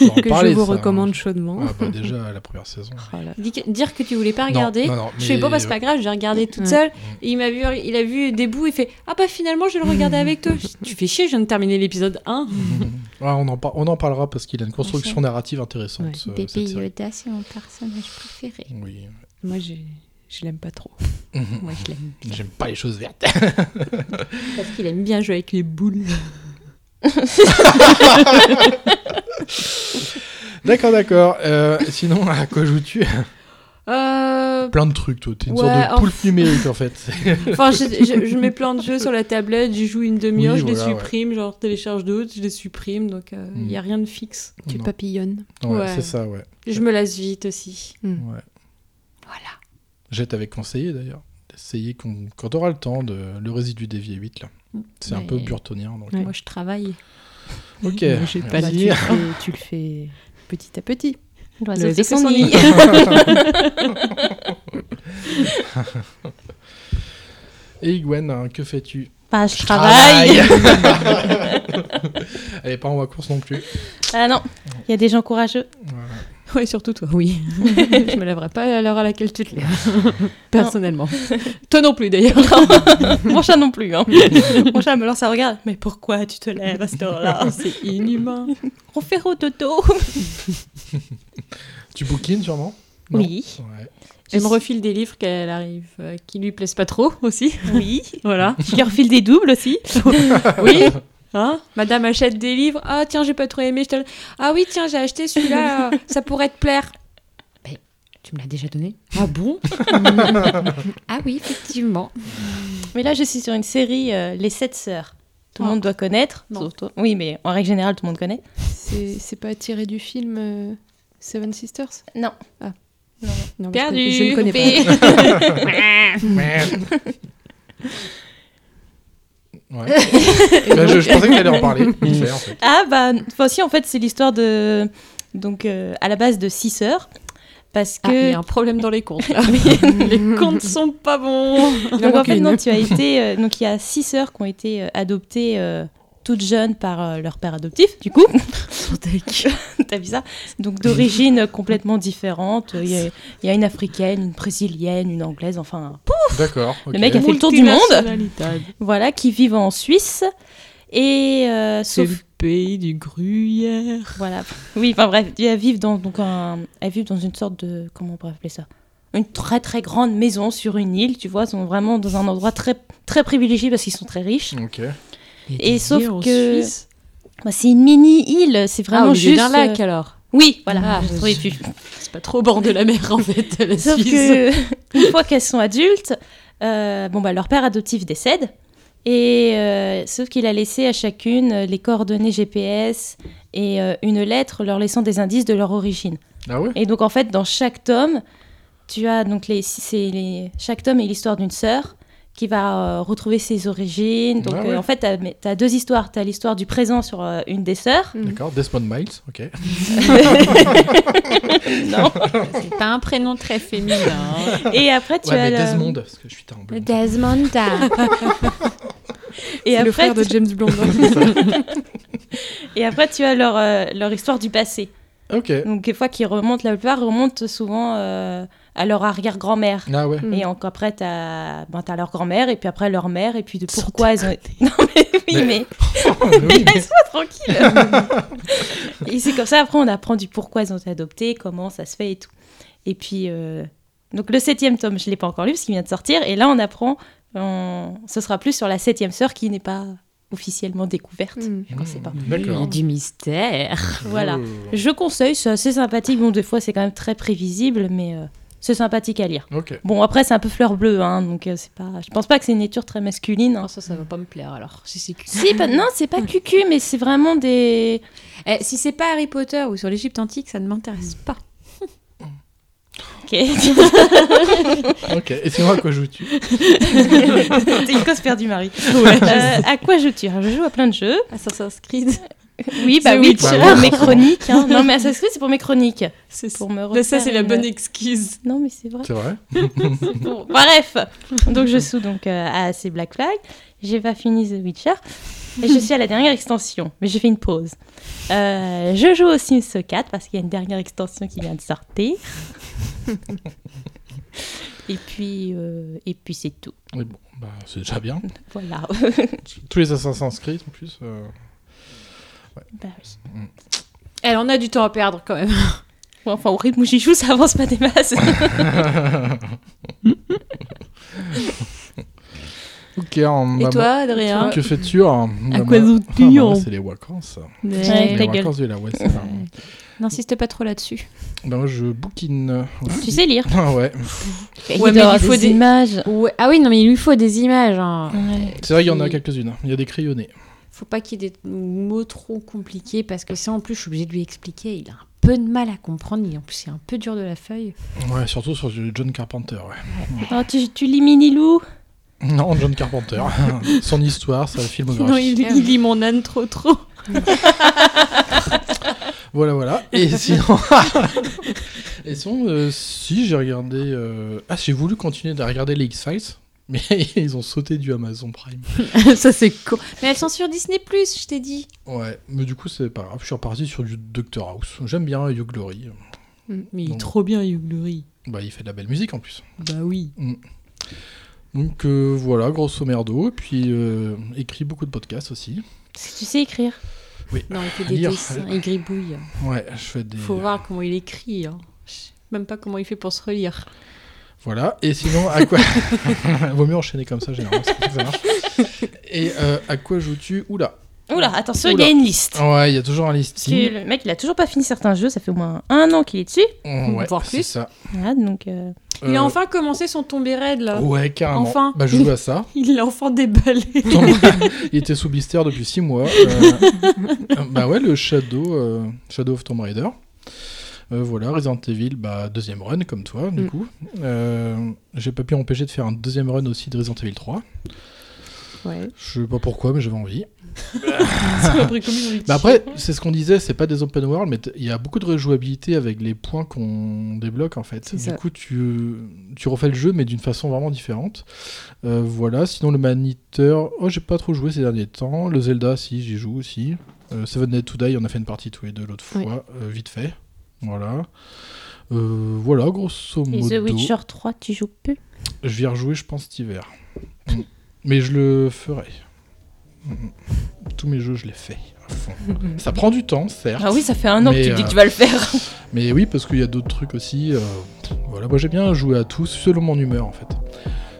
Speaker 4: Que
Speaker 1: On va en
Speaker 4: je
Speaker 1: parler,
Speaker 4: vous
Speaker 1: ça, hein.
Speaker 4: recommande chaudement.
Speaker 1: Ah bah déjà la première saison.
Speaker 4: Ah
Speaker 12: Dis que- Dire que tu voulais pas regarder,
Speaker 1: non, non,
Speaker 12: je fais
Speaker 1: mais- Mm.
Speaker 12: bon bah c'est pas grave, j'ai regardé toute
Speaker 4: Ouais.
Speaker 12: seule. Et il m'a vu, il a vu des bouts, il fait ah bah finalement je vais le regarder avec toi. Je dis, tu fais chier, je viens de terminer l'épisode 1.
Speaker 1: Ouais, on, en par- on en parlera parce qu'il a une construction
Speaker 12: Ouais.
Speaker 1: narrative intéressante. ce- cette série.
Speaker 12: Yoda c'est mon personnage préféré.
Speaker 1: Oui.
Speaker 4: Moi, j'ai- je l'aime pas trop.
Speaker 12: Moi je l'aime
Speaker 1: J'aime pas les choses vertes.
Speaker 12: parce qu'il aime bien jouer avec les boules.
Speaker 1: d'accord, d'accord. Euh, sinon, à quoi joues-tu
Speaker 12: Euh,
Speaker 1: Plein de trucs, toi. T'es une
Speaker 12: Ouais,
Speaker 1: sorte de
Speaker 12: en-
Speaker 1: poulpe numérique en fait.
Speaker 12: Enfin, je, je- je mets plein de jeux sur la tablette, j'y joue une demi-heure,
Speaker 1: Oui,
Speaker 12: je
Speaker 1: voilà,
Speaker 12: les
Speaker 1: ouais.
Speaker 12: supprime, genre télécharge d'autres, je les supprime, donc il n'y a rien de fixe.
Speaker 4: Tu
Speaker 1: Non.
Speaker 4: papillonnes.
Speaker 1: Ouais, c'est ça, ouais.
Speaker 12: Je me lasse vite aussi.
Speaker 1: Ouais. Je t'avais conseillé d'ailleurs d'essayer qu'on- quand t'auras le temps de le résidu des vieilles 8 là. C'est un
Speaker 12: Ouais.
Speaker 1: peu burtonien. Donc...
Speaker 12: Moi, je travaille.
Speaker 1: Ok.
Speaker 4: Mais j'ai
Speaker 1: merci.
Speaker 4: pas dit. Tu le fais- tu le fais petit à petit.
Speaker 6: L'oiseau
Speaker 4: Le
Speaker 6: fait son
Speaker 4: oiseau
Speaker 6: nid.
Speaker 4: fait son nid.
Speaker 1: Et Igwen, hein, que fais-tu
Speaker 6: Bah, je travaille.
Speaker 1: Elle est pas en vacances non plus.
Speaker 6: Ah non, il y a des gens courageux.
Speaker 4: Oui, surtout toi, oui. je me lèverai pas à l'heure à laquelle tu te lèves, personnellement. toi non plus, d'ailleurs.
Speaker 6: Mon chat non plus. Hein. Mon chat me lance un regard. Mais pourquoi tu te lèves à cette heure-là
Speaker 4: C'est inhumain.
Speaker 6: On fait au dodo.
Speaker 1: Tu bouquines sûrement Non.
Speaker 4: Oui.
Speaker 1: Ouais.
Speaker 4: Elle me refile des livres qu'elle arrive, euh, qui lui plaisent pas trop aussi.
Speaker 6: Oui.
Speaker 4: voilà.
Speaker 6: Je lui refile des doubles aussi.
Speaker 4: oui. Hein Madame achète des livres. Ah tiens, j'ai pas trop aimé. je te le- Ah oui, tiens, j'ai acheté celui-là. euh, ça pourrait te plaire. Mais tu me l'as déjà donné Ah bon Ah oui, effectivement.
Speaker 6: Mais là, je suis sur une série, euh, Les Sept Sœurs. Tout le
Speaker 20: Ah.
Speaker 4: Oh.
Speaker 6: monde doit connaître.
Speaker 20: Non.
Speaker 6: Sauf toi. Oui, mais en règle générale, tout le monde connaît.
Speaker 20: C'est c'est pas tiré du film euh, Seven Sisters
Speaker 6: Non.
Speaker 20: Ah.
Speaker 6: Non,
Speaker 20: non. parce que
Speaker 4: Perdu.
Speaker 20: Je ne connais pas.
Speaker 4: coupé.
Speaker 1: Ouais. Bah, je, je pensais que t'allais en parler. vite fait, en fait.
Speaker 6: Ah bah, enfin, si, en fait, c'est l'histoire de. Donc, euh, à la base de six sœurs. Parce que.
Speaker 4: Ah, il y a un problème dans les comptes. là. les comptes sont pas bons.
Speaker 6: Donc en fait, non, tu as été. euh, donc il y a six sœurs qui ont été euh, adoptées euh, toutes jeunes par euh, leur père adoptif, du coup. T'as vu ça Donc d'origine complètement différente. Il y, a- il y a une africaine, une brésilienne, une anglaise, enfin. Pouf
Speaker 1: D'accord, ok.
Speaker 6: Le mec a fait le tour du monde.
Speaker 4: Multinationalité.
Speaker 6: Voilà, qui vivent en Suisse. Et euh,
Speaker 4: C'est
Speaker 6: sauf
Speaker 4: le pays du gruyère.
Speaker 6: voilà. Oui, enfin bref, elles vivent dans, donc un- elles vivent dans une sorte de. Comment on pourrait appeler ça Une très très grande maison sur une île, tu vois. Elles sont vraiment dans un endroit très, très privilégié parce qu'ils sont très riches.
Speaker 1: Ok.
Speaker 6: Et sauf
Speaker 4: îles en
Speaker 6: que.
Speaker 4: Suisse Ah,
Speaker 6: Bah, c'est une mini-île, c'est vraiment
Speaker 4: au milieu
Speaker 6: juste.
Speaker 4: d'un lac,
Speaker 6: euh,
Speaker 4: alors.
Speaker 6: Oui, voilà.
Speaker 4: Ah,
Speaker 6: j'ai trouvé plus.
Speaker 4: C'est pas trop au bord de la mer en fait. La
Speaker 6: Sauf
Speaker 4: Suisse.
Speaker 6: que, une fois qu'elles sont adultes, euh, bon, bah, leur père adoptif décède. Et euh, sauf qu'il a laissé à chacune euh, les coordonnées GPS et euh, une lettre leur laissant des indices de leur origine.
Speaker 1: Ah ouais
Speaker 6: Et donc en fait, dans chaque tome, tu as donc les, c'est les chaque tome est l'histoire d'une sœur qui va euh, retrouver ses origines. Donc
Speaker 1: Ah
Speaker 6: euh,
Speaker 1: ouais.
Speaker 6: en fait, tu as, deux histoires. Tu as l'histoire du présent sur euh, une des sœurs.
Speaker 1: D'accord, Desmond Miles, ok.
Speaker 6: non.
Speaker 4: C'est pas un prénom très féminin. hein.
Speaker 6: Et après, tu
Speaker 1: ouais,
Speaker 6: as
Speaker 1: mais
Speaker 6: la-
Speaker 1: Desmond, parce que je suis terrible.
Speaker 12: Desmonda.
Speaker 6: Et
Speaker 20: C'est
Speaker 6: après,
Speaker 20: le frère de
Speaker 6: tu-
Speaker 20: James Blond.
Speaker 6: Et après, tu as leur, euh, leur histoire du passé.
Speaker 1: Ok.
Speaker 6: Donc, des fois, qui remontent, la plupart remontent souvent euh, à leur arrière-grand-mère.
Speaker 1: Ah ouais.
Speaker 6: Et encore après, tu as, leur grand-mère, et puis après leur mère, et puis de pourquoi elles ont été. Non, mais oui,
Speaker 1: Mais-
Speaker 6: mais.
Speaker 1: Ah Oui,
Speaker 6: mais
Speaker 1: mais-
Speaker 6: laisse-moi tranquille. et c'est comme ça, après, on apprend du pourquoi elles ont été adoptées, comment ça se fait et tout. Et puis, euh, donc le septième tome, je ne l'ai pas encore lu parce qu'il vient de sortir. Et là, on apprend, on- ce sera plus sur la septième sœur qui n'est pas officiellement découverte.
Speaker 1: Mm.
Speaker 4: Hmm.
Speaker 6: On sait pas.
Speaker 1: D'accord.
Speaker 12: Du mystère.
Speaker 6: Voilà. Je conseille, c'est assez sympathique. Bon, des fois, c'est quand même très prévisible, mais euh, c'est sympathique à lire.
Speaker 1: Ok.
Speaker 6: Bon, après, c'est un peu fleur bleue, hein, donc euh, c'est pas. Je pense pas que c'est une nature très masculine. hein.
Speaker 4: Ça, ça va pas me plaire alors. Si c'est cul.
Speaker 6: Si, pas- non, c'est pas cucu, mais c'est vraiment des.
Speaker 12: Eh, si c'est pas Harry Potter ou sur l'Égypte antique, ça ne m'intéresse
Speaker 4: Mm.
Speaker 12: pas.
Speaker 6: Ok.
Speaker 1: Ok, et sinon à quoi joues-tu
Speaker 6: T'es une cause perdue, Marie.
Speaker 1: Ouais, je
Speaker 6: Euh, à quoi je tue Alors, Je joue à plein de jeux.
Speaker 4: Assassin's Creed.
Speaker 6: Oui, bah
Speaker 4: The
Speaker 6: oui,
Speaker 4: Witcher.
Speaker 6: c'est pour mes chroniques. hein. Non, mais Assassin's Creed, c'est pour mes chroniques.
Speaker 4: C'est
Speaker 6: pour me
Speaker 4: Bah, ça,
Speaker 6: refaire
Speaker 4: c'est la
Speaker 6: une-
Speaker 4: bonne excuse.
Speaker 6: Non, mais c'est vrai.
Speaker 1: C'est vrai
Speaker 6: C'est bon. Bref, donc je sous donc euh, à ces Black Flag. J'ai pas fini The Witcher. Et je suis à la dernière extension, mais j'ai fait une pause. Euh, je joue au Sims 4 parce qu'il y a une dernière extension qui vient de sortir. et puis, euh, et puis c'est tout.
Speaker 1: Oui, bon, bah, c'est déjà bien.
Speaker 6: Voilà.
Speaker 1: Tous les Assassin's Creed, en plus. euh,
Speaker 6: Bah oui.
Speaker 12: Elle en a du temps à perdre quand même.
Speaker 6: Ouais, enfin, au rythme où j'y joue, ça avance pas des masses.
Speaker 1: Ok, en-
Speaker 4: Et
Speaker 1: bah,
Speaker 4: toi,
Speaker 1: bah,
Speaker 4: Adrien
Speaker 1: Que fais-tu en- bah,
Speaker 4: quoi
Speaker 1: moi-
Speaker 4: joues-tu
Speaker 1: Ah, bah, moi,
Speaker 4: en-
Speaker 1: C'est les vacances.
Speaker 12: Ouais,
Speaker 1: les
Speaker 12: ta
Speaker 1: vacances
Speaker 12: gueule.
Speaker 1: de la ouais, c'est ça.
Speaker 12: N'insiste pas trop là-dessus.
Speaker 1: Bah, moi, je bouquine. aussi.
Speaker 6: Tu sais lire
Speaker 1: Ah ouais.
Speaker 6: doit avoir des images.
Speaker 12: Ouais, Ah oui, non, mais il lui faut des images. hein.
Speaker 1: C'est vrai, il y en a quelques-unes. hein. Il y a des crayonnés.
Speaker 12: Faut pas qu'il y ait des mots trop compliqués parce que ça, en plus, je suis obligée de lui expliquer. Il a un peu de mal à comprendre. Et en plus, c'est un peu dur de la feuille.
Speaker 1: Ouais, surtout sur du John Carpenter, ouais.
Speaker 6: Oh, tu, tu lis Minilou
Speaker 1: Non, John Carpenter. Son histoire, sa filmographie.
Speaker 12: Non, il, il lit mon âne trop trop.
Speaker 1: Voilà, voilà. Et sinon, et sinon euh, si j'ai regardé, euh, ah, j'ai voulu continuer à regarder les X Files Mais ils ont sauté du Amazon Prime.
Speaker 12: Ça, c'est con. Mais elles sont sur Disney, je t'ai dit.
Speaker 1: Ouais, mais du coup, c'est pas grave. Je suis reparti sur du Doctor House. J'aime bien Hugh Glory.
Speaker 12: Mm. Mais il est
Speaker 1: Donc-
Speaker 12: trop bien, Hugh Glory.
Speaker 1: Bah, il fait de la belle musique en plus.
Speaker 12: Bah oui.
Speaker 1: Mm. Donc euh, voilà, grosso merdo. Et puis euh, écrit beaucoup de podcasts aussi.
Speaker 3: Parce que tu sais écrire.
Speaker 1: Oui.
Speaker 12: Non, il fait des
Speaker 1: Lire.
Speaker 12: dessins, il gribouille.
Speaker 1: Ouais, je fais des.
Speaker 12: Faut voir comment il écrit. hein. Je sais Même pas comment il fait pour se relire.
Speaker 1: Voilà. Et sinon, à quoi. Vaut mieux enchaîner comme ça, généralement. c'est comme ça que ça marche. Et euh, à quoi joues-tu Oula.
Speaker 3: Oula, attention, il y a
Speaker 1: Oula.
Speaker 3: une liste.
Speaker 1: Ouais, il y a toujours un
Speaker 3: Parce que
Speaker 1: listing.
Speaker 3: le mec, il a toujours pas fini certains jeux, ça fait au moins un an qu'il est dessus.
Speaker 1: Ouais, c'est ça.
Speaker 3: Voilà, donc. euh,
Speaker 12: Il
Speaker 1: Euh,
Speaker 12: a enfin commencé son tombé raid là.
Speaker 1: Ouais, carrément.
Speaker 12: Enfin.
Speaker 1: Bah, je joue à ça.
Speaker 12: Il l'a enfin déballé.
Speaker 1: Il était sous blister depuis 6 mois. Euh, bah ouais, le Shadow, euh, Shadow of Tomb Raider. Euh, voilà, Resident Evil, bah, deuxième run comme toi, du
Speaker 12: Mm.
Speaker 1: coup. Euh, J'ai pas pu empêcher de faire un deuxième run aussi de Resident Evil 3.
Speaker 12: Ouais.
Speaker 1: Je sais pas pourquoi, mais j'avais envie.
Speaker 12: Après, comme ils ont dit-
Speaker 1: Bah après, c'est ce qu'on disait, c'est pas des open world, mais t- il y a beaucoup de rejouabilité avec les points qu'on débloque en fait. Du
Speaker 12: ça.
Speaker 1: coup, tu, tu refais le jeu, mais d'une façon vraiment différente. Euh, voilà, sinon le Maniteur, oh, j'ai pas trop joué ces derniers temps. Le Zelda, si, j'y joue aussi. Euh, Seven Days to Die, on a fait une partie tous les deux l'autre fois,
Speaker 3: Oui.
Speaker 1: euh, vite fait. Voilà. Euh, voilà, grosso
Speaker 3: Et
Speaker 1: modo.
Speaker 3: The Witcher 3, tu joues plus
Speaker 1: Je vais y rejouer, je pense, cet hiver. Mm. Mais je le ferai. Mm. Tous mes jeux, je les fais à fond. ça prend du temps, certes.
Speaker 3: Ah oui, ça fait un an que
Speaker 1: mais,
Speaker 3: tu dis
Speaker 1: euh,
Speaker 3: que tu vas le faire.
Speaker 1: Mais oui, parce qu'il y a d'autres trucs aussi. euh, voilà, moi j'ai bien joué à tous, selon mon humeur en fait.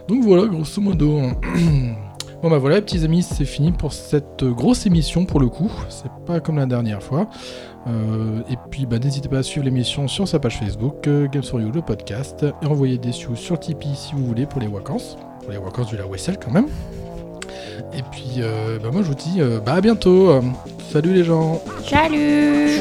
Speaker 1: Donc voilà, grosso modo. hein. bon bah voilà, petits amis, c'est fini pour cette euh, grosse émission pour le coup. C'est pas comme la dernière fois. Euh, et puis bah, n'hésitez pas à suivre l'émission sur sa page Facebook, euh, Games for You, le podcast, et envoyez des sous sur Tipeee si vous voulez pour les vacances. Pour les vacances du La Wessel quand même. Et puis euh, bah, moi je vous dis euh, bah, à bientôt. Euh, Salut les gens
Speaker 3: Salut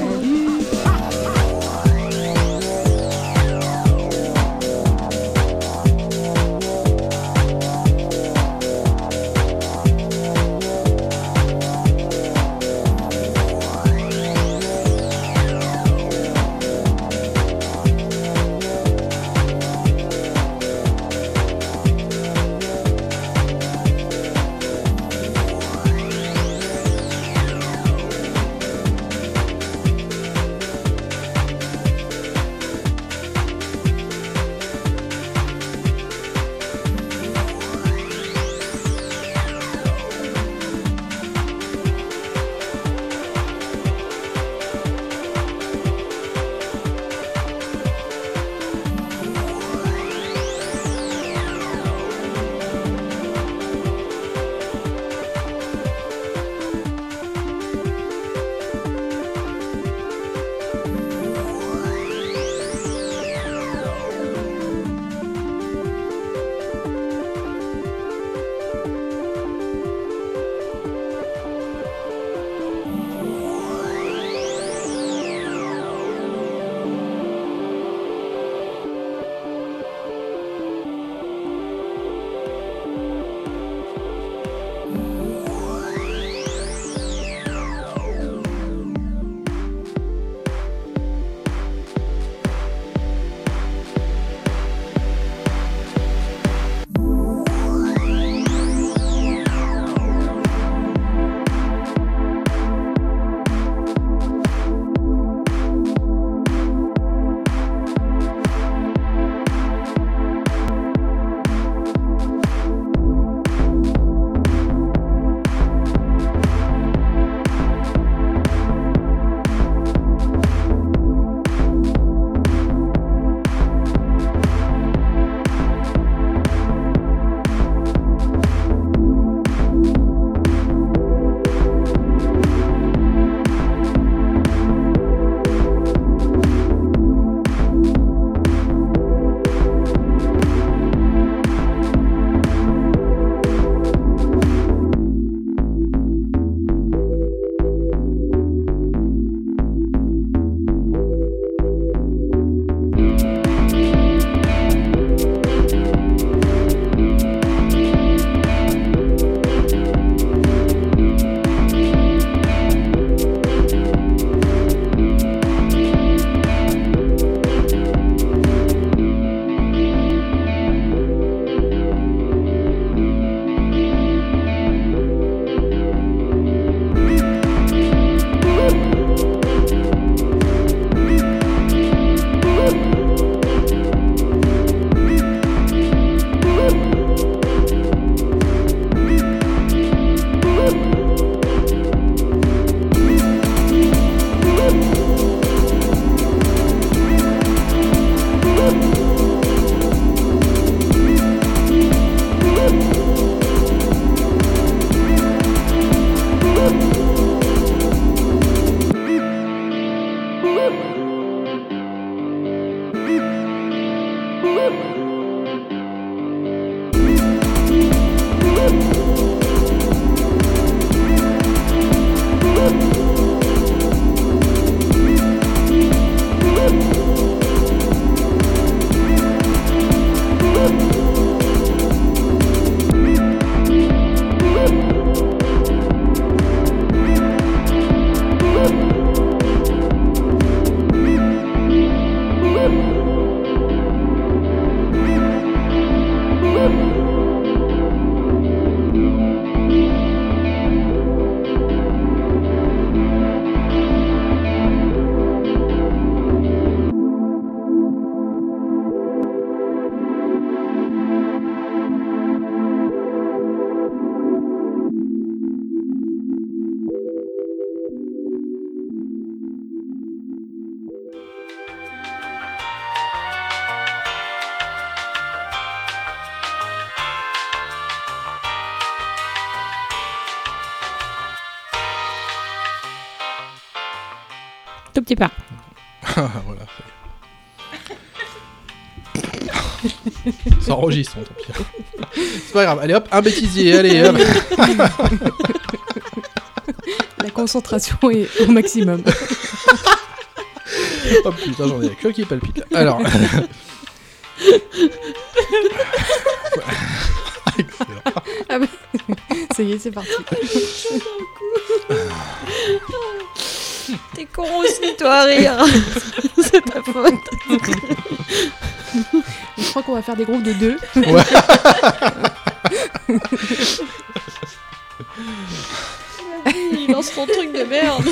Speaker 12: Tout petit pas.
Speaker 1: Ah, voilà. Ça enregistre, tant pis. C'est pas grave. Allez hop, un bêtisier, allez hop.
Speaker 4: La concentration est au maximum.
Speaker 1: oh putain, j'en ai la queue qui palpite. Alors. Excellent.
Speaker 4: Ah bah, ça y est, c'est parti.
Speaker 12: T'es con aussi, toi, à rire. C'est ta faute.
Speaker 4: Je crois qu'on va faire des groupes de deux.
Speaker 12: Ouais. Il lance son truc de merde.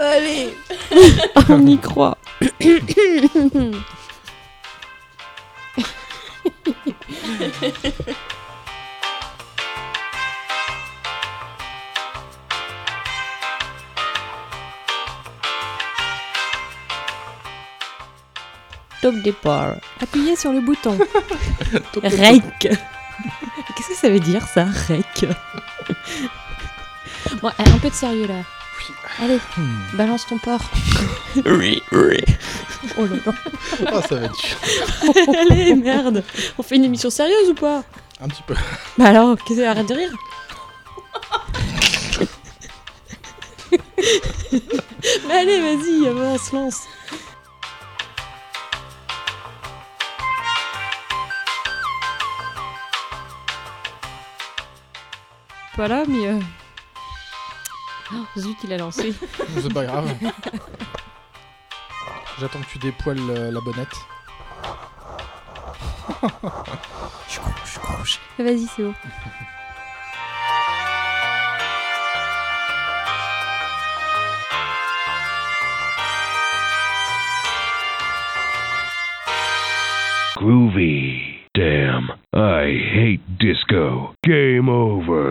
Speaker 12: Allez. On y croit. Top départ.
Speaker 4: Appuyez sur le bouton.
Speaker 1: Top départ.
Speaker 12: Rec. Qu'est-ce que ça veut dire ça, rec Bon, euh, un peu de sérieux là. Allez, balance ton porc.
Speaker 9: Hmm. Oui, oui.
Speaker 12: Oh là là.
Speaker 1: Ah, ça va être chiant.
Speaker 12: Allez, merde. On fait une émission sérieuse ou pas
Speaker 1: Un petit peu.
Speaker 12: Bah alors, qu'est-ce que arrête de rire Mais Bah allez, vas-y, avance, lance. Pas là, mais. euh, oh, zut, il a lancé.
Speaker 1: C'est pas grave. J'attends que tu dépoiles euh, la bonnette.
Speaker 12: Je couche, je couche. Vas-y, c'est bon.
Speaker 21: Groovy. Damn. I hate disco. Game over.